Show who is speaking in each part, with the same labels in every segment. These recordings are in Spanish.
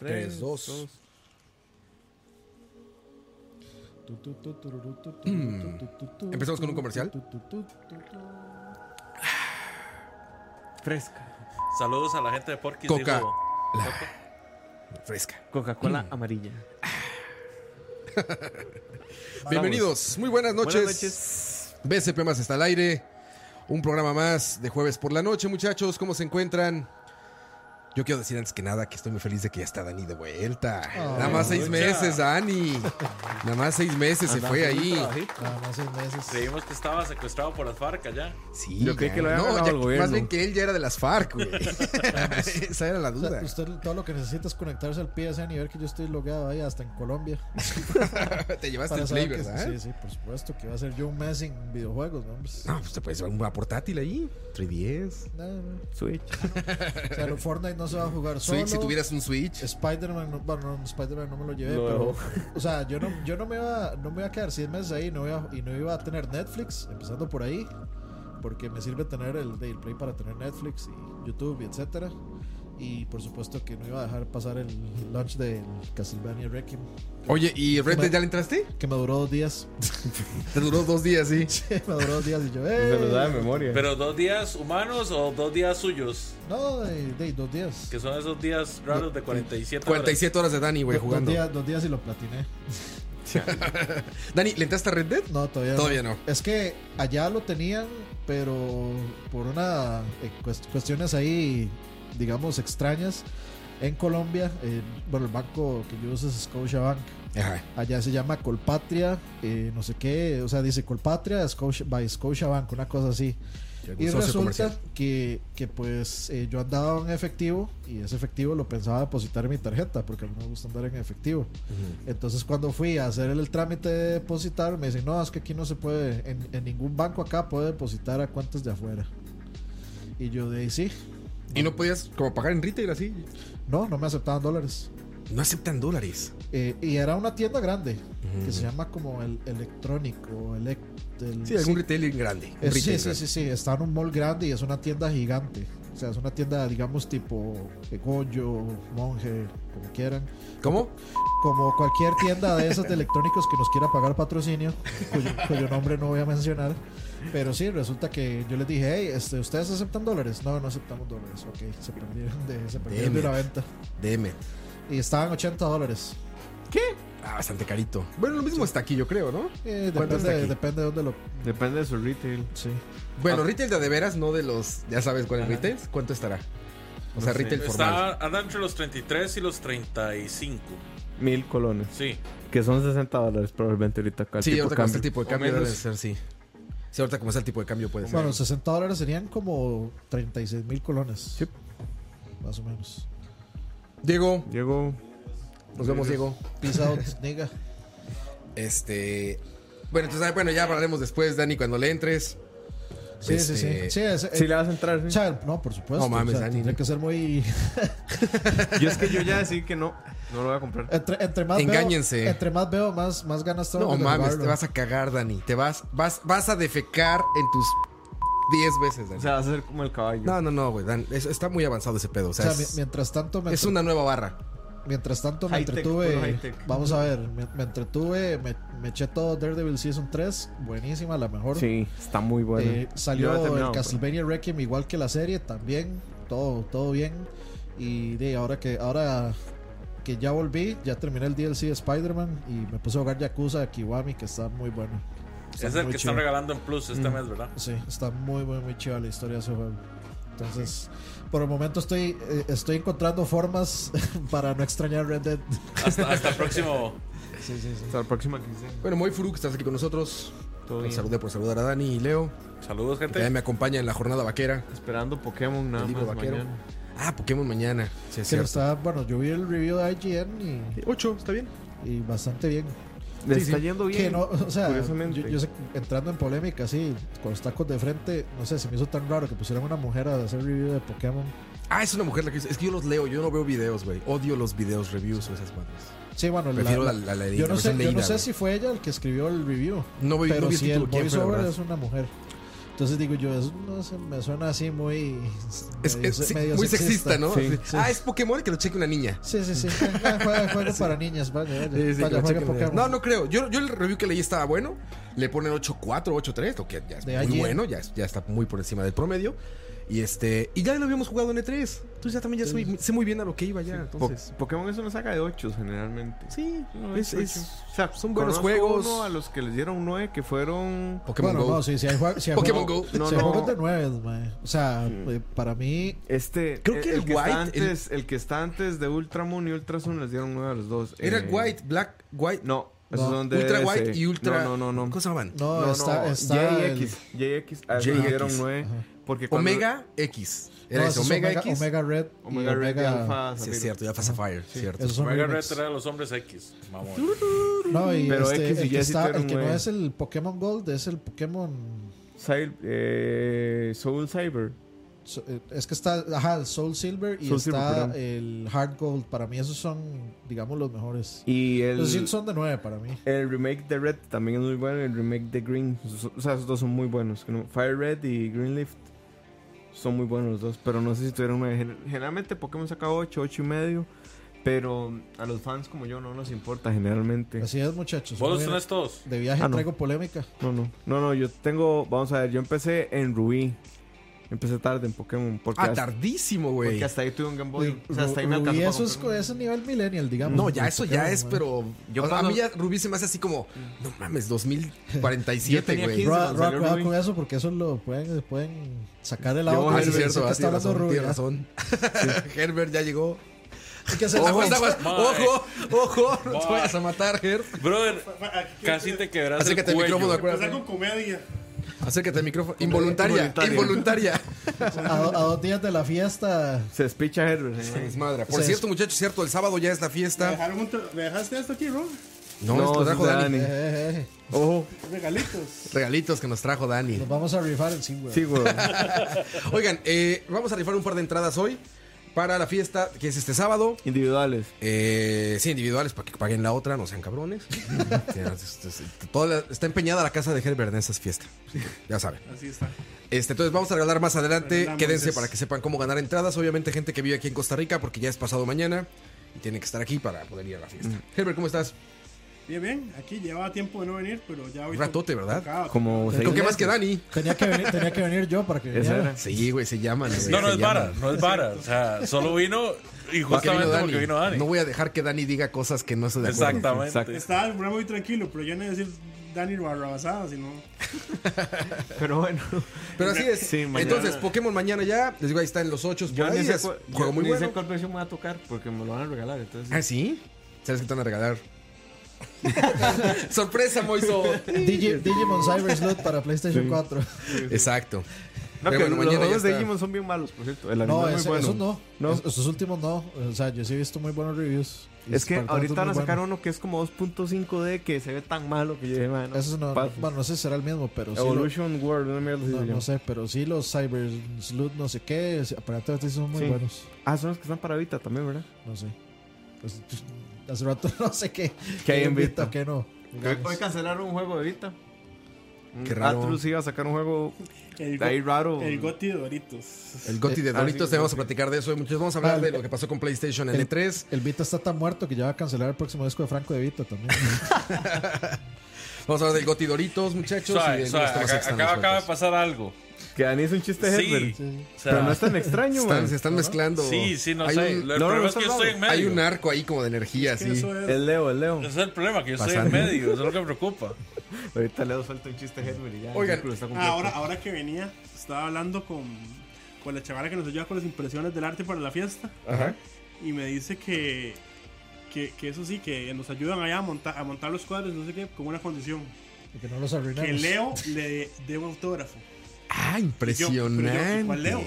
Speaker 1: 3, 2.
Speaker 2: Mm. Empezamos con un comercial.
Speaker 3: Fresca.
Speaker 1: Saludos a la gente de Porky.
Speaker 2: Coca. Fresca.
Speaker 3: Coca-Cola
Speaker 2: Mm.
Speaker 3: amarilla.
Speaker 2: Bienvenidos. Muy buenas noches.
Speaker 3: Buenas noches.
Speaker 2: BCP más está al aire. Un programa más de jueves por la noche, muchachos. ¿Cómo se encuentran? Yo quiero decir antes que nada que estoy muy feliz de que ya está Dani de vuelta. Nada más seis meses, Dani. Nada más seis meses se fue ahí.
Speaker 4: Nada más seis meses.
Speaker 1: Creímos que estaba secuestrado por las FARC allá.
Speaker 2: Sí,
Speaker 3: Yo creí
Speaker 2: ya-
Speaker 3: que lo había ganado
Speaker 2: ya-
Speaker 3: el gobierno.
Speaker 2: Más bien que él ya era de las FARC, güey. Esa era la
Speaker 4: O sea,
Speaker 2: duda.
Speaker 3: Pues,
Speaker 4: usted todo lo que necesita es conectarse al PSN y ver que yo estoy logueado ahí hasta en Colombia.
Speaker 2: Te llevaste el
Speaker 4: Para
Speaker 2: Ah, play,
Speaker 4: saber que-
Speaker 2: ¿verdad?
Speaker 4: Sí, sí, por supuesto que va a ser yo un mes sin videojuegos, ¿no? Pues,
Speaker 2: No, pues te puedes llevar una portátil ahí. 310.
Speaker 4: nada, ¿no?
Speaker 3: Switch.
Speaker 4: O sea, lo Fortnite no se va a jugar solo.
Speaker 2: Switch, si tuvieras un Switch.
Speaker 4: Spider-Man, no, bueno, no, Spider-Man no me lo llevé,
Speaker 3: No.
Speaker 4: pero. O sea, yo no, yo no me iba, no me iba a quedar 100 meses ahí no iba- y no iba a tener Netflix, empezando por ahí. Porque me sirve tener el Daily Play para tener Netflix y YouTube, y etcétera. Y por supuesto que no iba a dejar pasar el launch del Castlevania Requiem,
Speaker 2: Oye, ¿y Red
Speaker 4: Me-
Speaker 2: Dead ya le entraste?
Speaker 4: que me duró dos días.
Speaker 2: Te duró dos días, sí.
Speaker 4: me duró dos días y yo,
Speaker 3: Se lo da
Speaker 4: ¡eh!
Speaker 3: de memoria.
Speaker 1: Pero dos días humanos o dos días suyos,
Speaker 4: No, de, de dos días.
Speaker 1: que son esos días raros de 47 horas.
Speaker 2: 47 horas de Dani, güey,
Speaker 4: Do- dos,
Speaker 2: jugando.
Speaker 4: días, dos días y lo platiné.
Speaker 2: Dani, ¿le entraste a Red Dead?
Speaker 4: No, todavía,
Speaker 2: Todavía no.
Speaker 4: Es que allá lo tenían, pero por una eh, cuest- cuestiones ahí, digamos, extrañas. En Colombia, eh, bueno, el banco que yo uso es Scotiabank.
Speaker 2: Ajá.
Speaker 4: Allá se llama Colpatria, eh, no sé qué, o sea, dice Colpatria Scotia, by Scotiabank, una cosa así. Y
Speaker 2: Socio
Speaker 4: resulta
Speaker 2: comercial.
Speaker 4: que, que pues eh, yo andaba en efectivo y ese efectivo lo pensaba depositar en mi tarjeta porque a mí me gusta andar en efectivo. Entonces cuando fui a hacer el trámite de depositar me dicen, no, es que aquí no se puede, en, en ningún banco acá puede depositar a cuentas de afuera. Y yo de ahí sí,
Speaker 2: Y no podías como pagar en retail así.
Speaker 4: no, no me aceptaban dólares.
Speaker 2: No aceptan dólares.
Speaker 4: Eh, y era una tienda grande que se llama como el electrónico, elec- el-
Speaker 2: Sí, algún retail grande. un
Speaker 4: Es- sí,
Speaker 2: retail
Speaker 4: sí,
Speaker 2: grande.
Speaker 4: sí, sí, está en un mall grande y es una tienda gigante. O sea, es una tienda, digamos, tipo eh, Goyo, Monje, como quieran.
Speaker 2: ¿Cómo?
Speaker 4: Como cualquier tienda de esas de electrónicos que nos quiera pagar patrocinio, cuyo, cuyo nombre no voy a mencionar. Pero sí, resulta que yo les dije, hey, este, ¿ustedes aceptan dólares? No, no aceptamos dólares. Ok, se perdieron de, se perdieron de
Speaker 2: Damn
Speaker 4: una
Speaker 2: it.
Speaker 4: venta.
Speaker 2: DM.
Speaker 4: Y estaban 80 dólares.
Speaker 2: Ah, bastante carito. Bueno, lo mismo está aquí, yo creo, ¿no?
Speaker 4: Eh,
Speaker 2: ¿Cuánto está
Speaker 4: depende,
Speaker 2: aquí?
Speaker 4: depende de dónde lo...
Speaker 3: Depende de su retail.
Speaker 4: Sí.
Speaker 2: Bueno, retail de a de veras, no de los. Ya sabes cuál es retail. ¿Cuánto estará? O sea,
Speaker 3: sé.
Speaker 2: retail formal.
Speaker 1: Está, anda entre los 33 y los 35.
Speaker 3: Mil colones.
Speaker 1: Sí.
Speaker 3: Que son 60 dólares probablemente ahorita. acá, el
Speaker 2: Sí,
Speaker 3: tipo
Speaker 2: ahorita como está el
Speaker 3: cambio.
Speaker 2: tipo de
Speaker 1: O
Speaker 2: cambio debe
Speaker 1: menos.
Speaker 2: ser, sí. Sí, ahorita como está el tipo de cambio puede ser.
Speaker 4: Bueno, 60 dólares serían como 36 mil colones. Más o menos.
Speaker 2: Diego,
Speaker 3: Llegó.
Speaker 2: nos vemos, Diego.
Speaker 4: Peace out, nigga.
Speaker 2: Este. Bueno, entonces, ah, bueno, ya hablaremos después, Dani, cuando le entres.
Speaker 4: Sí, sí, sí.
Speaker 2: Este,
Speaker 4: Sí, es-
Speaker 3: Sí,
Speaker 4: eh,
Speaker 3: le vas a entrar. sí.
Speaker 4: Chal, no, por supuesto.
Speaker 2: No mames,
Speaker 4: o sea,
Speaker 2: Dani,
Speaker 4: tendría
Speaker 2: no.
Speaker 4: que ser muy.
Speaker 3: Yo es que yo ya decidí que no. No lo voy a
Speaker 2: Eh,
Speaker 3: comprar.
Speaker 4: Entre, entre más
Speaker 2: Engáñense.
Speaker 4: veo. Entre más veo, más, más ganas tengo.
Speaker 2: No
Speaker 4: de
Speaker 2: mames,
Speaker 4: lograrlo.
Speaker 2: te vas a cagar, Dani. Te vas, vas, vas a defecar en tus 10 veces, Dani.
Speaker 3: O sea, vas a ser como el caballo.
Speaker 2: no, no, no, güey. Dan, es- está muy avanzado ese pedo. O
Speaker 4: O
Speaker 2: sea,
Speaker 4: sea, mi-
Speaker 2: es,
Speaker 4: mientras tanto me,
Speaker 2: es
Speaker 4: entre-
Speaker 2: una nueva barra.
Speaker 4: mientras tanto me
Speaker 3: High tech,
Speaker 4: entretuve.
Speaker 3: puro high tech.
Speaker 4: vamos a ver, me, me entretuve, me, me eché todo Daredevil Season 3, buenísima, la mejor.
Speaker 3: Sí, está muy bueno.
Speaker 4: Eh,
Speaker 3: Yo
Speaker 4: salió
Speaker 3: ya pues. he terminado,
Speaker 4: el
Speaker 3: pero-
Speaker 4: Castlevania Requiem igual que la serie también, todo, todo bien. Y de ahora que ahora que ya volví, ya terminé el DLC de Spider-Man y me puse a jugar Yakuza de Kiwami, que está muy bueno. Está
Speaker 1: es el
Speaker 4: muy
Speaker 1: que
Speaker 4: chido.
Speaker 1: están regalando en plus este
Speaker 2: Mm.
Speaker 1: mes, ¿verdad?
Speaker 4: Sí, está muy, muy, muy chiva la historia de ese juego. Entonces, por el momento estoy, eh, estoy encontrando formas para no extrañar Red Dead.
Speaker 1: Hasta, hasta el próximo.
Speaker 4: Sí, sí, sí.
Speaker 3: Hasta la próxima quincena.
Speaker 2: Bueno, Moy Furu, que estás aquí con nosotros.
Speaker 3: Todo
Speaker 2: Un
Speaker 3: bien.
Speaker 2: saludo por saludar a Dani y Leo.
Speaker 1: Saludos,
Speaker 2: Que también
Speaker 1: gente.
Speaker 2: me acompaña en la jornada vaquera.
Speaker 3: Esperando Pokémon nada
Speaker 2: El libro
Speaker 3: más
Speaker 2: vaquero.
Speaker 3: mañana.
Speaker 2: Ah, Pokémon mañana. Sí, es cierto.
Speaker 4: Pero está, bueno, yo vi el review de IGN
Speaker 2: 8, está bien.
Speaker 4: y, y bastante bien.
Speaker 3: Le
Speaker 2: Sí,
Speaker 3: está
Speaker 2: sí.
Speaker 3: yendo bien.
Speaker 4: Que no, o sea,
Speaker 3: Curiosamente.
Speaker 4: yo, yo sé que entrando en polémica, sí, con los tacos de frente, no sé, se me hizo tan raro que pusieran una mujer a hacer review de Pokémon.
Speaker 2: Ah, es una mujer la que dice- Es que yo los leo, yo no veo videos, güey. Odio los videos, reviews o esas cosas.
Speaker 4: Sí, bueno, la-
Speaker 2: Prefiero
Speaker 4: la-
Speaker 2: la, la, la,
Speaker 4: yo no
Speaker 2: versión
Speaker 4: sé, yo
Speaker 2: leída,
Speaker 4: no sé
Speaker 2: güey.
Speaker 4: si fue ella el que escribió el review.
Speaker 2: No vi,
Speaker 4: pero
Speaker 2: no vi el
Speaker 4: si el
Speaker 2: título, quién fue, la
Speaker 4: voiceover
Speaker 2: verdad.
Speaker 4: es una mujer. Entonces Entonces digo yo, eso no sé, me suena así muy.
Speaker 2: Es,
Speaker 4: medio-
Speaker 2: es- sí,
Speaker 4: medio
Speaker 2: muy sexista, ¿no?
Speaker 3: Sí.
Speaker 2: Así, Ah, es Pokémon y que lo cheque una niña.
Speaker 4: Sí, sí, sí. Ah, Juega, juega para niñas, vaya, vaya.
Speaker 2: Sí, sí, que
Speaker 4: Vaya,
Speaker 2: lo
Speaker 4: juega
Speaker 2: chequen.
Speaker 4: Pokémon.
Speaker 2: no, no creo. Yo, yo el review que leí estaba bueno. Le ponen 8.4, 8.3, lo que ya es
Speaker 4: De
Speaker 2: muy
Speaker 4: allí.
Speaker 2: bueno, ya, es- ya está muy por encima del promedio. Y este y ya lo habíamos jugado en E3. Entonces ya también ya soy- sé muy bien a lo que iba ya. Entonces,
Speaker 3: Po- Pokémon es una saga de 8 generalmente.
Speaker 2: sí, es,
Speaker 3: Es-
Speaker 2: es-
Speaker 3: es- o sea,
Speaker 2: son buenos
Speaker 3: conozco
Speaker 2: juegos.
Speaker 3: uno a los que les dieron 9 que fueron.
Speaker 2: Pokémon
Speaker 4: bueno,
Speaker 2: Go.
Speaker 4: no, sí, sí hay jue- sí hay
Speaker 2: Pokémon
Speaker 4: juegos-
Speaker 2: Go. Mm.
Speaker 4: sí
Speaker 3: No,
Speaker 4: hay
Speaker 3: no.
Speaker 4: juegos de nueve, mae. O sea, eh, para mí.
Speaker 3: Este,
Speaker 2: Creo que el White,
Speaker 3: está antes, el... que está antes de Ultra Moon y Ultra Sun les dieron 9 a los dos.
Speaker 2: Era
Speaker 3: Eh,
Speaker 2: White, Black, White,
Speaker 3: No, esos
Speaker 4: No.
Speaker 3: son de
Speaker 2: Ultra
Speaker 3: DS.
Speaker 2: White y Ultra.
Speaker 3: No, no, no. no.
Speaker 2: ¿Cómo se llamaban?
Speaker 4: No,
Speaker 3: No,
Speaker 4: está.
Speaker 3: no,
Speaker 4: está
Speaker 3: JX. JX. a esos
Speaker 2: JX.
Speaker 3: les ah, dieron 9. Porque cuando-
Speaker 2: Omega X.
Speaker 4: el-
Speaker 2: Era
Speaker 4: no,
Speaker 2: ese,
Speaker 4: esos
Speaker 2: Omega, X.
Speaker 4: Omega Red. y
Speaker 3: Omega Red y Alpha
Speaker 2: Sí,
Speaker 3: Zafiro.
Speaker 2: es cierto, ya Fast Fire, cierto.
Speaker 4: Esos son
Speaker 1: Mega Red
Speaker 4: remakes.
Speaker 1: era los hombres X. Vamos.
Speaker 4: No, y
Speaker 3: Pero
Speaker 4: este,
Speaker 3: X y
Speaker 4: el, que
Speaker 3: Y sí
Speaker 4: está- el
Speaker 3: tuvieron
Speaker 4: que no
Speaker 3: nueve.
Speaker 4: es el Pokémon Gold es el Pokémon.
Speaker 3: Cy- eh, Soul Cyber.
Speaker 4: so- eh, es que está, ajá, el Soul Silver y
Speaker 3: Soul Silver,
Speaker 4: está
Speaker 3: perdón.
Speaker 4: el Hard Gold. Para mí, esos son, digamos, los mejores.
Speaker 3: Y el,
Speaker 4: Los sí son de nueve para mí.
Speaker 3: el remake de Red también es muy bueno. El remake de Green. so- O sea, esos dos son muy buenos. ¿no? Fire Red y Green Leaf son muy buenos los dos. Pero no sé si tuvieron una. gen- Generalmente Pokémon saca 8, 8 y medio. Pero a los fans como yo no nos importa generalmente.
Speaker 4: Así es, muchachos.
Speaker 1: ¿Vos
Speaker 4: Muy
Speaker 1: los
Speaker 4: bien.
Speaker 1: tenés todos?
Speaker 4: De viaje
Speaker 3: Ah, no.
Speaker 4: traigo polémica.
Speaker 3: No, no. No, no, yo tengo. Vamos a ver, yo empecé en Rubí. Empecé tarde en Pokémon. Porque,
Speaker 2: Ah,
Speaker 3: hasta,
Speaker 2: tardísimo, güey.
Speaker 3: porque hasta ahí tuve un Game Boy.
Speaker 4: Ru-
Speaker 3: O sea, hasta ahí me
Speaker 4: Rubí,
Speaker 3: alcanzó para
Speaker 4: eso es,
Speaker 3: comprar un-
Speaker 4: es un nivel millennial, digamos.
Speaker 2: No, ya
Speaker 4: de
Speaker 2: eso
Speaker 4: Pokémon,
Speaker 2: ya es,
Speaker 4: ¿no?
Speaker 2: pero.
Speaker 3: Yo
Speaker 2: o sea, A
Speaker 3: cuando-
Speaker 2: mí ya Rubí se me hace así como. No mames,
Speaker 3: Yo
Speaker 2: 2047,
Speaker 3: tenía
Speaker 2: güey.
Speaker 3: 15
Speaker 4: Roa-
Speaker 3: cuando
Speaker 4: Roa,
Speaker 3: salió
Speaker 4: cuidado
Speaker 3: Rubí.
Speaker 4: con eso porque eso lo pueden, pueden sacar el
Speaker 3: Yo
Speaker 4: audio.
Speaker 3: voy a
Speaker 2: Ah,
Speaker 3: Herbert,
Speaker 2: sí,
Speaker 3: ver,
Speaker 4: y
Speaker 2: cierto,
Speaker 4: decir que
Speaker 2: ah,
Speaker 4: está
Speaker 2: tiene
Speaker 4: hablando
Speaker 2: razón,
Speaker 4: Rubí,
Speaker 2: tiene
Speaker 4: ya.
Speaker 2: razón. Herbert ya llegó.
Speaker 4: Hay que hacer
Speaker 2: Aguas, aguas.
Speaker 1: Mae.
Speaker 2: Ojo, ojo, no te
Speaker 1: Mae.
Speaker 2: vayas a matar, Herb.
Speaker 1: Brother, casi te quebrás el
Speaker 2: Acércate al
Speaker 1: cuello.
Speaker 2: micrófono,
Speaker 5: Empezar
Speaker 4: Pues
Speaker 2: acuérdate.
Speaker 5: con comedia.
Speaker 2: Acércate al micrófono. Involuntaria,
Speaker 3: Involuntaria.
Speaker 2: involuntaria.
Speaker 4: a, do- a dos días de la fiesta.
Speaker 3: Se despicha Herbert. ¿eh?
Speaker 2: Madre. Por
Speaker 4: Sí.
Speaker 2: cierto, muchachos, cierto, el sábado ya es la
Speaker 5: ¿Me,
Speaker 2: fiesta.
Speaker 5: dejaron un tra- ¿Me dejaste esto aquí, Ron?
Speaker 2: No,
Speaker 3: No,
Speaker 2: nos lo
Speaker 3: sí,
Speaker 2: trajo Dani.
Speaker 3: Dani.
Speaker 4: eh, eh,
Speaker 3: Ojo.
Speaker 5: Regalitos.
Speaker 2: Regalitos que nos trajo
Speaker 4: eh,
Speaker 2: Dani.
Speaker 4: Nos vamos a rifar el sí, güey.
Speaker 3: Sí, güey.
Speaker 2: Oigan, eh, vamos a rifar un par de entradas hoy para la fiesta que es este sábado.
Speaker 3: Individuales.
Speaker 2: Eh, sí, individuales, para que paguen la otra, no sean cabrones. Toda la- está empeñada la casa de Herbert en esas fiestas. Ya saben.
Speaker 5: Así está.
Speaker 2: Este, entonces vamos a regalar más adelante.
Speaker 5: Regalamos,
Speaker 2: Quédense
Speaker 5: es-
Speaker 2: para que sepan cómo ganar entradas. Obviamente gente que vive aquí en Costa Rica porque ya es pasado mañana y tiene que estar aquí para poder ir a la fiesta.
Speaker 3: Mm.
Speaker 2: Herbert, ¿cómo estás?
Speaker 5: Bien, bien. Aquí llevaba tiempo de no venir, pero ya hoy.
Speaker 2: Un ratote, ¿verdad?
Speaker 5: tocaba.
Speaker 3: Como seis
Speaker 2: ¿Con qué más
Speaker 3: meses.
Speaker 2: que Dani?
Speaker 4: Tenía, que venir, tenía que venir yo para que
Speaker 3: Esa
Speaker 4: viniera.
Speaker 3: era.
Speaker 2: Sí, güey, se llaman. güey,
Speaker 1: No, no
Speaker 2: se
Speaker 1: es vara,
Speaker 2: llaman.
Speaker 1: no es vara. O sea, solo vino y
Speaker 2: Porque vino
Speaker 1: justamente porque
Speaker 2: Dani.
Speaker 1: vino Dani.
Speaker 2: No voy a dejar que Dani diga cosas que no se de acuerdo.
Speaker 1: Exactamente.
Speaker 3: Exacto.
Speaker 5: Estaba el programa muy tranquilo, pero ya no iba a decir Dani Barrabasada, sino.
Speaker 3: Pero bueno.
Speaker 2: Pero así es.
Speaker 3: Sí, mañana.
Speaker 2: Entonces, Pokémon mañana ya. Les digo, ahí está en los ochos
Speaker 3: Yo
Speaker 2: Por
Speaker 3: ni
Speaker 2: ahí
Speaker 3: sé,
Speaker 2: es
Speaker 3: cuál-
Speaker 2: un
Speaker 3: yo
Speaker 2: juego muy
Speaker 3: ni sé
Speaker 2: bueno.
Speaker 3: cuál versión me va a tocar porque me lo van a regalar. Entonces,
Speaker 2: ¿Ah, sí? ¿Sabes qué te van a regalar? ¡Sorpresa, Moiso!
Speaker 4: Digi- Digimon Cyber Slot para PlayStation 4.
Speaker 2: Exacto. Pero
Speaker 3: no, que
Speaker 2: bueno,
Speaker 3: los
Speaker 2: mañana ya
Speaker 3: juegos de
Speaker 2: está.
Speaker 3: Digimon son bien malos, por cierto. El anime
Speaker 4: No,
Speaker 3: es muy
Speaker 4: ese-
Speaker 3: bueno.
Speaker 4: esos no.
Speaker 3: No.
Speaker 4: Es- esos últimos no. O sea, yo sí he visto muy buenos reviews. Y
Speaker 3: Es que
Speaker 4: Spartan
Speaker 3: ahorita
Speaker 4: es
Speaker 3: van a
Speaker 4: muy
Speaker 3: sacar
Speaker 4: bueno.
Speaker 3: uno que es como 2.5D que se ve tan malo que yo dije, man.
Speaker 4: Esos no,
Speaker 3: pa-
Speaker 4: bueno, no sé si será el mismo, pero sí. lo-
Speaker 3: Evolution World, una mierda así
Speaker 4: no,
Speaker 3: se llama.
Speaker 4: no sé, pero sí los Cyber Slot, no sé qué. sí, Aparentemente sí son muy
Speaker 3: Sí.
Speaker 4: buenos.
Speaker 3: Ah, son los que están para Vita también, ¿verdad?
Speaker 4: No sé. Pues, hace rato no sé qué.
Speaker 3: ¿Qué hay en Vita?
Speaker 4: ¿Qué no? digamos.
Speaker 3: Hoy cancelaron un juego de Vita.
Speaker 2: Qué raro.
Speaker 3: Atlus iba a sacar un juego
Speaker 5: El,
Speaker 3: de ahí
Speaker 5: go-
Speaker 3: raro.
Speaker 5: el Goti Doritos.
Speaker 2: El Gotti
Speaker 1: Eh,
Speaker 2: de
Speaker 3: Ah,
Speaker 2: Doritos,
Speaker 3: sí,
Speaker 2: te vamos a platicar de eso. Muchachos, vamos a hablar de lo que pasó con PlayStation en
Speaker 4: el-
Speaker 2: E3.
Speaker 4: El Vita está tan muerto que ya va a cancelar el próximo disco de Franco de Vita también.
Speaker 2: Vamos a hablar del Gotti Doritos, muchachos. y de
Speaker 1: Suave, suave,
Speaker 2: algunos temas pues.
Speaker 1: acá-
Speaker 2: extra en
Speaker 1: acá
Speaker 2: los
Speaker 1: acaba de
Speaker 2: juegos.
Speaker 1: pasar algo.
Speaker 3: Que Dani es un chiste de
Speaker 1: Sí.
Speaker 3: Herbert.
Speaker 4: Sí.
Speaker 1: O sea,
Speaker 3: Pero no es tan extraño,
Speaker 2: Están-
Speaker 3: man.
Speaker 2: se están mezclando.
Speaker 1: Sí, sí, no
Speaker 2: hay
Speaker 1: sé.
Speaker 2: Un,
Speaker 1: el
Speaker 3: no,
Speaker 1: problema
Speaker 3: no
Speaker 1: es que yo
Speaker 3: está
Speaker 1: estoy
Speaker 3: hablado.
Speaker 1: en
Speaker 2: hay un
Speaker 1: medio.
Speaker 2: arco ahí como de energía,
Speaker 5: Es que
Speaker 2: sí.
Speaker 5: eso es.
Speaker 3: El Leo, el Leo.
Speaker 1: Ese es el problema, que yo estoy en
Speaker 2: Pasando.
Speaker 1: medio. Eso es lo que me preocupa.
Speaker 3: Ahorita Leo suelta un chiste de Herbert y ya. el
Speaker 2: Oigan,
Speaker 3: círculo está
Speaker 5: Ah,
Speaker 3: completo.
Speaker 5: ahora, ahora que venía, estaba hablando con, con la chavala que nos ayuda con las impresiones del arte para la fiesta.
Speaker 2: Ajá.
Speaker 5: Y me dice que, que, que eso sí, que nos ayudan allá a, monta- a montar los cuadros, no sé qué, con una condición.
Speaker 4: Y que no los arruinamos.
Speaker 5: Que Leo le dé un autógrafo.
Speaker 2: Ah,
Speaker 5: Y yo, pero yo,
Speaker 2: impresionante.
Speaker 5: ¿Cuál Leo?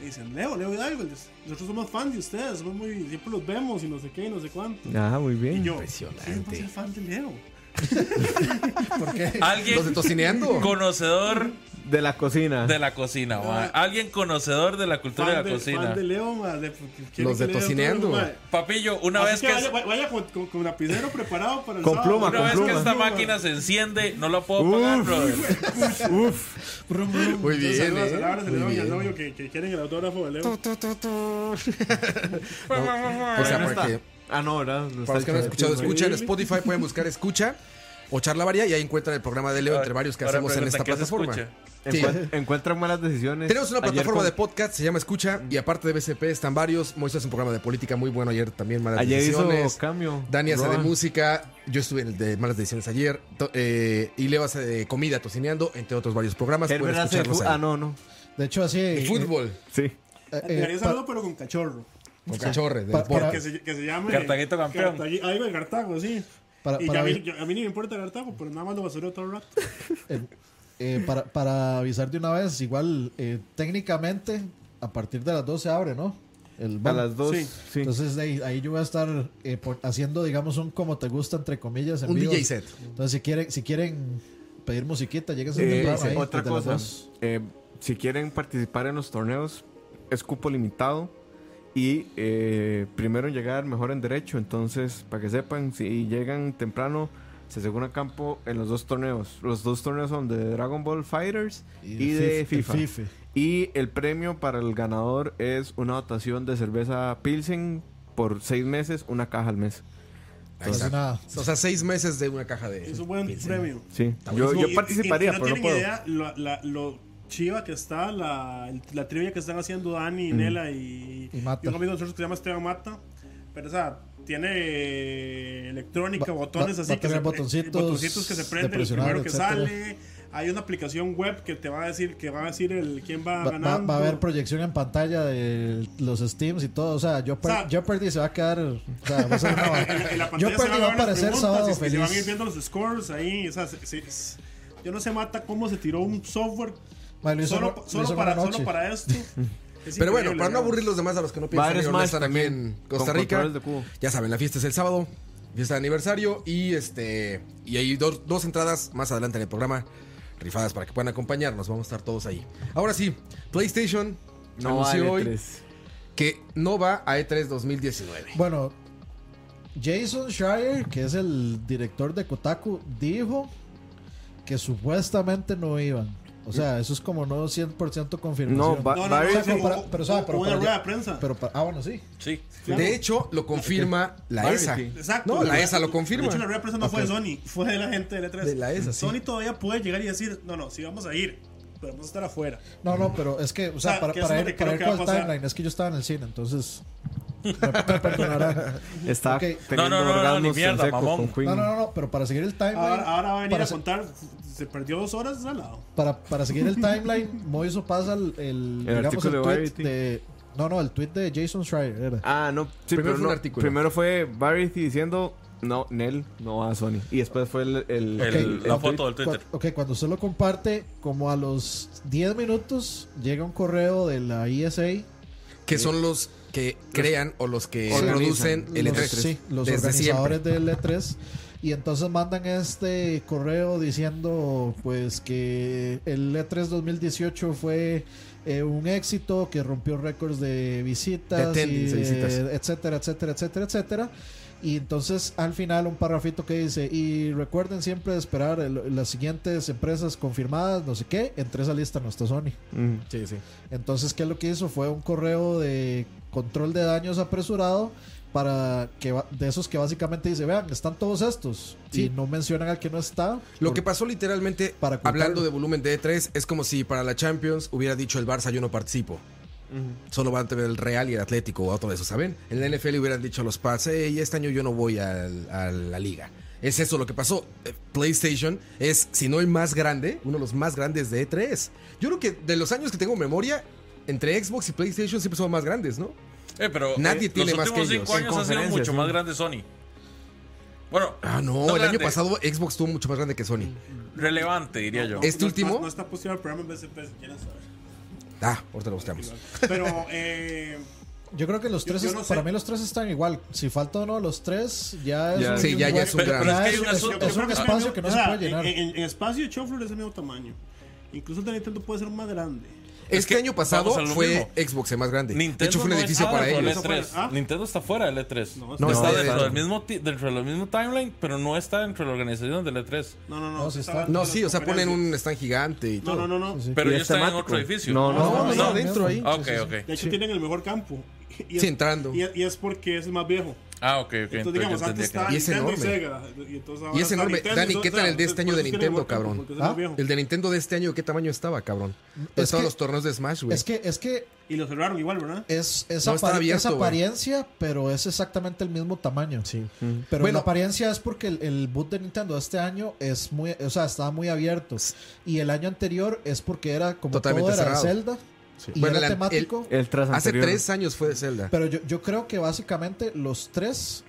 Speaker 5: Le dicen, Leo, Leo Hidalgo. el de- Nosotros somos fans de ustedes, somos muy, siempre los vemos y no sé qué y no sé cuánto.
Speaker 3: Ah, muy
Speaker 5: Y
Speaker 3: bien.
Speaker 5: yo,
Speaker 2: Impresionante.
Speaker 5: ¿quién va a ser fan de Leo?
Speaker 4: ¿Por qué?
Speaker 2: Los de
Speaker 1: Alguien
Speaker 2: tocineando.
Speaker 1: conocedor
Speaker 3: De la cocina.
Speaker 1: de la cocina, ma. Alguien conocedor de la cultura de la
Speaker 5: Fan de-
Speaker 1: cocina.
Speaker 5: fan de Leo, ma, de- pues, quiere
Speaker 2: Los
Speaker 5: que
Speaker 2: de
Speaker 5: Leo todo,
Speaker 2: Tocineando.
Speaker 5: ma.
Speaker 1: Papillo, una
Speaker 5: Así
Speaker 1: vez
Speaker 5: que
Speaker 1: que,
Speaker 5: vaya, vaya con, con, con lapicero preparado para el
Speaker 3: Con
Speaker 5: sábado.
Speaker 3: pluma,
Speaker 1: una
Speaker 3: con
Speaker 1: vez que
Speaker 3: pluma.
Speaker 1: esta máquina se enciende, no la puedo pagar,
Speaker 3: Uf.
Speaker 1: brother.
Speaker 3: Uf.
Speaker 5: Brum, brum.
Speaker 2: Muy
Speaker 5: Entonces,
Speaker 2: bien,
Speaker 5: saludos
Speaker 2: eh.
Speaker 5: a Laura,
Speaker 2: Muy
Speaker 5: Celedón y al
Speaker 2: bien.
Speaker 5: novio que, que quieren el autógrafo de Leo.
Speaker 2: Tu, tu, tu, tu. No, o
Speaker 3: Ahí
Speaker 2: sea,
Speaker 3: no
Speaker 2: para
Speaker 3: está.
Speaker 2: que,
Speaker 3: Ah, no, ¿verdad? No
Speaker 2: para los
Speaker 3: está
Speaker 2: que no han
Speaker 3: hecho.
Speaker 2: escuchado Escucha en
Speaker 5: Sí.
Speaker 2: Spotify, pueden buscar Escucha o Charla Varia y ahí encuentran el programa de Leo entre varios que
Speaker 1: Ah, Ahora
Speaker 2: hacemos en
Speaker 1: pregunta,
Speaker 2: esta
Speaker 1: ¿qué se
Speaker 2: plataforma.
Speaker 1: escucha?
Speaker 2: Sí.
Speaker 3: Encuent- Encuentran malas decisiones.
Speaker 2: Tenemos una
Speaker 3: Ayer
Speaker 2: plataforma
Speaker 3: con-
Speaker 2: de podcast, se llama Escucha, y aparte de BCP están varios. Moisés hace un programa de política muy bueno ayer también, malas
Speaker 3: Ayer
Speaker 2: decisiones.
Speaker 3: hizo cambio.
Speaker 2: Dani hace de
Speaker 3: Roa.
Speaker 2: música, yo estuve en el de malas decisiones ayer, to- eh, y Leo hace de comida, tocineando, entre otros varios programas.
Speaker 3: Herbert
Speaker 2: Pueden
Speaker 3: hace de
Speaker 2: escucharlos
Speaker 3: fu-
Speaker 2: ahí.
Speaker 3: Ah, no, no.
Speaker 4: De hecho, así. eh,
Speaker 2: El fútbol,
Speaker 3: Sí.
Speaker 4: eh,
Speaker 5: Le
Speaker 4: eh,
Speaker 5: haría
Speaker 4: pa-
Speaker 5: saludo, pero con cachorro.
Speaker 2: con cachorre, de
Speaker 4: Pa-
Speaker 2: deporte.
Speaker 5: Que se, que se llame.
Speaker 1: Cartaguito campeón.
Speaker 5: Cartagui- algo de Cartago, sí.
Speaker 4: Para-
Speaker 5: y
Speaker 4: para
Speaker 5: ya a, mí,
Speaker 4: ver-
Speaker 5: yo- a mí ni me importa Cartago, pero nada más lo basureo todo el rato.
Speaker 4: Eh, eh, para, para avisar de una vez, igual eh, técnicamente a partir de las 2 se abre, ¿no? El
Speaker 3: A
Speaker 4: bar.
Speaker 3: las dos.
Speaker 5: Sí.
Speaker 3: sí.
Speaker 4: Entonces de ahí, ahí yo voy a estar eh, por- haciendo, digamos, un como te gusta, entre comillas, en
Speaker 2: Un
Speaker 4: vivo.
Speaker 2: DJ set.
Speaker 4: Entonces si quieren, si quieren pedir musiquita, lleguen
Speaker 3: Eh,
Speaker 4: temprano ahí,
Speaker 3: otra
Speaker 4: desde las
Speaker 3: cosa,
Speaker 4: dos.
Speaker 3: eh, si quieren participar en los torneos, es cupo limitado y eh, primero en llegar, mejor en derecho. Entonces, para que sepan, si llegan temprano, se aseguran campo en los dos torneos. Los dos torneos son de Dragon Ball Fighters y, de FIFA. Y el premio para el ganador es una dotación de cerveza Pilsen por seis meses, una caja al mes.
Speaker 2: Ahí está.
Speaker 4: Entonces,
Speaker 3: Pues
Speaker 4: nada.
Speaker 2: O sea, seis meses de una caja de.
Speaker 5: Es un buen premio.
Speaker 3: Sí, yo,
Speaker 5: Y-
Speaker 3: yo
Speaker 5: y- y-
Speaker 3: participaría,
Speaker 5: y no
Speaker 3: pero no
Speaker 5: tienen
Speaker 3: puedo.
Speaker 5: idea lo, la- lo chiva que está, la, la trivia que están haciendo Dani, Nela y,
Speaker 4: Mm. Y Mata.
Speaker 5: un amigo de nosotros que se llama Esteban Mata. Pero, o sea, tiene electrónica,
Speaker 4: Va-
Speaker 5: botones
Speaker 4: va-
Speaker 5: así
Speaker 4: va a
Speaker 5: que se,
Speaker 4: tener botoncitos
Speaker 5: botoncitos que se
Speaker 4: de
Speaker 5: prenden, el
Speaker 4: presionar,
Speaker 5: primero que
Speaker 4: etcétera.
Speaker 5: sale. Hay una aplicación web que te va a decir, que va a decir el, quién va,
Speaker 4: Va, va-
Speaker 5: ganando.
Speaker 4: va a haber proyección en pantalla de los Steams y todo. O sea, yo, per-
Speaker 5: O sea-
Speaker 4: yo perdí, se va a quedar. O sea, va a ser una-
Speaker 5: en la- en la
Speaker 4: yo
Speaker 5: pantalla se
Speaker 4: perdí,
Speaker 5: van
Speaker 4: va
Speaker 5: a
Speaker 4: a
Speaker 5: ver las
Speaker 4: aparecer
Speaker 5: preguntas
Speaker 4: sábado
Speaker 5: y se- se van a ir
Speaker 4: feliz.
Speaker 5: viendo los scores ahí. O sea, se- se- se- yo no sé, Mata, cómo se tiró un software
Speaker 4: Ma, lo hizo-
Speaker 5: solo,
Speaker 4: lo
Speaker 5: solo
Speaker 4: hizo
Speaker 5: para,
Speaker 4: una
Speaker 5: solo
Speaker 4: noche.
Speaker 5: para esto. Es
Speaker 2: Pero bueno,
Speaker 5: increíble,
Speaker 2: para no
Speaker 5: ¿verdad?
Speaker 2: aburrir los demás a los que no
Speaker 3: Va
Speaker 2: piensan
Speaker 3: a haber
Speaker 2: ir, no
Speaker 3: Smash
Speaker 2: están aquí en
Speaker 3: también,
Speaker 2: Costa
Speaker 3: con
Speaker 2: Rica.
Speaker 3: controles de cubo.
Speaker 2: Ya saben, la fiesta es el sábado, fiesta de aniversario y este y hay dos, dos entradas más adelante en el programa rifadas para que puedan acompañarnos. Vamos a estar todos ahí. Ahora sí, PlayStation
Speaker 3: No
Speaker 2: anunció
Speaker 3: vale
Speaker 2: hoy
Speaker 3: tres.
Speaker 2: que no va a E E3 2019.
Speaker 4: Bueno, Jason Schreier, que es el director de Kotaku, dijo que supuestamente no iban. O sea, eso es como no 100% confirmación.
Speaker 3: No, va-
Speaker 5: No, no,
Speaker 3: va a
Speaker 5: no,
Speaker 3: ir
Speaker 5: sí,
Speaker 4: Pero para-
Speaker 5: hubo-
Speaker 4: pero sabe,
Speaker 5: hubo
Speaker 4: pero
Speaker 5: una
Speaker 4: para
Speaker 5: rueda
Speaker 4: ya-
Speaker 5: de prensa.
Speaker 4: Pero para- ah, bueno, sí.
Speaker 1: Sí.
Speaker 5: Claro.
Speaker 2: De hecho, lo confirma la E
Speaker 3: Barry,
Speaker 2: ESA.
Speaker 3: sí.
Speaker 5: Exacto.
Speaker 2: No, la ESA lo
Speaker 5: De hecho, la
Speaker 2: confirma.
Speaker 5: rueda de prensa no
Speaker 2: Ok.
Speaker 5: fue de Sony, fue de la gente de E3.
Speaker 2: De la ESA, sí.
Speaker 5: Sony todavía puede llegar y decir, no, no, sí vamos a ir, pero vamos a estar afuera.
Speaker 4: No, no, pero es que, o
Speaker 5: O
Speaker 4: sea,
Speaker 5: sea,
Speaker 4: para,
Speaker 5: que eso
Speaker 4: para
Speaker 5: es lo
Speaker 4: ir,
Speaker 5: que
Speaker 4: para
Speaker 5: creo
Speaker 4: ir
Speaker 5: que
Speaker 4: con
Speaker 5: va
Speaker 4: el
Speaker 5: a pasar.
Speaker 4: timeline, es que yo estaba en el cine, entonces. Me, me perdonarán.
Speaker 3: Está
Speaker 4: Ok.
Speaker 3: teniendo
Speaker 1: No, no, no, no, ni
Speaker 3: orgasmos en
Speaker 1: mierda,
Speaker 3: seco
Speaker 1: mamón.
Speaker 3: con Queen.
Speaker 4: No, no, no, no, pero para seguir el timeline.
Speaker 5: Ahora, ahora va a venir
Speaker 4: para
Speaker 5: a
Speaker 4: se-
Speaker 5: contar, se perdió dos horas al lado.
Speaker 4: para, para seguir el timeline, Moiso pasa el, el, digamos,
Speaker 3: artículo
Speaker 4: el
Speaker 3: de
Speaker 4: tweet
Speaker 3: Variety.
Speaker 4: de. No, no, el tweet de Jason Schreier era.
Speaker 3: Ah, no. sí,
Speaker 2: Primero
Speaker 3: pero
Speaker 2: fue
Speaker 3: no,
Speaker 2: un artículo.
Speaker 3: Primero fue Variety diciendo, no, Nel, no va a Sony. Y después fue el...
Speaker 1: El-
Speaker 3: el, el-
Speaker 1: la
Speaker 3: el
Speaker 1: foto
Speaker 3: tweet.
Speaker 1: del Twitter.
Speaker 4: Cu- ok, cuando usted lo comparte, como a los 10 minutos llega un correo de la ESA.
Speaker 2: Que son los que crean o los que
Speaker 3: Organizan.
Speaker 2: producen el
Speaker 4: los,
Speaker 2: E3.
Speaker 4: sí, los
Speaker 2: desde siempre.
Speaker 4: organizadores del E3. Y entonces mandan este correo diciendo pues que el E E3 2018 fue eh, un éxito, que rompió récords de
Speaker 2: De
Speaker 4: visitas, y,
Speaker 2: attendance, de visitas.
Speaker 4: eh, etcétera, etcétera, etcétera, etcétera. Y entonces al final un parrafito que dice, y recuerden siempre esperar el- las siguientes empresas confirmadas, no sé qué, entre esa lista no está Sony.
Speaker 3: Mm.
Speaker 2: Sí, sí.
Speaker 4: Entonces, ¿qué es lo que hizo? Fue un correo de control de daños apresurado para que va- de esos que básicamente dice, vean, están todos estos
Speaker 2: Sí.
Speaker 4: y no mencionan al que no está.
Speaker 2: Lo
Speaker 4: por-
Speaker 2: que pasó literalmente,
Speaker 4: Para ocultarlo.
Speaker 2: hablando de volumen de E3, es como si para la Champions hubiera dicho el Barça yo no participo. Solo van a tener el Real y el Atlético o otro de esos, ¿saben? En la NFL hubieran dicho a los Pats, hey, este año yo no voy al- a la liga. Es eso lo que pasó. Eh, PlayStation es, si no el más grande, uno de los más grandes de E3. Yo creo que de los años que tengo memoria, entre Xbox y PlayStation siempre son más grandes, ¿no?
Speaker 1: Eh, pero
Speaker 2: Nadie
Speaker 1: eh,
Speaker 2: tiene
Speaker 1: los
Speaker 2: más
Speaker 1: últimos
Speaker 2: que ellos.
Speaker 1: cinco años
Speaker 3: En
Speaker 1: ha sido
Speaker 3: conferencias,
Speaker 1: mucho
Speaker 3: sí.
Speaker 1: más grande Sony. Bueno,
Speaker 2: Ah, no, el año
Speaker 1: grande,
Speaker 2: pasado Xbox tuvo mucho más grande que Sony.
Speaker 1: Relevante, diría yo.
Speaker 5: No,
Speaker 2: ¿Este
Speaker 5: no
Speaker 2: último?
Speaker 5: está- No está posible el programa en BCP si quieren saber.
Speaker 2: Ah, ahorita lo buscamos.
Speaker 5: Pero eh,
Speaker 4: Yo creo que los
Speaker 5: Yo-
Speaker 4: tres,
Speaker 5: yo
Speaker 4: es-
Speaker 5: no sé.
Speaker 4: para mí los tres están igual. Si falta uno de los tres, ya es
Speaker 3: Ya,
Speaker 4: un-
Speaker 2: sí, ya- ya es un
Speaker 4: ya
Speaker 2: gran-
Speaker 1: Pero es que hay
Speaker 4: es-
Speaker 1: un
Speaker 4: es-
Speaker 1: asunto-
Speaker 4: es
Speaker 1: yo creo
Speaker 4: un
Speaker 1: que- eh,
Speaker 4: espacio que no
Speaker 5: o
Speaker 4: se
Speaker 5: sea,
Speaker 4: puede llenar.
Speaker 5: En, en- en espacio, Chofler es el mismo tamaño. Incluso el de Nintendo puede ser más grande.
Speaker 2: Este
Speaker 1: Es que
Speaker 2: año pasado
Speaker 1: vamos a lo
Speaker 2: fue
Speaker 1: mismo.
Speaker 2: Xbox el más grande.
Speaker 1: Nintendo
Speaker 2: de hecho, fue un
Speaker 1: no
Speaker 2: edificio
Speaker 1: está
Speaker 2: para
Speaker 1: dentro
Speaker 2: ellos.
Speaker 1: del E3.
Speaker 5: ¿Ah?
Speaker 1: E Nintendo está fuera del E3.
Speaker 5: No,
Speaker 1: No,
Speaker 2: No,
Speaker 1: está
Speaker 2: está
Speaker 1: dentro
Speaker 2: dentro.
Speaker 1: del, mismo, ti- dentro del mismo timeline, pero no está dentro de la organización del E E3.
Speaker 5: No, no, no.
Speaker 4: No, sí está.
Speaker 5: hablando
Speaker 2: No,
Speaker 5: de las
Speaker 2: sí, o sea, ponen
Speaker 5: conferencias.
Speaker 2: un stand gigante y
Speaker 5: No,
Speaker 2: todo.
Speaker 5: no, no, no.
Speaker 4: Sí, sí.
Speaker 1: Pero
Speaker 3: Y
Speaker 1: ya
Speaker 3: es
Speaker 1: está en
Speaker 3: temático.
Speaker 1: otro edificio.
Speaker 3: No, no,
Speaker 4: No,
Speaker 2: no,
Speaker 4: está
Speaker 2: no, dentro ahí.
Speaker 1: Ah, ok, ok.
Speaker 5: De hecho, tienen el mejor campo. Y
Speaker 2: Sí, entrando.
Speaker 5: Y, y es porque es el más viejo.
Speaker 1: Ah, ok, ok.
Speaker 5: Entonces,
Speaker 1: entonces
Speaker 5: digamos,
Speaker 1: yo
Speaker 5: antes
Speaker 1: entendía
Speaker 5: estaba
Speaker 2: Y
Speaker 1: que-
Speaker 2: es
Speaker 5: Nintendo y
Speaker 2: enorme.
Speaker 5: Sega. Y, entonces ahora
Speaker 2: Y es
Speaker 5: está
Speaker 2: enorme.
Speaker 5: Nintendo,
Speaker 2: Dani,
Speaker 5: entonces,
Speaker 2: ¿qué tal el de
Speaker 5: entonces,
Speaker 2: este año
Speaker 5: por
Speaker 2: de
Speaker 5: eso tiene
Speaker 2: Nintendo,
Speaker 5: mejor campo,
Speaker 2: cabrón?
Speaker 5: porque es el más
Speaker 4: ¿Ah?
Speaker 5: viejo.
Speaker 2: El de Nintendo de este año, ¿qué tamaño estaba, cabrón?
Speaker 4: Es
Speaker 2: Estaban
Speaker 4: que-
Speaker 2: los torneos de Smash, güey.
Speaker 4: Es que, es que
Speaker 5: Y lo cerraron igual, ¿verdad?
Speaker 4: es, es,
Speaker 2: No, está
Speaker 4: apar-
Speaker 2: abierto,
Speaker 4: es
Speaker 2: güey.
Speaker 4: apariencia, pero es exactamente el mismo tamaño. Sí. Pero
Speaker 2: Bueno.
Speaker 4: la apariencia es porque el, el boot de Nintendo este año es muy, o sea, estaba muy abierto. Y el año anterior es porque era como
Speaker 2: Totalmente
Speaker 4: todo era de
Speaker 2: cerrado.
Speaker 4: Zelda y
Speaker 2: Bueno,
Speaker 4: era
Speaker 2: el an- el-
Speaker 4: temático.
Speaker 3: El tras
Speaker 2: Hace
Speaker 3: anterior.
Speaker 2: tres años fue de Zelda.
Speaker 4: Pero yo, yo creo que básicamente los tres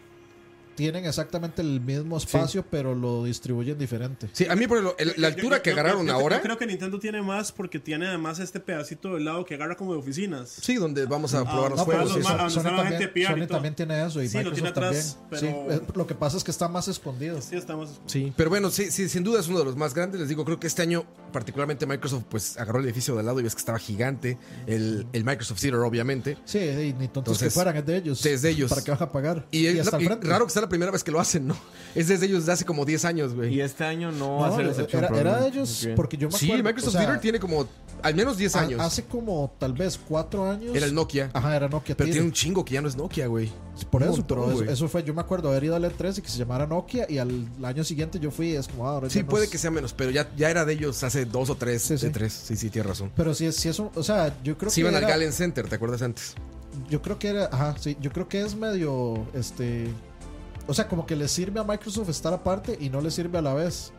Speaker 4: tienen exactamente el mismo espacio, pero lo distribuyen diferente.
Speaker 2: Sí, a mí por el- el- la altura
Speaker 5: Yo- yo-
Speaker 2: que
Speaker 5: yo-
Speaker 2: agarraron
Speaker 5: yo- yo
Speaker 2: ahora.
Speaker 5: creo que Nintendo tiene más porque tiene además este pedacito del lado que agarra como de oficinas.
Speaker 2: Sí, donde vamos a probar los
Speaker 5: no, pero
Speaker 2: juegos.
Speaker 5: los
Speaker 2: y eso.
Speaker 5: ma- avanzaron
Speaker 4: Sony,
Speaker 5: a
Speaker 4: también,
Speaker 5: gente PR y
Speaker 4: Sony
Speaker 5: todo.
Speaker 4: también tiene eso y
Speaker 5: Sí, lo
Speaker 4: Microsoft
Speaker 5: tiene atrás,
Speaker 4: también. Sí,
Speaker 5: pero-
Speaker 4: es- lo que pasa es que está más escondido.
Speaker 5: Sí, está más.
Speaker 4: Sí.
Speaker 2: Pero bueno, sí, sí, sin duda es uno de los más grandes. Les digo, creo que este año, particularmente Microsoft, pues agarró el edificio de al lado y ves que estaba gigante. El, el Microsoft Theater, obviamente.
Speaker 4: Sí, y ni tontos
Speaker 2: Entonces,
Speaker 4: que fueran, es de ellos.
Speaker 2: sí, es de ellos.
Speaker 4: ¿Para qué vas a pagar?
Speaker 2: Y, es
Speaker 4: hasta
Speaker 2: la-
Speaker 4: el
Speaker 2: y
Speaker 4: frente.
Speaker 2: raro que sea la primera vez que lo hacen, ¿no? Es desde ellos desde hace como 10 años,
Speaker 3: Y
Speaker 2: güey.
Speaker 3: este año no, va a
Speaker 4: No,
Speaker 3: ser excepción.
Speaker 4: era, era de
Speaker 3: probablemente.
Speaker 4: ellos,
Speaker 3: Ok.
Speaker 4: porque yo me
Speaker 2: Sí,
Speaker 4: acuerdo,
Speaker 2: Microsoft
Speaker 4: o sea,
Speaker 2: Theater tiene como al menos 10
Speaker 4: ha-
Speaker 2: años.
Speaker 4: Hace como tal vez cuatro años.
Speaker 2: Era el Nokia.
Speaker 4: Ajá, era Nokia.
Speaker 2: Pero
Speaker 4: Theater.
Speaker 2: tiene un chingo que ya no es Nokia, güey.
Speaker 4: Por
Speaker 2: un
Speaker 4: eso,
Speaker 2: montón,
Speaker 4: pero eso,
Speaker 2: güey.
Speaker 4: eso fue, yo me acuerdo haber ido al E3 y que se llamara Nokia y al año siguiente yo fui y es como, ah, ahora ya
Speaker 2: Sí,
Speaker 4: no
Speaker 2: puede
Speaker 4: es-
Speaker 2: que sea menos, pero ya, ya era de ellos hace dos o tres.
Speaker 4: Sí, sí.
Speaker 2: De tres. Sí, sí, tienes razón.
Speaker 4: Pero sí, es- sí es un, o sea, yo creo
Speaker 2: Sí
Speaker 4: que
Speaker 2: iban al
Speaker 4: era-
Speaker 2: Galen Center, ¿te acuerdas antes?
Speaker 4: Yo creo que era, ajá, sí, yo creo que es medio, este, o sea, como que le sirve a Microsoft estar aparte y no le sirve a la vez.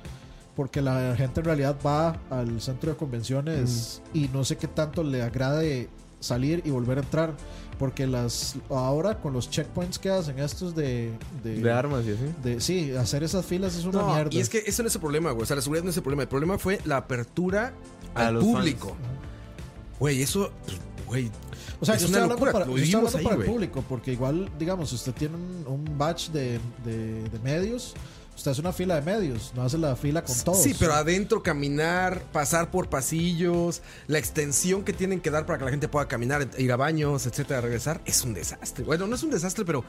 Speaker 4: Porque la gente en realidad va al centro de convenciones y no sé qué tanto le agrade salir y volver a entrar. Porque las ahora con los checkpoints que hacen estos de... De,
Speaker 3: De armas y así.
Speaker 4: de- sí, hacer esas filas es una
Speaker 2: No,
Speaker 4: mierda.
Speaker 2: y es que eso no es el problema, güey. O sea, la seguridad no es el problema. El problema fue la apertura
Speaker 3: A
Speaker 2: al
Speaker 3: los
Speaker 2: público. Güey, eso, pues, güey.
Speaker 4: O sea,
Speaker 2: Es
Speaker 4: yo
Speaker 2: una
Speaker 4: estoy hablando
Speaker 2: locura,
Speaker 4: para,
Speaker 2: lo
Speaker 4: yo estoy
Speaker 2: vivimos
Speaker 4: hablando
Speaker 2: ahí,
Speaker 4: para el
Speaker 2: güey.
Speaker 4: público, porque igual, digamos, si usted tiene un, un batch de, de- de medios, usted hace una fila de medios, no hace la fila con todos.
Speaker 2: Sí, pero adentro caminar, pasar por pasillos, la extensión que tienen que dar para que la gente pueda caminar, ir a baños, etcétera, regresar, es un desastre. Bueno, no es un desastre, pero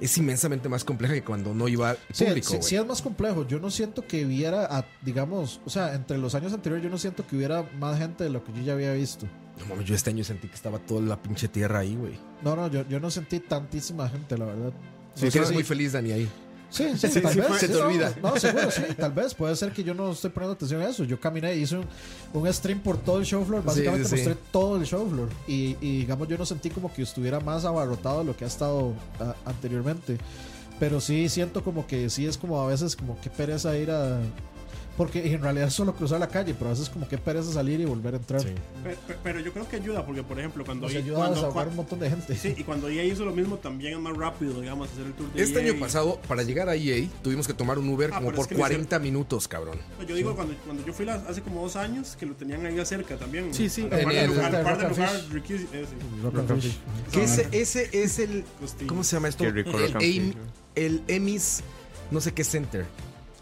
Speaker 2: es inmensamente más compleja que cuando no iba al
Speaker 4: Sí,
Speaker 2: público.
Speaker 4: sí-
Speaker 2: güey.
Speaker 4: sí es más complejo. Yo no siento que hubiera, a- digamos, o sea, entre los años anteriores yo no siento que hubiera más gente de lo que yo ya había visto.
Speaker 2: No mames, yo este año sentí que estaba toda la pinche tierra ahí, güey.
Speaker 4: No, no, yo, yo no sentí tantísima gente, la verdad.
Speaker 2: Sí,
Speaker 4: No sé
Speaker 2: eres
Speaker 4: si-
Speaker 2: muy feliz, Dani, ahí.
Speaker 4: Sí, sí,
Speaker 2: Sí,
Speaker 4: tal
Speaker 2: sí,
Speaker 4: vez.
Speaker 2: fue- se
Speaker 4: sí,
Speaker 2: te
Speaker 4: no,
Speaker 2: olvida.
Speaker 4: No, seguro, sí, tal vez. Puede ser que yo no estoy poniendo atención a eso. Yo caminé y hice un, un stream por todo el show floor. Básicamente
Speaker 2: sí, sí.
Speaker 4: mostré todo el show floor. Y, y, digamos, yo no sentí como que estuviera más abarrotado de lo que ha estado a- anteriormente. Pero sí siento como que sí es como a veces como que pereza ir a. Porque en realidad es solo cruzar la calle, pero a veces como que pereza salir y volver a entrar.
Speaker 5: Pero, pero- pero yo creo que ayuda porque, por ejemplo, cuando.
Speaker 4: Nos
Speaker 5: EA
Speaker 4: ayuda a
Speaker 5: cuando,
Speaker 4: desahogar un
Speaker 5: cua-
Speaker 4: montón de gente.
Speaker 5: sí, y cuando EA hizo lo mismo, también es más rápido, digamos, hacer el tour de
Speaker 2: Este
Speaker 5: EA.
Speaker 2: año pasado, para llegar a EA, tuvimos que tomar un Uber
Speaker 5: Ah,
Speaker 2: como
Speaker 5: pero es
Speaker 2: por
Speaker 5: que le
Speaker 2: 40 minutos, cabrón.
Speaker 5: Pues Yo digo, cuando, cuando yo fui las- hace como dos años, que lo tenían ahí cerca también.
Speaker 2: Sí, sí,
Speaker 5: Al
Speaker 2: en
Speaker 5: par del
Speaker 2: el-
Speaker 5: lugar- al par del
Speaker 4: Rock and
Speaker 5: lugar
Speaker 4: Fish.
Speaker 5: riquísimo, eh, ese.
Speaker 4: Rock and Fish.
Speaker 2: Que
Speaker 4: Ah.
Speaker 2: ese, ese es el.
Speaker 5: Costillas.
Speaker 2: ¿Cómo se llama esto?
Speaker 3: Qué rico
Speaker 2: el,
Speaker 3: Rock and
Speaker 2: Aim-
Speaker 3: Fish,
Speaker 2: el Emmys, no sé qué center.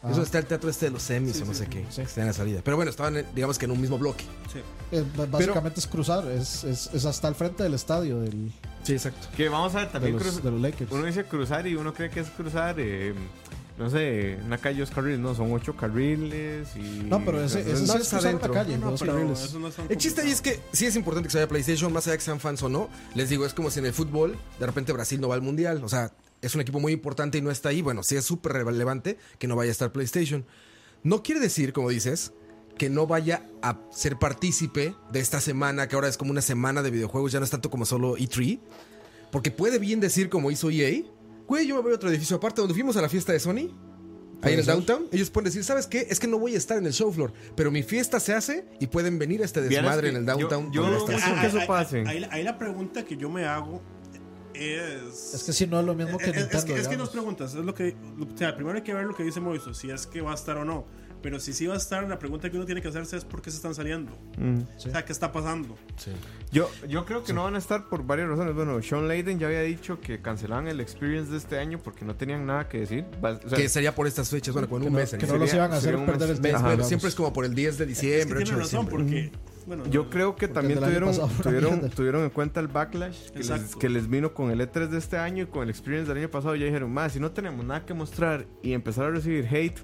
Speaker 4: Ah.
Speaker 2: Eso está el teatro este de los Emmys o no sé qué.
Speaker 4: sí.
Speaker 2: que Está en la salida. Pero bueno, estaban, eh, digamos que en un mismo bloque.
Speaker 5: Sí.
Speaker 4: Eh, b- básicamente es cruzar, es, es, es hasta el frente del estadio del,
Speaker 2: Sí, exacto.
Speaker 3: Que vamos a ver,
Speaker 4: de,
Speaker 3: también
Speaker 4: los,
Speaker 3: cruz-
Speaker 4: de los Lakers.
Speaker 3: uno dice cruzar y uno cree que es cruzar, eh, no sé, una calle dos carriles, no, son ocho carriles y...
Speaker 4: No, pero ese, ese
Speaker 2: No,
Speaker 4: sí
Speaker 2: está
Speaker 4: es cruzar
Speaker 2: adentro.
Speaker 4: la calle,
Speaker 5: No,
Speaker 4: dos
Speaker 5: pero
Speaker 4: carriles.
Speaker 5: eso no es tan
Speaker 2: El chiste ahí
Speaker 5: complicado.
Speaker 2: es que sí es importante que se vaya PlayStation, más allá que sean fans o no. Les digo, es como si en el fútbol, de repente Brasil no va al mundial. O sea, es un equipo muy importante y no está ahí. Bueno, sí es súper relevante que no vaya a estar PlayStation. No quiere decir, como dices, que no vaya a ser partícipe de esta semana, que ahora es como una semana de videojuegos, ya no es tanto como solo E3. Porque puede bien decir, como hizo EA, güey, yo me voy a otro edificio aparte, donde fuimos a la fiesta de Sony. Ahí en el
Speaker 4: ser.
Speaker 2: downtown, ellos pueden decir, ¿sabes qué? Es que no voy a estar en el show floor, pero mi fiesta se hace y pueden venir a este
Speaker 3: Vieras
Speaker 2: desmadre en
Speaker 3: que
Speaker 2: el downtown.
Speaker 3: yo- yo
Speaker 2: donde
Speaker 3: no-
Speaker 2: está el
Speaker 3: Ah,
Speaker 2: show.
Speaker 3: que eso pase.
Speaker 5: Ahí, ahí la pregunta que yo me hago es.
Speaker 4: Es que si no Eh, es lo mismo que
Speaker 5: Eh, es- es,
Speaker 4: Nintendo.
Speaker 5: que, es que nos
Speaker 4: digamos.
Speaker 5: preguntas, es lo que. O sea, primero hay que ver lo que dice Moiso, si es que va a estar o no. Pero si sí va a estar, la pregunta que uno tiene que hacerse es por qué se están saliendo.
Speaker 3: Mm.
Speaker 4: Sí.
Speaker 5: O sea, ¿qué está pasando?
Speaker 3: Yo, yo creo que no van a estar por varias razones. Bueno, Sean Layden ya había dicho que cancelaban el experience de este año porque no tenían nada que decir. Va- o sea,
Speaker 2: que sería por estas fechas, bueno, con
Speaker 4: que
Speaker 2: un
Speaker 4: no,
Speaker 2: mes.
Speaker 4: que no
Speaker 2: ¿no?
Speaker 4: los
Speaker 3: Sería-
Speaker 4: iban a hacer
Speaker 3: sería un
Speaker 4: perder el
Speaker 3: mes-
Speaker 4: tiempo.
Speaker 2: Ves, pero
Speaker 4: digamos.
Speaker 2: siempre es como por el 10 de
Speaker 5: Es que
Speaker 2: diciembre,
Speaker 5: tiene
Speaker 2: 8 de
Speaker 5: razón,
Speaker 2: diciembre.
Speaker 5: porque. Bueno,
Speaker 3: yo
Speaker 5: no,
Speaker 3: creo que
Speaker 4: Porque
Speaker 3: también
Speaker 4: el del año pasado
Speaker 3: tuvieron,
Speaker 4: fue una
Speaker 3: tuvieron,
Speaker 4: mierda.
Speaker 3: tuvieron en cuenta el backlash que les,
Speaker 5: Exacto.
Speaker 3: que les vino con el E3 de este año y con el experience del año pasado. Ya dijeron, más, si no tenemos nada que mostrar y empezar a recibir hate,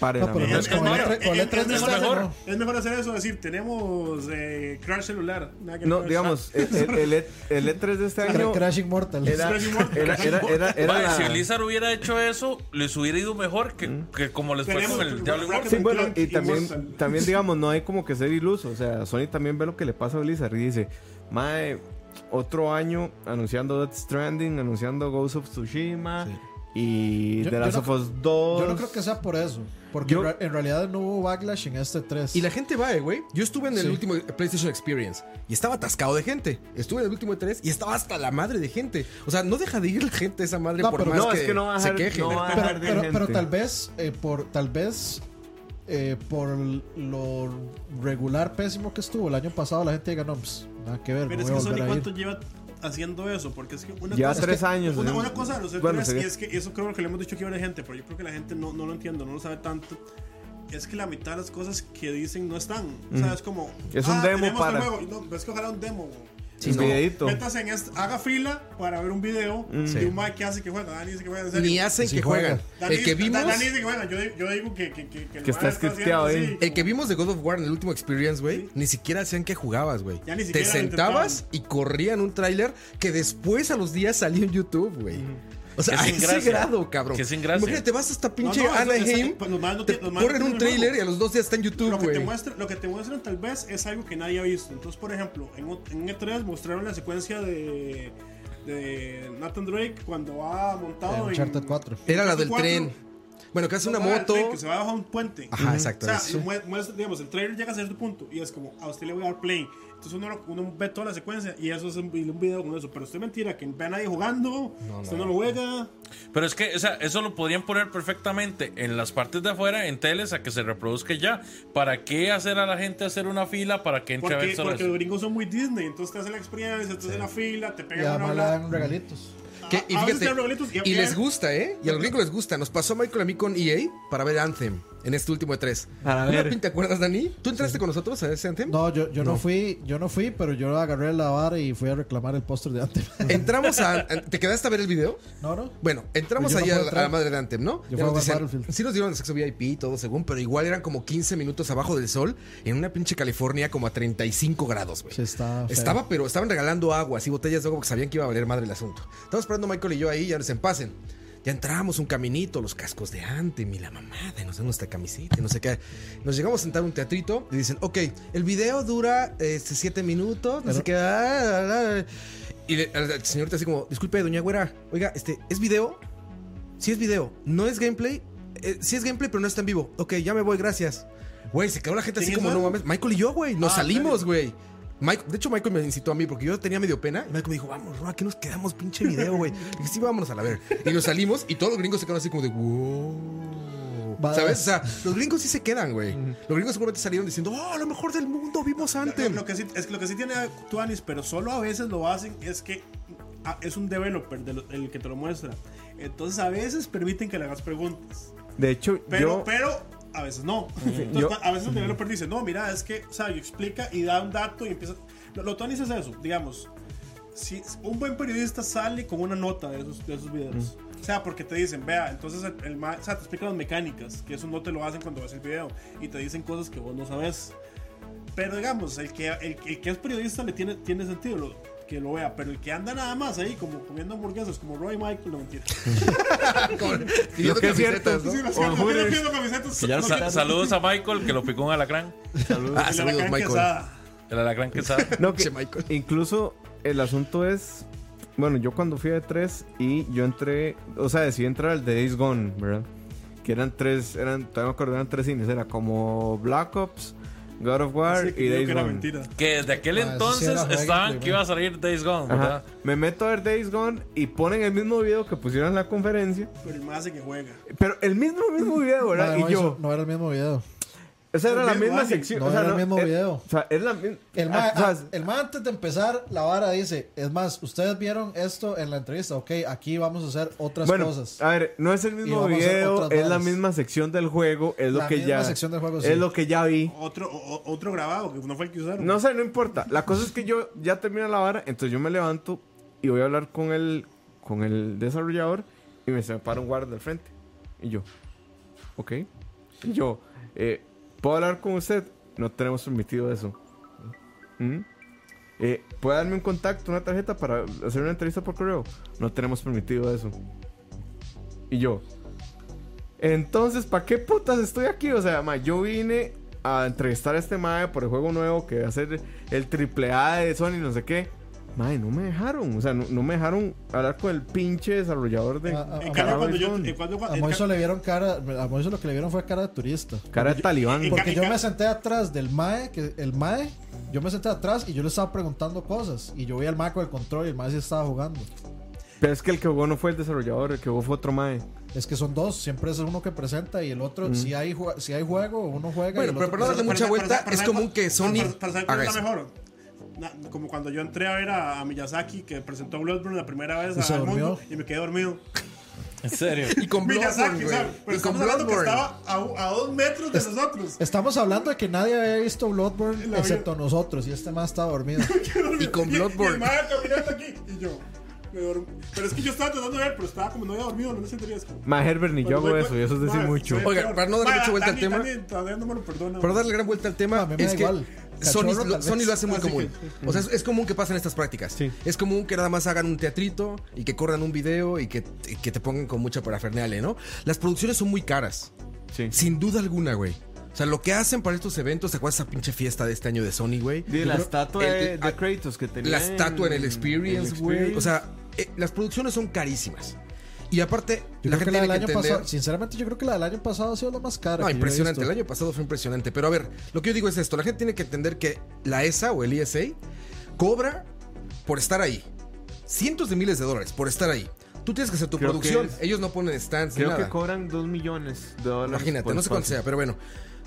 Speaker 3: paren.
Speaker 4: No, pero
Speaker 3: la
Speaker 5: Es,
Speaker 3: mierda".
Speaker 5: es
Speaker 4: Con el
Speaker 5: mejor,
Speaker 4: E3 con el
Speaker 5: es-
Speaker 4: E3
Speaker 5: es
Speaker 4: de
Speaker 5: mejor-
Speaker 4: este año,
Speaker 5: mejor-
Speaker 4: ¿no?
Speaker 5: es mejor hacer eso, decir, tenemos eh, crash celular. nada que
Speaker 3: No,
Speaker 5: ver.
Speaker 3: digamos, el, el- el E- el E3 de este año
Speaker 4: Crash Immortal.
Speaker 3: era,
Speaker 5: Crash Immortal.
Speaker 3: era, era, era- era
Speaker 1: Mae,
Speaker 3: la-
Speaker 1: Si Blizzard hubiera hecho eso, les hubiera ido mejor que,
Speaker 2: Mm.
Speaker 1: que como les fue
Speaker 5: Tenemos
Speaker 1: con el
Speaker 5: tu-
Speaker 1: Diablo Immortal.
Speaker 3: Sí, bueno,
Speaker 5: Clank
Speaker 3: y
Speaker 5: y
Speaker 3: también,
Speaker 5: Mortal.
Speaker 3: también digamos, no hay como que ser iluso. O sea, Sony también ve lo que le pasa a Blizzard y dice, Mae, otro año anunciando Death Stranding, anunciando Ghost of Tsushima y
Speaker 4: Yo-
Speaker 3: The
Speaker 4: yo
Speaker 3: Last
Speaker 4: no
Speaker 3: of
Speaker 4: cre-
Speaker 3: Us 2.
Speaker 4: Yo no creo que sea por eso. Porque
Speaker 3: Yo-
Speaker 4: en ra- en realidad no hubo backlash en este 3.
Speaker 2: Y la gente va, eh, güey. Yo estuve en el
Speaker 4: Sí.
Speaker 2: último PlayStation Experience y estaba atascado de gente. Estuve en el último 3 y estaba hasta la madre de gente. O sea, no deja de ir la gente a esa madre
Speaker 4: No,
Speaker 2: por
Speaker 4: pero-
Speaker 2: más
Speaker 3: No,
Speaker 2: que,
Speaker 3: es que no va a
Speaker 2: se
Speaker 3: dejar-
Speaker 2: queje.
Speaker 3: no va a
Speaker 4: pero,
Speaker 3: dejar de
Speaker 4: pero-
Speaker 3: gente.
Speaker 4: pero tal vez, eh, por, tal vez eh, por lo regular pésimo que estuvo el año pasado, la gente diga, no, pues, nada que ver,
Speaker 5: Pero
Speaker 4: no voy
Speaker 5: es que
Speaker 4: a volver
Speaker 5: Sony
Speaker 4: a ir".
Speaker 5: cuánto lleva haciendo eso, porque es que una
Speaker 3: Lleva
Speaker 5: cosa,
Speaker 3: tres años
Speaker 5: Una,
Speaker 3: haciendo-
Speaker 5: una cosa de los E3
Speaker 3: Bueno, sería-
Speaker 5: y es que eso creo que le hemos dicho que la gente, pero yo creo que la gente no, no lo entiende, no lo sabe tanto. Es que la mitad de las cosas que dicen no están. O sea, es como. "Ah,
Speaker 3: Es un demo
Speaker 5: tenemos el
Speaker 3: para-
Speaker 5: juego. No, pero es que ojalá un demo, güey.
Speaker 3: El videíto.
Speaker 5: Métase en este- haga fila para ver un video
Speaker 2: Sí.
Speaker 5: de un Mike que hace que juega. Dani dice que juega en serio.
Speaker 2: Ni hacen
Speaker 4: Sí
Speaker 2: que juegan.
Speaker 4: juegan.
Speaker 5: Dani-
Speaker 2: el que vimos.
Speaker 5: Dani dice que juega. Yo, yo digo que. Que, que, el
Speaker 3: Que está
Speaker 5: mae haciendo
Speaker 3: scripteado
Speaker 5: así,
Speaker 3: ahí.
Speaker 5: como-
Speaker 2: El que vimos de God of War en el último Experience, güey, ni siquiera hacían que jugabas, güey.
Speaker 5: Ya ni
Speaker 2: Te
Speaker 5: siquiera lo
Speaker 2: sentabas y corrían un tráiler que después a los días salió en YouTube, güey. O sea,
Speaker 1: Que
Speaker 2: a
Speaker 1: sin
Speaker 2: ese
Speaker 1: gracia.
Speaker 2: grado, cabrón.
Speaker 1: Que sin gracia.
Speaker 2: Imagínate, vas hasta pinche
Speaker 5: No, no, eso- eso-
Speaker 2: Anaheim,
Speaker 5: pues los malos no
Speaker 2: te
Speaker 5: tienen- los malos no
Speaker 2: corren un
Speaker 5: tienen el
Speaker 2: tráiler
Speaker 5: juego.
Speaker 2: y a los dos días está en YouTube,
Speaker 5: lo que, te
Speaker 2: güey.
Speaker 5: muestra, lo que te muestran tal vez es algo que nadie ha visto. Entonces, por ejemplo, en, un- en un E3 mostraron la secuencia de, de Nathan Drake cuando va montado
Speaker 4: Eh,
Speaker 5: en...
Speaker 4: Uncharted 4.
Speaker 2: Era la del
Speaker 5: Uncharted 4,
Speaker 2: tren. Bueno, que hace una
Speaker 5: no, la del
Speaker 2: moto.
Speaker 5: tren, que se va bajo un puente.
Speaker 2: Ajá, exacto,
Speaker 5: O sea,
Speaker 2: eso.
Speaker 5: mue- muestra- digamos, el trailer llega a cierto punto y es como, "Ah, a usted le voy a dar play. Entonces uno, lo- uno ve toda la secuencia y eso es un, un video con eso. Pero usted mentira, que ve a nadie jugando, usted no, lo juega.
Speaker 1: Pero es que, o sea, eso lo podrían poner perfectamente en las partes de afuera, en teles, a que se reproduzca ya. ¿Para qué hacer a la gente hacer una fila para que entre a ver
Speaker 5: Porque,
Speaker 1: solo
Speaker 5: porque los
Speaker 1: eso?
Speaker 5: gringos son muy Disney, entonces te hacen la experiencia, te hacen la fila, te
Speaker 4: Y
Speaker 5: pegan una
Speaker 4: además le
Speaker 5: habla-
Speaker 4: dan regalitos.
Speaker 2: Que- y
Speaker 5: A- a
Speaker 2: fíjate,
Speaker 5: veces te dan regalitos y-
Speaker 2: y
Speaker 5: y-
Speaker 2: les gusta, ¿eh? Y a los gringos les gusta. Nos pasó Michael a mí con EA para ver Anthem en este último de tres.
Speaker 3: Para
Speaker 2: ¿No,
Speaker 3: ver.
Speaker 2: Pin, ¿Te acuerdas, Dani? ¿Tú entraste con nosotros a ese Anthem?
Speaker 4: No, yo, yo no. fui, yo no fui, pero yo agarré la vara y fui a reclamar el póster de antes.
Speaker 2: Entramos a. ¿Te quedaste a ver el video?
Speaker 4: no, no.
Speaker 2: Bueno, entramos
Speaker 4: Pues yo no
Speaker 2: allá
Speaker 4: puedo
Speaker 2: a, la,
Speaker 4: entrar.
Speaker 2: madre de Anthem, ¿no?
Speaker 4: Yo
Speaker 2: Ya
Speaker 4: puedo
Speaker 2: nos
Speaker 4: ver
Speaker 2: dicen,
Speaker 4: Battlefield.
Speaker 2: sí nos dieron acceso VIP y todo según, pero igual eran como 15 minutos abajo del sol en una pinche California como a 35 grados, güey.
Speaker 4: Sí, está feo.
Speaker 2: Estaba, pero estaban regalando agua, así botellas de agua porque sabían que iba a valer madre el asunto. Estamos esperando a Michael y yo ahí, ya nos empasen. Ya entramos, un caminito, los cascos de Anthem y la mamada, y nos dan nuestra camiseta y no sé qué. Nos llegamos a sentar a un teatrito y dicen, ok, el video dura 7 minutos, no sé qué. ah, ah, ah". Y le- al al señorita así como, disculpe, doña güera, oiga, este, ¿es video? Si es video, no es gameplay. si es gameplay, pero no está en vivo. Ok, ya me voy, gracias. Güey, se quedó la gente así
Speaker 5: ¿Quién
Speaker 2: como,
Speaker 5: es,
Speaker 2: no
Speaker 5: man?
Speaker 2: mames. Michael y yo, güey, nos
Speaker 5: Ah,
Speaker 2: salimos, güey. Mike- de hecho, Michael me incitó a mí porque yo tenía medio pena. Y Michael me dijo, vamos, Roa, aquí nos quedamos, pinche video, güey. Y dije, sí, vámonos a la ver. Y nos salimos y todos los gringos se quedaron así como de, wow.
Speaker 4: Badass.
Speaker 2: ¿Sabes? O sea, los gringos sí se quedan, güey. Los gringos seguramente salieron diciendo, oh, lo mejor del mundo, vimos
Speaker 5: Lo,
Speaker 2: antes.
Speaker 5: lo que sí, es que lo que sí tiene Tuanis, pero solo a veces lo hacen, es que ah, es un developer de lo- el que te lo muestra. Entonces a veces permiten que le hagas preguntas.
Speaker 3: De hecho,
Speaker 5: Pero,
Speaker 3: yo...
Speaker 5: pero a veces no. Entonces,
Speaker 3: Yo-
Speaker 5: cua- a veces el developer dice, no, mira, es que, o sea, y explica y da un dato y empieza. Lo, lo Tuanis es eso, digamos. Si un buen periodista sale con una nota de esos, de esos videos. O sea, porque te dicen, vea, entonces el, el ma- o sea, te explican las mecánicas, que eso no te lo hacen cuando ves el video. Y te dicen cosas que vos no sabes. Pero digamos, el que, el, el que es periodista le tiene, tiene sentido lo- que lo vea, pero el que anda nada más ahí como comiendo hamburguesas como Roy Michael, no mentira.
Speaker 3: Lo que es cierto,
Speaker 2: ¿no?
Speaker 5: Sí, las
Speaker 3: O
Speaker 5: que- las que
Speaker 3: Hooters.
Speaker 5: no quiero camisetas,
Speaker 1: Que ya
Speaker 5: no
Speaker 1: sa-
Speaker 5: quiero-
Speaker 1: saludos a Michael, que lo picó un alacrán.
Speaker 2: Ah,
Speaker 5: y la
Speaker 2: saludos,
Speaker 5: Alacrán
Speaker 2: Michael.
Speaker 5: Quesada.
Speaker 1: El alacrán que sabe.
Speaker 3: No, que
Speaker 2: Che, Michael.
Speaker 3: incluso el asunto es... Bueno, yo cuando fui a E3 y yo entré... O sea, decidí entrar al de Days Gone, ¿verdad? Que eran tres... Eran, todavía me acuerdo, eran tres cines. Era como Black Ops, God of War
Speaker 5: Así que
Speaker 3: y
Speaker 5: creo
Speaker 3: Days
Speaker 5: que era
Speaker 3: Gone.
Speaker 5: mentira.
Speaker 1: Que desde aquel
Speaker 4: Ah, eso sí
Speaker 1: entonces
Speaker 4: era juegue,
Speaker 1: estaban
Speaker 4: güey.
Speaker 1: que iba a salir Days Gone,
Speaker 3: Ajá.
Speaker 1: ¿verdad?
Speaker 3: Me meto a ver Days Gone y ponen el mismo video que pusieron en la conferencia.
Speaker 5: Pero el más hace que juega.
Speaker 3: Pero el mismo, mismo video, ¿verdad?
Speaker 4: Madre, no,
Speaker 3: y yo.
Speaker 4: hizo- no era el mismo video.
Speaker 3: Esa era
Speaker 5: El
Speaker 3: la
Speaker 5: mismo
Speaker 3: misma
Speaker 5: Alien.
Speaker 3: sección.
Speaker 4: No
Speaker 3: o sea,
Speaker 4: era el mismo
Speaker 3: eh,
Speaker 4: video.
Speaker 3: O sea, es la misma.
Speaker 4: El ma,
Speaker 3: o sea,
Speaker 4: ah, el ma antes de empezar la vara dice, es más, ustedes vieron esto en la entrevista, ok, aquí vamos a hacer otras
Speaker 3: bueno, ah,
Speaker 4: cosas.
Speaker 3: a ver, no es el
Speaker 4: Y
Speaker 3: mismo
Speaker 4: vamos a hacer
Speaker 3: video,
Speaker 4: otras
Speaker 3: es la
Speaker 4: varas.
Speaker 3: misma sección del juego, es lo
Speaker 4: La
Speaker 3: que
Speaker 4: misma
Speaker 3: ya.
Speaker 4: sección del juego,
Speaker 3: es
Speaker 4: sí.
Speaker 3: lo que ya vi.
Speaker 5: Otro, o- o- otro grabado que no fue el que usaron.
Speaker 3: No sé, no importa. La cosa es que yo ya termino la vara, entonces yo me levanto y voy a hablar con el, con el desarrollador y me se me para un guarda al frente. Y yo, ok. Y yo, eh, ¿puedo hablar con usted? No tenemos permitido eso. ¿Mm? Eh, ¿Puede darme un contacto, una tarjeta para hacer una entrevista por correo? No tenemos permitido eso. Y yo, entonces, ¿para qué putas estoy aquí? O sea, ma, yo vine a entrevistar a este mae por el juego nuevo que va a ser el triple A de Sony, no sé qué. Mae, no me dejaron. O sea, no, no me dejaron hablar con el pinche desarrollador de.
Speaker 4: Ah, ah,
Speaker 5: En
Speaker 4: ah,
Speaker 5: cambio,
Speaker 3: Carajo,
Speaker 5: cuando yo.
Speaker 3: John.
Speaker 5: eh, cuando-
Speaker 4: A
Speaker 5: en
Speaker 4: Moiso
Speaker 5: ca-
Speaker 4: Ah, le vieron cara, a Moiso lo que le vieron fue cara de turista.
Speaker 3: Cara de talibán.
Speaker 5: en ca-
Speaker 4: Porque yo me senté atrás del MAE, que el MAE, yo me senté atrás y yo le estaba preguntando cosas. Y yo vi al MAE con el control y el MAE sí estaba jugando.
Speaker 3: Pero es que el que jugó no fue el desarrollador, el que jugó fue otro mae.
Speaker 4: Es que son dos, siempre es uno que presenta y el otro, si, hay, ju- si hay juego, uno juega.
Speaker 2: Bueno,
Speaker 4: y el
Speaker 2: pero
Speaker 4: otro
Speaker 2: para no darle
Speaker 4: presenta.
Speaker 2: mucha
Speaker 5: para-
Speaker 2: vuelta,
Speaker 5: para- para
Speaker 2: es
Speaker 5: saber
Speaker 2: común
Speaker 5: cuál-
Speaker 2: que Sony
Speaker 5: Para, para saber cuál
Speaker 2: haga
Speaker 5: es la
Speaker 2: eso.
Speaker 5: mejor. Na- como cuando yo entré a ver a, a Miyazaki que presentó Bloodborne la primera vez
Speaker 4: Y se
Speaker 5: al mundo
Speaker 4: durmió.
Speaker 5: y me quedé dormido.
Speaker 1: En serio.
Speaker 2: Y con Bloodborne,
Speaker 5: Miyazaki,
Speaker 2: güey.
Speaker 5: ¿sabes? Pero
Speaker 2: Y con
Speaker 5: estamos hablando que
Speaker 2: Bloodborne.
Speaker 5: estaba a, u- a dos metros de nosotros.
Speaker 4: Estamos hablando de que nadie había visto Bloodborne
Speaker 5: La vi-
Speaker 4: excepto nosotros y este MAE estaba dormido.
Speaker 2: Y con
Speaker 5: Y- Y, el
Speaker 2: Bloodborne.
Speaker 5: mae caminando aquí y yo. Me dormí. Pero es que yo estaba tratando de ver, pero estaba como no había dormido, no me sentiría es como-
Speaker 3: Mae Herbert ni yo
Speaker 5: Pues Bueno,
Speaker 3: hago
Speaker 5: voy-
Speaker 3: eso, y eso es
Speaker 5: voy-
Speaker 3: decir
Speaker 5: mae,
Speaker 3: mucho.
Speaker 5: soy el
Speaker 2: Oiga,
Speaker 5: peor.
Speaker 2: para no darle
Speaker 5: Mae,
Speaker 2: mucha vuelta al
Speaker 5: Dani,
Speaker 2: tema.
Speaker 5: Dani, todavía no me lo perdona.
Speaker 2: Para darle gran vuelta al tema,
Speaker 4: A mí Ah, me
Speaker 2: es
Speaker 4: da
Speaker 2: que
Speaker 4: igual.
Speaker 2: Sony,
Speaker 4: Cachorro,
Speaker 2: lo,
Speaker 4: tal
Speaker 2: Sony
Speaker 4: vez. Ah,
Speaker 2: lo hace muy
Speaker 5: Así
Speaker 2: común. O sea, es, es común que pasen estas prácticas.
Speaker 3: Sí.
Speaker 2: Es común que nada más hagan un teatrito y que corran un video y que, y que te pongan con mucha parafernalia, ¿no? Las producciones son muy caras,
Speaker 3: Sí.
Speaker 2: sin duda alguna, güey. O sea, lo que hacen para estos eventos, ¿te acuerdas esa pinche fiesta de este año de Sony, güey?
Speaker 3: De la estatua
Speaker 2: el-
Speaker 3: de, de
Speaker 2: a-
Speaker 3: Kratos que tenía.
Speaker 2: La estatua en el Experience,
Speaker 3: el
Speaker 2: güey.
Speaker 3: Experience.
Speaker 2: O sea, eh, las producciones son carísimas. Y aparte,
Speaker 4: Yo
Speaker 2: la gente
Speaker 4: creo que la del
Speaker 2: tiene
Speaker 4: año
Speaker 2: que entender...
Speaker 4: pasado, sinceramente yo creo que la del año pasado ha sido la más cara.
Speaker 2: No,
Speaker 4: que yo he
Speaker 2: impresionante. El
Speaker 4: visto.
Speaker 2: año pasado fue impresionante. Pero a ver, lo que yo digo es esto: la gente tiene que entender que la ESA o el ISA cobra por estar ahí. Cientos de miles de dólares por estar ahí. Tú tienes que hacer tu
Speaker 3: Creo que
Speaker 2: producción.
Speaker 3: es-
Speaker 2: Ellos no ponen stands ni
Speaker 3: Creo
Speaker 2: nada.
Speaker 3: que cobran 2 millones de dólares.
Speaker 2: Imagínate,
Speaker 3: por
Speaker 2: no sé cuánto
Speaker 3: espacio.
Speaker 2: sea, pero bueno.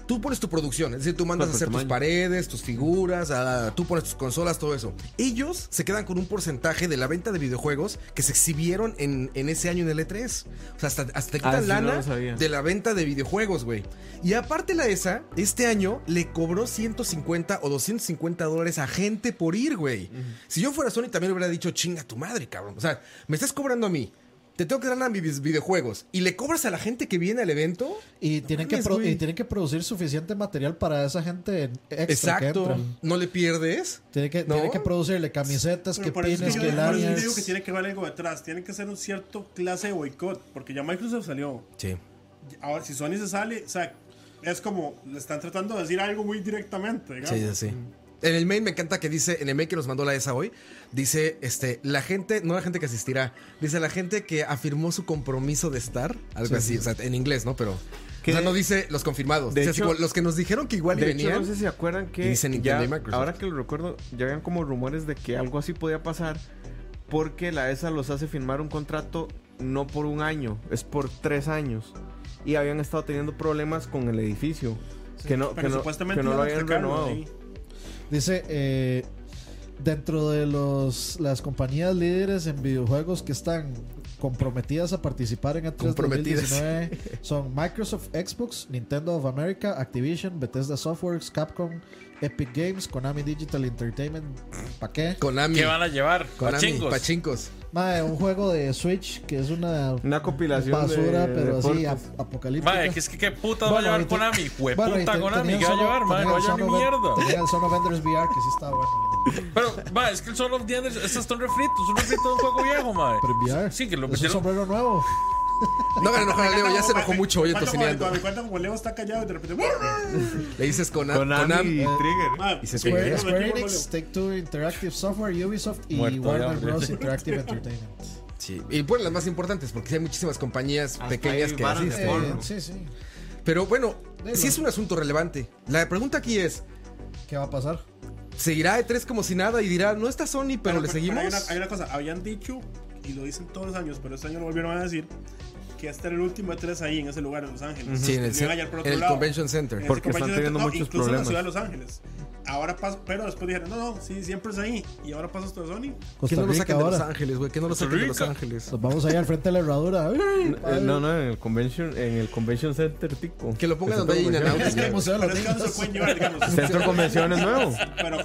Speaker 2: Tú pones tu producción, es decir, tú mandas a
Speaker 3: Por
Speaker 2: hacer tus
Speaker 3: tamaño.
Speaker 2: paredes, tus figuras, a- tú pones tus consolas, todo eso. Ellos se quedan con un porcentaje de la venta de videojuegos que se exhibieron en, en ese año en el E3. O sea, hasta, hasta te
Speaker 3: Ah,
Speaker 2: quitan
Speaker 3: sí, no
Speaker 2: lana
Speaker 3: lo sabía.
Speaker 2: de la venta de videojuegos, güey. Y aparte la ESA, este año le cobró 150 o 250 dólares a gente por ir, güey. Si yo fuera Sony también hubiera dicho, chinga tu madre, cabrón. O sea, me estás cobrando a mí. Te tengo que dar a mis videojuegos. ¿Y le cobras a la gente que viene al evento?
Speaker 4: Y, tienen
Speaker 2: mames,
Speaker 4: que pro-
Speaker 2: güey.
Speaker 4: y tienen que producir suficiente material para esa gente en- extra que
Speaker 2: Exacto.
Speaker 4: entra.
Speaker 2: No le pierdes.
Speaker 4: Tiene que,
Speaker 2: ¿No?
Speaker 4: tiene que producirle camisetas, que
Speaker 5: Pero por eso
Speaker 4: pines,
Speaker 5: es que
Speaker 4: que
Speaker 5: yo, por eso es que
Speaker 4: lanyards.
Speaker 5: digo que tiene que haber algo detrás. Tiene que ser un cierto clase de boicot. Porque ya Microsoft salió.
Speaker 2: Sí.
Speaker 5: Ahora, si Sony se sale, o sea, es como le están tratando de decir algo muy directamente. digamos.
Speaker 2: Sí, sí. En el mail me encanta que dice, en el mail que nos mandó la ESA hoy, dice, este, la gente, no la gente que asistirá, dice la gente que afirmó su compromiso de estar, algo así, o sea, en inglés, ¿no? Pero,
Speaker 3: Que-
Speaker 2: o sea, no dice los confirmados,
Speaker 3: de
Speaker 2: dice así
Speaker 3: hecho-
Speaker 2: como los que nos dijeron que igual y
Speaker 3: De hecho,
Speaker 2: venían.
Speaker 3: no sé si se acuerdan que
Speaker 2: Y dicen Nintendo
Speaker 3: ya-
Speaker 2: y Microsoft.
Speaker 3: ahora que lo recuerdo, ya habían como rumores de que algo así podía pasar porque la ESA los hace firmar un contrato no por un año, es por tres años. Y habían estado teniendo problemas con el edificio. que no, que
Speaker 5: Pero
Speaker 3: no-
Speaker 5: supuestamente
Speaker 3: que no lo
Speaker 5: iban a
Speaker 3: habían
Speaker 5: sacarlo,
Speaker 3: renovado.
Speaker 5: sí.
Speaker 4: Dice, eh, dentro de los, las compañías líderes en videojuegos que están comprometidas a participar en E E3
Speaker 2: Comprometidas.
Speaker 4: 2019 son Microsoft, Xbox, Nintendo of America, Activision, Bethesda Softworks, Capcom, Epic Games, Konami Digital Entertainment, ¿pa' qué?
Speaker 2: Konami.
Speaker 1: ¿Qué van a llevar?
Speaker 2: Konami,
Speaker 1: Pachincos.
Speaker 2: pachincos.
Speaker 4: Mae, un juego de Switch que es una
Speaker 3: Una compilación
Speaker 4: basura,
Speaker 3: de
Speaker 4: pero así
Speaker 3: deportes.
Speaker 4: ap- apocalíptica.
Speaker 1: Madre, que es que qué puta
Speaker 4: Bueno,
Speaker 1: va a
Speaker 4: y
Speaker 1: llevar
Speaker 4: te-
Speaker 1: Konami.
Speaker 4: Bueno, y
Speaker 1: Jueputa
Speaker 4: te-
Speaker 1: Konami.
Speaker 4: tenía
Speaker 1: ¿Qué va a
Speaker 4: el Son of-
Speaker 1: llevar, madre?
Speaker 4: tenía
Speaker 1: No
Speaker 4: el
Speaker 1: vaya ni
Speaker 4: Son of-
Speaker 1: mierda.
Speaker 4: Tenía el Son of Enders VR que sí estaba bueno.
Speaker 1: Pero, madre, es que el Solo of the Enders, estos son refritos, un refrito de un juego viejo, madre.
Speaker 4: Pero en VR.
Speaker 1: Sí, que lo
Speaker 4: es un
Speaker 1: pusieron.
Speaker 4: sombrero nuevo.
Speaker 2: No hagan enojar a Leo, ya se enojó
Speaker 5: Me-
Speaker 2: mucho hoy
Speaker 5: me cuenta como-
Speaker 2: tocineando.
Speaker 5: Me cuenta como Leo está callado y de repente.
Speaker 2: Le dices Kona-
Speaker 3: Konami,
Speaker 4: eh,
Speaker 2: Konami.
Speaker 3: y Trigger.
Speaker 5: Madre,
Speaker 2: Y se
Speaker 5: sí,
Speaker 2: pega.
Speaker 5: me
Speaker 4: Square, Square
Speaker 5: equivoco,
Speaker 4: Enix, Take Two Interactive Software, Ubisoft y
Speaker 1: Muerto de
Speaker 4: Warner
Speaker 1: hambre.
Speaker 4: Bros. Interactive Entertainment.
Speaker 2: Sí. Y bueno, las más importantes, porque sí hay muchísimas compañías
Speaker 3: Hasta
Speaker 2: pequeñas
Speaker 3: ahí
Speaker 2: que
Speaker 3: van a
Speaker 2: asisten.
Speaker 3: Porno.
Speaker 4: Eh, sí, sí.
Speaker 2: Pero bueno,
Speaker 4: Dilo.
Speaker 2: sí es un asunto relevante. La pregunta aquí es,
Speaker 4: ¿Qué va a pasar?
Speaker 2: Seguirá E3 como si nada y dirá, no está Sony, pero, le seguimos.
Speaker 5: hay, una, hay una cosa, habían dicho, y lo dicen todos los años, pero este año lo volvieron a decir, que hasta el último E3 ahí en ese lugar, en Los Ángeles.
Speaker 2: Sí, en el,
Speaker 5: Iban
Speaker 2: cen-
Speaker 5: a hallar por otro
Speaker 2: en el
Speaker 5: lado.
Speaker 2: Convention Center.
Speaker 5: En
Speaker 3: Porque
Speaker 5: ese
Speaker 3: están
Speaker 5: convention
Speaker 3: teniendo
Speaker 5: center,
Speaker 3: muchos
Speaker 5: incluso
Speaker 3: problemas.
Speaker 5: en la ciudad de Los Ángeles. Ahora pasa, pero después dijeron, no, no, sí, siempre es ahí. Y ahora pasa hasta Sony.
Speaker 2: Que
Speaker 4: Costa
Speaker 2: no lo
Speaker 4: Rica
Speaker 2: saquen de Los
Speaker 4: ahora.
Speaker 2: Ángeles, güey. Que no lo saquen de Los
Speaker 1: Rica.
Speaker 2: Ángeles.
Speaker 4: Nos vamos ahí al frente de la herradura.
Speaker 3: Eh, no, no, en el convention, en el convention center tico.
Speaker 2: Que lo pongan
Speaker 3: Ese
Speaker 2: donde hay
Speaker 3: todo,
Speaker 2: In-N-Out.
Speaker 3: güey.
Speaker 4: Es que el museo de
Speaker 5: Pero
Speaker 4: los
Speaker 5: es que ahora se
Speaker 4: niños.
Speaker 5: lo pueden llevar, digamos.
Speaker 3: Centro de convenciones nuevo.
Speaker 5: Pero,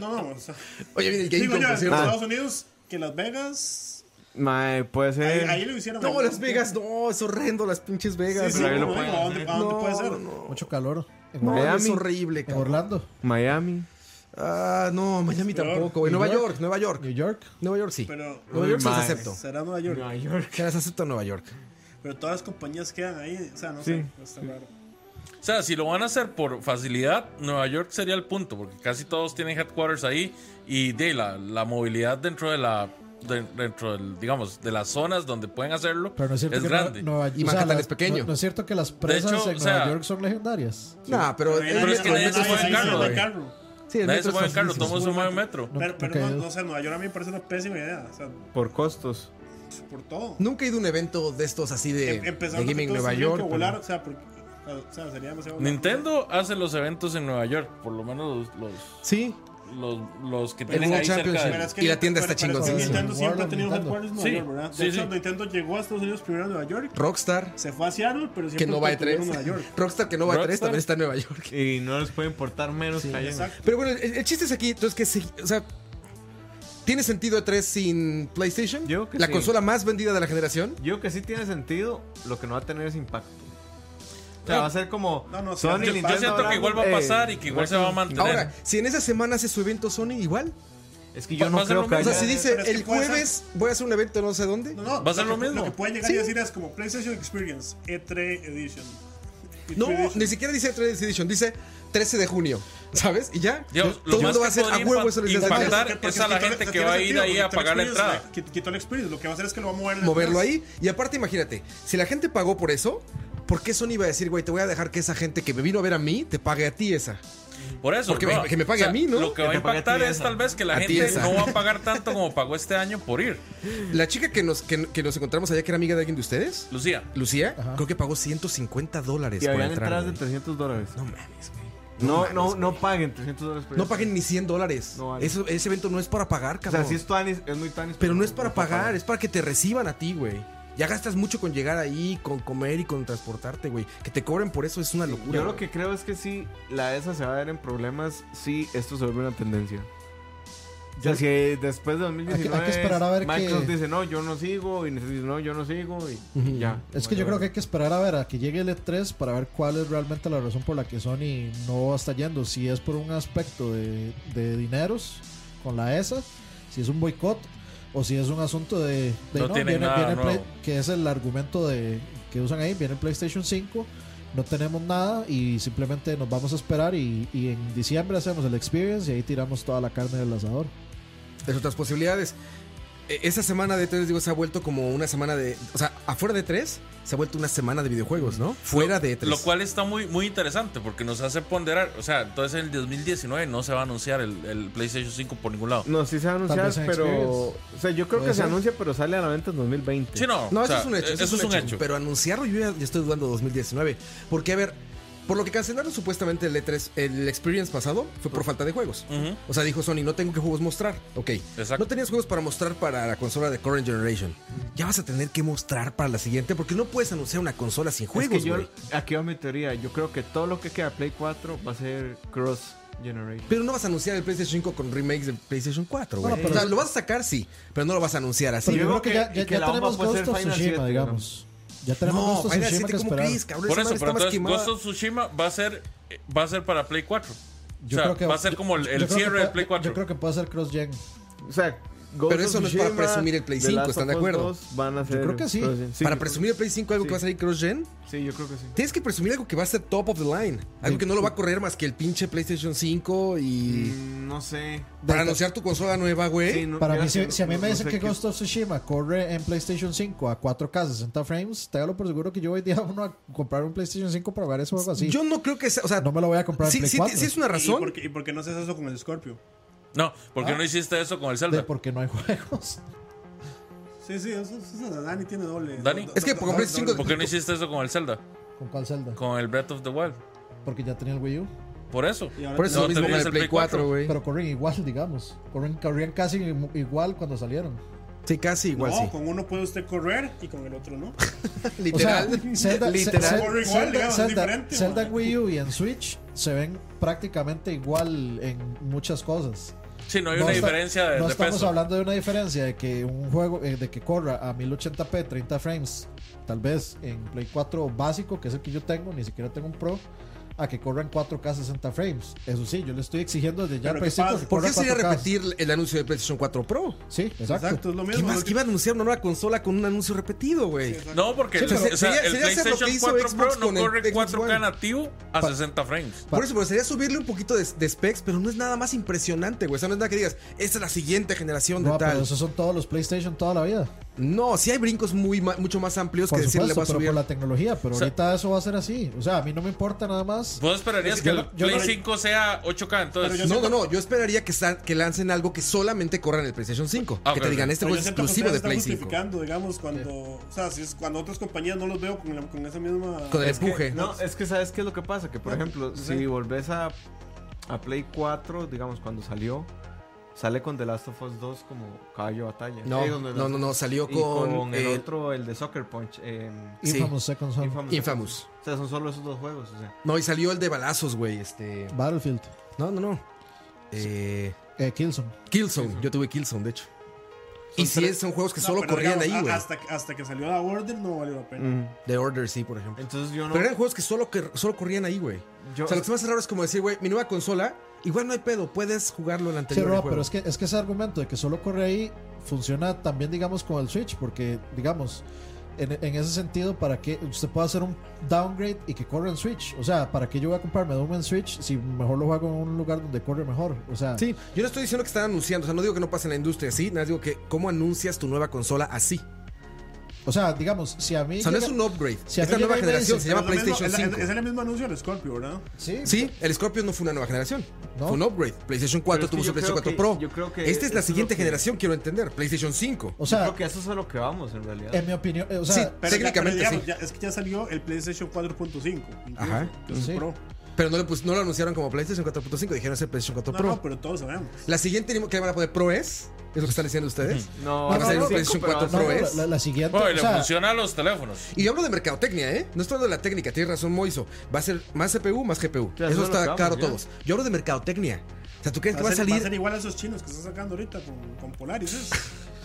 Speaker 5: no, no, o sea,
Speaker 2: Oye, viene el
Speaker 5: digo
Speaker 2: Gamecom,
Speaker 5: yo, en
Speaker 2: por cierto.
Speaker 5: Estados Unidos, que Las Vegas,
Speaker 3: Mae, puede ser.
Speaker 5: ahí, ahí lo hicieron.
Speaker 2: No,
Speaker 5: ¿verdad?
Speaker 2: Las Vegas, no, es horrendo las pinches
Speaker 5: Sí,
Speaker 2: Vegas.
Speaker 5: sí,
Speaker 3: pero ahí
Speaker 5: no,
Speaker 3: lo pueden
Speaker 5: ¿a dónde,
Speaker 3: hacer.
Speaker 5: a dónde puede ser?
Speaker 4: Mucho calor. En,
Speaker 2: No,
Speaker 4: Orla-
Speaker 2: es
Speaker 3: Miami.
Speaker 2: horrible,
Speaker 4: en
Speaker 2: cabrón.
Speaker 4: Orlando,
Speaker 3: Miami.
Speaker 2: Ah, no, Miami
Speaker 5: Nueva York.
Speaker 2: tampoco, güey. Nueva York, Nueva
Speaker 4: New
Speaker 2: York.
Speaker 4: York.
Speaker 2: Nueva York sí.
Speaker 5: Pero
Speaker 2: Nueva York se
Speaker 3: Uy,
Speaker 2: las
Speaker 3: madre.
Speaker 2: acepto.
Speaker 5: será Nueva York.
Speaker 3: York.
Speaker 2: Se las acepto Nueva York.
Speaker 5: Pero todas las compañías quedan ahí. O sea, no
Speaker 3: Sí.
Speaker 5: sé. Está raro.
Speaker 1: O sea, si lo van a hacer por facilidad, Nueva York sería el punto, porque casi todos tienen headquarters ahí y de la, la movilidad dentro de la de- dentro del, digamos, de las zonas donde pueden hacerlo
Speaker 4: Pero no es cierto que Nueva-
Speaker 1: grande.
Speaker 4: Nueva,
Speaker 2: Y
Speaker 4: o sea,
Speaker 2: Manhattan
Speaker 4: las-
Speaker 2: es pequeño.
Speaker 4: No, no es cierto que las presas
Speaker 1: hecho,
Speaker 4: en
Speaker 1: o
Speaker 4: Nueva
Speaker 1: sea,
Speaker 4: York son legendarias.
Speaker 2: Nah, pero.
Speaker 5: Pero
Speaker 1: es que
Speaker 2: el
Speaker 1: nadie
Speaker 2: metro
Speaker 1: se
Speaker 2: fue
Speaker 1: mueve en
Speaker 2: en
Speaker 1: carro,
Speaker 2: carro,
Speaker 1: güey.
Speaker 5: en
Speaker 2: güey.
Speaker 5: carro.
Speaker 2: Sí, el
Speaker 1: Nadie
Speaker 2: metro
Speaker 1: se
Speaker 2: es
Speaker 1: mueve en carro,
Speaker 2: facilísimo.
Speaker 1: todo el mundo se mueve en metro.
Speaker 4: No,
Speaker 5: Pero,
Speaker 4: no
Speaker 5: pero
Speaker 4: cae
Speaker 5: no,
Speaker 4: duda.
Speaker 5: no sé, Nueva York a mí me parece una pésima idea. O sea,
Speaker 3: Por costos.
Speaker 5: por todo.
Speaker 2: Nunca he ido a un evento de estos así de,
Speaker 5: Em-
Speaker 2: eh, de
Speaker 5: que
Speaker 2: gaming
Speaker 5: todos
Speaker 2: Nueva
Speaker 5: tendrían
Speaker 2: York.
Speaker 5: que
Speaker 2: pero-
Speaker 5: volar, o, sea, porque, o sea, sería demasiado.
Speaker 1: Nintendo hace los eventos en Nueva York, por lo menos los los,
Speaker 2: Sí,
Speaker 1: los- los que
Speaker 2: El
Speaker 1: tienen
Speaker 2: World
Speaker 1: ahí cerca
Speaker 2: Championship.
Speaker 1: de-
Speaker 5: Pero es que
Speaker 2: Y la tienda está
Speaker 5: pero- pero es que
Speaker 4: chingoncísima.
Speaker 5: Nintendo siempre ha tenido
Speaker 4: Nintendo.
Speaker 5: headquarters en Nueva
Speaker 1: Sí,
Speaker 5: York, ¿verdad? De
Speaker 1: sí,
Speaker 5: hecho,
Speaker 1: sí.
Speaker 5: Nintendo llegó a Estados Unidos primero a Nueva York.
Speaker 2: Rockstar,
Speaker 5: Se fue a Seattle, pero siempre
Speaker 2: que no va E a
Speaker 5: terminó en Nueva
Speaker 2: E3.
Speaker 5: York.
Speaker 2: Rockstar que no va a E3
Speaker 1: Rockstar.
Speaker 2: también está en Nueva York.
Speaker 3: Y no les puede importar menos que hayan-
Speaker 5: Exacto.
Speaker 2: Pero bueno, el, el chiste es aquí, entonces que se- o sea, ¿tiene sentido E3 sin PlayStation?
Speaker 3: Yo que
Speaker 2: la
Speaker 3: sí.
Speaker 2: consola más vendida de la generación.
Speaker 3: Yo que sí tiene sentido, lo que no va a tener es impacto. O sea,
Speaker 1: No.
Speaker 3: va a ser como
Speaker 5: No, no,
Speaker 3: Sony,
Speaker 5: yo- yo
Speaker 1: Yo
Speaker 3: Nintendo
Speaker 1: siento que igual va a
Speaker 3: hablando,
Speaker 1: pasar
Speaker 3: eh,
Speaker 1: y que igual se va a mantener.
Speaker 2: Ahora, si en esa semana hace su evento Sony, igual.
Speaker 3: Es que yo
Speaker 1: Va-
Speaker 3: no
Speaker 1: va a ser
Speaker 3: creo
Speaker 1: lo
Speaker 3: que
Speaker 2: O
Speaker 1: mismo.
Speaker 3: haya...
Speaker 2: sea, si dice
Speaker 5: pero es que
Speaker 2: el
Speaker 5: puede ser-
Speaker 2: jueves voy a hacer un evento no sé dónde.
Speaker 5: No, no,
Speaker 1: Va a ser
Speaker 5: que-
Speaker 1: lo mismo.
Speaker 5: que puede llegar
Speaker 2: Sí.
Speaker 5: y decir es como PlayStation Experience E3 Edition. E3
Speaker 2: No,
Speaker 5: Edition.
Speaker 2: ni siquiera dice 3 Edition, dice 13 de junio, ¿sabes? Y ya.
Speaker 1: Digamos,
Speaker 2: todo
Speaker 1: lo
Speaker 2: el
Speaker 1: más
Speaker 2: mundo va a
Speaker 1: que
Speaker 2: hacer a
Speaker 1: podría
Speaker 2: huevo eso
Speaker 1: impa-
Speaker 2: les da-
Speaker 5: Porque-
Speaker 1: impactar
Speaker 5: porque
Speaker 1: es a la
Speaker 5: quitó-
Speaker 1: gente
Speaker 5: no
Speaker 1: que
Speaker 5: tiene
Speaker 1: va a ir
Speaker 5: sentido,
Speaker 1: ahí
Speaker 5: porque
Speaker 1: a pagar la
Speaker 5: Experience,
Speaker 1: entrada.
Speaker 5: qui- Quitó el Experience, lo que va a hacer es que lo va a mover. en el
Speaker 2: moverlo
Speaker 5: 3.
Speaker 2: ahí. Y aparte, imagínate, si la gente pagó por eso, ¿por qué Sony iba a decir, güey, te voy a dejar que esa gente que me vino a ver a mí te pague a ti esa?
Speaker 1: Por eso.
Speaker 2: Porque me- que me pague a mí, ¿no?
Speaker 1: Lo que
Speaker 3: Que
Speaker 1: va a
Speaker 3: te pague a
Speaker 1: impactar
Speaker 3: ti
Speaker 1: es
Speaker 3: esa.
Speaker 1: tal vez que la
Speaker 2: A ti
Speaker 1: gente
Speaker 2: esa.
Speaker 1: no va a pagar tanto como pagó este año por ir.
Speaker 2: La chica que nos, que, que nos encontramos allá, que era amiga de alguien de ustedes,
Speaker 1: Lucía.
Speaker 2: Lucía,
Speaker 4: Ajá.
Speaker 2: creo que pagó 150 dólares
Speaker 3: Y
Speaker 2: por
Speaker 3: habían
Speaker 2: entrar.
Speaker 3: entradas de
Speaker 2: güey.
Speaker 3: 300 dólares.
Speaker 2: No mames, güey.
Speaker 3: No, no,
Speaker 2: mames,
Speaker 3: no paguen 300 dólares. por
Speaker 2: No
Speaker 3: eso.
Speaker 2: paguen ni 100 dólares.
Speaker 3: No vale.
Speaker 2: Eso- ese evento no es para pagar,
Speaker 3: O
Speaker 2: cabrón.
Speaker 3: sea, sí es tuanis, es muy tuanis.
Speaker 2: Pero no es para pagar,
Speaker 3: Es...
Speaker 2: es para que te reciban a ti, güey. Ya gastas mucho con llegar ahí, con comer y con transportarte, güey. Que te cobren por eso es una locura.
Speaker 3: Yo lo
Speaker 2: güey.
Speaker 3: que creo es que sí, la ESA se va a ver en problemas si esto se vuelve una tendencia. O sea, si después de 2019
Speaker 4: Hay que- hay que esperar a ver
Speaker 3: Microsoft
Speaker 4: qué-
Speaker 3: dice, no, yo no sigo, y Nintendo dice, no, yo no sigo, y
Speaker 2: Ujú.
Speaker 3: ya.
Speaker 4: Es que yo creo que hay que esperar a ver a que llegue el E3 para ver cuál es realmente la razón por la que Sony no está yendo. Si es por un aspecto de, de dineros con la ESA, si es un boicot o si es un asunto de... de
Speaker 1: No tienen nada
Speaker 4: Play-
Speaker 1: nuevo.
Speaker 4: Que es el argumento de que usan ahí, viene el PlayStation 5, no tenemos nada y simplemente nos vamos a esperar y, y en diciembre hacemos el experience y ahí tiramos toda la carne del asador.
Speaker 2: de otras posibilidades. E- Esa semana de tres, digo, se ha vuelto como una semana de. O sea, afuera de tres, se ha vuelto una semana de videojuegos, ¿no? Fuera de E tres.
Speaker 1: Lo cual está muy, muy interesante porque nos hace ponderar. O sea, entonces en el 2019 no se va a anunciar el, el PlayStation 5 por ningún lado.
Speaker 3: No, sí se va a anunciar,
Speaker 4: vez en
Speaker 3: pero...
Speaker 4: Experience.
Speaker 3: O sea, yo creo
Speaker 4: Puede
Speaker 3: que se
Speaker 4: ser.
Speaker 3: anuncia, pero sale a la venta en 2020.
Speaker 1: Sí, no.
Speaker 2: No,
Speaker 1: o
Speaker 2: eso
Speaker 1: sea,
Speaker 2: es un hecho.
Speaker 1: eh, Eso, es un hecho.
Speaker 2: Pero anunciarlo yo ya, ya estoy dudando de 2019. Porque, a ver, por lo que cancelaron supuestamente el E3, el Experience pasado, fue por falta de juegos.
Speaker 1: Ujú.
Speaker 2: O sea, dijo Sony, no tengo que juegos mostrar. Ok.
Speaker 1: Exacto.
Speaker 2: No tenías juegos para mostrar para la consola de Current Generation. Ya vas a tener que mostrar para la siguiente, porque no puedes anunciar una consola sin
Speaker 3: Es
Speaker 2: juegos,
Speaker 3: que yo,
Speaker 2: güey.
Speaker 3: aquí va mi teoría. Yo creo que todo lo que queda de Play 4 va a ser cross generation.
Speaker 2: Pero no vas a anunciar el PlayStation 5 con remakes del PlayStation 4, güey.
Speaker 4: No, pero-
Speaker 2: o sea, lo vas a sacar, sí, pero no lo vas a anunciar así.
Speaker 4: Pero yo creo
Speaker 3: luego
Speaker 4: que,
Speaker 3: que-
Speaker 4: ya, ya-
Speaker 3: y que
Speaker 4: ya
Speaker 3: la bomba
Speaker 4: tenemos
Speaker 3: puede ser
Speaker 4: Ghost of
Speaker 3: Final
Speaker 4: Tsushima,
Speaker 3: Siete,
Speaker 4: digamos. Ya tenemos
Speaker 2: no,
Speaker 4: Ghost of
Speaker 2: Final 7,
Speaker 4: Tsushima que
Speaker 2: ¿cómo
Speaker 4: esperar.
Speaker 2: crees, cabrón?
Speaker 1: Por
Speaker 2: Esa
Speaker 1: eso,
Speaker 2: madre
Speaker 1: pero
Speaker 2: está más
Speaker 1: entonces
Speaker 2: quemada.
Speaker 1: Ghost of Tsushima va a ser, eh, va a ser para Play 4.
Speaker 4: Yo
Speaker 1: o sea,
Speaker 4: creo que-
Speaker 1: va a ser como el,
Speaker 4: yo
Speaker 1: el
Speaker 4: creo que
Speaker 1: cierre de
Speaker 4: puede-
Speaker 1: Play 4.
Speaker 4: Yo creo que puede ser cross-gen.
Speaker 3: O sea, Ghost
Speaker 2: Pero eso
Speaker 3: of
Speaker 2: no es para
Speaker 3: Tsushima,
Speaker 2: presumir el Play
Speaker 3: The
Speaker 2: 5,
Speaker 3: Last
Speaker 2: ¿están de
Speaker 3: of Us
Speaker 2: acuerdo?
Speaker 3: 2 Van a ser
Speaker 4: creo que sí.
Speaker 3: cross-gen.
Speaker 2: para
Speaker 3: yo-
Speaker 2: presumir el Play 5 algo
Speaker 3: sí.
Speaker 2: que va a salir cross-gen,
Speaker 3: Sí, yo creo que sí.
Speaker 2: tienes que presumir algo que va a ser top of the line. Algo que no lo va a correr más que el pinche PlayStation 5 y...
Speaker 3: Mm, No sé.
Speaker 2: Para anunciar tu consola nueva, güey.
Speaker 3: Sí, no-
Speaker 4: Para
Speaker 3: mira,
Speaker 4: mí, si,
Speaker 3: no-
Speaker 4: si a mí
Speaker 3: no-
Speaker 4: me
Speaker 3: no
Speaker 4: dicen
Speaker 3: sé
Speaker 4: que
Speaker 3: qué-
Speaker 4: Ghost of Tsushima corre en PlayStation 5 a 4K 60 frames, te lo por seguro que yo voy día uno a comprar un PlayStation 5 para jugar ese juego así.
Speaker 2: Yo no creo que sea... O sea,
Speaker 4: no me lo voy a comprar
Speaker 2: sí,
Speaker 4: en Play
Speaker 2: sí,
Speaker 4: 4.
Speaker 2: sí es una
Speaker 5: ¿Y
Speaker 2: razón.
Speaker 5: por, qué, ¿Y por qué no haces eso con el Scorpio?
Speaker 1: No, ¿por qué no hiciste eso con el
Speaker 4: de
Speaker 1: Zelda?
Speaker 4: porque no hay juegos.
Speaker 5: Sí, sí, eso, eso- eso- Dani tiene doble.
Speaker 1: Dani.
Speaker 5: do-
Speaker 2: Es que
Speaker 5: do-
Speaker 2: por
Speaker 5: do-
Speaker 2: completo
Speaker 5: doble-
Speaker 2: cinco-
Speaker 1: ¿Por qué no hiciste eso con el Zelda?
Speaker 4: ¿Con cuál Zelda?
Speaker 1: Con el Breath of the Wild.
Speaker 4: Porque ya tenía el Wii U.
Speaker 1: Por eso.
Speaker 5: y ahora
Speaker 2: Por eso
Speaker 1: No,
Speaker 2: lo mismo con
Speaker 1: tenías
Speaker 2: el
Speaker 1: el
Speaker 2: Play
Speaker 1: Play
Speaker 2: 4,
Speaker 1: 4,
Speaker 2: güey.
Speaker 4: Pero corren igual, digamos. Corren, corrían casi igual cuando salieron.
Speaker 2: Sí, casi igual,
Speaker 5: no,
Speaker 2: sí. Este
Speaker 5: con uno puede usted correr y con el otro no.
Speaker 4: O sea,
Speaker 2: Literal.
Speaker 4: Zelda,
Speaker 2: Literal.
Speaker 4: Ze-
Speaker 5: Corre igual,
Speaker 4: Zelda-
Speaker 5: digamos,
Speaker 4: Zelda-
Speaker 5: diferente,
Speaker 4: Zelda en
Speaker 5: man.
Speaker 4: Wii U y en Switch se ven prácticamente igual en muchas cosas.
Speaker 1: Sí, no hay
Speaker 4: No
Speaker 1: una
Speaker 4: está-
Speaker 1: diferencia de,
Speaker 4: No
Speaker 1: de
Speaker 4: estamos
Speaker 1: peso.
Speaker 4: hablando de una diferencia de que un juego eh, de que corra a 1080p 30 frames, tal vez en Play 4 básico, que es el que yo tengo, ni siquiera tengo un Pro, a que corra en 4K 60 frames. Eso sí, yo le estoy exigiendo desde ya
Speaker 5: Pero
Speaker 4: al Play
Speaker 5: ¿qué pasa?
Speaker 4: 5 que
Speaker 2: ¿Por
Speaker 4: corra
Speaker 2: qué sería
Speaker 4: 4K.
Speaker 2: repetir el anuncio de PlayStation 4 Pro?
Speaker 4: Sí, exacto.
Speaker 5: Exacto, es lo
Speaker 2: ¿Qué
Speaker 5: mismo.
Speaker 2: más
Speaker 5: ¿no?
Speaker 2: que iba a anunciar una nueva consola con un anuncio repetido, güey?
Speaker 1: No, porque
Speaker 4: Sí,
Speaker 1: el-
Speaker 4: pero
Speaker 1: o sea,
Speaker 2: sería-
Speaker 1: el
Speaker 2: sería hacer lo que
Speaker 1: PlayStation
Speaker 2: hizo
Speaker 1: 4
Speaker 2: Xbox
Speaker 1: Pro
Speaker 2: con
Speaker 1: no
Speaker 2: el
Speaker 1: corre
Speaker 2: Xbox
Speaker 1: 4K
Speaker 2: One.
Speaker 1: nativo a
Speaker 4: Pa-
Speaker 1: 60 frames.
Speaker 2: Por eso, pero sería subirle un poquito de, de specs, pero no es nada más impresionante, güey. O sea, no es nada que digas, esta es la siguiente generación de
Speaker 4: No, pero
Speaker 2: tal.
Speaker 4: esos son todos los PlayStation toda la vida.
Speaker 2: No, sí hay brincos muy ma- mucho más amplios
Speaker 4: Por
Speaker 2: que decirle
Speaker 4: supuesto,
Speaker 2: va a
Speaker 4: pero
Speaker 2: subir.
Speaker 4: por la tecnología. Pero
Speaker 1: O sea-
Speaker 4: ahorita eso va a ser así. O sea, a mí no me importa nada más.
Speaker 1: Vos esperarías
Speaker 5: Yo
Speaker 1: que el
Speaker 5: no- yo
Speaker 1: Play
Speaker 5: no-
Speaker 1: 5 sea 8K, entonces.
Speaker 5: Pero yo-
Speaker 2: No, no, no. Yo esperaría que, sa- que lancen algo que solamente corra en el PlayStation 5.
Speaker 1: Ah,
Speaker 2: que te
Speaker 1: ok, ok.
Speaker 2: digan, este
Speaker 5: Pero
Speaker 2: juego
Speaker 5: yo
Speaker 2: es
Speaker 5: siento que
Speaker 2: exclusivo de
Speaker 5: ustedes
Speaker 2: Play
Speaker 5: están
Speaker 2: 5.
Speaker 5: justificando, digamos, cuando, o sea, si es cuando otras compañías no los veo con, la- con esa misma.
Speaker 2: Con el
Speaker 3: Es que-
Speaker 2: empuje.
Speaker 3: no, es que sabes qué es lo que pasa, que por ejemplo, si volvés a, a Play 4, digamos, cuando salió, sale con The Last of Us 2 como caballo de batalla.
Speaker 2: No,
Speaker 3: Sí, donde
Speaker 2: no,
Speaker 3: las-
Speaker 2: no, no, salió
Speaker 3: y
Speaker 2: con,
Speaker 3: el
Speaker 2: eh,
Speaker 3: otro, el de Soccer Punch. eh,
Speaker 2: Sí.
Speaker 4: Infamous Second Son.
Speaker 3: Infamous.
Speaker 2: Infamous.
Speaker 3: O sea, son solo esos dos juegos. O sea,
Speaker 2: No, y salió el de balazos, güey. Este.
Speaker 4: Battlefield.
Speaker 2: No, no, no. Eh,
Speaker 4: Eh, Killzone.
Speaker 2: Killzone. Yo tuve Killzone, de hecho. y sí,
Speaker 3: tres-
Speaker 2: son juegos que
Speaker 5: No,
Speaker 2: solo
Speaker 5: pero
Speaker 2: corrían
Speaker 5: digamos,
Speaker 2: ahí,
Speaker 5: a-
Speaker 2: güey. Mm.
Speaker 5: Hasta, hasta que salió la Order no valió la pena.
Speaker 2: The Order, sí, por ejemplo.
Speaker 3: Entonces yo no.
Speaker 2: Pero eran juegos que solo, que solo corrían ahí, güey.
Speaker 3: yo-
Speaker 2: O sea, lo que se me hace raro es como decir, güey, mi nueva consola, igual no hay pedo, puedes jugarlo en la
Speaker 4: Sí,
Speaker 2: anterior.
Speaker 4: Rob,
Speaker 2: juego.
Speaker 4: pero es que, es que ese argumento de que solo corre ahí funciona también, digamos, con el Switch, porque, digamos, en, en ese sentido, para que usted pueda hacer un downgrade y que corra en Switch. O sea, ¿para qué yo voy a comprarme Doom en Switch si mejor lo juego en un lugar donde corre mejor? O sea,
Speaker 2: Sí, yo no estoy diciendo que están anunciando, o sea, no digo que no pase en la industria así, nada, más digo que cómo anuncias tu nueva consola así.
Speaker 4: o sea digamos, si a mí.
Speaker 2: O sea, no
Speaker 4: llega-
Speaker 2: es un upgrade.
Speaker 4: si a
Speaker 2: es la
Speaker 4: mí
Speaker 2: nueva
Speaker 4: llega y me
Speaker 2: generación, se
Speaker 4: dicen,
Speaker 2: llama
Speaker 5: Pero es lo mismo-
Speaker 2: PlayStation
Speaker 5: es la-
Speaker 2: 5.
Speaker 5: Es el mismo anuncio del Scorpio, ¿verdad?
Speaker 4: Sí,
Speaker 2: Sí, el Scorpio no fue una nueva generación.
Speaker 4: No.
Speaker 2: Fue un upgrade. PlayStation
Speaker 3: Pero
Speaker 2: 4
Speaker 3: es que
Speaker 2: tuvo su
Speaker 3: yo
Speaker 2: PlayStation 4
Speaker 3: creo
Speaker 2: Pro.
Speaker 3: que- yo creo que
Speaker 2: Esta es
Speaker 3: eso
Speaker 2: la
Speaker 3: es
Speaker 2: siguiente
Speaker 3: lo que-
Speaker 2: generación, quiero entender. PlayStation 5.
Speaker 4: O
Speaker 3: yo
Speaker 4: sea,
Speaker 3: creo que eso es a lo que vamos en realidad.
Speaker 4: en mi opinión. eh, O sea,
Speaker 2: Sí,
Speaker 5: Pero
Speaker 2: Técnicamente,
Speaker 5: ya, pero
Speaker 2: sí.
Speaker 5: ya- es que ya salió el PlayStation 4.5. incluso,
Speaker 2: Ajá.
Speaker 5: que es
Speaker 4: Sí.
Speaker 5: Pro.
Speaker 2: Pero no, le pus- no lo anunciaron como PlayStation 4.5, dijeron es el PlayStation 4
Speaker 5: No,
Speaker 2: Pro.
Speaker 5: no, pero todos sabemos.
Speaker 2: La siguiente que le van a poner Pro es, es lo que están diciendo ustedes.
Speaker 3: No,
Speaker 4: Va a
Speaker 3: no,
Speaker 4: salir
Speaker 3: no,
Speaker 4: un
Speaker 2: PlayStation
Speaker 3: pero-
Speaker 2: 4
Speaker 4: no,
Speaker 2: Pro
Speaker 4: no,
Speaker 2: es.
Speaker 4: la, la siguiente.
Speaker 1: Bueno, oh, y
Speaker 4: o
Speaker 1: le
Speaker 4: sea,
Speaker 1: funciona a los teléfonos.
Speaker 2: Y yo hablo de mercadotecnia, ¿eh? No estoy hablando de la técnica, tienes razón, Moiso. Va a ser más CPU, más GPU.
Speaker 3: Ya,
Speaker 2: Eso
Speaker 3: eso
Speaker 2: está
Speaker 3: lo
Speaker 2: claro a
Speaker 3: acabamos,
Speaker 2: todos. Yo hablo de mercadotecnia. O sea, ¿tú crees que va a
Speaker 5: ser-
Speaker 2: salir?
Speaker 5: igual a esos chinos que están sacando ahorita con, con Polaris. ¿es?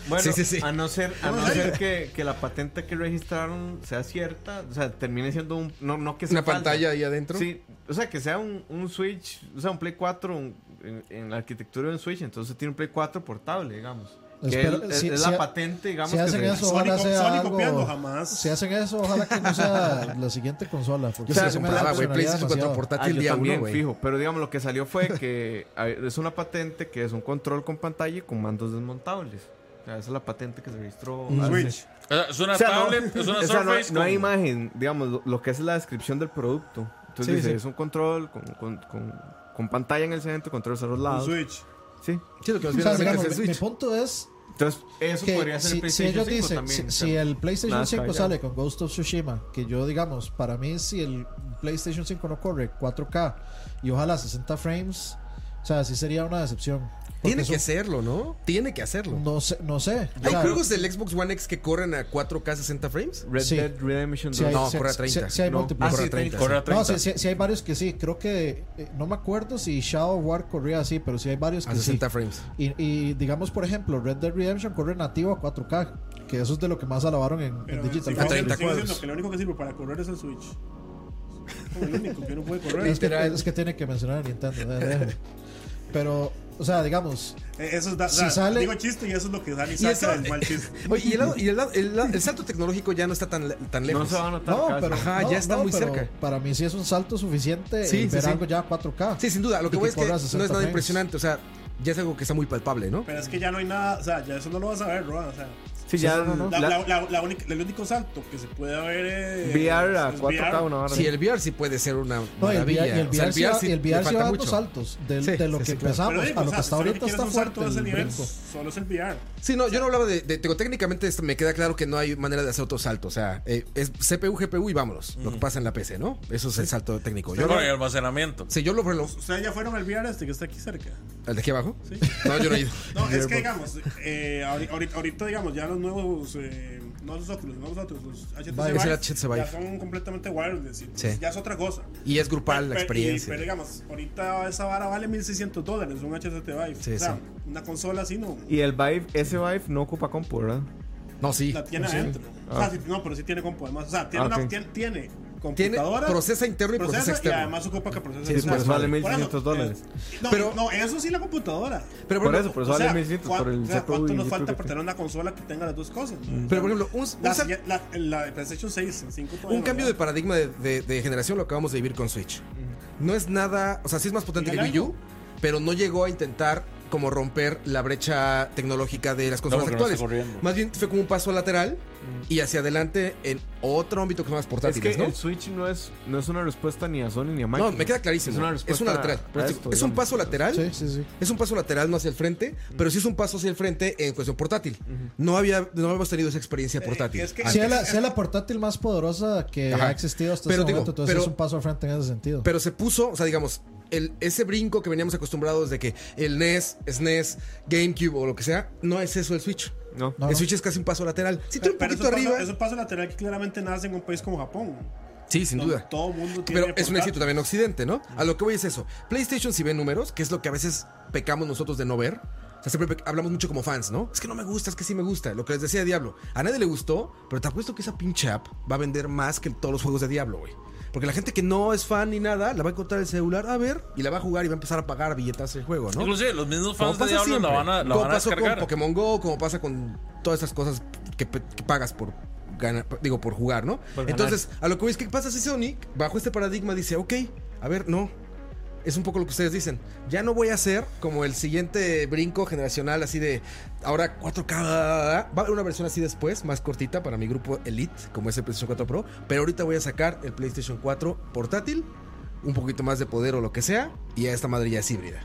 Speaker 3: Bueno,
Speaker 2: Sí, sí, sí.
Speaker 3: a no ser, a
Speaker 5: No,
Speaker 3: no
Speaker 5: en serio.
Speaker 3: ser que, que la patente que registraron sea cierta, o sea, termine siendo un... No, no que sea
Speaker 2: una
Speaker 3: falsa.
Speaker 2: pantalla ahí adentro.
Speaker 3: Sí, o sea, que sea un, un Switch, o sea, un Play 4 un- en, en la arquitectura de un Switch, entonces tiene un Play 4 portable, digamos. Que
Speaker 4: Espero-
Speaker 3: es,
Speaker 4: si-
Speaker 3: es
Speaker 4: si
Speaker 3: la
Speaker 4: ha-
Speaker 3: patente, digamos,
Speaker 4: si
Speaker 3: que
Speaker 4: hacen
Speaker 3: se-
Speaker 4: eso,
Speaker 5: Sony
Speaker 4: ojalá
Speaker 5: co-
Speaker 4: sea
Speaker 5: Sony
Speaker 4: algo-
Speaker 5: copiando jamás.
Speaker 4: Si hacen eso, ojalá que no sea la siguiente consola. porque
Speaker 2: Yo se
Speaker 4: sí
Speaker 2: la
Speaker 4: me da
Speaker 2: compraba, güey.
Speaker 4: personalidad
Speaker 2: PlayStation 4
Speaker 4: demasiado.
Speaker 3: Ah,
Speaker 2: portátil
Speaker 3: yo
Speaker 2: día uno,
Speaker 3: también,
Speaker 2: güey.
Speaker 3: fijo. Pero digamos, lo que salió fue que a ver, es una patente que es un control con pantalla y con mandos desmontables. O sea, esa es la patente que se registró. hace-
Speaker 5: Switch.
Speaker 1: O sea, es una
Speaker 3: O sea, no-
Speaker 1: tablet, es una
Speaker 3: o sea, no,
Speaker 1: Surface.
Speaker 3: no hay
Speaker 1: con-
Speaker 3: imagen, digamos, lo, lo que es la descripción del producto. Entonces
Speaker 4: Sí,
Speaker 3: dice,
Speaker 4: sí.
Speaker 3: es un control con, con- con- con pantalla en el centro, controles a los
Speaker 5: Un
Speaker 3: lados.
Speaker 5: Switch.
Speaker 3: Sí.
Speaker 2: Sí, lo que nos
Speaker 4: O sea,
Speaker 2: vieron
Speaker 3: Pues
Speaker 4: digamos,
Speaker 2: es el
Speaker 4: mi, mi
Speaker 2: Switch.
Speaker 4: punto es
Speaker 3: Entonces, eso
Speaker 4: que
Speaker 3: podría
Speaker 4: si,
Speaker 3: ser el
Speaker 4: si
Speaker 3: PlayStation
Speaker 4: ellos
Speaker 3: 5
Speaker 4: dicen,
Speaker 3: también.
Speaker 4: si,
Speaker 3: o
Speaker 4: si
Speaker 3: sea.
Speaker 4: el PlayStation
Speaker 3: Nada
Speaker 4: 5
Speaker 3: descabellado.
Speaker 4: sale con Ghost of Tsushima, que yo digamos, para mí si el PlayStation 5 no corre 4K y ojalá 60 frames, o sea, sí sería una decepción. Porque
Speaker 2: Tiene que
Speaker 4: eso-
Speaker 2: hacerlo, ¿no? Tiene que hacerlo.
Speaker 4: No sé, no sé. O
Speaker 2: ¿Hay
Speaker 4: sea,
Speaker 2: juegos del Xbox One X que corren a 4K 60 frames?
Speaker 3: Red
Speaker 4: sí.
Speaker 3: Dead Redemption 2.
Speaker 4: si hay-
Speaker 2: No,
Speaker 4: si-
Speaker 2: corre a
Speaker 4: si-
Speaker 2: 30.
Speaker 4: si hay
Speaker 3: No.
Speaker 4: múltiples.
Speaker 3: Ah, sí,
Speaker 2: Corre a 30.
Speaker 1: Corre a 30.
Speaker 4: No, sí, sí, sí hay varios que sí. Creo que. eh, no me acuerdo si Shadow of War corría así, pero sí hay varios
Speaker 2: A
Speaker 4: que sí.
Speaker 2: 60 frames.
Speaker 4: Y, y, digamos, por ejemplo, Red Dead Redemption corre nativo a 4K, que eso es de lo que más alabaron en, en
Speaker 5: Pero
Speaker 4: Digital.
Speaker 5: sigo-
Speaker 2: A 30
Speaker 5: sigo diciendo
Speaker 2: cuadros.
Speaker 5: que lo único que sirve para correr es el Switch. Como el único que no puede correr.
Speaker 4: Es que, es que tiene que mencionar a Nintendo. eh, deje. Pero, O sea, digamos,
Speaker 5: Eh, Eso es da-
Speaker 4: Si
Speaker 5: o sea,
Speaker 4: sale-
Speaker 5: Digo chiste y eso es lo que sale y
Speaker 2: Y eso-
Speaker 5: saca del mal chiste.
Speaker 2: Oye, y, el, lado- y el, lado- el lado- el salto tecnológico ya no está tan, le- tan lejos.
Speaker 3: No se va a notar.
Speaker 4: no,
Speaker 3: casi.
Speaker 4: pero
Speaker 2: Ajá,
Speaker 4: no,
Speaker 2: ya está
Speaker 4: no,
Speaker 2: muy
Speaker 4: pero
Speaker 2: cerca.
Speaker 4: Para mí sí es un salto suficiente
Speaker 2: Sí,
Speaker 4: sí,
Speaker 2: sí,
Speaker 4: ver
Speaker 2: sí.
Speaker 4: algo ya 4K.
Speaker 2: Sí, sin duda. Lo que
Speaker 4: Y
Speaker 2: voy es que
Speaker 4: corra
Speaker 2: no
Speaker 4: 60
Speaker 2: es nada
Speaker 4: frames.
Speaker 2: impresionante. O sea, ya es algo que está muy palpable, ¿no?
Speaker 5: Pero es que ya no hay nada, o sea, ya eso no lo vas a ver, Roa. O sea,
Speaker 3: Sí, ya.
Speaker 4: no, no, no.
Speaker 5: la-
Speaker 3: la-
Speaker 5: la- la- la única- el único salto que se puede ver eh,
Speaker 3: VR a
Speaker 5: es
Speaker 3: 4K,
Speaker 5: VR.
Speaker 3: una hora.
Speaker 2: Sí, el VR sí puede ser una
Speaker 4: No, y el
Speaker 2: maravilla.
Speaker 4: VR, y el
Speaker 2: O sea,
Speaker 4: VR, sí va- y el
Speaker 2: le
Speaker 4: VR sí
Speaker 2: falta
Speaker 4: va a
Speaker 2: mucho.
Speaker 4: dos saltos. Del-
Speaker 2: Sí,
Speaker 4: de lo
Speaker 2: sí,
Speaker 4: que
Speaker 2: sí, claro.
Speaker 4: empezamos
Speaker 5: Pero digo,
Speaker 4: a lo
Speaker 5: o sea,
Speaker 4: que hasta
Speaker 5: si solo
Speaker 4: ahorita
Speaker 5: quieres
Speaker 4: está
Speaker 5: un salto
Speaker 4: fuerte
Speaker 5: de ese
Speaker 4: el
Speaker 5: nivel, pues,
Speaker 4: brinco.
Speaker 5: Solo es el VR.
Speaker 2: Sí, no, yo no hablaba de, de- digo, técnicamente esto me queda claro que no hay manera de hacer otro salto. O sea, eh, es CPU, GPU y vámonos. Lo que pasa en la PC, ¿no? Eso es el salto técnico. Yo
Speaker 1: Bueno, y
Speaker 2: lo,
Speaker 1: almacenamiento.
Speaker 2: sí, yo lo, lo-
Speaker 5: Ustedes ya fueron al VR este que está aquí cerca.
Speaker 2: ¿El de aquí abajo?
Speaker 5: Sí.
Speaker 2: No, yo no he ido.
Speaker 5: No, es que digamos, eh, ahori- ahorita, ahorita, digamos, ya los nuevos, eh, no los Oculus, no los otros, los HTC
Speaker 4: Vive.
Speaker 5: Vive,
Speaker 2: Es el HTC Vive.
Speaker 5: ya son completamente wireless, y pues,
Speaker 2: Sí.
Speaker 5: ya es otra cosa.
Speaker 2: Y es grupal la
Speaker 5: Pero- y-
Speaker 2: experiencia.
Speaker 5: Pero, digamos, ahorita esa vara vale 1600 dólares, un HTC Vive.
Speaker 2: Sí,
Speaker 5: o sea,
Speaker 2: sí.
Speaker 5: una consola así no,
Speaker 3: Y el Vive, ese Vive no ocupa compu, ¿verdad?
Speaker 2: No, sí.
Speaker 5: la tiene
Speaker 2: Sí. Ah.
Speaker 5: adentro. O sea, sí, no, pero sí tiene compu, además, o sea, tiene,
Speaker 3: Ah,
Speaker 5: una-
Speaker 3: ok.
Speaker 5: tiene, tiene
Speaker 2: Tiene
Speaker 5: computadora.
Speaker 2: procesa interno y procesa,
Speaker 5: procesa y
Speaker 2: externo.
Speaker 5: además ocupa que procesa
Speaker 2: Sí,
Speaker 5: externo.
Speaker 2: pues vale
Speaker 5: Por eso,
Speaker 3: 1.500 dólares.
Speaker 5: eh, No,
Speaker 2: Pero-
Speaker 5: no, eso sí la computadora.
Speaker 2: pero,
Speaker 3: Por
Speaker 2: por
Speaker 3: eso,
Speaker 2: ejemplo,
Speaker 3: pero
Speaker 5: O sea,
Speaker 3: sale 1600 por
Speaker 5: ¿cuán-
Speaker 3: el
Speaker 5: o sea,
Speaker 3: CPU
Speaker 5: ¿Cuánto
Speaker 3: y
Speaker 5: nos falta
Speaker 3: GPU.
Speaker 5: para tener una consola que tenga las dos cosas?
Speaker 2: pero, por ejemplo, un, un
Speaker 5: La,
Speaker 2: sal-
Speaker 5: siguiente- la, la PlayStation 6 en 5
Speaker 2: un cambio de paradigma de, de- de generación lo acabamos de vivir con Switch. No es nada, o sea, sí es más potente que
Speaker 5: Digan
Speaker 2: Wii U, pero no llegó a intentar como romper la brecha tecnológica de las consolas
Speaker 1: porque no
Speaker 2: actuales.
Speaker 1: está corriendo.
Speaker 2: más bien fue como un paso lateral y hacia adelante en otro ámbito que son las
Speaker 3: Es
Speaker 2: portátiles,
Speaker 3: que el Switch no es, no es una respuesta ni a Sony ni
Speaker 2: ¿no?
Speaker 3: a Microsoft.
Speaker 2: No, me queda clarísimo.
Speaker 3: Es una
Speaker 2: Es
Speaker 3: respuesta
Speaker 2: una lateral.
Speaker 3: a
Speaker 2: Pero es-
Speaker 3: esto,
Speaker 2: es un
Speaker 3: digamos.
Speaker 2: paso lateral.
Speaker 4: Sí, sí, sí.
Speaker 2: Es un paso lateral, no hacia el frente, pero sí es un paso hacia el frente en cuestión portátil. No había, no habíamos tenido esa experiencia
Speaker 3: Eh,
Speaker 2: portátil.
Speaker 5: es que-
Speaker 2: antes.
Speaker 4: Si es, la, sí es la portátil más poderosa que
Speaker 2: Ajá.
Speaker 4: ha existido hasta
Speaker 2: Pero
Speaker 4: este
Speaker 2: digo,
Speaker 4: momento, entonces
Speaker 2: pero-
Speaker 4: es un paso al frente en ese sentido.
Speaker 2: Pero se puso, o sea, digamos, el, ese brinco que veníamos acostumbrados de que el E NES, SNES, GameCube o lo que sea, no es eso el Switch.
Speaker 3: No.
Speaker 4: No,
Speaker 2: el
Speaker 4: no.
Speaker 2: Switch es casi un paso lateral. Si tú un
Speaker 5: pero
Speaker 2: poquito
Speaker 5: eso
Speaker 2: arriba.
Speaker 5: Pasa, eso pasa lateral que claramente nace en un país como Japón.
Speaker 2: sí, sin
Speaker 5: donde
Speaker 2: duda.
Speaker 5: Todo el mundo tiene.
Speaker 2: Pero es un
Speaker 5: portátil.
Speaker 2: éxito también en Occidente, ¿no? A lo que voy es eso. PlayStation si ve números, que es lo que a veces pecamos nosotros de no ver. O sea, siempre pe- hablamos mucho como fans, ¿no? Es que no me gusta, es que sí me gusta. Lo que les decía de Diablo. A nadie le gustó, pero te apuesto que esa pinche app va a vender más que todos los juegos de Diablo, güey. Porque la gente que no es fan ni nada, la va a encontrar el celular, a ver, y la va a jugar y va a empezar a pagar billetas el juego, ¿no?
Speaker 1: Inclusive los mismos
Speaker 2: Como
Speaker 1: fans de Diablo la van a, la
Speaker 2: como
Speaker 1: van a
Speaker 2: pasó con
Speaker 1: descargar.
Speaker 2: Pokémon Go, como pasa con todas esas cosas que, pe- que pagas por ganar, digo, por jugar, ¿no?
Speaker 3: Por ganar.
Speaker 2: Entonces, a lo que voy es que pasa si Sonic, bajo este paradigma, dice, ok, a ver, no. Es un poco lo que ustedes dicen. Ya no voy a hacer como el siguiente brinco generacional, así de ahora 4K. Va a haber una versión así después, más cortita para mi grupo Elite, como es el PlayStation 4 Pro. Pero ahorita voy a sacar el PlayStation 4 portátil, un poquito más de poder o lo que sea, y a esta madre ya es híbrida.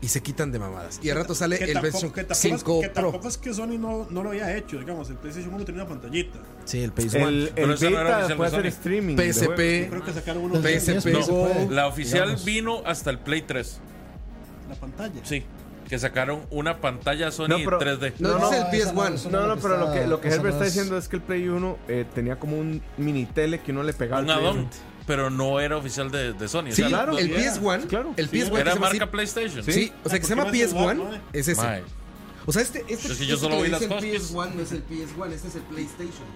Speaker 2: Y se quitan de mamadas. Y al rato sale
Speaker 5: Que
Speaker 2: el
Speaker 5: tampoco,
Speaker 2: PlayStation
Speaker 5: que tampoco
Speaker 2: 5
Speaker 5: es, que
Speaker 2: Pro.
Speaker 5: tampoco es que Sony no, no lo había hecho. Digamos, el PlayStation 1 tenía una pantallita.
Speaker 2: Sí, el PlayStation
Speaker 3: El,
Speaker 1: Pero
Speaker 3: el
Speaker 1: ese no era
Speaker 3: Beta
Speaker 1: oficial
Speaker 3: puede
Speaker 1: de
Speaker 3: hacer
Speaker 1: Sony.
Speaker 3: streaming. de juegos.
Speaker 5: Yo creo
Speaker 2: PSP.
Speaker 5: que sacaron uno de
Speaker 2: PSP.
Speaker 5: ellos,
Speaker 4: Sí, se
Speaker 2: Go.
Speaker 4: puede,
Speaker 1: La oficial
Speaker 4: digamos.
Speaker 1: vino hasta el Play 3.
Speaker 5: la pantalla.
Speaker 1: Sí. Que sacaron una pantalla Sony
Speaker 3: No, pero-
Speaker 1: en 3D.
Speaker 2: No,
Speaker 3: No,
Speaker 2: no,
Speaker 3: no,
Speaker 2: es el
Speaker 4: esa no,
Speaker 2: PS1.
Speaker 4: esa
Speaker 3: No, no, pero lo que, lo que
Speaker 4: Esa
Speaker 3: Herbert
Speaker 4: no
Speaker 3: está
Speaker 4: es-
Speaker 3: diciendo es que el Play 1 eh, tenía como un mini tele que uno le pegaba. al
Speaker 1: un
Speaker 3: Play
Speaker 1: add-on.
Speaker 3: uno.
Speaker 1: Pero no era oficial de, de Sony.
Speaker 2: Sí,
Speaker 1: o sea, eh,
Speaker 3: claro,
Speaker 2: el
Speaker 3: sí,
Speaker 2: PS1.
Speaker 3: claro.
Speaker 2: El
Speaker 1: sí,
Speaker 2: PS1 que se
Speaker 1: era
Speaker 2: llama así-
Speaker 1: marca PlayStation.
Speaker 2: Sí, o sea, que se
Speaker 5: Ah,
Speaker 2: llama
Speaker 5: porque no es igual,
Speaker 2: PS1
Speaker 5: ¿no?
Speaker 2: es ese.
Speaker 1: Mae.
Speaker 2: O sea, este, este,
Speaker 1: Es que yo
Speaker 2: este
Speaker 1: solo
Speaker 2: le
Speaker 1: oí las
Speaker 2: dicen
Speaker 1: cosas.
Speaker 2: PS1 no es el PS1, este es el PlayStation.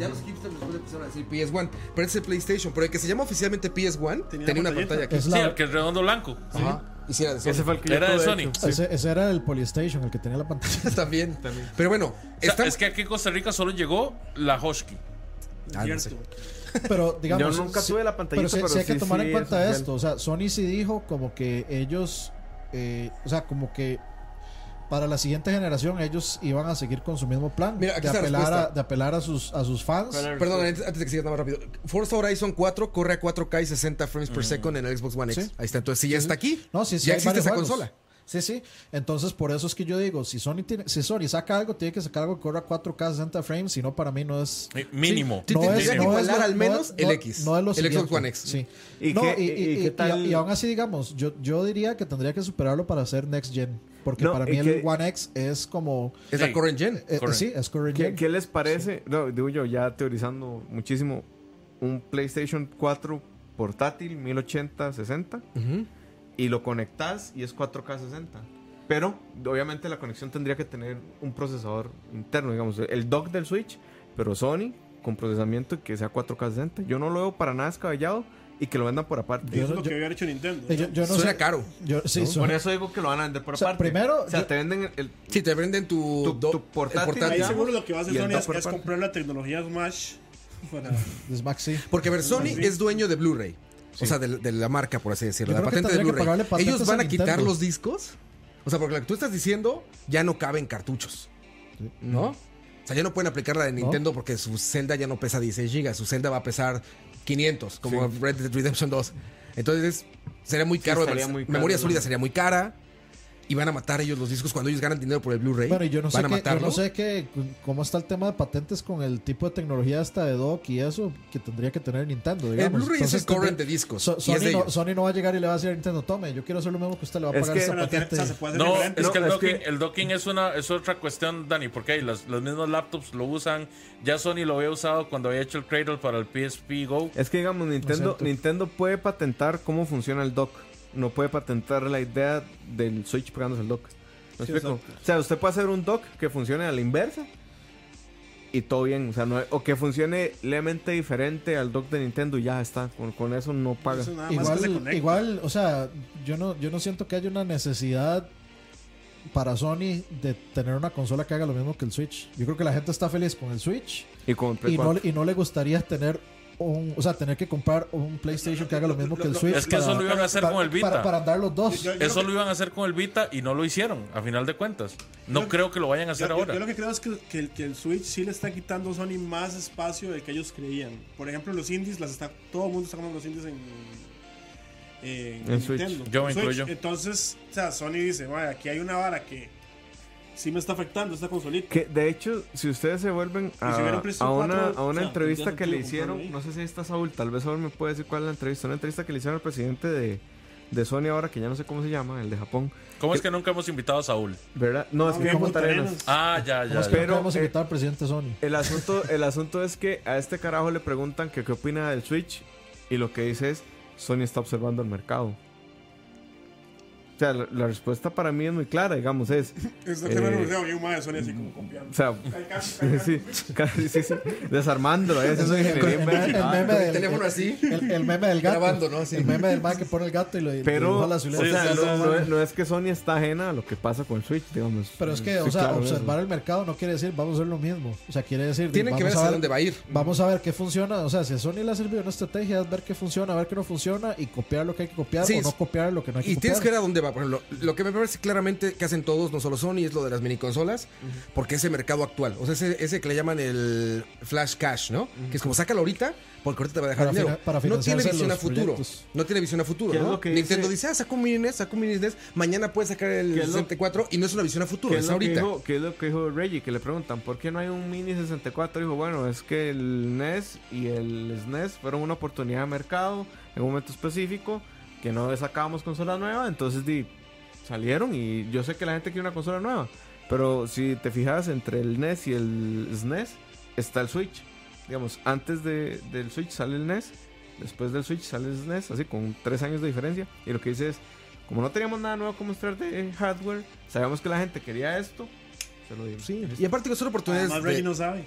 Speaker 2: Ya los hipsters después empezaron a decir PS1, pero este es el PlayStation. Pero el que se llama oficialmente PS1 tenía,
Speaker 5: Tenía
Speaker 2: una pantalla
Speaker 5: pantallita.
Speaker 2: aquí.
Speaker 4: Es
Speaker 1: Sí,
Speaker 4: la-
Speaker 1: el que es redondo blanco.
Speaker 2: Ajá. Y sí era de Sony.
Speaker 3: Ese fue el que yo
Speaker 1: Era de
Speaker 3: tuve,
Speaker 1: Sony.
Speaker 3: hecho.
Speaker 4: Ese, ese era el Polystation, el que tenía la pantalla.
Speaker 2: también. Pero bueno,
Speaker 1: O sea,
Speaker 2: estamos-
Speaker 1: es que aquí en Costa Rica solo llegó la Hoshki.
Speaker 2: Ah, no
Speaker 5: Cierto.
Speaker 4: Pero digamos.
Speaker 3: Yo nunca
Speaker 4: sí-
Speaker 3: tuve la pantallita,
Speaker 4: Pero, sí-
Speaker 3: pero
Speaker 4: sí hay
Speaker 3: sí,
Speaker 4: que tomar
Speaker 3: sí,
Speaker 4: en
Speaker 3: es
Speaker 4: cuenta
Speaker 3: real.
Speaker 4: esto. O sea, Sony sí dijo como que ellos. eh, o sea, como que. Para la siguiente generación ellos iban a seguir con su mismo plan
Speaker 2: Mira, aquí
Speaker 4: de,
Speaker 2: está la
Speaker 4: apelar a,
Speaker 2: respuesta.
Speaker 4: de apelar a sus a sus fans.
Speaker 2: Perdón, antes, antes de que sigas nada más rápido. Forza Horizon 4 corre a 4K y 60 frames per second en el Xbox One X.
Speaker 4: Mm. Sí.
Speaker 2: Ahí está. Entonces, si ya está aquí,
Speaker 4: No, sí, sí,
Speaker 2: ya
Speaker 4: hay
Speaker 2: existe
Speaker 4: varios
Speaker 2: esa
Speaker 4: juegos.
Speaker 2: consola.
Speaker 4: Sí, sí. Entonces, por eso es que yo digo, si Sony, tiene- si Sony saca algo, tiene que sacar algo que corra 4K 60 frames, si no, para mí no es...
Speaker 1: Eh, Mínimo.
Speaker 2: Sí,
Speaker 4: no
Speaker 2: tendría
Speaker 4: es-
Speaker 2: que
Speaker 4: no es
Speaker 2: igualar
Speaker 4: lo-
Speaker 2: al
Speaker 4: no
Speaker 2: menos
Speaker 4: es-
Speaker 2: el
Speaker 4: no-
Speaker 2: X,
Speaker 4: no es lo
Speaker 2: el
Speaker 4: siguiente.
Speaker 2: Xbox One X.
Speaker 4: Sí.
Speaker 3: ¿Y
Speaker 4: No,
Speaker 3: qué-
Speaker 4: y,
Speaker 3: y- y
Speaker 4: y-
Speaker 3: qué
Speaker 4: y-
Speaker 3: tal-
Speaker 4: y aún así, digamos, yo, yo diría que tendría que superarlo para hacer Next Gen. Porque
Speaker 3: No,
Speaker 4: para
Speaker 3: y
Speaker 4: mí el
Speaker 3: que-
Speaker 4: One X es como...
Speaker 2: Es
Speaker 1: Sí.
Speaker 2: la current gen.
Speaker 4: eh,
Speaker 1: Correct.
Speaker 4: sí, es current
Speaker 3: ¿Qué,
Speaker 4: gen.
Speaker 3: qué les parece? No, digo yo, ya teorizando muchísimo. Un PlayStation 4 portátil, 1080, 60.
Speaker 2: Ujú.
Speaker 3: Y lo conectas y es 4K 60. Pero obviamente la conexión tendría que tener un procesador interno, digamos, el dock del Switch, pero Sony con procesamiento que sea 4K 60. Yo no lo veo para nada descabellado y que lo vendan por aparte.
Speaker 5: Eso es lo
Speaker 4: no-
Speaker 5: que había hecho Nintendo.
Speaker 4: Eh, Yo, yo no
Speaker 2: Suena
Speaker 4: sé.
Speaker 2: caro.
Speaker 4: Yo, sí,
Speaker 2: ¿No?
Speaker 4: suena-
Speaker 3: Por eso digo que lo van a vender por
Speaker 4: O sea,
Speaker 3: aparte.
Speaker 4: primero,
Speaker 3: O sea,
Speaker 4: yo-
Speaker 3: te venden el.
Speaker 2: Si te venden tu,
Speaker 3: Tu-
Speaker 2: do-
Speaker 3: tu portátil,
Speaker 2: el
Speaker 5: Ahí
Speaker 2: portátil.
Speaker 3: digamos.
Speaker 5: seguro lo que va a hacer
Speaker 3: Y el
Speaker 5: Sony es,
Speaker 3: Dapper
Speaker 5: es
Speaker 3: Pan.
Speaker 5: comprar la tecnología Smash para...
Speaker 4: es Maxi.
Speaker 2: Porque a ver, Sony es dueño de Blu-ray. O sea, de, de la marca, por así decirlo.
Speaker 4: Pues Yo
Speaker 2: La
Speaker 4: creo que
Speaker 2: patente de
Speaker 4: tendría que pagarle
Speaker 2: Blu-ray.
Speaker 4: patentes
Speaker 2: ¿Ellos van
Speaker 4: a
Speaker 2: a quitar
Speaker 4: Nintendo.
Speaker 2: los discos? O sea, porque lo que tú estás diciendo ya no caben cartuchos. ¿No? O sea, ya no pueden aplicar la de Nintendo porque su Zelda ya no pesa 16 gigas. Su Zelda va a pesar 500, como Red Dead Redemption 2. Entonces, sería muy caro. de
Speaker 3: estaría
Speaker 2: manera-
Speaker 3: muy caro,
Speaker 2: Memoria
Speaker 3: ¿no?
Speaker 2: sólida sería muy cara. Y van a matar ellos los discos cuando ellos ganan dinero por el Blu-ray.
Speaker 4: Bueno, y yo no sé,
Speaker 2: van a
Speaker 4: que, yo
Speaker 2: matarlo.
Speaker 4: no sé que, cómo está el tema de patentes con el tipo de tecnología esta de dock y eso que tendría que tener Nintendo. Digamos.
Speaker 2: Blu-ray es
Speaker 4: Entonces,
Speaker 2: el torrent
Speaker 4: tendría-
Speaker 2: de discos, y
Speaker 4: Sony,
Speaker 2: es de
Speaker 4: no,
Speaker 2: ellos.
Speaker 4: Sony no va a llegar y le va a decir a Nintendo, tome, yo quiero hacer lo mismo que usted le va a
Speaker 3: Es
Speaker 4: pagar
Speaker 3: que-
Speaker 4: esa
Speaker 5: Bueno, tiene- o
Speaker 4: patente.
Speaker 5: sea, se puede hacer
Speaker 1: No,
Speaker 5: diferente.
Speaker 1: es que el
Speaker 3: No, es
Speaker 1: docking,
Speaker 3: que-
Speaker 1: el docking es una es otra cuestión, Dani, porque ahí las, los mismos laptops lo usan. Ya Sony lo había usado cuando había hecho el Cradle para el PSP Go.
Speaker 3: Es que digamos, Nintendo,
Speaker 4: cierto.
Speaker 3: Nintendo puede patentar cómo funciona el dock. No puede patentar la idea del Switch pegándose el dock. ¿Me
Speaker 5: Sí,
Speaker 3: explico? O sea, usted puede hacer un dock que funcione a la inversa y todo bien. O, sea, no hay- o que funcione levemente diferente al dock de Nintendo y ya está. Con, con eso no paga.
Speaker 5: Eso nada más que se
Speaker 4: Igual,
Speaker 5: conecta.
Speaker 4: igual, o sea, yo no, yo no siento que haya una necesidad para Sony de tener una consola que haga lo mismo que el Switch. Yo creo que la gente está feliz con el Switch
Speaker 3: Y con Play
Speaker 4: y no,
Speaker 3: 4.
Speaker 4: y no le gustaría tener un, o sea, tener que comprar un PlayStation que haga lo mismo que el Switch.
Speaker 1: Es que eso
Speaker 4: para-
Speaker 1: lo iban a hacer
Speaker 4: para-
Speaker 1: con el Vita.
Speaker 4: Para, para andar los dos.
Speaker 5: Yo- yo
Speaker 1: Eso
Speaker 5: lo
Speaker 1: lo
Speaker 5: que-
Speaker 1: iban a hacer con el Vita y no lo hicieron, a final de cuentas. No
Speaker 5: Yo-
Speaker 1: creo que lo vayan a
Speaker 5: Yo,
Speaker 1: hacer
Speaker 5: yo-
Speaker 1: ahora.
Speaker 5: yo lo que creo es que, que el- que el Switch sí le está quitando a Sony más espacio del que ellos creían. Por ejemplo, los indies, las está, todo el mundo está comprando los indies en, en,
Speaker 3: En Switch.
Speaker 1: Yo me
Speaker 5: en Switch.
Speaker 1: incluyo.
Speaker 5: Entonces, o sea, Sony dice, "Mae, aquí hay una vara que sí me está afectando esta consolita.
Speaker 3: Que de hecho, si ustedes se vuelven
Speaker 5: Y si hubiera
Speaker 3: a,
Speaker 5: un PlayStation
Speaker 3: a una,
Speaker 5: 4,
Speaker 3: a
Speaker 5: o
Speaker 3: una
Speaker 5: sea,
Speaker 3: entrevista
Speaker 5: tendría
Speaker 3: que le
Speaker 5: sentido comprarlo
Speaker 3: hicieron,
Speaker 5: ahí.
Speaker 3: no sé si está Saúl, tal vez Saúl me puede decir cuál es la entrevista. Una entrevista que le hicieron al presidente de, de Sony ahora, que ya no sé cómo se llama, el de Japón.
Speaker 1: ¿Cómo es que nunca hemos invitado a Saúl?
Speaker 3: ¿Verdad? No, es que
Speaker 5: bien,
Speaker 3: como
Speaker 5: Puntarenas.
Speaker 3: Tarenas.
Speaker 1: Ah, ya, ya. ya.
Speaker 3: pero,
Speaker 4: Pero vamos a
Speaker 3: eh,
Speaker 4: invitar al presidente Sony.
Speaker 3: El asunto, el asunto es que a este carajo le preguntan que qué opina del Switch y lo que dice es Sony está observando el mercado. O sea, la, la respuesta para mí es muy clara, digamos, es...
Speaker 5: Este
Speaker 3: Eh,
Speaker 5: tema lo anunciaba bien, mae, Sony así como copiando.
Speaker 3: O sea, sí, casi, sí, sí, desarmándolo, ¿eh? Eso es ingeniería
Speaker 4: el, meme- el
Speaker 3: inversa.
Speaker 4: meme
Speaker 2: con Ah, el
Speaker 4: del-
Speaker 2: teléfono así,
Speaker 4: El, el meme del gato.
Speaker 2: grabando, ¿no? Sí.
Speaker 4: El meme del man que pone el gato y lo y le
Speaker 3: Pero,
Speaker 4: dibuja la
Speaker 3: o
Speaker 4: azuleta.
Speaker 3: sea,
Speaker 4: Sí,
Speaker 3: no,
Speaker 4: sí,
Speaker 3: no
Speaker 4: sí.
Speaker 3: es, no es que Sony está ajena a lo que pasa con el Switch, digamos.
Speaker 4: Pero es que,
Speaker 3: Sí,
Speaker 4: o sea,
Speaker 3: claro, eso.
Speaker 4: observar el mercado no quiere decir vamos a hacer lo mismo. O sea, quiere decir.
Speaker 2: Tienen
Speaker 4: vamos
Speaker 2: que ver
Speaker 4: a
Speaker 2: hacia dónde va a ir.
Speaker 4: Vamos a ver qué funciona. O sea, si a Sony le ha servido una estrategia, es ver qué funciona, ver qué no funciona y copiar lo que hay que copiar
Speaker 2: Sí,
Speaker 4: o no
Speaker 2: es-
Speaker 4: copiar lo que no hay que
Speaker 2: Y
Speaker 4: copiar.
Speaker 2: tienes que ver a dónde va. Por ejemplo, lo que me parece claramente que hacen todos, no solo Sony, es lo de las miniconsolas, porque ese mercado actual, o sea, ese, ese que le llaman el flash cash, ¿no? Que es como sácalo ahorita, porque ahorita te va a dejar
Speaker 4: Para
Speaker 2: dinero.
Speaker 4: fina- para
Speaker 2: no tiene
Speaker 4: financiarse
Speaker 2: visión a
Speaker 4: los
Speaker 2: futuro.
Speaker 4: proyectos.
Speaker 2: No tiene visión a futuro,
Speaker 3: ¿Qué es
Speaker 2: ¿no?
Speaker 3: lo que
Speaker 2: Nintendo dice,
Speaker 3: dice?
Speaker 2: ah, sacó un mini NES, sacó un mini NES, mañana puede sacar el
Speaker 3: ¿Qué es lo-
Speaker 2: 64 y no es una visión a futuro,
Speaker 3: ¿Qué
Speaker 2: es,
Speaker 3: es, lo que
Speaker 2: ahorita.
Speaker 3: dijo, qué es lo que dijo Reggie? Que le preguntan, ¿por qué no hay un Mini 64? Dijo, bueno, es que el NES y el SNES fueron una oportunidad de mercado en un momento específico que no sacábamos consola nueva, entonces di, salieron y yo sé que la gente quiere una consola nueva, pero si te fijas entre el NES y el SNES está el Switch. Digamos, antes de- del Switch sale el NES, después del Switch sale el SNES, así con tres años de diferencia, y lo que dice es, como no teníamos nada nuevo que mostrar de hardware, sabíamos que la gente quería esto, se lo dimos.
Speaker 4: Sí.
Speaker 2: Y aparte que son oportunidades.
Speaker 5: Además,
Speaker 2: de-
Speaker 5: Reggie no sabe.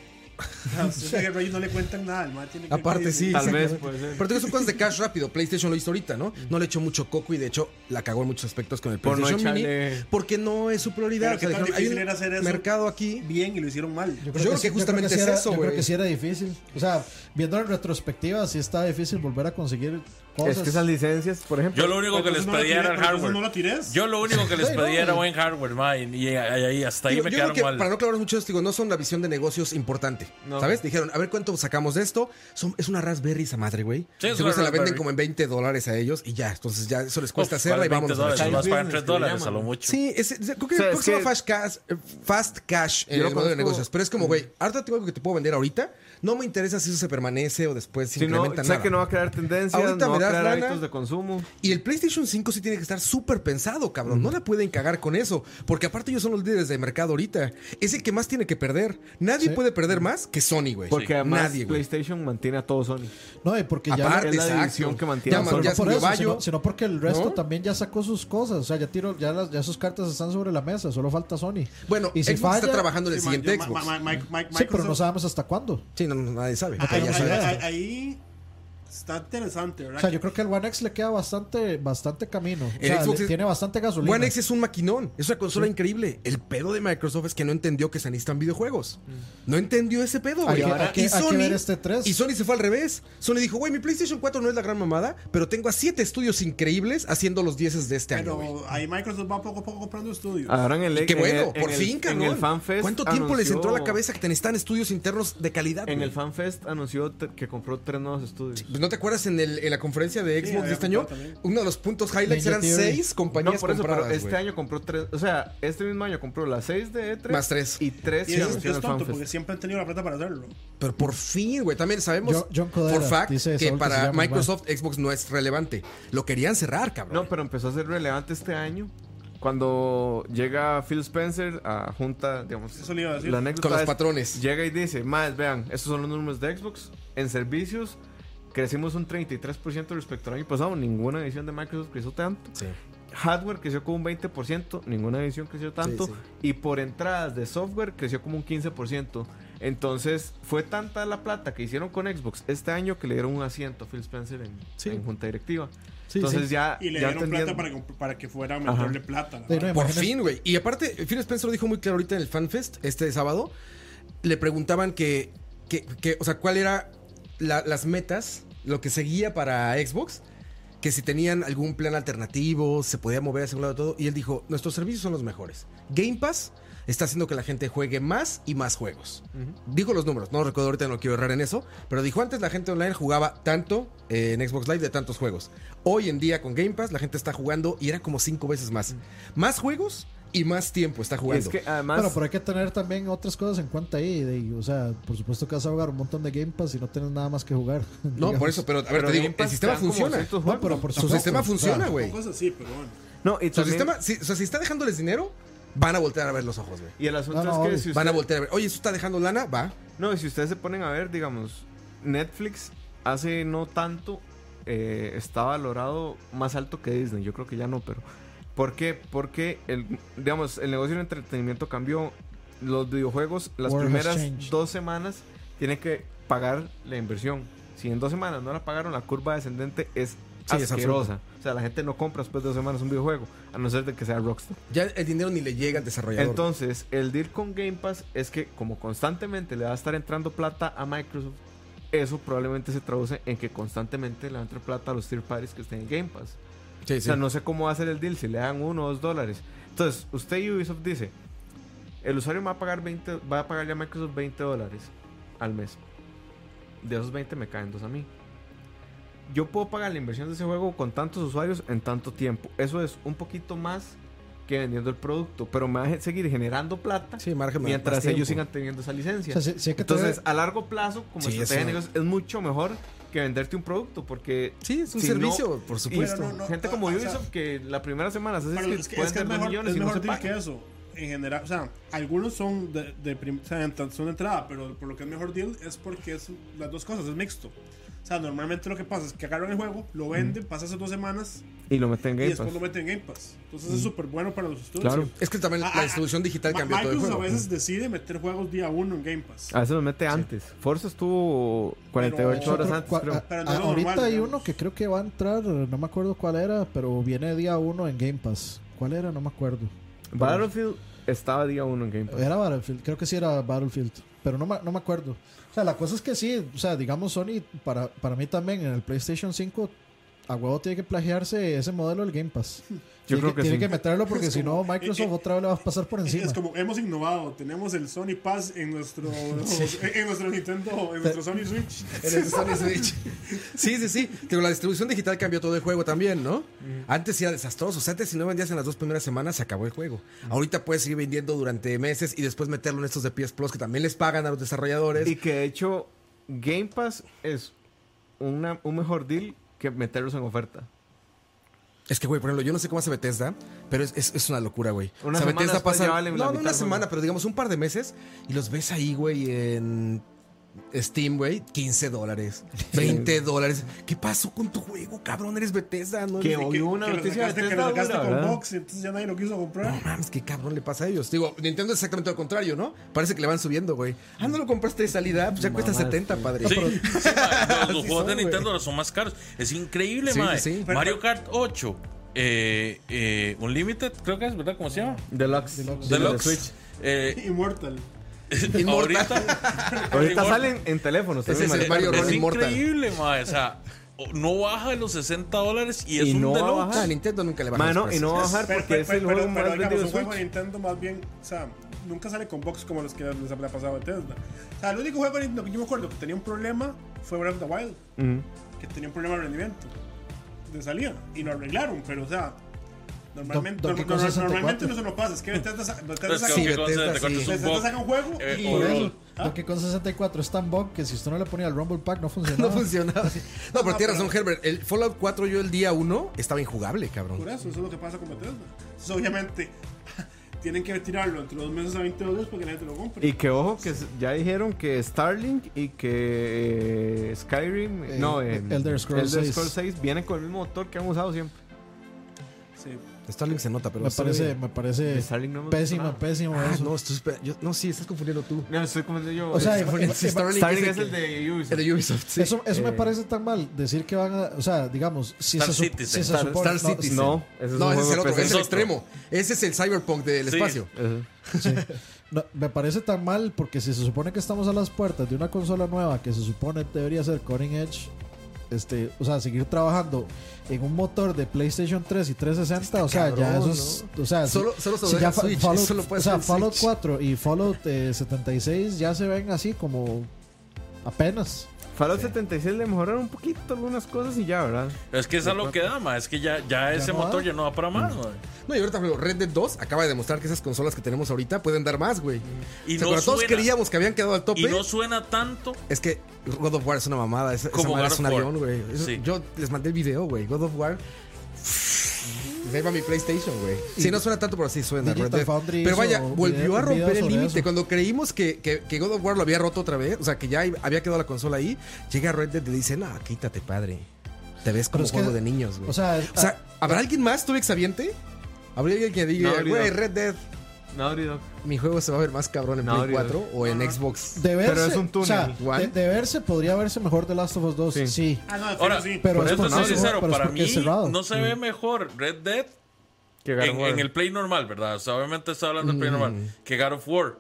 Speaker 5: A usted que Reggie no le cuentan nada, el mae tiene que
Speaker 2: Aparte,
Speaker 5: que-
Speaker 2: sí.
Speaker 3: Tal vez, puede ser.
Speaker 2: Aparte que son cosas de cash rápido. PlayStation lo hizo ahorita, ¿no? No le echó mucho coco y de hecho la cagó en muchos aspectos con el
Speaker 3: Por no
Speaker 2: PlayStation Mini.
Speaker 3: echarle-
Speaker 2: Porque no es su prioridad.
Speaker 5: Pero qué tan
Speaker 2: hay
Speaker 5: difícil
Speaker 2: un
Speaker 5: era hacer eso.
Speaker 2: mercado aquí.
Speaker 5: Bien y lo hicieron mal.
Speaker 2: Pues Yo creo
Speaker 4: sí-
Speaker 2: que justamente
Speaker 4: sí
Speaker 2: es
Speaker 4: era-
Speaker 2: eso,
Speaker 4: Yo creo
Speaker 2: güey.
Speaker 4: que sí era difícil. O sea, viendo en retrospectiva, sí está difícil volver a conseguir cosas.
Speaker 3: Es que esas licencias, por ejemplo,
Speaker 1: Yo lo único que
Speaker 5: Entonces
Speaker 1: les
Speaker 5: no lo
Speaker 1: pedía
Speaker 5: tiré,
Speaker 1: era el
Speaker 5: pero entonces
Speaker 1: hardware.
Speaker 5: no lo tirés.
Speaker 1: Yo lo único que les
Speaker 4: Sí, no,
Speaker 1: pedía era
Speaker 4: y-
Speaker 1: buen hardware, mae, y ahí- ahí- hasta ahí
Speaker 2: Digo,
Speaker 1: me
Speaker 2: yo creo
Speaker 1: quedaron
Speaker 2: que
Speaker 1: mal.
Speaker 2: para no clavarnos mucho, digo, no son la visión de negocios importante.
Speaker 3: No.
Speaker 2: ¿Sabes? Dijeron, a ver cuánto sacamos de esto. Son- es una Raspberry esa madre, güey.
Speaker 1: Sí, es
Speaker 2: Seguro
Speaker 1: una
Speaker 2: se la venden
Speaker 1: Raspberry.
Speaker 2: como en 20 dólares a ellos y ya. Entonces ya eso les cuesta
Speaker 1: Uf,
Speaker 2: hacerla y
Speaker 1: vale, 20
Speaker 2: vámonos a la
Speaker 1: dólares,
Speaker 2: chingada.
Speaker 1: Más
Speaker 3: Child
Speaker 1: pagan
Speaker 3: business,
Speaker 1: 3
Speaker 3: que le
Speaker 1: dólares, a lo
Speaker 3: llaman.
Speaker 1: mucho.
Speaker 2: Sí, es, es- creo que,
Speaker 3: O sea,
Speaker 2: creo
Speaker 3: es
Speaker 2: que se
Speaker 3: que-
Speaker 2: llama fast cash, eh, fast cash en
Speaker 3: Yo
Speaker 2: el
Speaker 3: lo
Speaker 2: modelo de
Speaker 3: conozco- Mm.
Speaker 2: negocios. Pero es como, güey, ahorita tengo algo que te puedo vender ahorita. No me interesa si eso se permanece o después se
Speaker 3: si no,
Speaker 2: incrementa
Speaker 3: sé
Speaker 2: nada.
Speaker 3: que no va a crear tendencias,
Speaker 2: Ahorita
Speaker 3: no va
Speaker 2: me
Speaker 3: a
Speaker 2: das
Speaker 3: crear
Speaker 2: lana.
Speaker 3: hábitos de consumo.
Speaker 2: Y el PlayStation 5 sí tiene que estar súper pensado, cabrón.
Speaker 3: Mm.
Speaker 2: No la pueden cagar con eso. Porque aparte ellos son los líderes de mercado ahorita. Es el que más tiene que perder. Nadie
Speaker 4: Sí.
Speaker 2: puede perder más que Sony, güey.
Speaker 3: Porque además
Speaker 2: Nadie, güey.
Speaker 3: PlayStation mantiene a todo Sony.
Speaker 4: No, y porque ya.
Speaker 2: Aparte,
Speaker 3: es la
Speaker 2: exacto.
Speaker 3: división que mantiene
Speaker 2: Ya,
Speaker 3: a
Speaker 2: man-
Speaker 4: Pero
Speaker 2: ya
Speaker 4: no por
Speaker 2: salió
Speaker 4: eso,
Speaker 2: Bayo.
Speaker 4: sino, sino porque el resto
Speaker 2: ¿No?
Speaker 4: también ya sacó sus cosas. O sea, ya tiró, ya, las- ya sus cartas están sobre la mesa. Solo falta Sony.
Speaker 2: Bueno,
Speaker 4: y si
Speaker 2: Xbox
Speaker 4: falla,
Speaker 2: está trabajando en el
Speaker 5: Sí, ma-
Speaker 2: siguiente
Speaker 5: yo-
Speaker 2: Xbox.
Speaker 5: ma- ma- ma- ma-
Speaker 4: Sí, pero no
Speaker 5: Microsoft-
Speaker 4: sabemos hasta cuándo.
Speaker 2: Sí, no, no, nadie sabe.
Speaker 5: Ahí,
Speaker 2: Ya
Speaker 5: ahí-
Speaker 2: sabes.
Speaker 5: ahí- ahí está interesante, ¿verdad?
Speaker 4: O sea, yo creo que el One X le queda bastante, bastante camino. O
Speaker 2: El
Speaker 4: sea,
Speaker 2: Xbox
Speaker 4: le-
Speaker 2: es-
Speaker 4: tiene bastante gasolina.
Speaker 2: One X es un maquinón, es una consola increíble. El pedo de Microsoft es que no entendió que se necesitan videojuegos. No entendió ese pedo,
Speaker 4: Mm. Hay
Speaker 2: güey.
Speaker 4: que- hay que-
Speaker 2: Y
Speaker 4: hay que
Speaker 2: Sony-
Speaker 4: ver este tres.
Speaker 2: y Sony se fue al revés. Sony dijo, güey, mi PlayStation 4 no es la gran mamada, pero tengo a 7 estudios increíbles haciendo los 10 de este año, güey.
Speaker 5: Pero ahí Microsoft va poco a poco comprando estudios.
Speaker 3: Ahora en el
Speaker 2: Qué
Speaker 3: en
Speaker 2: bueno,
Speaker 3: el- en
Speaker 2: por
Speaker 3: el-
Speaker 2: fin, cabrón.
Speaker 3: En el FanFest.
Speaker 2: ¿Cuánto tiempo les
Speaker 3: anunció-
Speaker 2: entró a la cabeza que necesitan estudios internos de calidad?
Speaker 3: En
Speaker 2: güey?
Speaker 3: el FanFest anunció te- que compró tres nuevos estudios.
Speaker 2: Pues, ¿No te acuerdas en, el- en la conferencia de Xbox de
Speaker 5: había
Speaker 2: este año?
Speaker 5: comprado también.
Speaker 2: Uno de los puntos highlights
Speaker 4: Ninja
Speaker 2: eran
Speaker 4: Theory.
Speaker 2: seis compañías
Speaker 3: No, por eso,
Speaker 2: compradas.
Speaker 3: pero este
Speaker 2: güey.
Speaker 3: año compró tres. O sea, este mismo año compró las seis de E3.
Speaker 2: Más tres.
Speaker 3: Y tres
Speaker 5: y
Speaker 3: que
Speaker 5: eso es,
Speaker 3: anunció en
Speaker 5: es
Speaker 3: el
Speaker 5: tonto
Speaker 3: FanFest.
Speaker 5: porque siempre han tenido la plata para hacerlo.
Speaker 2: Pero por fin, güey. También sabemos
Speaker 4: John- John Codera
Speaker 2: por fact
Speaker 4: dice
Speaker 2: que
Speaker 4: Saúl que se
Speaker 2: para
Speaker 4: llama
Speaker 2: Microsoft Xbox no es relevante. Lo querían cerrar, cabrón.
Speaker 3: No, pero empezó a ser relevante este año. Cuando llega Phil Spencer a junta, digamos,
Speaker 5: Eso le iba a decir.
Speaker 3: la anécdota
Speaker 2: Con los
Speaker 3: es,
Speaker 2: patrones.
Speaker 3: Llega y dice, más vean, estos son los números de Xbox. En servicios crecimos un 33% respecto al año pasado. Ninguna edición de Microsoft creció tanto.
Speaker 2: Sí.
Speaker 3: Hardware creció como un 20%, ninguna edición creció tanto.
Speaker 2: sí.
Speaker 3: Y por entradas de software creció como un 15%. Entonces, fue tanta la plata que hicieron con Xbox este año que le dieron un asiento a Phil Spencer en,
Speaker 2: Sí.
Speaker 3: en junta directiva.
Speaker 4: Sí,
Speaker 3: Entonces
Speaker 4: sí.
Speaker 3: ya.
Speaker 5: Y le
Speaker 3: ya
Speaker 5: dieron
Speaker 3: entendían-
Speaker 5: plata para que, para que fuera a meterle plata. a la
Speaker 4: Sí, no,
Speaker 5: vara.
Speaker 2: Por
Speaker 4: Imagínate-
Speaker 2: fin, güey. Y aparte, Phil Spencer lo dijo muy claro ahorita en el FanFest, este sábado. Le preguntaban que, que, que, o sea, cuál era la- las metas, lo que seguía para Xbox. Que si tenían algún plan alternativo, se podía mover hacia un lado todo. Y él dijo, nuestros servicios son los mejores. Game Pass está haciendo que la gente juegue más y más juegos. Dijo los números, no recuerdo ahorita, no quiero errar en eso. Pero dijo antes la gente online jugaba tanto eh, en Xbox Live de tantos juegos. Hoy en día con Game Pass la gente está jugando y era como cinco veces más. Más juegos y más tiempo está
Speaker 3: Y
Speaker 2: jugando.
Speaker 3: es que además.
Speaker 4: Bueno, pero hay que tener también otras cosas en cuenta ahí. de- o sea, por supuesto que vas a jugar un montón de Game Pass y no tienes nada más que jugar.
Speaker 2: no,
Speaker 4: digamos.
Speaker 2: por eso, pero a ver,
Speaker 3: pero
Speaker 2: te digo,
Speaker 3: Game Pass
Speaker 2: el sistema
Speaker 3: te dan como
Speaker 2: funciona.
Speaker 3: ciertos
Speaker 4: No,
Speaker 3: juegos.
Speaker 4: pero por
Speaker 2: Su
Speaker 4: supuesto,
Speaker 2: sistema
Speaker 4: o sea,
Speaker 2: funciona, güey.
Speaker 5: Cosas así, pero bueno.
Speaker 3: No, y
Speaker 2: Su
Speaker 3: también-
Speaker 2: sistema, si, o sea, si está dejándoles dinero, van a voltear a ver los ojos, güey.
Speaker 3: Y el
Speaker 4: No,
Speaker 3: asunto
Speaker 4: no,
Speaker 3: es que
Speaker 4: obvio.
Speaker 3: si,
Speaker 2: Van a
Speaker 3: usted-
Speaker 2: voltear a ver. Oye, ¿eso está dejando lana? Va.
Speaker 3: no, y si ustedes se ponen a ver, digamos, Netflix hace no tanto eh, está valorado más alto que Disney. Yo creo que ya no, pero ¿por qué? Porque el, digamos, el negocio del entretenimiento cambió. Los videojuegos, las
Speaker 4: World has
Speaker 3: primeras
Speaker 4: changed.
Speaker 3: dos semanas, tienen que pagar la inversión. Si en dos semanas no la pagaron, la curva descendente es
Speaker 2: Sí, es
Speaker 3: asquerosa. o sea, la gente no compra después de dos semanas un videojuego, a no ser de que sea Rockstar.
Speaker 2: Ya el dinero ni le llega al desarrollador.
Speaker 3: Entonces, el deal con Game Pass es que como constantemente le va a estar entrando plata a Microsoft, eso probablemente se traduce en que constantemente le va a entrar plata a los third parties que estén en Game Pass.
Speaker 2: Sí,
Speaker 3: O sea, no sé cómo va a ser el deal, si le dan uno o dos dólares. Entonces, usted y Ubisoft dice, el usuario va a pagar 20, va a pagarle a Microsoft 20 dólares al mes. De esos 20 me caen dos a mí. Yo puedo pagar la inversión de ese juego con tantos usuarios en tanto tiempo. Eso es un poquito más que vendiendo el producto, pero me va a seguir generando plata
Speaker 2: Sí, margen más-
Speaker 3: mientras
Speaker 2: más
Speaker 3: ellos
Speaker 2: tiempo.
Speaker 3: sigan teniendo esa licencia.
Speaker 4: O sea, sí- sí hay que tener-
Speaker 3: Entonces, a largo plazo, como
Speaker 2: Sí,
Speaker 3: estrategia de
Speaker 2: eso.
Speaker 3: negocios, es mucho mejor que venderte un producto porque
Speaker 2: Sí, es un
Speaker 3: si no-
Speaker 2: servicio, por
Speaker 3: y
Speaker 2: supuesto.
Speaker 5: Pero no, no,
Speaker 3: gente
Speaker 5: o-
Speaker 3: como
Speaker 5: o sea,
Speaker 3: Ubisoft que la primera semana se hace
Speaker 5: Pero es que, es, que es
Speaker 3: perder
Speaker 5: mejor,
Speaker 3: millones
Speaker 5: es
Speaker 3: y no
Speaker 5: mejor
Speaker 3: se
Speaker 5: deal que
Speaker 3: pagan.
Speaker 5: eso. En general, o sea, algunos son de, de prim- o sea, en tan- son de entrada, pero por lo que es mejor deal es porque es las dos cosas, es mixto. O sea, normalmente lo que pasa es que agarran el juego, lo venden, pasa esas dos semanas
Speaker 3: Y lo meten en
Speaker 5: y
Speaker 3: Game
Speaker 5: después
Speaker 3: Pass.
Speaker 5: lo meten en Game Pass. Entonces es súper bueno para los estudios.
Speaker 3: Claro.
Speaker 2: Es que también
Speaker 5: Ah,
Speaker 2: la
Speaker 5: ah,
Speaker 2: distribución digital
Speaker 5: Ma-
Speaker 2: cambió todo el
Speaker 5: Microsoft
Speaker 2: juego.
Speaker 5: a veces decide meter juegos día uno en Game Pass.
Speaker 3: A veces lo mete antes. Forza estuvo 48
Speaker 5: Pero- ah,
Speaker 3: horas
Speaker 4: Cua-
Speaker 3: antes, creo.
Speaker 4: a-
Speaker 5: Pero no
Speaker 4: a-
Speaker 5: es lo
Speaker 4: ahorita
Speaker 5: normal,
Speaker 4: hay
Speaker 5: digamos.
Speaker 4: uno que creo que va a entrar, no me acuerdo cuál era, pero viene día uno en Game Pass. ¿Cuál era? No me acuerdo.
Speaker 3: Battlefield estaba día 1 en Game Pass.
Speaker 4: Era Battlefield, creo que sí era Battlefield, pero no, me- no me acuerdo. O sea, la cosa es que sí, o sea, digamos Sony, para, para mí también en el PlayStation 5, a huevo tiene que plagiarse ese modelo del Game Pass.
Speaker 3: Yo
Speaker 4: tiene
Speaker 3: creo que
Speaker 4: tiene
Speaker 3: sí.
Speaker 4: que meterlo porque si no, Microsoft
Speaker 5: eh, eh,
Speaker 4: otra vez le va a pasar por encima.
Speaker 5: Es como hemos innovado, tenemos el Sony Pass en nuestro en, en nuestro Nintendo, en nuestro Sony Switch.
Speaker 2: En el Sony Switch. Sí, sí, sí. Digo, la distribución digital cambió todo el juego también, ¿no?
Speaker 3: Mm.
Speaker 2: Antes era desastroso. O sea, antes si no vendías en las dos primeras semanas, se acabó el juego.
Speaker 3: Mm.
Speaker 2: Ahorita puedes seguir vendiendo durante meses y después meterlo en estos de PS Plus que también les pagan a los desarrolladores.
Speaker 3: Y que de hecho, Game Pass es una, un mejor deal que meterlos en oferta.
Speaker 2: Es que, güey, por ejemplo, yo no sé cómo hace Bethesda, pero es, es- es una locura, güey.
Speaker 3: Una
Speaker 2: o sea,
Speaker 3: semana
Speaker 2: Bethesda
Speaker 3: después
Speaker 2: pasa.
Speaker 3: ya vale la
Speaker 2: no, no
Speaker 3: mitad
Speaker 2: una
Speaker 3: del
Speaker 2: semana,
Speaker 3: juego.
Speaker 2: pero digamos un par de meses y los ves ahí, güey, en Steam, güey, 15 dólares, 20 dólares. ¿Qué pasó con tu juego, cabrón? Eres Bethesda, ¿no?
Speaker 3: Que
Speaker 2: eres-
Speaker 3: hoy hubo una
Speaker 5: que lo
Speaker 3: noticia de
Speaker 5: sacaste, que lo
Speaker 3: Bethesda
Speaker 5: sacaste
Speaker 3: dura,
Speaker 5: con
Speaker 3: ¿verdad?
Speaker 5: Box, entonces ya nadie lo quiso comprar.
Speaker 2: No mames, qué cabrón le pasa a ellos. Digo, Nintendo es exactamente lo contrario, ¿no? Parece que le van subiendo, güey. Ah, no lo compraste de salida, pues ya cuesta
Speaker 3: Mamás,
Speaker 2: 70, padre.
Speaker 1: Sí, sí, ma, los, los
Speaker 2: Sí
Speaker 1: juegos de
Speaker 2: son,
Speaker 1: Nintendo son más caros. Es increíble,
Speaker 2: Sí,
Speaker 1: mae.
Speaker 2: sí, sí.
Speaker 1: Mario Kart 8, eh, eh, Unlimited, creo que es, ¿verdad? ¿Cómo se llama?
Speaker 3: Deluxe.
Speaker 4: Deluxe.
Speaker 3: Sí, de
Speaker 1: Deluxe.
Speaker 3: Switch.
Speaker 1: Eh,
Speaker 5: Immortal.
Speaker 1: ahorita
Speaker 3: Ahorita
Speaker 1: Immortal.
Speaker 3: salen en teléfonos.
Speaker 2: Ese
Speaker 3: también,
Speaker 2: es el
Speaker 3: Mario.
Speaker 2: Mario
Speaker 1: Es
Speaker 2: Ronin Mortal.
Speaker 1: increíble, mae. O sea, o- no baja de los 60 dólares y es
Speaker 3: Y
Speaker 1: un
Speaker 3: no va a
Speaker 1: deluxe.
Speaker 3: bajar.
Speaker 2: Ah, Nintendo nunca le va
Speaker 3: Mano, y no va a bajar
Speaker 5: Pero,
Speaker 3: porque
Speaker 5: pero,
Speaker 3: es el
Speaker 5: pero,
Speaker 3: juego
Speaker 5: pero,
Speaker 3: más vendido
Speaker 5: digamos,
Speaker 3: de
Speaker 5: un juego de
Speaker 3: Switch.
Speaker 5: Nintendo más bien, o sea, nunca sale con box como los que les había pasado a Bethesda. O sea, el único juego de Nintendo que yo me acuerdo que tenía un problema fue Breath of the Wild,
Speaker 3: Ujú.
Speaker 5: que tenía un problema de rendimiento de salida y lo arreglaron, pero o sea, normalmente,
Speaker 4: Donkey
Speaker 5: normal-
Speaker 4: Kong 64.
Speaker 5: normalmente no se nos pasa, es que Bethesda, sa- Bethesda
Speaker 1: Entonces,
Speaker 5: saca,
Speaker 1: como Pues que
Speaker 2: Bethesda,
Speaker 1: cuando te cortas
Speaker 2: sí.
Speaker 1: un
Speaker 5: Bethesda
Speaker 1: box,
Speaker 5: saca un juego
Speaker 1: eh,
Speaker 5: y ¿Ah?
Speaker 1: o
Speaker 4: Por
Speaker 1: dos.
Speaker 4: eso, Donkey Kong 64 es tan bug que si usted no le ponía el Rumble Pack no funcionaba.
Speaker 2: No funcionaba. Ah. No, pero
Speaker 5: No,
Speaker 2: tienes razón,
Speaker 5: pero-
Speaker 2: Herbert. El Fallout 4 yo el día 1 estaba injugable, cabrón.
Speaker 5: Por eso, eso es lo que pasa con Bethesda. Entonces, obviamente, tienen que retirarlo entre dos meses a 20 dólares porque la gente lo compre.
Speaker 3: Y que ojo, que s- ya dijeron que Starlink y que eh, Skyrim.
Speaker 4: Eh,
Speaker 3: no, eh,
Speaker 4: Elder Scrolls 6.
Speaker 3: Scrolls 6 viene con el mismo motor que han usado siempre.
Speaker 5: Sí.
Speaker 2: Starlink se nota, pero...
Speaker 4: Me
Speaker 2: se
Speaker 4: parece,
Speaker 2: ve-
Speaker 4: me parece
Speaker 3: De Starlink no me
Speaker 4: pésimo,
Speaker 3: gusta
Speaker 4: pésimo
Speaker 2: Ah,
Speaker 4: eso.
Speaker 2: no, esto es... yo- no, sí, estás confundiendo tú.
Speaker 3: No, estoy comentando yo.
Speaker 4: O sea,
Speaker 3: eh,
Speaker 4: Eva- Eva-
Speaker 2: Sí,
Speaker 4: Eva-
Speaker 3: Starlink
Speaker 2: es
Speaker 3: es el de Ubisoft.
Speaker 2: el de Ubisoft, sí.
Speaker 4: Eso, eso me
Speaker 3: Eh.
Speaker 4: parece tan mal decir que van a. O sea, digamos, si
Speaker 1: Star
Speaker 4: se, sup-
Speaker 1: Citizen.
Speaker 4: si se
Speaker 2: Star-
Speaker 4: supone.
Speaker 2: Star Citizen.
Speaker 3: No, ese es
Speaker 2: no,
Speaker 3: un
Speaker 2: ese es el
Speaker 3: juego
Speaker 2: otro,
Speaker 3: de
Speaker 2: ese es el
Speaker 1: PC.
Speaker 2: extremo. Ese es el cyberpunk del
Speaker 1: Sí.
Speaker 2: espacio.
Speaker 3: Ese.
Speaker 4: Sí. No, me parece tan mal porque si se supone que estamos a las puertas de una consola nueva que se supone debería ser Cutting Edge, este, o sea, seguir trabajando en un motor de PlayStation 3 y 360, o sea, ya
Speaker 2: cabrón,
Speaker 4: eso es, o sea, si-
Speaker 2: Solo- solo se
Speaker 4: si
Speaker 2: ve en
Speaker 4: ya fa-
Speaker 2: Switch,
Speaker 4: Fallout-
Speaker 2: eso lo puede
Speaker 4: o sea,
Speaker 2: hacer en
Speaker 4: Fallout
Speaker 2: Switch.
Speaker 4: 4 y Fallout eh, 76 ya se ven así como apenas.
Speaker 3: Fallout 76 le mejoraron un poquito algunas cosas y ya, ¿verdad?
Speaker 1: Es que esa es lo que da, mae. Es que ya, ya ese
Speaker 4: no
Speaker 1: motor
Speaker 4: da.
Speaker 1: ya no va para más, mae.
Speaker 2: No, y ahorita, por ejemplo, Red Dead 2 acaba de demostrar que esas consolas que tenemos ahorita pueden dar más, güey.
Speaker 1: Y
Speaker 2: O sea,
Speaker 1: no
Speaker 2: cuando todos
Speaker 1: suena.
Speaker 2: creíamos que habían quedado al tope,
Speaker 1: Y no suena tanto
Speaker 2: es que God of War es una mamada. Esa, esa
Speaker 1: Como
Speaker 2: madre
Speaker 1: God
Speaker 2: es un
Speaker 1: of War.
Speaker 2: avión, güey. Eso-
Speaker 1: Sí.
Speaker 2: Yo les mandé el video, güey. God of War. Y ahí va mi PlayStation, güey. Sí, no suena tanto, pero sí suena.
Speaker 4: Digital
Speaker 2: Red Dead.
Speaker 4: Foundry
Speaker 2: Pero vaya,
Speaker 4: hizo
Speaker 2: volvió a
Speaker 4: video- videos
Speaker 2: romper el
Speaker 4: sobre
Speaker 2: límite.
Speaker 4: eso.
Speaker 2: Cuando creímos que, que- que God of War lo había roto otra vez, o sea, que ya había quedado la consola ahí, llega Red Dead y le dice, no, quítate, padre. Te ves
Speaker 4: Pero
Speaker 2: como
Speaker 4: es que-
Speaker 2: juego de niños, güey.
Speaker 4: O sea, ah, es-
Speaker 2: O sea, ¿habrá alguien más, tú exaviente? ¿Habría alguien que
Speaker 3: No,
Speaker 2: diga,
Speaker 3: ahorita.
Speaker 2: güey, Red Dead,
Speaker 3: No, Dog.
Speaker 2: mi juego se va a ver más cabrón en
Speaker 3: No,
Speaker 2: Play
Speaker 3: ahorita.
Speaker 2: 4 o en Xbox?
Speaker 4: de verse,
Speaker 3: pero es un túnel.
Speaker 4: o sea,
Speaker 2: Igual.
Speaker 4: de, de verse podría verse mejor The Last of Us 2,
Speaker 3: Sí.
Speaker 4: sí.
Speaker 5: Ah, no,
Speaker 1: Ahora,
Speaker 5: Ahora, sí. Mm.
Speaker 4: pero-
Speaker 1: por
Speaker 4: es
Speaker 1: eso
Speaker 4: por
Speaker 1: soy
Speaker 4: nada,
Speaker 1: sincero,
Speaker 4: pero es
Speaker 1: para
Speaker 4: porque
Speaker 1: mí
Speaker 4: es cerrado.
Speaker 1: no se ve mejor Red Dead
Speaker 3: Que God of
Speaker 1: en,
Speaker 3: War.
Speaker 1: en el Play normal, ¿verdad? O sea, obviamente está hablando del Play normal que God of War.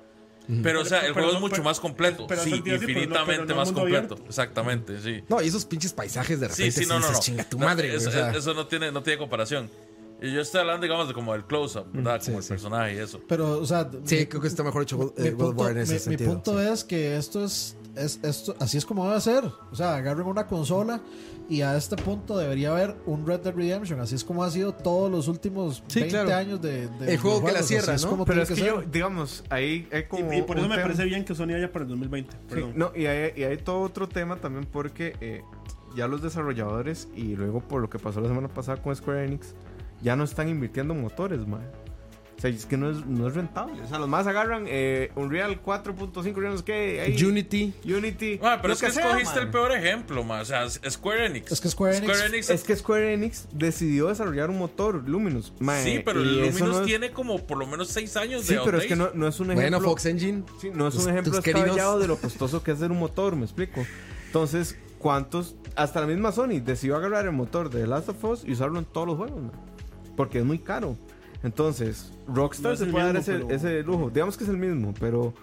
Speaker 1: Pero, o sea, el juego
Speaker 5: Pero- pero-
Speaker 1: es mucho
Speaker 5: pero-
Speaker 1: más completo.
Speaker 5: pero-
Speaker 1: sí,
Speaker 5: pero- pero- pero-
Speaker 1: infinitamente
Speaker 5: pero no
Speaker 1: más
Speaker 5: mundo
Speaker 1: completo.
Speaker 5: abierto.
Speaker 1: Exactamente, sí.
Speaker 2: No, y esos pinches paisajes de repente
Speaker 1: Sí, sí, no, no,
Speaker 2: dices,
Speaker 1: no.
Speaker 2: chinga tu
Speaker 1: No,
Speaker 2: madre, güey",
Speaker 1: Eso,
Speaker 2: o sea,
Speaker 1: eso no, tiene, no tiene comparación. Y yo estoy hablando, digamos, de como el close-up, ¿verdad? como el personaje y eso.
Speaker 4: Pero, o sea,
Speaker 2: sí, creo que está mejor hecho God,
Speaker 4: mi
Speaker 2: eh, God of
Speaker 4: punto,
Speaker 2: War en ese
Speaker 4: mi- mi
Speaker 2: sentido.
Speaker 4: punto
Speaker 2: sí.
Speaker 4: es que esto es, es- esto, así es como debe ser. O sea, agarren una consola y a este punto debería haber un Red Dead Redemption. Así es como ha sido todos los últimos
Speaker 2: Sí,
Speaker 4: 20
Speaker 2: claro.
Speaker 4: años de, de
Speaker 2: El juego que la
Speaker 4: videojuegos,
Speaker 2: cierra,
Speaker 4: así
Speaker 2: ¿no?
Speaker 4: como
Speaker 3: Pero
Speaker 4: tiene
Speaker 3: es que,
Speaker 4: ser.
Speaker 3: yo, digamos, ahí hay como.
Speaker 5: Y, y por eso
Speaker 3: un
Speaker 5: me
Speaker 3: tema.
Speaker 5: parece bien que Sony vaya para el 2020.
Speaker 3: Sí,
Speaker 5: Perdón.
Speaker 3: no, y hay, y hay todo otro tema también porque eh, ya los desarrolladores y luego por lo que pasó la semana pasada con Square Enix, ya no están invirtiendo en motores, man. O sea, es que no es, no es rentable. O sea, los más agarran eh, Unreal 4.5, yo no sé qué, ahí,
Speaker 2: Unity.
Speaker 3: Unity.
Speaker 1: Ah, pero
Speaker 3: lo
Speaker 1: es que,
Speaker 3: sea,
Speaker 1: escogiste
Speaker 3: man.
Speaker 1: el peor ejemplo, ma. O sea, es- Square Enix.
Speaker 4: Es que Square Enix-
Speaker 3: Es que Square Enix decidió desarrollar un motor, Luminous. man,
Speaker 1: sí, pero
Speaker 3: y
Speaker 1: el
Speaker 3: eso
Speaker 1: Luminous
Speaker 3: no es-
Speaker 1: tiene como por lo menos seis años
Speaker 3: Sí,
Speaker 1: de
Speaker 3: pero es que
Speaker 1: outdated.
Speaker 3: no, no es un ejemplo.
Speaker 2: Bueno, Fox Engine.
Speaker 3: Sí, no es
Speaker 2: Tus-
Speaker 3: un ejemplo
Speaker 2: tus queridos.
Speaker 3: descabellado de lo costoso que es hacer un motor, me explico. Entonces, ¿cuántos? Hasta la misma Sony decidió agarrar el motor de The Last of Us y usarlo en todos los juegos, man, porque es muy caro. Entonces, Rockstar
Speaker 5: No es
Speaker 3: se
Speaker 5: el
Speaker 3: puede dar
Speaker 5: mismo,
Speaker 3: ese,
Speaker 5: pero-
Speaker 3: ese lujo. Digamos que es el mismo, pero. O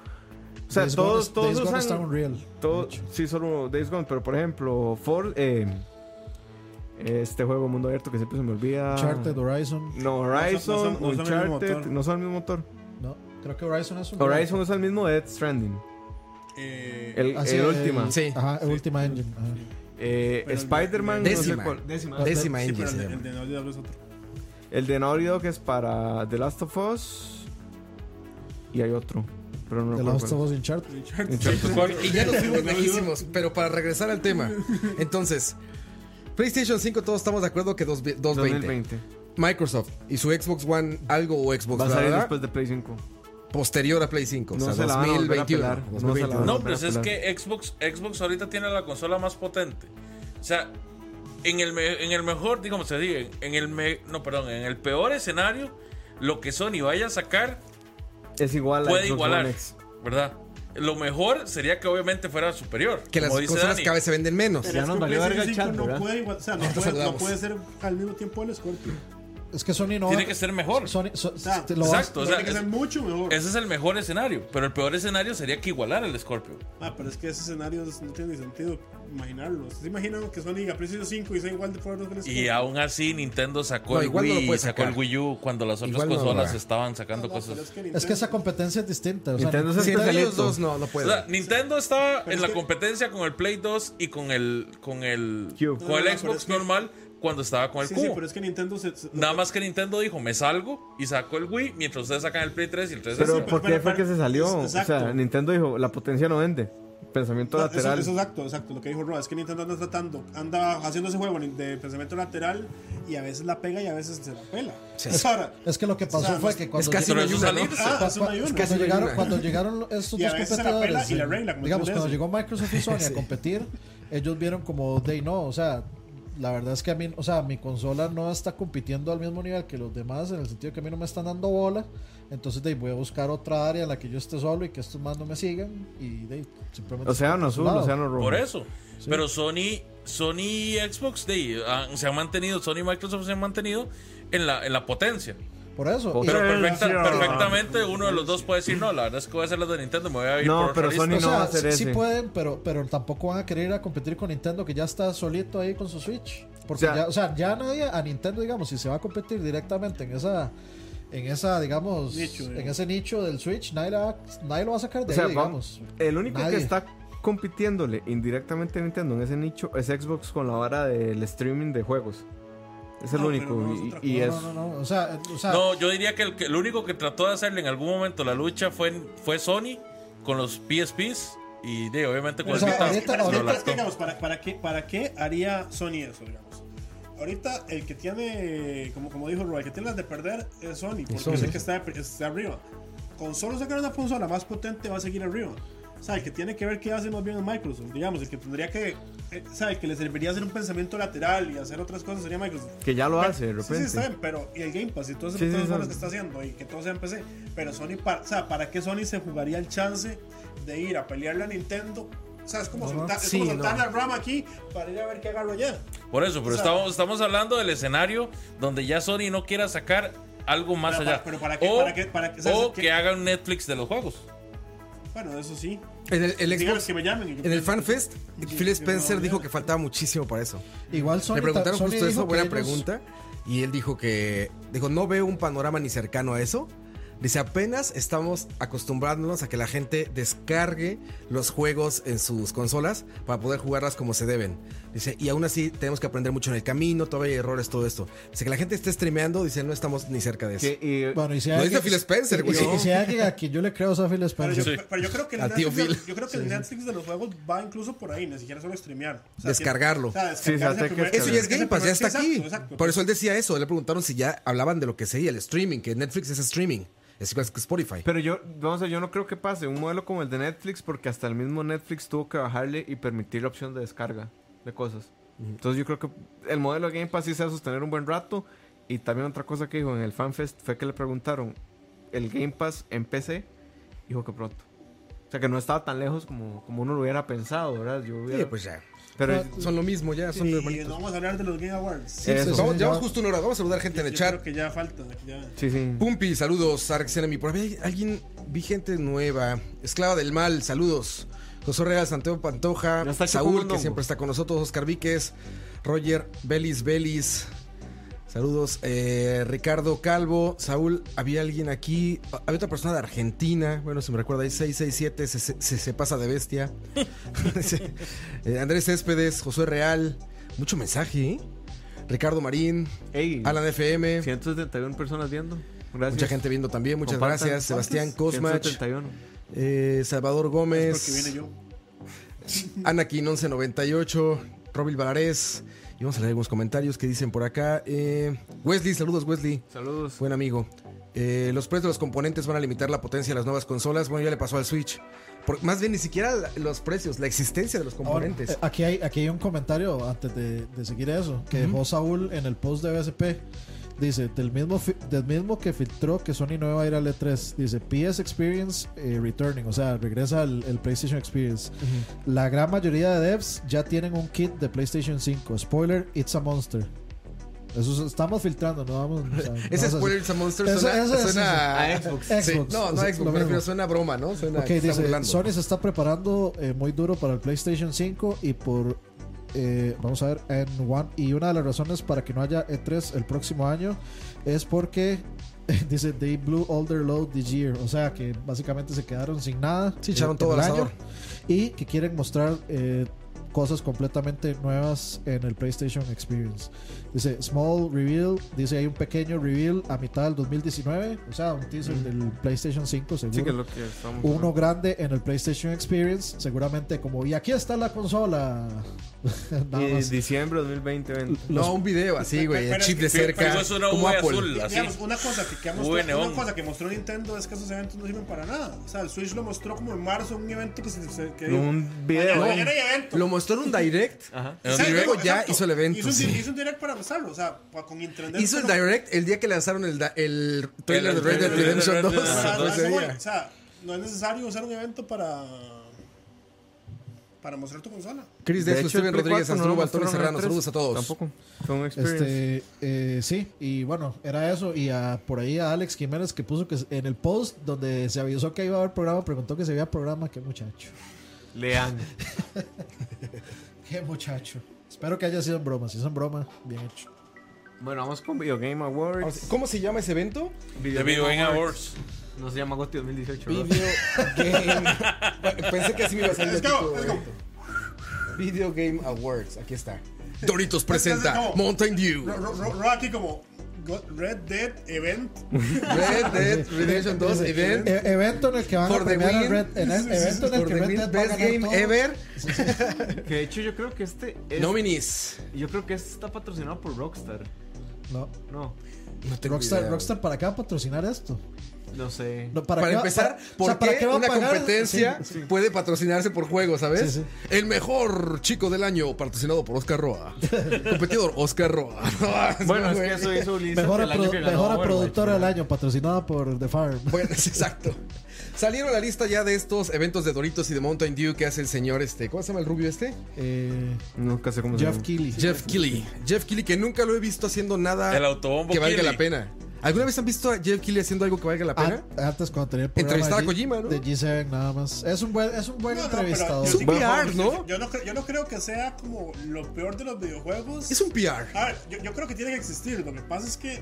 Speaker 3: sea,
Speaker 4: Days Gone
Speaker 3: todos,
Speaker 4: es-
Speaker 3: todos
Speaker 4: Days Gone
Speaker 3: usan-
Speaker 4: está Unreal.
Speaker 3: todo- sí, solo Days Gone, pero por ejemplo, Ford. eh, este juego de mundo abierto que siempre se me olvida.
Speaker 4: Uncharted, Horizon.
Speaker 3: No,
Speaker 5: No son- no
Speaker 3: Horizon,
Speaker 5: son- no son el mismo
Speaker 3: Uncharted,
Speaker 5: motor.
Speaker 3: no son el mismo motor.
Speaker 4: No, creo que Horizon es un.
Speaker 3: Horizon es el mismo Dead Stranding.
Speaker 5: Eh,
Speaker 3: El,
Speaker 4: Ah,
Speaker 3: el
Speaker 4: sí,
Speaker 3: última.
Speaker 2: Sí.
Speaker 4: Ajá, Ultima Engine. ajá.
Speaker 3: Eh,
Speaker 5: Pero el-
Speaker 3: Spider-Man.
Speaker 2: Décima.
Speaker 3: décima.
Speaker 2: Décima
Speaker 5: sí,
Speaker 2: Engine
Speaker 5: pero
Speaker 2: se
Speaker 5: el, de-
Speaker 2: llama.
Speaker 5: el de Naughty Dog es otro.
Speaker 3: El de Naughty Dog es para The Last of Us. Y hay otro. Pero no
Speaker 4: The
Speaker 3: recuerdo
Speaker 4: Last of
Speaker 3: cuál.
Speaker 4: Us Uncharted.
Speaker 2: Y ya nos fuimos lejísimos, pero para regresar al tema. Entonces, PlayStation 5 todos estamos de acuerdo que dos- 220.
Speaker 3: 2020.
Speaker 2: Microsoft y su Xbox One algo o Xbox
Speaker 3: Va a
Speaker 2: bla,
Speaker 3: salir
Speaker 2: bla, bla,
Speaker 3: después de Play 5.
Speaker 2: posterior a Play 5.
Speaker 3: No
Speaker 2: o sea,
Speaker 3: se la van a volver a
Speaker 2: 2021.
Speaker 3: pelar, no se la
Speaker 2: 2021.
Speaker 3: van a
Speaker 1: No,
Speaker 3: volver
Speaker 1: pero es
Speaker 3: pelar.
Speaker 1: que Xbox, Xbox ahorita tiene la consola más potente. O sea, en el, me- en el mejor, digamos, se diga, en el me- no, perdón, en el peor escenario, lo que Sony vaya a sacar
Speaker 3: Es igual a
Speaker 1: puede
Speaker 3: Xbox
Speaker 1: igualar,
Speaker 3: One X.
Speaker 1: ¿verdad? Lo mejor sería que obviamente fuera superior.
Speaker 2: Que las
Speaker 1: como dice
Speaker 2: consolas
Speaker 1: Dani.
Speaker 2: cada vez se venden menos.
Speaker 5: Pero es
Speaker 6: nos
Speaker 5: que
Speaker 6: valió verga
Speaker 5: PlayStation
Speaker 6: el
Speaker 5: 5
Speaker 6: chat,
Speaker 5: no
Speaker 6: ¿verdad?
Speaker 5: puede, igual- o sea, no
Speaker 2: Ya te
Speaker 5: puede, no
Speaker 2: saludamos.
Speaker 5: puede ser al mismo tiempo el Scorpio.
Speaker 4: Es que Sony no.
Speaker 1: Tiene que ser mejor.
Speaker 4: Sony, so-
Speaker 5: sea,
Speaker 4: Pues, te lo va-
Speaker 1: exacto. O sea,
Speaker 5: Tiene que
Speaker 1: es-
Speaker 5: ser mucho mejor.
Speaker 1: Ese es el mejor escenario, pero el peor escenario sería que igualara el Scorpio.
Speaker 5: Ah, pero es que ese escenario es- no tiene ni sentido imaginarlo. ¿Se imaginan que Sony diga PlayStation 5 y sea igual de poderoso que el
Speaker 1: Y
Speaker 5: Scorpio?
Speaker 1: aún así Nintendo sacó
Speaker 2: No,
Speaker 1: el
Speaker 2: igual no lo
Speaker 1: Wii,
Speaker 2: puede
Speaker 1: sacó
Speaker 2: sacar.
Speaker 1: el Wii U cuando las otras
Speaker 2: Igual no lo
Speaker 1: consolas
Speaker 2: haga.
Speaker 1: estaban sacando
Speaker 5: No,
Speaker 1: cosas.
Speaker 5: pero es que
Speaker 4: Es que
Speaker 5: Nintendo-
Speaker 4: esa competencia es distinta. O sea,
Speaker 3: Nintendo se
Speaker 2: Sí, entre
Speaker 3: especialito.
Speaker 2: ellos dos no, no puede.
Speaker 1: O sea, Nintendo estaba en
Speaker 5: Pero es
Speaker 1: la
Speaker 5: que-
Speaker 1: competencia con el Play 2 y con el con el
Speaker 3: Cube.
Speaker 1: con
Speaker 5: No, no,
Speaker 1: el
Speaker 5: no, pero
Speaker 1: Xbox
Speaker 5: es que-
Speaker 1: normal cuando estaba con el
Speaker 5: Sí, sí,
Speaker 1: cubo.
Speaker 5: pero es que Nintendo se. se-
Speaker 1: Nada más que Nintendo dijo, me salgo y sacó el Wii mientras ustedes sacan el Play 3 y el 3
Speaker 3: Pero
Speaker 5: sí,
Speaker 3: ¿por qué
Speaker 5: pero-
Speaker 3: fue que
Speaker 5: pero-
Speaker 3: se salió?
Speaker 5: es- exacto.
Speaker 3: O sea, Nintendo dijo, la potencia no vende. Pensamiento
Speaker 5: No, eso-
Speaker 3: lateral.
Speaker 5: eso es exacto, exacto. Lo que dijo Roa es que Nintendo anda tratando, anda haciendo ese juego de pensamiento lateral y a veces la pega y a veces se la pela. Es ahora.
Speaker 4: Es que lo que pasó
Speaker 5: O sea,
Speaker 4: fue
Speaker 5: no-
Speaker 4: que cuando.
Speaker 2: es casi
Speaker 4: llegó-
Speaker 1: Pero eso
Speaker 2: ayuda, ¿no?
Speaker 1: salirse.
Speaker 5: Ah,
Speaker 4: Cua-
Speaker 5: es una
Speaker 4: cua-
Speaker 5: y una.
Speaker 4: cuando,
Speaker 2: una y
Speaker 4: llegaron,
Speaker 2: una.
Speaker 4: cuando llegaron estos
Speaker 5: Y a
Speaker 4: dos
Speaker 5: veces se la
Speaker 4: competidores,
Speaker 5: pela y la
Speaker 4: eh,
Speaker 5: regla, como
Speaker 4: digamos,
Speaker 5: tú
Speaker 4: cuando
Speaker 5: dices.
Speaker 4: llegó Microsoft y Sony a competir, ellos vieron como, de no, o sea, la verdad es que a mí, o sea, mi consola no está compitiendo al mismo nivel que los demás, en el sentido que a mí no me están dando bola, entonces de ahí, voy a buscar otra área en la que yo esté solo y que estos más no me sigan, y de ahí, simplemente...
Speaker 3: Océano azul,
Speaker 4: Lado.
Speaker 3: océano rojo.
Speaker 1: Por eso. Pero Sony, Sony y Xbox de, ah, se han mantenido, Sony y Microsoft se han mantenido en la, en la potencia.
Speaker 4: Por eso. y-
Speaker 1: Pero perfecta-
Speaker 5: sí, ah.
Speaker 1: perfectamente uno de los dos puede decir, no, la verdad es que voy a hacer las de Nintendo, me voy a ir
Speaker 3: No,
Speaker 1: por
Speaker 3: pero
Speaker 1: realista".
Speaker 3: Sony
Speaker 4: o
Speaker 3: no va a
Speaker 4: sea,
Speaker 3: hacer
Speaker 4: sí, sí
Speaker 3: ese.
Speaker 4: pueden, pero, pero tampoco van a querer ir a competir con Nintendo, que ya está solito ahí con su Switch. Porque
Speaker 3: O sea-
Speaker 4: ya, o sea, ya nadie, a Nintendo, digamos, si se va a competir directamente en esa, en esa, digamos,
Speaker 5: Nicho,
Speaker 2: eh.
Speaker 5: digamos.
Speaker 4: en ese nicho del Switch, nadie, la va- nadie lo va a sacar de
Speaker 3: O sea,
Speaker 4: ahí,
Speaker 3: va-
Speaker 4: digamos.
Speaker 3: El único
Speaker 4: Nadie.
Speaker 3: que está compitiéndole indirectamente a Nintendo en ese nicho es Xbox con la vara del streaming de juegos. Es el
Speaker 5: No,
Speaker 3: único.
Speaker 5: pero no, es
Speaker 3: y,
Speaker 5: otra
Speaker 3: y
Speaker 4: No,
Speaker 3: es.
Speaker 4: no, no, no, O sea, eh, o sea,
Speaker 1: No, yo diría que el, que el único que trató de hacerle en algún momento la lucha fue, fue Sony con los PSPs y de, obviamente con
Speaker 4: O
Speaker 1: el
Speaker 4: sea,
Speaker 1: Vita.
Speaker 4: ahorita-
Speaker 1: lo
Speaker 5: Pero es que,
Speaker 4: ahorita-
Speaker 5: es
Speaker 1: lanzó.
Speaker 5: que, digamos, ¿para, para, qué, ¿para qué haría Sony eso, digamos? Ahorita el que tiene, como, como dijo Roy, el que tiene las de perder es Sony, porque
Speaker 2: Sony.
Speaker 5: es el que está, está arriba. Con solo sacar una consola más potente va a seguir arriba. O sea, el que tiene que ver qué hace más bien en Microsoft, digamos, el que tendría que, eh, o sea, el que le serviría hacer un pensamiento lateral y hacer otras cosas sería Microsoft.
Speaker 3: Que ya lo hace de
Speaker 5: Sí,
Speaker 3: repente.
Speaker 5: Sí, está bien, pero y el Game Pass y todas esas
Speaker 3: Sí, sí,
Speaker 5: cosas buenas
Speaker 3: saben.
Speaker 5: que está haciendo y que todo sea en PC. Pero Sony, para, o sea, ¿para qué Sony se jugaría el chance de ir a pelearle a Nintendo? O sea, es como soltar, es
Speaker 2: sí,
Speaker 5: como soltar
Speaker 2: no.
Speaker 5: la rama aquí para ir a ver qué agarro allá.
Speaker 1: Por eso, pero
Speaker 5: O sea-
Speaker 1: estamos, estamos hablando del escenario donde ya Sony no quiera sacar algo más
Speaker 5: Pero
Speaker 1: allá.
Speaker 5: para- pero para qué-
Speaker 1: o
Speaker 5: para qué- para qué- o sea,
Speaker 1: o
Speaker 5: que-
Speaker 1: que haga un Netflix de los juegos.
Speaker 5: Bueno, eso sí.
Speaker 2: En el, el
Speaker 5: Díganles
Speaker 2: Xbox,
Speaker 5: que me llamen. y yo-
Speaker 2: en el FanFest,
Speaker 5: Yo-
Speaker 2: Phil
Speaker 5: yo
Speaker 2: Spencer
Speaker 5: no-
Speaker 2: dijo que faltaba muchísimo para eso.
Speaker 4: igual Sony
Speaker 2: Le preguntaron
Speaker 4: Sony
Speaker 2: justo
Speaker 4: dijo
Speaker 2: eso,
Speaker 4: que
Speaker 2: buena
Speaker 4: ellos-
Speaker 2: pregunta. Y él dijo que, dijo, no veo un panorama ni cercano a eso. Dice, apenas estamos acostumbrándonos a que la gente descargue los juegos en sus consolas para poder jugarlas como se deben. Dice, y aún así tenemos que aprender mucho en el camino, todavía hay errores, todo esto. Dice, que la gente esté streameando, dice, no estamos ni cerca de eso.
Speaker 3: Que- y-
Speaker 4: Bueno, y si
Speaker 2: Lo
Speaker 4: hay
Speaker 2: dice
Speaker 4: alguien-
Speaker 2: Phil Spencer,
Speaker 4: y-
Speaker 2: güey.
Speaker 4: Y, si- y si hay alguien a quien yo le creo es a Phil
Speaker 5: Pero
Speaker 4: Spencer.
Speaker 5: yo,
Speaker 1: Sí.
Speaker 5: pero yo creo que el,
Speaker 2: Al tío
Speaker 5: Netflix,
Speaker 2: Phil.
Speaker 5: yo creo que el Netflix de los juegos va incluso por ahí, ni siquiera solo streamear. O sea,
Speaker 2: Descargarlo.
Speaker 5: tiene- o sea,
Speaker 3: Sí, o sea,
Speaker 5: descargarse
Speaker 3: te-
Speaker 5: primero-
Speaker 2: Eso ya es Game Pass, ya está
Speaker 5: Exacto,
Speaker 2: aquí.
Speaker 5: exacto.
Speaker 2: Por eso él decía eso. Le preguntaron si ya hablaban de lo que sería el streaming, que Netflix es streaming. Es igual que Spotify.
Speaker 3: Pero yo, vamos a ver, yo no creo que pase un modelo como el de Netflix, porque hasta el mismo Netflix tuvo que bajarle y permitir la opción de descarga de cosas. Entonces yo creo que el modelo de Game Pass sí se va a sostener un buen rato. Y también otra cosa que dijo en el FanFest fue que le preguntaron, el Game Pass en PC, dijo que pronto. O sea que no estaba tan lejos como, como uno lo hubiera pensado, ¿verdad? Yo
Speaker 2: Sí,
Speaker 3: hubiera-
Speaker 2: pues ya.
Speaker 3: pero
Speaker 2: Son lo mismo, ya son
Speaker 5: Y
Speaker 2: hermanitos.
Speaker 5: no vamos a hablar de los Game Awards.
Speaker 4: Sí,
Speaker 3: Eso.
Speaker 4: sí, sí,
Speaker 2: Vamos,
Speaker 4: ya-
Speaker 2: llevamos justo una hora. Vamos a saludar gente
Speaker 5: Yo
Speaker 2: en el
Speaker 5: creo
Speaker 2: chat.
Speaker 5: que ya falta. ya.
Speaker 3: sí, sí.
Speaker 2: Pumpi, saludos. Arx Enemy. Por ahí hay alguien, vi gente nueva. Esclava del mal, saludos. José Real, Santiago Pantoja,
Speaker 3: Ya está Choco
Speaker 2: Saúl, que
Speaker 3: Mondongo.
Speaker 2: siempre está con nosotros, Oscar Víquez, Roger Belis Belis. Saludos, eh, Ricardo Calvo, Saúl, había alguien aquí, ah, había otra persona de Argentina, bueno, se me recuerda ahí, 667, se, se- se- se pasa de bestia. Eh, Andrés Céspedes, José Real, mucho mensaje, ¿eh? Ricardo Marín,
Speaker 3: Ey,
Speaker 2: Alan FM.
Speaker 3: 171 personas viendo. Gracias.
Speaker 2: Mucha gente viendo también, muchas
Speaker 3: Compartan.
Speaker 2: gracias. Sebastián Cosmach,
Speaker 3: 171.
Speaker 2: eh, Salvador
Speaker 5: Es porque
Speaker 2: Gómez,
Speaker 5: viene yo.
Speaker 2: Anakin 1198, Robil Valarés. Y vamos a leer algunos comentarios que dicen por acá. Eh, Wesley, saludos Wesley,
Speaker 3: Saludos.
Speaker 2: buen amigo. Eh, los precios de los componentes van a limitar la potencia de las nuevas consolas. Bueno, ya le pasó al Switch. Por- más bien, ni siquiera la- los precios, la existencia de los
Speaker 4: Ahora,
Speaker 2: componentes.
Speaker 4: eh, aquí, hay, aquí hay un comentario antes de, de seguir eso que dejó Saúl en el post de BSP. Dice, del mismo, fi- del mismo que filtró que Sony no iba a ir al E3, dice PS Experience eh, Returning, o sea, regresa al el PlayStation Experience. La gran mayoría de devs ya tienen un kit de PlayStation 5. Spoiler, it's a monster. Eso es- estamos filtrando, no vamos. o sea, no
Speaker 2: Ese
Speaker 4: vamos a-
Speaker 2: Spoilers and Monsters
Speaker 4: Eso-
Speaker 2: suena,
Speaker 4: eso es-
Speaker 2: suena
Speaker 3: a Xbox.
Speaker 2: Sí,
Speaker 4: Xbox,
Speaker 2: No, no
Speaker 4: o
Speaker 2: a
Speaker 4: sea,
Speaker 2: Xbox,
Speaker 4: lo
Speaker 2: me refiero,
Speaker 4: mismo.
Speaker 2: suena a broma, ¿no? Suena
Speaker 4: Ok,
Speaker 2: que está
Speaker 4: dice,
Speaker 2: burlando.
Speaker 4: Sony se está preparando eh, muy duro para el PlayStation 5 y por, eh, vamos a ver, en One. Y una de las razones para que no haya E3 el próximo año es porque, dice, they blew all their load this year. O sea, que básicamente se quedaron sin nada.
Speaker 2: Sí, echaron
Speaker 4: eh,
Speaker 2: todo
Speaker 4: en el
Speaker 2: al asador.
Speaker 4: año Y que quieren mostrar... eh, Cosas completamente nuevas en el PlayStation Experience. Dice Small Reveal. Dice hay un pequeño reveal a mitad del 2019. O sea, un teaser del PlayStation 5 seguro
Speaker 3: Sí, que es lo que estamos.
Speaker 4: uno grande en el PlayStation Experience, seguramente como, y aquí está la consola. Nada
Speaker 3: Y
Speaker 4: más.
Speaker 3: diciembre 2020.
Speaker 2: No, un video así, güey, el
Speaker 5: Pero es
Speaker 2: chip
Speaker 5: que-
Speaker 2: de
Speaker 5: pero-
Speaker 2: cerca.
Speaker 5: pero
Speaker 1: eso era
Speaker 2: como
Speaker 1: un
Speaker 2: Apple.
Speaker 1: azul. Así.
Speaker 5: Digamos, una cosa que, que ha
Speaker 1: Uy,
Speaker 5: mostrado-
Speaker 1: neón.
Speaker 5: una cosa que mostró Nintendo es que esos eventos no sirven para nada. O sea, el Switch lo mostró como en marzo, un evento que se. se- que
Speaker 3: Un video.
Speaker 5: Mañana- mañana hay evento.
Speaker 2: Lo mostró en un direct.
Speaker 3: Ajá.
Speaker 2: Y
Speaker 5: Exacto,
Speaker 2: luego ya
Speaker 5: exacto.
Speaker 2: hizo el evento.
Speaker 5: Hizo un,
Speaker 2: sí.
Speaker 5: hizo un direct para mostrarlo, o sea, pa- con internet.
Speaker 2: Hizo el
Speaker 5: como-
Speaker 2: direct el día que lanzaron el, da- el trailer de
Speaker 1: El-
Speaker 2: Red Dead
Speaker 1: el- el-
Speaker 2: Redemption
Speaker 1: el-
Speaker 2: 2.
Speaker 1: el-
Speaker 5: O sea,
Speaker 1: Ah,
Speaker 5: a
Speaker 1: entonces
Speaker 5: eso
Speaker 2: Ese
Speaker 5: voy,
Speaker 2: día.
Speaker 5: o sea, no es necesario usar un evento para. para mostrar tu consola.
Speaker 2: Chris
Speaker 3: De
Speaker 2: Desu,
Speaker 3: hecho,
Speaker 2: Steven
Speaker 3: el Play
Speaker 2: Rodríguez,
Speaker 3: 4 no lo
Speaker 2: Anzurubal, Tony
Speaker 3: mostraron en
Speaker 2: Serrano,
Speaker 3: E3.
Speaker 2: saludos a todos.
Speaker 3: Tampoco. Fue un experience.
Speaker 4: Este, eh, sí, y bueno, era eso. Y a- por ahí a Alex Jiménez que puso que en el post donde se avisó que iba a haber programa, preguntó que se veía programa. Qué muchacho,
Speaker 3: Lean.
Speaker 4: qué muchacho. Espero que haya sido en broma. Si es en broma, bien hecho.
Speaker 3: Bueno, vamos con Video Game Awards.
Speaker 2: Ahora sí, ¿Cómo se llama ese evento?
Speaker 1: The Video Game Awards.
Speaker 3: No se llama GOTY 2018. ¿verdad?
Speaker 2: Video Game. Bueno, Pensé que así me iba a salir el
Speaker 5: Let's go,
Speaker 2: título,
Speaker 5: let's
Speaker 2: güey.
Speaker 5: go.
Speaker 2: Video Game Awards, aquí está. Doritos
Speaker 5: Es que
Speaker 2: presenta
Speaker 5: es como-
Speaker 2: Mountain Dew.
Speaker 5: Ro- ro- ro- ro- aquí como. "Got Red Dead Event.
Speaker 2: Red Dead Redemption 2
Speaker 4: Dice,
Speaker 2: Event.
Speaker 4: "E- evento en el que van
Speaker 2: For the
Speaker 4: a premiar a
Speaker 2: win.
Speaker 4: Red. en el- evento en el
Speaker 2: For
Speaker 4: que
Speaker 2: the
Speaker 4: Red
Speaker 2: win,
Speaker 4: Dead va a
Speaker 2: Best
Speaker 4: ganar
Speaker 2: Game
Speaker 4: todo".
Speaker 2: Ever.
Speaker 3: Que de hecho yo creo que este es-
Speaker 2: Nominees.
Speaker 3: yo creo que este está patrocinado por Rockstar.
Speaker 4: No.
Speaker 3: No,
Speaker 2: No tengo
Speaker 4: Rockstar,
Speaker 2: idea.
Speaker 4: Rockstar, ¿para qué va a patrocinar esto?
Speaker 3: no sé.
Speaker 4: No,
Speaker 2: Para,
Speaker 4: qué va-
Speaker 2: empezar,
Speaker 4: para- o
Speaker 2: ¿por
Speaker 4: sea, ¿para
Speaker 2: qué
Speaker 4: qué va a
Speaker 2: una
Speaker 4: pagar?
Speaker 2: competencia
Speaker 4: Sí.
Speaker 2: puede patrocinarse por juego, sabes?
Speaker 4: Sí, sí.
Speaker 2: El mejor chico del año, patrocinado por Oscar Roa. Competidor, Oscar Roa.
Speaker 3: Bueno, es
Speaker 2: Güey.
Speaker 3: que eso hizo Ulises
Speaker 4: Mejora,
Speaker 3: el año
Speaker 4: pro-
Speaker 3: que ganó
Speaker 4: mejora
Speaker 3: Overwatch,
Speaker 4: productora del
Speaker 3: ¿verdad?
Speaker 4: año, patrocinada por The Farm.
Speaker 2: Bueno, es exacto. Salieron la lista ya de estos eventos de Doritos y de Mountain Dew que hace el señor este. ¿Cómo se llama el rubio este?
Speaker 4: Eh,
Speaker 3: Nunca sé cómo se
Speaker 4: Jeff
Speaker 3: llama.
Speaker 4: Keighley.
Speaker 2: Jeff Keighley. Jeff Keighley, que nunca lo he visto haciendo nada
Speaker 1: El autobombo
Speaker 2: que valga
Speaker 1: Keighley.
Speaker 2: la pena. ¿Alguna vez han visto a Jeff Keighley haciendo algo que valga la pena?
Speaker 4: An- antes cuando tenía el programa
Speaker 2: Entrevistar a
Speaker 4: de G-
Speaker 2: Kojima, ¿no?
Speaker 4: De G7 nada más. Es un buen, es un buen
Speaker 5: No, no, pero
Speaker 4: entrevistador.
Speaker 5: yo sí-
Speaker 2: Bueno,
Speaker 5: yo-
Speaker 2: PR, ¿no?
Speaker 5: Yo no, creo- yo no creo que sea como lo peor de los videojuegos.
Speaker 2: Es un PR.
Speaker 5: A ver, yo, yo creo que tiene que existir. Lo que pasa es que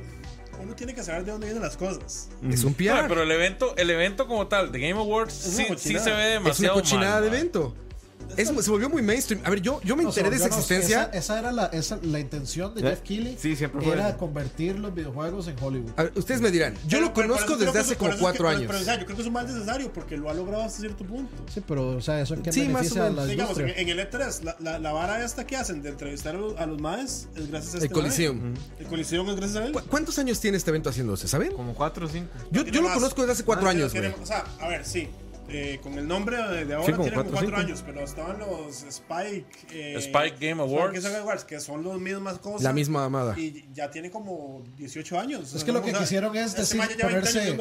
Speaker 5: uno tiene que saber de dónde vienen las cosas.
Speaker 2: Es un PR.
Speaker 1: No, Mm. pero el evento, el evento como tal, de Game Awards,
Speaker 5: Es
Speaker 1: sí,
Speaker 5: una
Speaker 1: sí
Speaker 5: cochinada.
Speaker 1: se ve
Speaker 2: es una
Speaker 1: demasiado
Speaker 2: cochinada
Speaker 1: mal,
Speaker 2: de
Speaker 1: ma.
Speaker 2: evento. Es- se volvió muy mainstream. A ver, yo, yo me
Speaker 4: No,
Speaker 2: enteré de esa
Speaker 4: no,
Speaker 2: existencia.
Speaker 4: Esa, esa era la, esa- la intención de
Speaker 3: ¿Eh?
Speaker 4: Jeff Keighley.
Speaker 3: Sí, siempre fue
Speaker 4: Era
Speaker 3: eso.
Speaker 4: convertir los videojuegos en Hollywood.
Speaker 2: A ver, ustedes me dirán, yo
Speaker 5: Pero-
Speaker 2: lo
Speaker 5: pero-
Speaker 2: conozco
Speaker 5: pero creo
Speaker 2: desde
Speaker 5: que
Speaker 2: hace
Speaker 5: eso-
Speaker 2: como
Speaker 5: pero eso es que-
Speaker 2: cuatro
Speaker 5: pero- pero, o
Speaker 2: años.
Speaker 5: sea, yo creo que eso es más necesario porque lo ha logrado hasta cierto punto.
Speaker 4: Sí, pero, o sea, ¿eso en qué
Speaker 2: Sí, más o
Speaker 4: beneficia a
Speaker 2: menos.
Speaker 4: la
Speaker 5: Digamos, en,
Speaker 4: industria?
Speaker 5: en el E3, la, la, la vara esta que hacen de entrevistar a los, a los maes es gracias a este
Speaker 2: El Coliseum.
Speaker 5: mae. El Coliseum es gracias a él.
Speaker 2: ¿Cu- ¿Cuántos años tiene este evento haciéndose, saben?
Speaker 3: Como 4 o 5.
Speaker 2: Yo,
Speaker 5: tiene
Speaker 2: yo lo
Speaker 5: más.
Speaker 2: conozco desde hace cuatro
Speaker 5: Antes
Speaker 2: años,
Speaker 5: tiene-
Speaker 2: güey.
Speaker 5: O sea, a ver, sí. eh, con el nombre de, de ahora
Speaker 3: Sí, como
Speaker 5: tiene
Speaker 3: cuatro,
Speaker 5: como cuatro
Speaker 3: cinco.
Speaker 5: años, pero estaban los Spike. eh,
Speaker 1: Spike Game Awards.
Speaker 5: Spike Game Awards, que son las mismas cosas.
Speaker 2: La misma amada.
Speaker 5: Y ya tiene como 18 años.
Speaker 4: Es que lo que quisieron
Speaker 5: Este
Speaker 4: es decir, ponerse.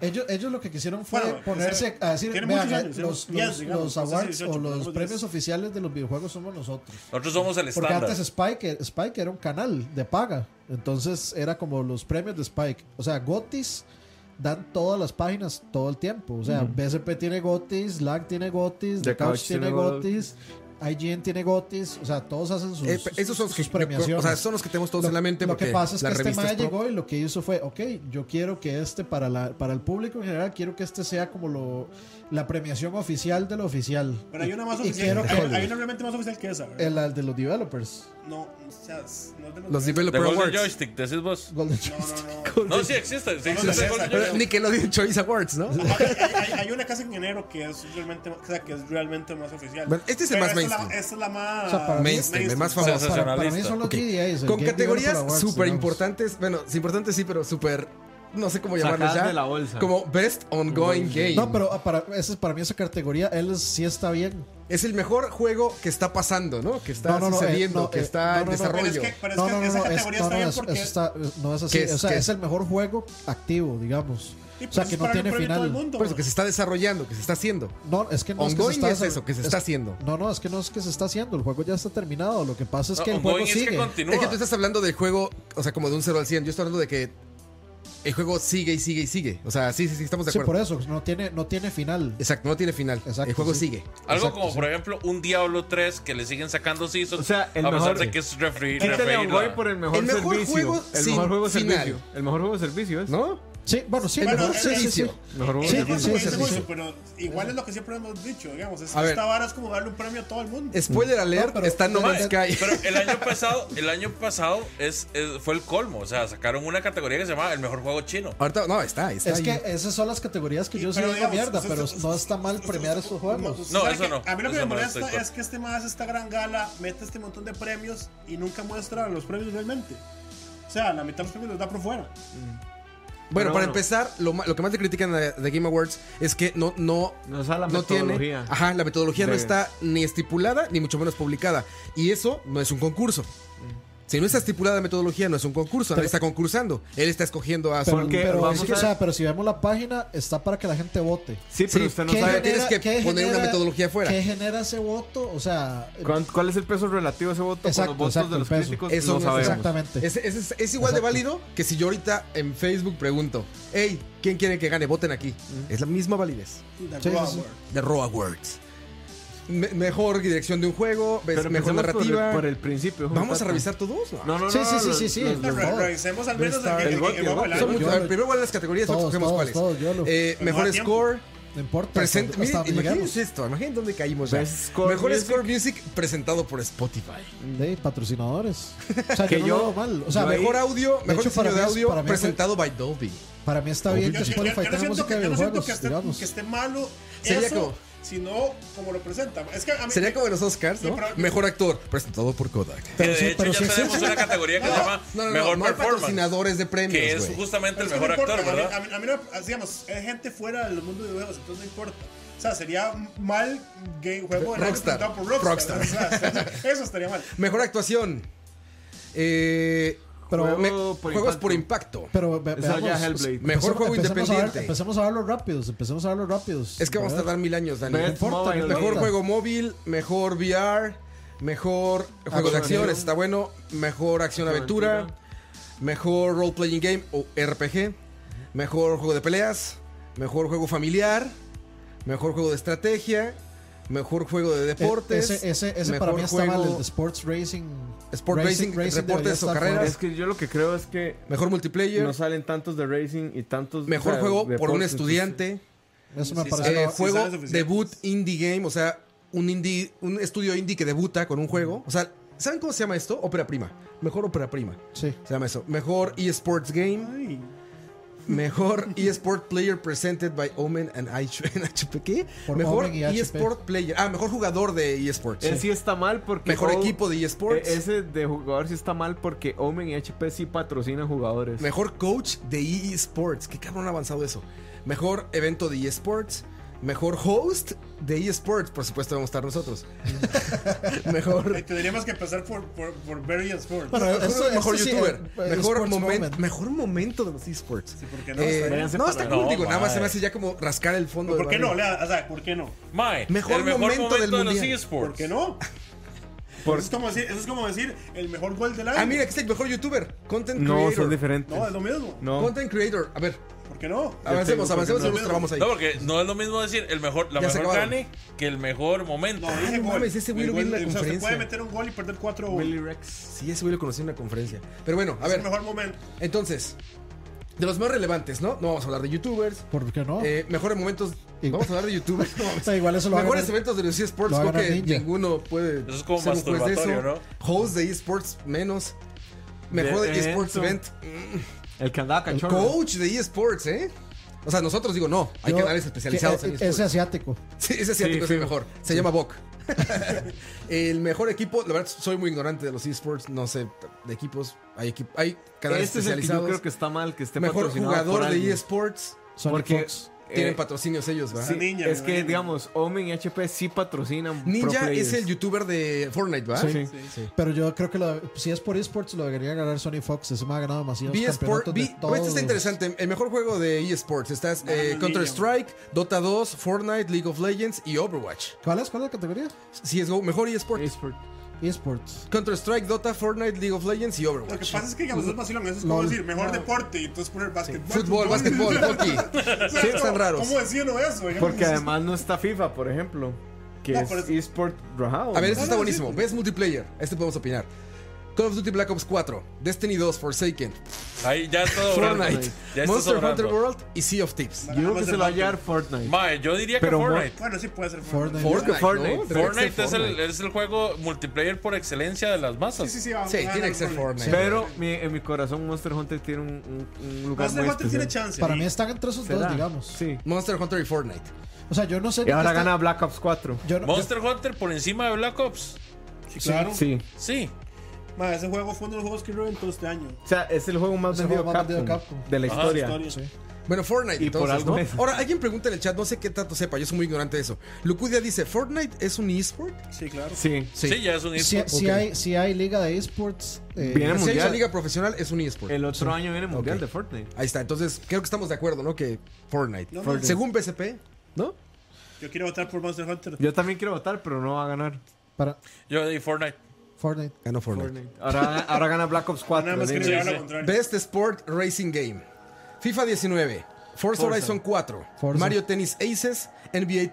Speaker 4: Ellos, ellos lo que quisieron fue
Speaker 5: Bueno,
Speaker 4: ponerse
Speaker 5: ese-
Speaker 4: a decir:
Speaker 5: tiene
Speaker 4: vean,
Speaker 5: muchos
Speaker 4: los,
Speaker 5: años, tiene
Speaker 4: los,
Speaker 5: diez, digamos,
Speaker 4: los
Speaker 5: no sé si
Speaker 4: awards
Speaker 5: 18,
Speaker 4: o
Speaker 5: pero
Speaker 4: los
Speaker 5: unos
Speaker 4: premios
Speaker 5: diez.
Speaker 4: oficiales de los videojuegos somos nosotros.
Speaker 1: Nosotros somos el
Speaker 4: Porque
Speaker 1: estándar.
Speaker 4: antes Spike, Spike era un canal de paga. Entonces era como los premios de Spike. O sea, Gotis dan todas las páginas todo el tiempo. O sea, BSP tiene Gotis, LAG tiene Gotis, The, Couch, tiene Gotis, IGN tiene Gotis. O sea, todos hacen sus,
Speaker 2: Eh, esos son los
Speaker 4: sus
Speaker 2: que,
Speaker 4: premiaciones.
Speaker 2: o sea, son los que tenemos todos
Speaker 4: Lo-
Speaker 2: en la mente.
Speaker 4: Lo
Speaker 2: porque
Speaker 4: que pasa es que
Speaker 2: las
Speaker 4: este
Speaker 2: revistas
Speaker 4: mae
Speaker 2: pro-
Speaker 4: llegó y lo que hizo fue, ok, yo quiero que este, para, la, para el público en general, quiero que este sea como lo, la premiación oficial de lo oficial.
Speaker 5: Pero hay una más
Speaker 4: Y quiero
Speaker 5: oficial. Hay,
Speaker 4: que-
Speaker 5: hay una realmente más oficial que esa, ¿verdad?
Speaker 4: El, el de los developers.
Speaker 5: No, o sea, es- no es de los.
Speaker 2: Los
Speaker 1: The
Speaker 2: Developer
Speaker 1: Golden
Speaker 2: Awards.
Speaker 1: Joystick, decís vos.
Speaker 4: Golden
Speaker 5: No,
Speaker 4: Choice.
Speaker 5: no, no.
Speaker 1: No, sí existe. Sí existe
Speaker 5: Golden
Speaker 1: el
Speaker 5: Joystick.
Speaker 1: Golden
Speaker 2: Pero
Speaker 1: Joystick.
Speaker 2: Nickelodeon Choice Awards, ¿no?
Speaker 5: hay, hay- hay una casa en enero que es realmente, o sea, que es realmente más oficial.
Speaker 2: Bueno, este es el
Speaker 5: Pero
Speaker 2: más
Speaker 5: esta la-
Speaker 2: mainstream.
Speaker 5: Esta es la más.
Speaker 4: O sea, para mí-
Speaker 2: Mainstream, el más
Speaker 4: Para,
Speaker 2: famoso.
Speaker 4: para- para mí son los
Speaker 2: Ok.
Speaker 4: GDAs, el
Speaker 2: Con
Speaker 4: Game Developer
Speaker 2: categorías
Speaker 4: Awards,
Speaker 2: súper
Speaker 4: digamos.
Speaker 2: importantes. Bueno, importantes sí, pero súper no sé cómo
Speaker 3: Sacadas
Speaker 2: llamarlo ya.
Speaker 3: de la bolsa.
Speaker 2: Como Best Ongoing Game.
Speaker 4: No, pero ah, para, ese, para mí esa categoría, él es- sí está bien.
Speaker 2: Es el mejor juego que está pasando, ¿no? Que está
Speaker 4: No, no, no,
Speaker 2: sucediendo,
Speaker 4: eh, no,
Speaker 2: que
Speaker 4: eh,
Speaker 2: está
Speaker 4: no,
Speaker 2: en
Speaker 4: no, no,
Speaker 5: Pero
Speaker 2: desarrollo.
Speaker 5: es que, pero es
Speaker 4: no,
Speaker 5: que
Speaker 4: no, no,
Speaker 5: esa
Speaker 4: no, es,
Speaker 5: categoría
Speaker 4: no,
Speaker 5: está
Speaker 4: no,
Speaker 5: bien
Speaker 4: es-
Speaker 5: porque.
Speaker 4: eso está- no es así.
Speaker 2: ¿Qué es-
Speaker 4: o sea,
Speaker 2: qué
Speaker 4: es
Speaker 2: es?
Speaker 4: el mejor juego activo, digamos.
Speaker 5: Sí,
Speaker 4: o sea,
Speaker 5: pues
Speaker 4: que
Speaker 5: es
Speaker 4: no
Speaker 5: para
Speaker 4: tiene
Speaker 5: un premio a todo el
Speaker 4: final.
Speaker 5: mundo,
Speaker 2: Por eso,
Speaker 5: ma.
Speaker 2: que se está desarrollando, que se está haciendo.
Speaker 4: No, es que no es que se
Speaker 2: Ongoing
Speaker 4: está
Speaker 2: es eso, que se está haciendo.
Speaker 4: No, no, es que no es que se está haciendo. El juego ya está terminado. Lo que pasa es que el
Speaker 1: Ongoing
Speaker 4: juego
Speaker 1: es
Speaker 4: sigue.
Speaker 1: que continúa.
Speaker 2: Es que tú estás hablando del juego, o sea, como de un 0 al 100. Yo estoy hablando de que el juego sigue y sigue y sigue. O sea, sí, sí, sí, estamos de
Speaker 4: sí,
Speaker 2: acuerdo.
Speaker 4: por eso, no tiene, no tiene final.
Speaker 2: Exacto, no tiene final.
Speaker 4: Exacto,
Speaker 2: el juego
Speaker 4: sí.
Speaker 2: sigue.
Speaker 1: Algo
Speaker 4: Exacto,
Speaker 1: como,
Speaker 4: sí.
Speaker 1: por ejemplo, un Diablo 3 que le siguen sacando seasons.
Speaker 3: O sea, el
Speaker 1: a pesar
Speaker 3: mejor-
Speaker 1: de que es referir.
Speaker 3: Quítale a
Speaker 1: referir
Speaker 3: Ongoy
Speaker 1: la-
Speaker 3: por el mejor,
Speaker 2: El mejor
Speaker 3: servicio.
Speaker 2: juego
Speaker 3: el
Speaker 2: sin
Speaker 3: mejor juego
Speaker 2: final.
Speaker 3: servicio. El mejor juego servicio es.
Speaker 2: ¿No?
Speaker 4: Sí, bueno, sí,
Speaker 2: El
Speaker 4: bueno,
Speaker 5: mejor
Speaker 4: sí, sí, sí.
Speaker 2: servicio.
Speaker 3: Mejor juego
Speaker 4: Sí,
Speaker 5: Es
Speaker 3: servicio.
Speaker 5: más o menos
Speaker 4: sí, sí,
Speaker 5: eso,
Speaker 4: sí.
Speaker 5: pero igual es lo que siempre hemos dicho, digamos. Es,
Speaker 2: A ver.
Speaker 5: esta vara es como darle un premio a todo el mundo.
Speaker 2: Spoiler alert,
Speaker 4: No, pero-
Speaker 2: está No Man's Sky.
Speaker 1: Pero el año pasado, el año pasado es, es- fue el colmo. O sea, sacaron una categoría que se llama el mejor juego chino.
Speaker 2: Ahorita, no, está, está
Speaker 4: Es
Speaker 2: ahí.
Speaker 4: que esas son las categorías que yo sí
Speaker 5: Pero,
Speaker 4: digo
Speaker 5: digamos,
Speaker 4: mierda,
Speaker 5: usted-
Speaker 4: pero
Speaker 5: usted-
Speaker 4: no está mal premiar estos juegos.
Speaker 1: No,
Speaker 5: ¿Sabe
Speaker 1: eso
Speaker 5: qué?
Speaker 1: no.
Speaker 5: A mí lo que
Speaker 1: Eso no,
Speaker 5: me molesta
Speaker 1: estoy de
Speaker 5: es que este más hace esta gran gala, mete este montón de premios y nunca muestra los premios realmente. O sea, la mitad de los premios los da por fuera.
Speaker 2: Bueno,
Speaker 3: Pero
Speaker 2: para
Speaker 3: bueno.
Speaker 2: empezar, lo, ma- lo que más le critican a de Game Awards es que no, no,
Speaker 3: No está la
Speaker 2: no tiene.
Speaker 3: metodología.
Speaker 2: Ajá, la metodología no
Speaker 3: De-
Speaker 2: está ni estipulada ni mucho menos publicada. Y eso no es un concurso. Si no está estipulada la metodología, no es un concurso. Nadie está concursando. Él está escogiendo a su.
Speaker 4: Pero,
Speaker 3: Porque
Speaker 4: pero,
Speaker 3: vamos
Speaker 4: es que,
Speaker 3: a-
Speaker 4: o sea, pero si vemos la página, está para que la gente vote.
Speaker 3: Sí, pero
Speaker 2: Sí,
Speaker 3: usted no
Speaker 2: ¿qué
Speaker 3: sabe.
Speaker 2: genera- tienes que
Speaker 4: qué
Speaker 2: poner una metodología afuera.
Speaker 4: ¿Qué genera ese voto? O sea,
Speaker 3: ¿Cuán- ¿Cuál es el peso relativo de ese voto
Speaker 4: Exacto,
Speaker 3: con los votos
Speaker 4: exacto,
Speaker 3: de los
Speaker 4: el peso.
Speaker 3: críticos?
Speaker 2: Eso
Speaker 3: no
Speaker 2: no
Speaker 3: sabemos.
Speaker 4: exactamente.
Speaker 2: Es, es- es- es igual de
Speaker 4: Exacto.
Speaker 2: válido que si yo ahorita en Facebook pregunto: Hey, ¿quién quiere que gane? Voten aquí. Es la misma validez.
Speaker 5: The
Speaker 4: Sí, sí,
Speaker 5: Raw
Speaker 4: sí.
Speaker 5: Award.
Speaker 2: De Raw Awards. Me- mejor dirección de un juego, ves,
Speaker 3: Pero
Speaker 2: mejor
Speaker 3: empecemos
Speaker 2: narrativa.
Speaker 3: Por el, por el principio.
Speaker 2: Vamos a
Speaker 3: Jota.
Speaker 2: revisar todos. No.
Speaker 3: No, no, no.
Speaker 4: Sí, sí, sí, sí,
Speaker 3: los-
Speaker 4: sí.
Speaker 3: los-
Speaker 5: No,
Speaker 4: Los
Speaker 5: re-
Speaker 4: votos.
Speaker 5: Revisemos al menos
Speaker 4: Pero está-
Speaker 5: el, el-
Speaker 3: el
Speaker 5: el- el juego del
Speaker 3: voto,
Speaker 5: año.
Speaker 2: Somos-
Speaker 4: yo
Speaker 2: a ver,
Speaker 4: lo-
Speaker 2: primero van las categorías,
Speaker 4: todos,
Speaker 2: luego escogemos
Speaker 4: todos,
Speaker 2: cuáles.
Speaker 4: todos, yo lo-
Speaker 2: Eh,
Speaker 5: Pero no
Speaker 2: mejor
Speaker 5: da tiempo.
Speaker 2: score.
Speaker 4: no importa.
Speaker 2: Present,
Speaker 4: hasta-
Speaker 2: miren,
Speaker 4: hasta donde
Speaker 2: imagínense esto, imaginen dónde caímos ya.
Speaker 3: Best Score
Speaker 2: mejor
Speaker 3: Music.
Speaker 2: score music presentado por Spotify.
Speaker 4: llegamos. De patrocinadores. O sea,
Speaker 3: Que
Speaker 4: yo, no
Speaker 3: yo-
Speaker 4: lo veo mal. O sea,
Speaker 3: yo ahí-
Speaker 4: mejor
Speaker 2: Mejor audio, mejor
Speaker 4: hecho,
Speaker 2: diseño
Speaker 4: para
Speaker 2: de
Speaker 4: mí es-
Speaker 2: audio
Speaker 4: para mí es-
Speaker 2: presentado by Dolby.
Speaker 4: para mí está bien que
Speaker 5: Yo- yo- yo- yo
Speaker 4: Spotify
Speaker 5: no
Speaker 4: tenga
Speaker 5: siento
Speaker 4: música
Speaker 5: que-
Speaker 4: de
Speaker 5: yo no siento
Speaker 4: videojuegos,
Speaker 5: que esté,
Speaker 4: digamos.
Speaker 5: que esté malo
Speaker 2: Sería
Speaker 5: eso,
Speaker 2: como-
Speaker 5: sino como lo presentan. Es que a mí,
Speaker 2: Sería como en los Oscars, ¿no?
Speaker 5: Sí, pero-
Speaker 2: Mejor actor presentado por Kodak.
Speaker 1: Que
Speaker 4: sí,
Speaker 1: de hecho
Speaker 4: pero
Speaker 1: ya
Speaker 4: sí, sí,
Speaker 1: tenemos
Speaker 4: sí.
Speaker 1: una categoría que se llama
Speaker 2: No, no, no,
Speaker 1: mejor
Speaker 2: no hay
Speaker 1: performance,
Speaker 2: patrocinadores de premios,
Speaker 1: que es
Speaker 2: güey.
Speaker 1: justamente el
Speaker 5: Pero es que
Speaker 1: mejor
Speaker 5: no
Speaker 1: actor,
Speaker 5: importa,
Speaker 1: ¿verdad?
Speaker 5: A mí, a mí- a mí no- digamos, es gente fuera del mundo de videojuegos, entonces no importa. O sea, sería mal game, juego de
Speaker 2: Rockstar.
Speaker 5: presentado por Rockstar.
Speaker 2: Rockstar.
Speaker 5: O sea, eso estaría mal.
Speaker 2: Mejor actuación. Eh,
Speaker 4: Pero-
Speaker 2: me-
Speaker 3: Juego por
Speaker 2: juegos
Speaker 3: impacto.
Speaker 2: por impacto.
Speaker 4: Pero ve-
Speaker 3: Eso ya
Speaker 4: veamos,
Speaker 3: es Hellblade.
Speaker 4: empecemos-
Speaker 2: Mejor juego
Speaker 4: empecemos a ver-
Speaker 2: independiente.
Speaker 4: Empecemos a verlo rápidos, empecemos a verlo rápidos.
Speaker 2: Es que vamos a
Speaker 4: ¿Verdad?
Speaker 2: tardar mil años, Dani.
Speaker 3: Best
Speaker 4: importa,
Speaker 3: Mobile
Speaker 4: no
Speaker 3: Game.
Speaker 2: Mejor
Speaker 4: importa.
Speaker 2: juego móvil, mejor VR, mejor juego de
Speaker 3: Acción.
Speaker 2: acciones, está bueno. Mejor acción aventura, mejor role playing game o RPG, mejor juego de peleas, mejor juego familiar, mejor juego de estrategia, mejor juego de
Speaker 4: E-
Speaker 2: deportes.
Speaker 4: Ese, ese, ese para
Speaker 2: mejor
Speaker 4: mí está mal, el
Speaker 2: juego-
Speaker 4: de Sports Racing.
Speaker 2: Sport Racing, deportes
Speaker 4: debería
Speaker 2: o
Speaker 4: estar
Speaker 2: carreras.
Speaker 4: fuera.
Speaker 3: Es que yo lo que creo es que
Speaker 2: Mejor multiplayer,
Speaker 3: no salen tantos de racing y tantos.
Speaker 2: mejor
Speaker 3: o sea,
Speaker 2: juego por un
Speaker 3: deportes, pues,
Speaker 2: estudiante,
Speaker 4: Eso me
Speaker 5: Sí,
Speaker 4: parece.
Speaker 2: eh,
Speaker 5: no, sí
Speaker 2: juego
Speaker 5: saben suficiente.
Speaker 2: debut
Speaker 4: pues.
Speaker 2: indie game, o sea, un indie, un estudio indie que debuta con un juego. O sea, ¿saben cómo se llama esto? Ópera prima. Mejor ópera prima.
Speaker 4: Sí.
Speaker 2: Se llama eso. Mejor eSports Game.
Speaker 5: Ay,
Speaker 2: Mejor eSport Player presented by Omen and HP. ¿Qué?
Speaker 4: Por
Speaker 2: mejor
Speaker 4: Omen y HP.
Speaker 2: eSport Player. Ah, mejor jugador de eSports.
Speaker 3: Él eh, sí está mal porque.
Speaker 2: Mejor
Speaker 3: Ow-
Speaker 2: equipo de eSports.
Speaker 3: e- Ese de jugador sí está mal porque Omen y HP sí patrocinan jugadores.
Speaker 2: Mejor coach de eSports. Qué cabrón ha avanzado eso. Mejor evento de eSports. Mejor host de eSports. Por supuesto, vamos a estar nosotros. mejor.
Speaker 5: Tendríamos que empezar por, por, por Various Sports.
Speaker 4: Bueno,
Speaker 2: eh,
Speaker 4: esto-
Speaker 2: mejor
Speaker 4: esto sí,
Speaker 2: youtuber.
Speaker 4: eh,
Speaker 2: mejor,
Speaker 4: Sports
Speaker 2: momen-
Speaker 4: Moment.
Speaker 2: mejor momento de los eSports.
Speaker 5: Sí, ¿por qué no?
Speaker 2: Eh,
Speaker 5: Estaría-
Speaker 3: Váyanse
Speaker 2: no,
Speaker 3: para
Speaker 2: está
Speaker 3: la-
Speaker 2: cool,
Speaker 1: No,
Speaker 2: digo, nada más se me
Speaker 1: madre.
Speaker 2: hace ya como rascar el fondo
Speaker 5: ¿Por qué
Speaker 2: del
Speaker 5: no?
Speaker 2: barril.
Speaker 5: Lea, o sea, ¿por qué no?
Speaker 1: Mae,
Speaker 2: Mejor
Speaker 1: el mejor
Speaker 2: momento
Speaker 1: momento,
Speaker 2: del
Speaker 1: de los
Speaker 2: mundial.
Speaker 1: eSports.
Speaker 5: ¿Por qué no?
Speaker 3: Por-
Speaker 5: Eso, es como decir, eso es como decir el mejor gol del año.
Speaker 2: Ah, mira, aquí está el mejor youtuber. Content
Speaker 3: No, son
Speaker 2: creator.
Speaker 3: diferentes.
Speaker 5: No, es lo mismo.
Speaker 3: No.
Speaker 2: Content creator. A ver,
Speaker 5: ¿Por qué no?
Speaker 2: avancemos,
Speaker 3: tengo,
Speaker 2: avancemos y
Speaker 3: porque
Speaker 2: nos trabamos ahí.
Speaker 1: No, porque no es lo mismo decir el mejor, la
Speaker 2: Ya se
Speaker 1: mejor
Speaker 2: acabaron.
Speaker 1: gane que el mejor momento.
Speaker 5: No, dije
Speaker 2: ah, no
Speaker 5: gol.
Speaker 2: mames, ese güey
Speaker 5: El
Speaker 2: lo vi en
Speaker 5: gol-
Speaker 2: la
Speaker 5: o sea, se
Speaker 2: conferencia.
Speaker 5: puede meter un gol y perder 4
Speaker 3: Willy
Speaker 5: goles.
Speaker 3: Rex.
Speaker 2: Sí, ese güey lo conocí en una conferencia. Pero bueno, a
Speaker 5: Es el
Speaker 2: ver,
Speaker 5: mejor momento.
Speaker 2: entonces, de los más relevantes, ¿no? No vamos a hablar de youtubers.
Speaker 4: ¿Por qué no?
Speaker 2: Eh, mejores momentos.
Speaker 4: Y-
Speaker 2: Vamos a hablar de youtubers. No, mames.
Speaker 4: Oh. Está igual, eso lo va a
Speaker 2: mejores
Speaker 4: ganar-
Speaker 2: eventos de los eSports.
Speaker 4: lo va a
Speaker 2: Creo que
Speaker 4: ganar Ninja.
Speaker 2: ninguno puede.
Speaker 1: Eso es como
Speaker 2: ser un juez de eso.
Speaker 1: masturbatorio,
Speaker 2: Host de eSports, menos. Mejor
Speaker 3: De
Speaker 2: de eSports event.
Speaker 3: evento. El que andaba cachorro.
Speaker 2: Coach de eSports, ¿eh? O sea, nosotros digo, no. Hay
Speaker 4: Yo-
Speaker 2: canales especializados
Speaker 4: que-
Speaker 2: en
Speaker 4: Ese
Speaker 2: eSports.
Speaker 4: asiático.
Speaker 2: Sí, ese asiático
Speaker 3: Sí,
Speaker 2: es el
Speaker 3: fijo.
Speaker 2: mejor. Se llama Bok. El mejor equipo, la verdad, soy muy ignorante de los esports, no sé de equipos. Hay, equi- hay canales
Speaker 3: Este es el que yo
Speaker 2: especializados.
Speaker 3: creo que está mal, que esté
Speaker 2: mejor
Speaker 3: patrocinado
Speaker 2: jugador
Speaker 3: por
Speaker 2: de
Speaker 3: alguien.
Speaker 2: esports.
Speaker 4: Sonic
Speaker 3: Porque,
Speaker 4: Fox.
Speaker 3: eh,
Speaker 2: Tienen patrocinios ellos, ¿verdad?
Speaker 3: sí,
Speaker 5: Ah, Ninja,
Speaker 3: es
Speaker 5: me
Speaker 3: que,
Speaker 5: imagino.
Speaker 3: digamos, Omen y HP sí patrocinan. pro
Speaker 2: Ninja es
Speaker 3: players.
Speaker 2: el youtuber de Fortnite, ¿verdad?
Speaker 3: Sí.
Speaker 4: Pero yo creo que lo- si es por esports lo debería ganar Sony Fox. Ese me ha ganado demasiados
Speaker 2: B Sport,
Speaker 4: campeonatos de
Speaker 2: B- este está
Speaker 4: todos.
Speaker 2: interesante. El mejor juego de eSports. Estás
Speaker 5: Ganando el
Speaker 2: Counter Strike, Dota 2, Fortnite, League of Legends y Overwatch.
Speaker 4: ¿Cuál es? ¿Cuál es la categoría?
Speaker 2: CSGO, mejor eSports.
Speaker 3: Esport.
Speaker 4: Esports.
Speaker 2: Counter Strike, Dota, Fortnite, League of Legends y
Speaker 5: Lo que
Speaker 2: Overwatch.
Speaker 5: pasa es que digamos, es vacilón, eso es como
Speaker 4: Lol.
Speaker 5: decir mejor
Speaker 4: No.
Speaker 5: deporte y entonces poner básquetbol.
Speaker 2: Fútbol, básquetbol, hockey.
Speaker 5: O sea,
Speaker 2: Sí,
Speaker 5: es
Speaker 2: están
Speaker 5: como-
Speaker 2: raros.
Speaker 5: ¿Cómo decía uno eso? digamos?
Speaker 3: Porque además no está FIFA, por ejemplo, que
Speaker 5: No,
Speaker 3: es
Speaker 5: pero es-
Speaker 3: eSport rajado.
Speaker 2: A ver,
Speaker 3: ¿no?
Speaker 2: este
Speaker 5: No,
Speaker 2: está
Speaker 5: no,
Speaker 2: buenísimo.
Speaker 5: sí.
Speaker 2: Ves multiplayer. Este podemos opinar. Call of Duty Black Ops 4, Destiny 2, Forsaken,
Speaker 1: Ahí ya está sobrando.
Speaker 2: Fortnite,
Speaker 1: Ya está
Speaker 2: Monster
Speaker 1: sobrando.
Speaker 2: Hunter World y Sea of Thieves.
Speaker 3: yo creo que
Speaker 5: Además
Speaker 3: se
Speaker 5: del
Speaker 3: lo va a
Speaker 5: Valorant.
Speaker 3: llevar Fortnite.
Speaker 1: Mae, yo diría que
Speaker 3: Pero Mo-
Speaker 1: Fortnite.
Speaker 5: Bueno, sí puede ser
Speaker 4: Fortnite.
Speaker 2: Fortnite, ¿no?
Speaker 3: Fortnite.
Speaker 2: Tendría que ser
Speaker 1: Fortnite es el, es el juego multiplayer por excelencia de las masas.
Speaker 5: Sí, sí, sí. va-
Speaker 2: Sí,
Speaker 5: va a
Speaker 2: tiene
Speaker 5: ganar
Speaker 2: que ser Fortnite.
Speaker 3: Pero mi- en mi corazón Monster Hunter tiene un, un- un lugar
Speaker 5: Monster
Speaker 3: muy
Speaker 5: Hunter tiene
Speaker 3: especial.
Speaker 5: chance.
Speaker 4: Para
Speaker 5: y-
Speaker 4: mí están entre esos
Speaker 3: ¿Será?
Speaker 4: dos, digamos.
Speaker 3: Sí.
Speaker 2: Monster Hunter y Fortnite.
Speaker 4: O sea, yo no sé.
Speaker 3: Y
Speaker 4: ni
Speaker 3: ahora
Speaker 4: qué está-
Speaker 3: gana Black Ops 4.
Speaker 4: Yo no-
Speaker 1: Monster Hunter por encima de Black Ops.
Speaker 5: Sí, claro.
Speaker 3: Sí.
Speaker 1: Sí.
Speaker 5: Ma, ese juego fue uno de los juegos que reventó este año.
Speaker 3: O sea, es el juego más,
Speaker 4: Es el
Speaker 3: vendido,
Speaker 4: juego más
Speaker 3: Capcom
Speaker 4: vendido Capcom.
Speaker 3: de la
Speaker 1: Ajá,
Speaker 3: historia.
Speaker 5: historia.
Speaker 4: Sí.
Speaker 2: Bueno, Fortnite,
Speaker 3: Y por
Speaker 2: entonces,
Speaker 3: algo
Speaker 2: ¿no?
Speaker 3: es.
Speaker 2: Ahora, alguien pregunta en el chat, no sé qué tanto sepa, yo soy muy ignorante de eso. Lucudia dice, ¿Fortnite es un eSport?
Speaker 5: Sí, claro.
Speaker 3: Sí.
Speaker 1: sí, ya es un
Speaker 4: Si,
Speaker 1: eSport.
Speaker 4: si
Speaker 2: Ok.
Speaker 4: hay, si hay liga de esports. eh,
Speaker 3: Bien.
Speaker 2: Si hay una
Speaker 3: mundial.
Speaker 2: liga profesional, es un eSport.
Speaker 3: El otro año viene el Mundial
Speaker 2: Ok.
Speaker 3: de Fortnite.
Speaker 2: Ahí está, entonces creo que estamos de acuerdo, ¿no? Que Fortnite.
Speaker 5: No, no, Fortnite.
Speaker 2: Según BSP,
Speaker 3: ¿No?
Speaker 5: Yo quiero votar por Monster Hunter.
Speaker 3: Yo también quiero votar, pero no va a ganar.
Speaker 4: para
Speaker 1: Yo di Fortnite.
Speaker 4: Fortnite.
Speaker 2: ganó Fortnite.
Speaker 3: Ahora, ahora gana Black Ops 4.
Speaker 5: Nada más que
Speaker 3: digo.
Speaker 5: me llevar la contraria.
Speaker 2: Best Sport Racing Game. FIFA 19. Forza, Horizon 4.
Speaker 4: Forza.
Speaker 2: Mario Tennis Aces. NBA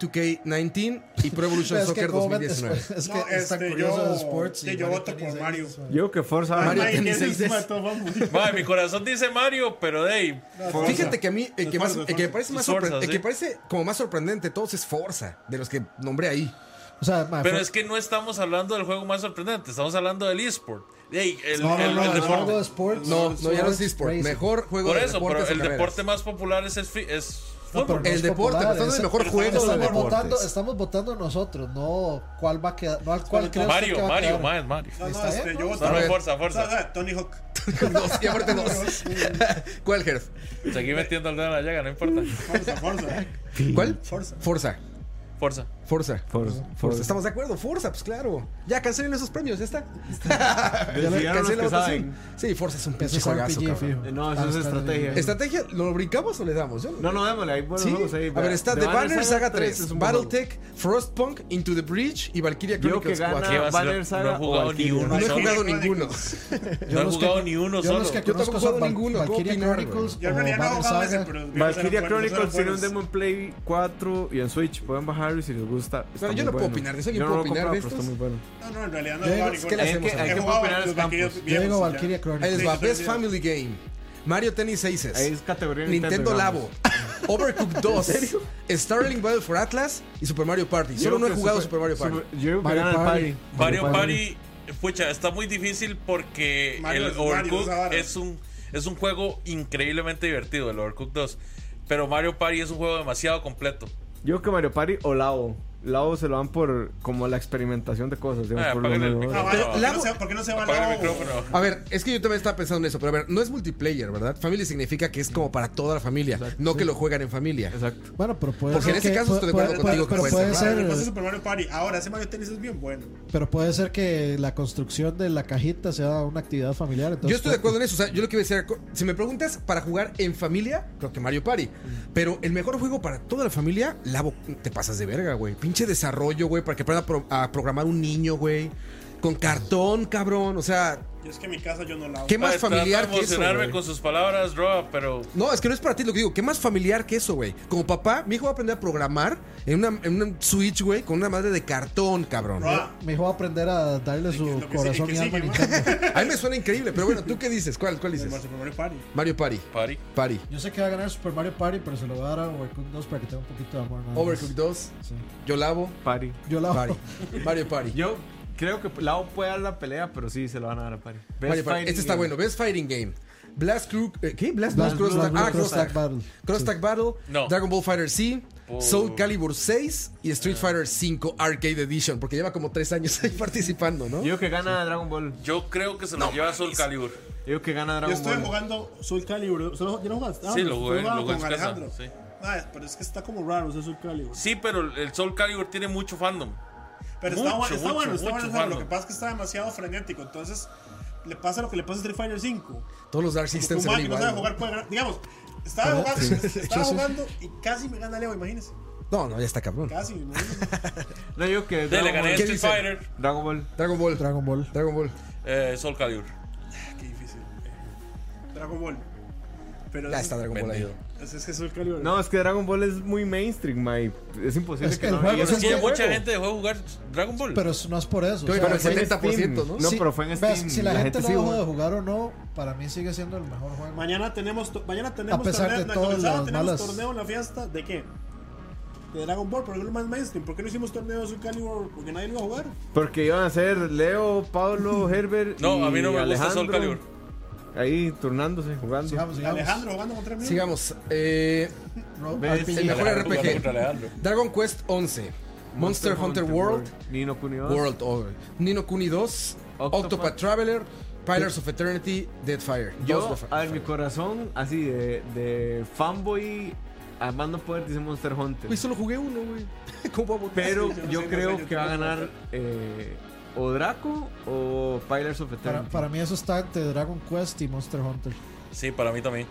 Speaker 2: 2K19. Y Pro Evolution
Speaker 4: Es que
Speaker 2: Soccer
Speaker 4: como ven,
Speaker 2: 2019.
Speaker 4: Es, es que
Speaker 5: No,
Speaker 4: están
Speaker 5: este,
Speaker 4: curiosos
Speaker 5: yo-
Speaker 4: de esports. y
Speaker 5: sí, yo
Speaker 4: Mario
Speaker 5: voto por
Speaker 4: Tennis
Speaker 5: Mario.
Speaker 4: es-
Speaker 3: Yo creo que Forza va a
Speaker 2: Mario
Speaker 5: Ay,
Speaker 3: ganar.
Speaker 2: Tennis
Speaker 5: ese es
Speaker 2: Aces.
Speaker 5: mató, vamos.
Speaker 1: Mae, mi corazón dice Mario, pero Dave.
Speaker 5: Forza.
Speaker 2: Fíjate que a mí, el que, más, el que me parece, más
Speaker 1: Forza,
Speaker 2: sorpre- el
Speaker 1: sí.
Speaker 2: que parece como más sorprendente de todos es Forza, de los que nombré ahí.
Speaker 4: O sea, ma,
Speaker 1: Pero
Speaker 4: Forza-
Speaker 1: es que no estamos hablando del juego más sorprendente, estamos hablando del eSport. Ey, el,
Speaker 4: No, no,
Speaker 1: el-
Speaker 4: no,
Speaker 1: el
Speaker 4: no,
Speaker 1: deporte.
Speaker 4: no, sports,
Speaker 2: No, no, ya no es
Speaker 4: sports
Speaker 2: eSport.
Speaker 4: racing.
Speaker 2: Mejor juego
Speaker 1: Por
Speaker 2: de
Speaker 1: eso, pero
Speaker 2: deportes o
Speaker 1: el
Speaker 2: carreras.
Speaker 1: deporte más popular es, el fi- es
Speaker 4: No, pero
Speaker 1: fútbol.
Speaker 4: no
Speaker 2: El
Speaker 4: es
Speaker 2: deporte,
Speaker 4: popular,
Speaker 2: pero estamos
Speaker 4: es-
Speaker 2: en este mejor juego de
Speaker 4: Estamos
Speaker 2: deportes.
Speaker 4: votando, estamos votando nosotros, no cuál va a quedar, no al cuál creo que
Speaker 1: Mario,
Speaker 4: va a
Speaker 1: Mario,
Speaker 4: quedar.
Speaker 1: mae, es Mario.
Speaker 5: No, no,
Speaker 4: ¿Está
Speaker 5: este,
Speaker 4: bien?
Speaker 5: yo
Speaker 1: No,
Speaker 5: voto
Speaker 1: no,
Speaker 2: ver.
Speaker 1: fuerza,
Speaker 5: por
Speaker 1: fuerza.
Speaker 5: Tony Hawk.
Speaker 2: Dos, y aparte dos. ¿Cuál, Herf?
Speaker 1: Seguí metiendo el dedo en la llaga, no importa.
Speaker 5: Forza, Forza.
Speaker 2: ¿Cuál?
Speaker 5: Forza.
Speaker 2: Forza.
Speaker 1: Fuerza.
Speaker 2: Forza.
Speaker 3: Forza.
Speaker 2: Forza.
Speaker 3: Forza.
Speaker 2: Estamos de acuerdo, Forza, pues claro. Ya cancelen esos premios, ya está.
Speaker 3: Decidieron los
Speaker 2: Cancelen la
Speaker 3: que
Speaker 2: votación.
Speaker 3: saben.
Speaker 2: Sí, Forza es un
Speaker 4: Eso
Speaker 2: pinche
Speaker 4: es
Speaker 2: juegazo,
Speaker 4: RPG,
Speaker 2: cabrón.
Speaker 4: fijo.
Speaker 3: No, eso
Speaker 4: Ah,
Speaker 3: es
Speaker 4: está
Speaker 3: estrategia.
Speaker 2: ¿Estrategia? ¿Lo brincamos o le damos? Yo
Speaker 3: No, no, démosle. Hay buenos
Speaker 2: Ah. Sí.
Speaker 3: juegos ahí.
Speaker 2: A ver, está The Banner Saga 3,
Speaker 3: un buen juego.
Speaker 2: Battletech, Frostpunk, Into the Breach y Valkyria
Speaker 3: Yo que
Speaker 2: Chronicles
Speaker 3: gana
Speaker 2: 4.
Speaker 1: ¿Qué va a ser?
Speaker 3: Banner
Speaker 1: No
Speaker 3: Saga
Speaker 1: he
Speaker 3: o
Speaker 1: jugado ni
Speaker 3: Valkyria.
Speaker 1: uno
Speaker 2: No he
Speaker 1: solo.
Speaker 2: jugado ninguno.
Speaker 1: No he
Speaker 4: los
Speaker 1: jugado
Speaker 4: que-
Speaker 1: ni uno
Speaker 4: yo los
Speaker 1: solo.
Speaker 4: que
Speaker 1: Yo
Speaker 4: conozco
Speaker 2: tampoco he
Speaker 4: son
Speaker 2: jugado
Speaker 4: Val-
Speaker 2: ninguno,
Speaker 4: Valkyria
Speaker 2: ¿cómo opinar,
Speaker 4: Chronicles
Speaker 5: Yo
Speaker 4: o
Speaker 5: en realidad no
Speaker 4: Banner
Speaker 5: jugaba ese,
Speaker 4: Saga.
Speaker 5: pero. digamos,
Speaker 3: Valkyria
Speaker 5: eran buenos, eran
Speaker 3: Chronicles tiene un
Speaker 2: pues,
Speaker 5: buenos.
Speaker 3: Demon Play 4 y en Switch. Pueden bajarlo y si les gusta. está
Speaker 2: yo
Speaker 3: muy
Speaker 2: no puedo
Speaker 3: bueno.
Speaker 2: opinar de eso, ¿alguien
Speaker 3: Yo no
Speaker 2: puede
Speaker 3: lo he
Speaker 2: opinar de
Speaker 3: comprado, pero
Speaker 2: estos?
Speaker 3: Está muy bueno.
Speaker 5: No, no, en realidad no
Speaker 2: Yo
Speaker 5: jugaba
Speaker 2: digo, ¿qué le
Speaker 5: ninguno.
Speaker 2: hacemos?
Speaker 5: He
Speaker 3: Hay que
Speaker 5: jugado
Speaker 3: opinar
Speaker 5: los
Speaker 3: los
Speaker 5: Valkyria
Speaker 3: campos.
Speaker 4: Yo
Speaker 5: viejos,
Speaker 4: digo
Speaker 5: ya.
Speaker 4: Valkyria
Speaker 2: Ahí
Speaker 4: Chronicles.
Speaker 2: les va.
Speaker 5: Sí, sí,
Speaker 2: Best
Speaker 5: sí.
Speaker 2: Family Game, Mario Tennis
Speaker 3: Ahí
Speaker 2: Aces,
Speaker 3: es categoría
Speaker 2: Nintendo Labo,
Speaker 3: digamos.
Speaker 2: Overcooked 2, Starling Battle for Atlas y Super Mario Party.
Speaker 3: Yo
Speaker 2: Solo no he
Speaker 3: creo que
Speaker 2: jugado
Speaker 3: Super-
Speaker 2: Super Mario Party.
Speaker 3: Super- Yo creo que
Speaker 4: Mario
Speaker 3: gana el
Speaker 4: Party.
Speaker 3: Party.
Speaker 1: Mario Party, pucha, está muy difícil porque
Speaker 5: Mario es
Speaker 1: el
Speaker 5: Mario,
Speaker 1: Overcooked
Speaker 5: esa vara.
Speaker 1: es un, es un juego increíblemente divertido, el Overcooked 2. Pero Mario Party es un juego demasiado completo.
Speaker 3: Yo creo que Mario Party o Labo. Labo se lo dan por como la experimentación de cosas. digamos,
Speaker 1: Ah,
Speaker 3: por lo
Speaker 1: apágale el
Speaker 3: menos.
Speaker 5: Ah,
Speaker 1: micrófono.
Speaker 5: vale, ¿por qué
Speaker 2: Labo-
Speaker 5: no se- ¿Por qué no se va
Speaker 1: Apaga el
Speaker 5: Labo?
Speaker 1: micrófono.
Speaker 2: A ver, es que yo también estaba pensando en eso, pero a ver, no es multiplayer, ¿verdad? Family significa que es como para toda la familia, no que lo juegan en familia.
Speaker 3: Exacto.
Speaker 4: Bueno, pero puede
Speaker 2: Porque
Speaker 4: ser
Speaker 2: en ese
Speaker 4: que-
Speaker 2: caso estoy de acuerdo
Speaker 5: pues,
Speaker 4: puede-
Speaker 2: contigo que
Speaker 4: pero
Speaker 2: puede
Speaker 4: puede
Speaker 5: Claro, lo que pasa es
Speaker 4: ser,
Speaker 5: Super Mario Party. pues, Ahora, ese Mario Tennis es bien bueno.
Speaker 4: pero puede ser que la construcción de la cajita sea una actividad familiar, entonces
Speaker 2: yo estoy de acuerdo en eso. O sea, yo lo que iba a decir, co- si me preguntas para jugar en familia, creo que Mario Party. Pero el mejor juego para toda la familia, Labo, te pasas de verga, güey. Pinche desarrollo, güey, para que aprenda a pro- a programar un niño, güey. Con cartón, cabrón. O sea,
Speaker 5: Yo es que en mi casa yo no lavo.
Speaker 2: ¿qué más
Speaker 1: Ay, trato
Speaker 2: familiar
Speaker 1: de
Speaker 2: que eso?
Speaker 1: emocionarme
Speaker 2: güey?
Speaker 1: con sus palabras, Roa, pero
Speaker 2: No, es que no es para ti lo que digo. ¿Qué más familiar que eso, güey? Como papá, mi hijo va a aprender a programar en una, en una Switch, güey, con una madre de cartón, cabrón.
Speaker 1: Ah.
Speaker 5: Roa,
Speaker 4: Me dijo aprender a darle su
Speaker 5: lo que sigue,
Speaker 4: corazón
Speaker 5: que
Speaker 4: y alma a
Speaker 5: sigue,
Speaker 4: Nintendo.
Speaker 2: A mí me suena increíble, pero bueno, ¿tú qué dices? ¿Cuál, cuál
Speaker 5: el
Speaker 2: dices?
Speaker 5: Super Mario Party.
Speaker 2: Mario Party.
Speaker 1: Party.
Speaker 2: Party.
Speaker 4: Yo sé que va a ganar Super Mario Party, pero se lo voy a dar a Overcooked 2 para que tenga un poquito de amor. nada más.
Speaker 2: Overcooked 2.
Speaker 4: Sí.
Speaker 2: Yo lavo.
Speaker 3: Party.
Speaker 4: Yo la
Speaker 2: Party. Mario Party.
Speaker 3: Yo creo que Labo puede dar la pelea, pero sí se lo van a dar a Party. Best
Speaker 2: Mario Party.
Speaker 3: Fighting
Speaker 2: Este está
Speaker 3: Game.
Speaker 2: bueno. Best Fighting Game. Blast Crew. eh, ¿Qué? Blast,
Speaker 4: Blast
Speaker 2: Blast Cross
Speaker 4: Blue-
Speaker 2: Tag.
Speaker 4: Blue
Speaker 2: Ah, Cross
Speaker 4: Cross Tag
Speaker 2: Tag.
Speaker 4: Battle.
Speaker 2: Cross Tag Battle.
Speaker 1: No.
Speaker 2: Dragon Ball Fighter Z.
Speaker 1: por-
Speaker 2: Soul Calibur 6 y Street Fighter 5 Arcade Edition, porque lleva como tres años ahí participando, ¿no?
Speaker 3: Yo digo que gana Dragon Ball.
Speaker 1: Yo creo que se lo lleva Soul Calibur.
Speaker 3: Yo digo que gana
Speaker 5: Yo
Speaker 3: Dragon
Speaker 5: estoy
Speaker 3: Ball.
Speaker 5: jugando Soul Calibur. ¿Solo- ¿Ya no jugaste? Ah,
Speaker 1: Sí,
Speaker 5: yo
Speaker 1: lo jugué,
Speaker 5: jugaba
Speaker 1: lo jugué en
Speaker 5: con
Speaker 1: su casa.
Speaker 5: Alejandro.
Speaker 1: sí.
Speaker 5: Ah, pero es que está como raro ese Soul Calibur.
Speaker 1: Sí, pero el Soul Calibur tiene mucho fandom.
Speaker 5: Pero
Speaker 1: Mucho,
Speaker 5: está, bueno, está
Speaker 1: mucho,
Speaker 5: bueno, está
Speaker 1: mucho
Speaker 5: bueno, está bueno. Lo
Speaker 1: fandom.
Speaker 5: que pasa es que está demasiado frenético. Entonces, le pasa lo que le pasa a Street Fighter 5.
Speaker 2: Todos los Dark
Speaker 5: Como
Speaker 2: Systems se
Speaker 5: Mac
Speaker 2: ven
Speaker 5: no
Speaker 2: igual,
Speaker 5: sabe
Speaker 2: ¿no?
Speaker 5: jugar, puede ganar. Digamos, estaba
Speaker 2: ¿Verdad?
Speaker 5: jugando,
Speaker 2: Sí.
Speaker 5: estaba
Speaker 2: Sí, sí.
Speaker 5: jugando y casi me gana Leo, imagínese.
Speaker 2: No, no, ya está cabrón.
Speaker 5: Casi, ¿no?
Speaker 3: No, yo digo que
Speaker 1: Le
Speaker 3: Dragon
Speaker 1: gané a
Speaker 3: Ball.
Speaker 2: ¿Qué
Speaker 1: Street
Speaker 2: dicen?
Speaker 1: Fighter,
Speaker 3: Dragon Ball.
Speaker 2: Dragon Ball,
Speaker 4: Dragon Ball.
Speaker 2: Dragon Ball.
Speaker 1: eh, Soul Calibur.
Speaker 5: Qué difícil. Eh, Dragon Ball. Pero
Speaker 2: Ya
Speaker 5: es-
Speaker 2: está Dragon Ball ahí.
Speaker 1: Vendido.
Speaker 5: Es, es que Soul Calibur.
Speaker 3: No, es que Dragon Ball es muy mainstream, mae. Es imposible
Speaker 4: Es
Speaker 3: que
Speaker 4: que
Speaker 3: no
Speaker 4: el juego
Speaker 3: y
Speaker 4: es
Speaker 1: Sí,
Speaker 4: un buen
Speaker 1: mucha gente dejó de jugar Dragon Ball.
Speaker 4: Pero es- no es por eso. o
Speaker 2: Yo
Speaker 4: sea,
Speaker 2: creo
Speaker 4: si-
Speaker 2: que-
Speaker 3: en
Speaker 2: 70%,
Speaker 3: Steam.
Speaker 2: ¿no?
Speaker 4: si-
Speaker 3: pero fue en
Speaker 4: ves,
Speaker 3: Steam.
Speaker 4: Si la, gente,
Speaker 3: sí
Speaker 4: lo dejó
Speaker 3: juega.
Speaker 4: de jugar o no, para mí sigue siendo el mejor juego.
Speaker 5: Mañana tenemos, to- mañana tenemos
Speaker 4: A pesar de
Speaker 5: na-
Speaker 4: todas
Speaker 5: comenzado,
Speaker 4: las
Speaker 5: tenemos
Speaker 4: malas-
Speaker 5: torneo en la fiesta. ¿De qué? De Dragon Ball, porque es lo más mainstream. ¿Por qué no hicimos torneo de Soul Calibur? Porque nadie lo iba a jugar.
Speaker 3: Porque iban a ser Leo, Pablo, Herbert. y
Speaker 1: no, a mí no me gusta
Speaker 3: Alejandro
Speaker 1: Soul Calibur.
Speaker 3: Ahí turnándose, jugando.
Speaker 4: Sigamos, sigamos.
Speaker 5: Alejandro jugando contra mí.
Speaker 2: Sigamos. Eh,
Speaker 4: Ro-
Speaker 3: Ves,
Speaker 4: RPG.
Speaker 2: el mejor
Speaker 1: Alejandro,
Speaker 2: RPG.
Speaker 1: contra Alejandro.
Speaker 2: Dragon Quest 11, Monster, Hunter, World,
Speaker 3: Nino Kuni dos.
Speaker 2: World Over, Nino Kuni 2,
Speaker 3: Octopath.
Speaker 2: Octopath, Traveler, Pirates of Eternity, Deadfire. Dos
Speaker 3: Yo,
Speaker 2: of-
Speaker 3: a ver, mi corazón, así de, de fanboy, armando poder, dice Monster Hunter.
Speaker 2: Güey, solo jugué uno, güey. ¿Cómo voy a votar?
Speaker 3: Pero
Speaker 5: Sí, yo no
Speaker 3: yo
Speaker 5: sé, no sé,
Speaker 3: creo
Speaker 5: yo
Speaker 3: que va a
Speaker 5: tampoco.
Speaker 3: ganar eh, o Draco o Pirates of
Speaker 4: Para,
Speaker 3: Eternity.
Speaker 4: para mí eso está entre Dragon Quest y Monster Hunter.
Speaker 1: Sí, para mí también.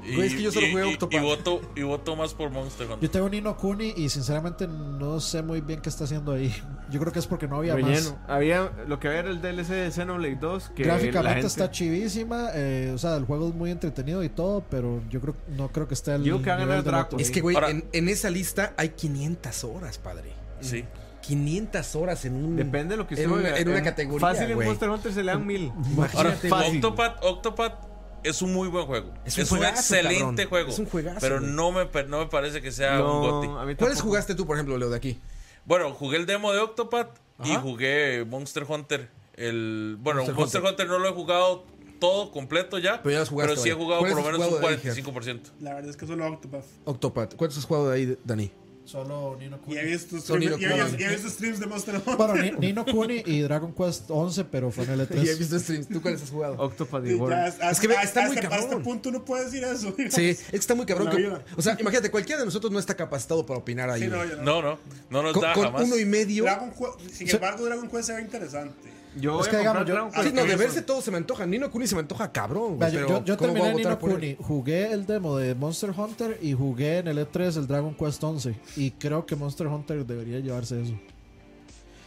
Speaker 2: Güey, es que yo solo
Speaker 1: y-
Speaker 2: jugué
Speaker 1: y-
Speaker 2: Octopath.
Speaker 1: Y voto, y voto más por Monster Hunter.
Speaker 4: Yo tengo Nino Kuni y sinceramente no sé muy bien qué está haciendo ahí. Yo creo que es porque no había más.
Speaker 3: Relleno. Había, lo que había era el DLC de Xenoblade 2. Que la
Speaker 4: Gráficamente
Speaker 3: gente-
Speaker 4: está chivísima, eh, o sea, el juego es muy entretenido y todo, pero yo creo no creo que esté al
Speaker 3: Yo creo que va a
Speaker 4: nivel
Speaker 3: ganar
Speaker 4: del
Speaker 3: Draco.
Speaker 4: otro.
Speaker 2: Es que, güey,
Speaker 1: Ahora-
Speaker 2: en, en esa lista hay 500 horas, padre.
Speaker 1: Sí.
Speaker 2: 500 horas en un.
Speaker 3: Depende de lo que usted
Speaker 2: en una,
Speaker 3: juega.
Speaker 2: en una
Speaker 3: En-
Speaker 2: categoría.
Speaker 3: Fácil en
Speaker 2: güey.
Speaker 3: Monster Hunter se le dan mil.
Speaker 1: Ahora,
Speaker 2: Imagínate, güey.
Speaker 1: Octopath, Octopath es un muy buen juego.
Speaker 2: Es
Speaker 1: Es
Speaker 2: un
Speaker 1: un,
Speaker 2: juegazo,
Speaker 1: excelente
Speaker 2: cabrón.
Speaker 1: juego.
Speaker 2: Es un juegazo,
Speaker 1: Pero
Speaker 2: güey.
Speaker 1: no me, pa- no me parece que sea
Speaker 3: No,
Speaker 1: un
Speaker 3: a
Speaker 1: goti.
Speaker 3: mí
Speaker 2: ¿Cuáles
Speaker 3: tampoco.
Speaker 2: jugaste tú, por ejemplo, Leo, de aquí?
Speaker 1: Bueno, jugué el demo de Octopath y
Speaker 2: Ajá.
Speaker 1: jugué Monster Hunter. El, bueno,
Speaker 2: Monster
Speaker 1: Monster, Hunter. no lo he jugado todo completo ya.
Speaker 2: Pero ya los jugaste,
Speaker 1: sí he
Speaker 2: vaya.
Speaker 1: jugado
Speaker 2: ¿Cuál
Speaker 1: por
Speaker 2: es
Speaker 1: lo
Speaker 2: el
Speaker 1: menos un
Speaker 2: juego de ahí, Ger?
Speaker 1: 45%.
Speaker 5: La verdad es que solo Octopath.
Speaker 2: Octopath. ¿Cuántos has jugado de ahí, Dani?
Speaker 4: Solo Nino
Speaker 5: Y
Speaker 4: Kuni.
Speaker 5: he visto,
Speaker 2: Sony
Speaker 5: stream-
Speaker 2: no
Speaker 5: y he-
Speaker 2: quiere.
Speaker 5: y he visto streams de Monster Hunter.
Speaker 4: Bueno, Ni- Nino Kuni y Dragon Quest 11, pero fue en el E
Speaker 2: Y he
Speaker 4: E3.
Speaker 2: visto streams. ¿Tú cuáles has jugado?
Speaker 3: Octopath
Speaker 5: Sí,
Speaker 3: y
Speaker 5: ya,
Speaker 3: World.
Speaker 5: hasta-
Speaker 2: Es que ve-
Speaker 5: hasta
Speaker 2: está muy
Speaker 5: este- hasta
Speaker 2: cabrón.
Speaker 5: este punto no puede decir eso. digamos.
Speaker 2: Sí, es que está muy cabrón.
Speaker 5: La
Speaker 2: que-
Speaker 5: vida.
Speaker 2: o sea, imagínate, cualquiera de nosotros no está capacitado para opinar ahí.
Speaker 5: Sí, no,
Speaker 2: güey.
Speaker 5: yo no.
Speaker 1: No, no, no nos
Speaker 2: con,
Speaker 1: da
Speaker 2: con
Speaker 1: jamás.
Speaker 2: uno y medio.
Speaker 5: Dragon Quest- sin
Speaker 2: Sí.
Speaker 5: embargo, Dragon Quest se ve interesante.
Speaker 3: Yo voy
Speaker 4: Es que
Speaker 3: a comprar
Speaker 4: digamos, yo-
Speaker 3: Dragon
Speaker 1: Ah,
Speaker 2: Sí,
Speaker 3: Quest.
Speaker 2: no, de verse todo se me antoja. Nino Kuni se me antoja cabrón. güey,
Speaker 4: Vea, yo,
Speaker 2: Pues, pero
Speaker 4: yo- yo
Speaker 2: ¿cómo voy
Speaker 4: terminé
Speaker 2: a votar
Speaker 4: Nino
Speaker 2: por él?
Speaker 4: Kuni, jugué el demo de Monster Hunter y jugué en el E3 el Dragon Quest 11 y creo que Monster Hunter debería llevarse eso.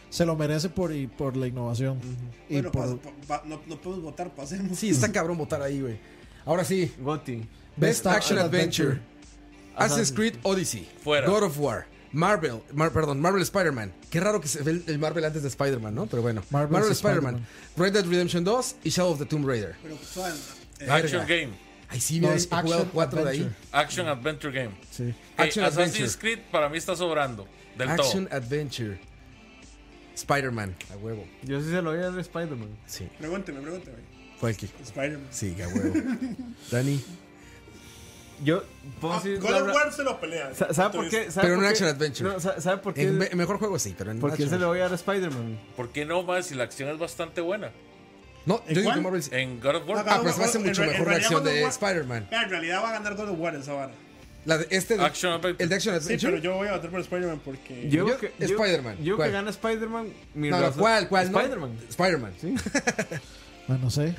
Speaker 4: Se lo merece por, y por la innovación y
Speaker 5: Bueno,
Speaker 4: por,
Speaker 5: pas- pa- pa- no, no podemos votar, pasemos.
Speaker 2: Sí, está cabrón votar ahí, güey. Ahora sí.
Speaker 3: Goti.
Speaker 2: Best,
Speaker 4: Best
Speaker 2: Action
Speaker 4: Action
Speaker 2: Adventure. Assassin's
Speaker 3: Assassin's
Speaker 2: Creed Odyssey.
Speaker 1: Fuera.
Speaker 2: God of War. Marvel. Mar- perdón, Marvel Spider-Man. Qué raro que se ve el- el Marvel antes de Spider-Man, ¿no? Pero bueno. Marvel,
Speaker 4: Marvel's
Speaker 2: Spider-Man. Red Dead Redemption 2 y Shadow of the Tomb Raider.
Speaker 5: Pero, pues, suave, eh,
Speaker 1: Action
Speaker 2: Verga.
Speaker 1: Game.
Speaker 2: Ay, sí,
Speaker 4: No,
Speaker 2: mira,
Speaker 4: es
Speaker 2: he jugado
Speaker 4: Action
Speaker 2: cuatro de ahí.
Speaker 4: Adventure.
Speaker 1: Action Adventure Game.
Speaker 4: sí.
Speaker 1: Ok,
Speaker 2: Action
Speaker 1: Eh, Assassin's
Speaker 2: Adventure.
Speaker 1: Creed para mí está sobrando. Del
Speaker 2: Action
Speaker 1: todo.
Speaker 2: Adventure. Spider-Man. A huevo.
Speaker 3: Yo sí se lo voy a dar a Spider-Man.
Speaker 2: Sí.
Speaker 5: Pregúnteme, pregúnteme.
Speaker 2: Cualquier.
Speaker 5: Spider-Man.
Speaker 2: Sí, a huevo. Dani.
Speaker 3: Yo puedo
Speaker 5: Ah,
Speaker 3: decir.
Speaker 5: God
Speaker 3: la
Speaker 5: of
Speaker 3: verdad-
Speaker 5: War se lo pelea.
Speaker 3: Sa- ¿Sabe por qué?
Speaker 5: Entonces,
Speaker 3: ¿Sabe
Speaker 2: Pero en
Speaker 3: por
Speaker 2: un
Speaker 3: qué?
Speaker 2: action adventure.
Speaker 3: No, sa- ¿Sabe por qué?
Speaker 2: En me- mejor juego sí, pero en
Speaker 3: ¿Por qué
Speaker 2: action.
Speaker 3: se le voy a dar a Spider-Man?
Speaker 1: ¿Por qué no más si la acción es bastante buena?
Speaker 2: No,
Speaker 5: ¿En
Speaker 2: yo digo que
Speaker 5: cuál?
Speaker 2: Marvel.
Speaker 1: En God of War.
Speaker 5: No,
Speaker 2: Ah, pues va a ser
Speaker 5: En
Speaker 2: mucho
Speaker 5: re-
Speaker 2: mejor
Speaker 5: en
Speaker 2: la
Speaker 5: realidad
Speaker 2: acción
Speaker 5: God of
Speaker 2: de
Speaker 5: War-
Speaker 2: Spider-Man.
Speaker 5: Vea, en realidad va a ganar God of War esa vara.
Speaker 2: La de este de-
Speaker 1: Action Adventure.
Speaker 2: El de Action
Speaker 5: Sí,
Speaker 2: Adventure.
Speaker 5: pero yo voy a votar por Spider-Man porque.
Speaker 3: Yo,
Speaker 2: Yo-
Speaker 3: que-
Speaker 2: Spider-Man.
Speaker 3: Yo, yo
Speaker 2: ¿Cuál?
Speaker 3: que gana Spider-Man. mi
Speaker 2: No, no,
Speaker 3: razón-
Speaker 2: ¿cuál? ¿Cuál? no?
Speaker 3: Spider-Man.
Speaker 2: Spider-man. Sí.
Speaker 4: Bueno, sé.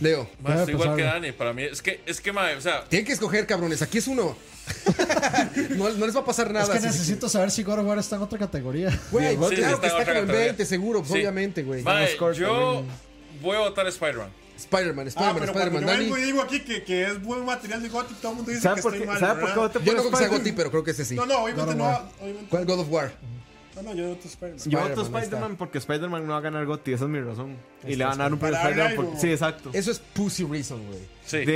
Speaker 2: Leo.
Speaker 1: Más,
Speaker 4: Debe
Speaker 1: estoy igual que
Speaker 4: pesarle.
Speaker 1: Dani. Para mí es que, es que, madre, o sea,
Speaker 2: Tienen que escoger, cabrones. Aquí es uno. no, no les va a pasar
Speaker 4: Es
Speaker 2: nada.
Speaker 4: que
Speaker 2: si-
Speaker 4: necesito saber si God of War está en otra categoría.
Speaker 2: Güey,
Speaker 1: Sí,
Speaker 2: claro que
Speaker 1: está en
Speaker 2: está
Speaker 1: otra
Speaker 2: como en
Speaker 1: categoría.
Speaker 2: 20, seguro, pues,
Speaker 1: Sí.
Speaker 2: obviamente, güey.
Speaker 1: Mae,
Speaker 3: Vamos, corta,
Speaker 1: yo
Speaker 3: bien.
Speaker 1: voy a votar Spider-Man.
Speaker 2: Spider-Man,
Speaker 5: Ah,
Speaker 2: Spider-Man,
Speaker 5: pero cuando
Speaker 2: Spider-Man.
Speaker 5: yo
Speaker 2: Dani.
Speaker 5: vengo y digo aquí que, que es buen material de Gotti, todo el mundo dice que
Speaker 3: ¿Sabe por
Speaker 5: estoy
Speaker 3: qué?
Speaker 5: mal.
Speaker 3: ¿Sabe por qué
Speaker 5: ¿verdad?
Speaker 3: voté por
Speaker 2: Yo no creo que sea
Speaker 3: Spider-Man?
Speaker 2: Goti, pero creo que ese sí.
Speaker 5: No, no, obviamente
Speaker 4: God of
Speaker 5: no.
Speaker 2: ¿Cuál
Speaker 5: obviamente-
Speaker 2: God of War?
Speaker 5: No, no, yo voto Spider-Man.
Speaker 3: Yo
Speaker 2: Spider-Man,
Speaker 3: voto
Speaker 2: ahí está.
Speaker 3: Spider-Man porque Spider-Man no va a ganar Gotti, esa es mi razón. Y le van a dar un
Speaker 5: Para
Speaker 3: premio a Spider-Man
Speaker 5: algo.
Speaker 3: porque. Sí, exacto.
Speaker 2: Eso es Pussy Reason, güey.
Speaker 1: Sí.
Speaker 3: Sí,
Speaker 1: un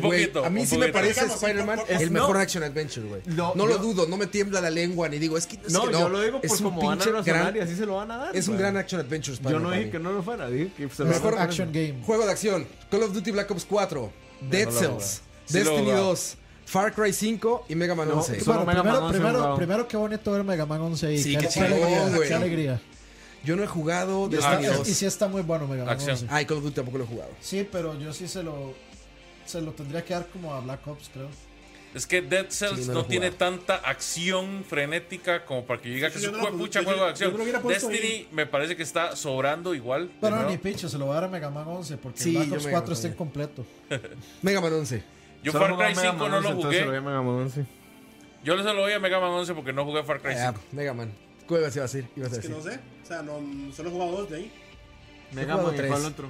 Speaker 2: Güey,
Speaker 1: poquito.
Speaker 2: a mí
Speaker 1: un
Speaker 2: sí me
Speaker 1: poquito.
Speaker 2: parece
Speaker 5: Digamos,
Speaker 2: Spider-Man
Speaker 5: sí, por-
Speaker 2: el
Speaker 3: no.
Speaker 2: mejor action adventure, güey. No,
Speaker 3: No,
Speaker 2: lo
Speaker 3: yo-
Speaker 2: dudo, no me tiembla la lengua ni digo, es que es
Speaker 3: No,
Speaker 2: que
Speaker 3: yo lo digo por
Speaker 2: es
Speaker 3: como van a
Speaker 2: pinche
Speaker 3: razonar
Speaker 2: gran-
Speaker 3: y así se lo van a dar.
Speaker 2: Es un
Speaker 3: güey.
Speaker 2: gran action adventure
Speaker 3: Yo
Speaker 2: Spider-Man.
Speaker 3: no dije
Speaker 2: para
Speaker 3: que
Speaker 2: mí.
Speaker 3: no lo fuera, dije que se lo
Speaker 4: Mejor
Speaker 3: van a dar.
Speaker 4: action game.
Speaker 2: Juego de acción, Call of Duty Black Ops 4, Dead
Speaker 1: no lo
Speaker 2: Cells,
Speaker 1: jugué. Sí lo
Speaker 2: Destiny
Speaker 1: jugaba.
Speaker 2: 2, Far Cry 5 y Mega Man
Speaker 3: No,
Speaker 2: 11.
Speaker 4: Bueno,
Speaker 3: solo Mega Man
Speaker 4: primero,
Speaker 3: 11
Speaker 4: primero,
Speaker 3: jugado.
Speaker 4: primero, qué bonito ver Mega Man 11 ahí.
Speaker 2: Sí,
Speaker 4: qué,
Speaker 2: qué
Speaker 4: qué
Speaker 2: chingón,
Speaker 4: alegría.
Speaker 2: güey.
Speaker 4: Qué alegría.
Speaker 2: Yo no he jugado
Speaker 4: Y,
Speaker 2: de
Speaker 4: está-
Speaker 2: Sony
Speaker 4: y
Speaker 2: 2.
Speaker 4: sí está muy bueno Mega Man
Speaker 1: Acción.
Speaker 4: 11.
Speaker 2: Ay, Call of Duty tampoco lo he jugado.
Speaker 4: Sí, pero yo sí se lo, se lo tendría que dar como a Black Ops, creo.
Speaker 1: Es que Dead Cells
Speaker 2: Sí,
Speaker 1: no,
Speaker 2: no lo he
Speaker 1: tiene
Speaker 2: jugado.
Speaker 1: tanta acción frenética como para que yo diga
Speaker 5: Sí,
Speaker 1: que
Speaker 5: yo
Speaker 1: es un
Speaker 5: no lo-
Speaker 1: jue- pucha
Speaker 5: yo-
Speaker 1: juego de
Speaker 5: yo- yo
Speaker 1: acción.
Speaker 5: creo que hubiera puesto
Speaker 1: Destiny
Speaker 5: ahí.
Speaker 1: me parece que está sobrando igual. de
Speaker 4: Pero
Speaker 1: nuevo.
Speaker 4: ni picho, se lo va a dar a Mega Man 11 porque
Speaker 2: Sí,
Speaker 4: Black
Speaker 2: yo
Speaker 4: Ops
Speaker 2: Mega
Speaker 4: 4
Speaker 2: Man
Speaker 4: está
Speaker 2: 11.
Speaker 4: incompleto.
Speaker 2: Mega Man 11.
Speaker 1: Yo
Speaker 3: Solo
Speaker 1: Far
Speaker 3: jugaba
Speaker 1: Cry
Speaker 3: Mega
Speaker 1: 5
Speaker 3: Man
Speaker 1: no
Speaker 3: 11,
Speaker 1: lo
Speaker 3: entonces
Speaker 1: jugué.
Speaker 3: se lo vi a Mega Man 11.
Speaker 1: Yo le se lo voy a Mega Man 11 porque no jugué Far Cry 5.
Speaker 2: Ah, Mega Man. ¿Qué ibas a decir? ¿Qué ibas a
Speaker 5: Es que
Speaker 2: decir?
Speaker 5: no sé. O sea, no, solo he jugado dos de ahí.
Speaker 3: Mega
Speaker 2: jugado
Speaker 3: Man, ¿y
Speaker 2: tres.
Speaker 3: ¿cuál otro?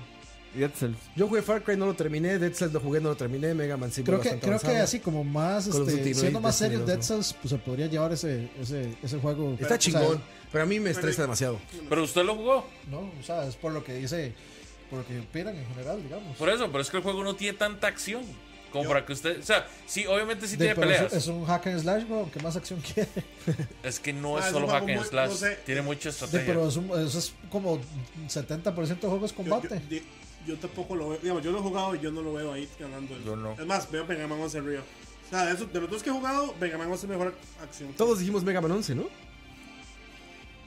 Speaker 3: Dead Cells.
Speaker 2: Yo jugué Far Cry, no lo terminé. Dead Cells lo jugué, no lo terminé. Mega Man sí,
Speaker 4: Creo
Speaker 2: voy
Speaker 4: que,
Speaker 2: bastante
Speaker 4: creo que
Speaker 2: avanzado.
Speaker 4: así como más,
Speaker 2: Call of
Speaker 4: este,
Speaker 2: Duty,
Speaker 4: siendo
Speaker 2: Raid,
Speaker 4: más
Speaker 2: Destiny
Speaker 4: serio
Speaker 2: 2,
Speaker 4: Dead
Speaker 2: ¿no?
Speaker 4: Cells, pues se podría llevar ese, ese, ese juego.
Speaker 2: Está
Speaker 4: O sea,
Speaker 2: chingón, pero a mí me estresa demasiado.
Speaker 1: Pero usted lo jugó.
Speaker 4: No, o sea, es por lo que dice, por lo que opinan en general, digamos.
Speaker 1: Por eso, pero es que el juego no tiene tanta acción. Como para que usted. O sea, sí, obviamente sí
Speaker 4: De-
Speaker 1: tiene
Speaker 4: pero
Speaker 1: peleas.
Speaker 4: es, es un hack and slash, bro, aunque más acción quiere.
Speaker 1: Es que no
Speaker 5: Ah,
Speaker 1: es
Speaker 5: es
Speaker 1: solo
Speaker 5: un juego
Speaker 1: hack and
Speaker 5: muy-
Speaker 1: slash.
Speaker 5: no sé.
Speaker 1: Tiene mucha
Speaker 4: Sí,
Speaker 1: estrategia.
Speaker 4: pero es un- eso es como 70% de juegos
Speaker 5: Yo, yo,
Speaker 4: combate.
Speaker 5: di- yo tampoco lo veo. Digamos, yo lo he jugado y yo no lo veo ahí ganando.
Speaker 1: Yo no.
Speaker 5: Es más, veo Mega Man 11 Río. O sea, de, esos- de los dos que he jugado, Mega Man 11 es mejor acción.
Speaker 2: Todos dijimos Mega Man 11, ¿no?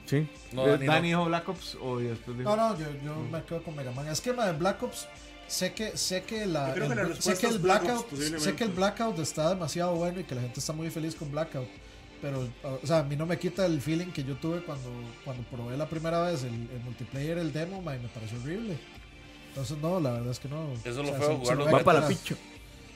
Speaker 3: Sí.
Speaker 1: No,
Speaker 3: Eh,
Speaker 1: Dani,
Speaker 3: Dani,
Speaker 1: no.
Speaker 3: dijo Black Ops o después dijo.
Speaker 4: No, no, yo, yo me quedo con Mega Man. Es que ma, en Black Ops sé que sé que la,
Speaker 5: Yo creo
Speaker 4: el-
Speaker 5: que la
Speaker 4: sé
Speaker 5: respuesta
Speaker 4: que el
Speaker 5: es Black Ops,
Speaker 4: blackout
Speaker 5: posiblemente.
Speaker 4: sé que el blackout está demasiado bueno y que la gente está muy feliz con blackout. Pero, o sea, a mí no me quita el feeling que yo tuve cuando, cuando probé la primera vez el, el multiplayer, el demo, ma, y me pareció horrible. Entonces, no, la verdad es que no.
Speaker 1: Eso lo
Speaker 4: O sea,
Speaker 1: fue
Speaker 4: se-
Speaker 1: a
Speaker 4: se
Speaker 1: jugar
Speaker 4: lo
Speaker 1: los
Speaker 4: voy a
Speaker 3: Va para la
Speaker 4: quitar.
Speaker 3: picho.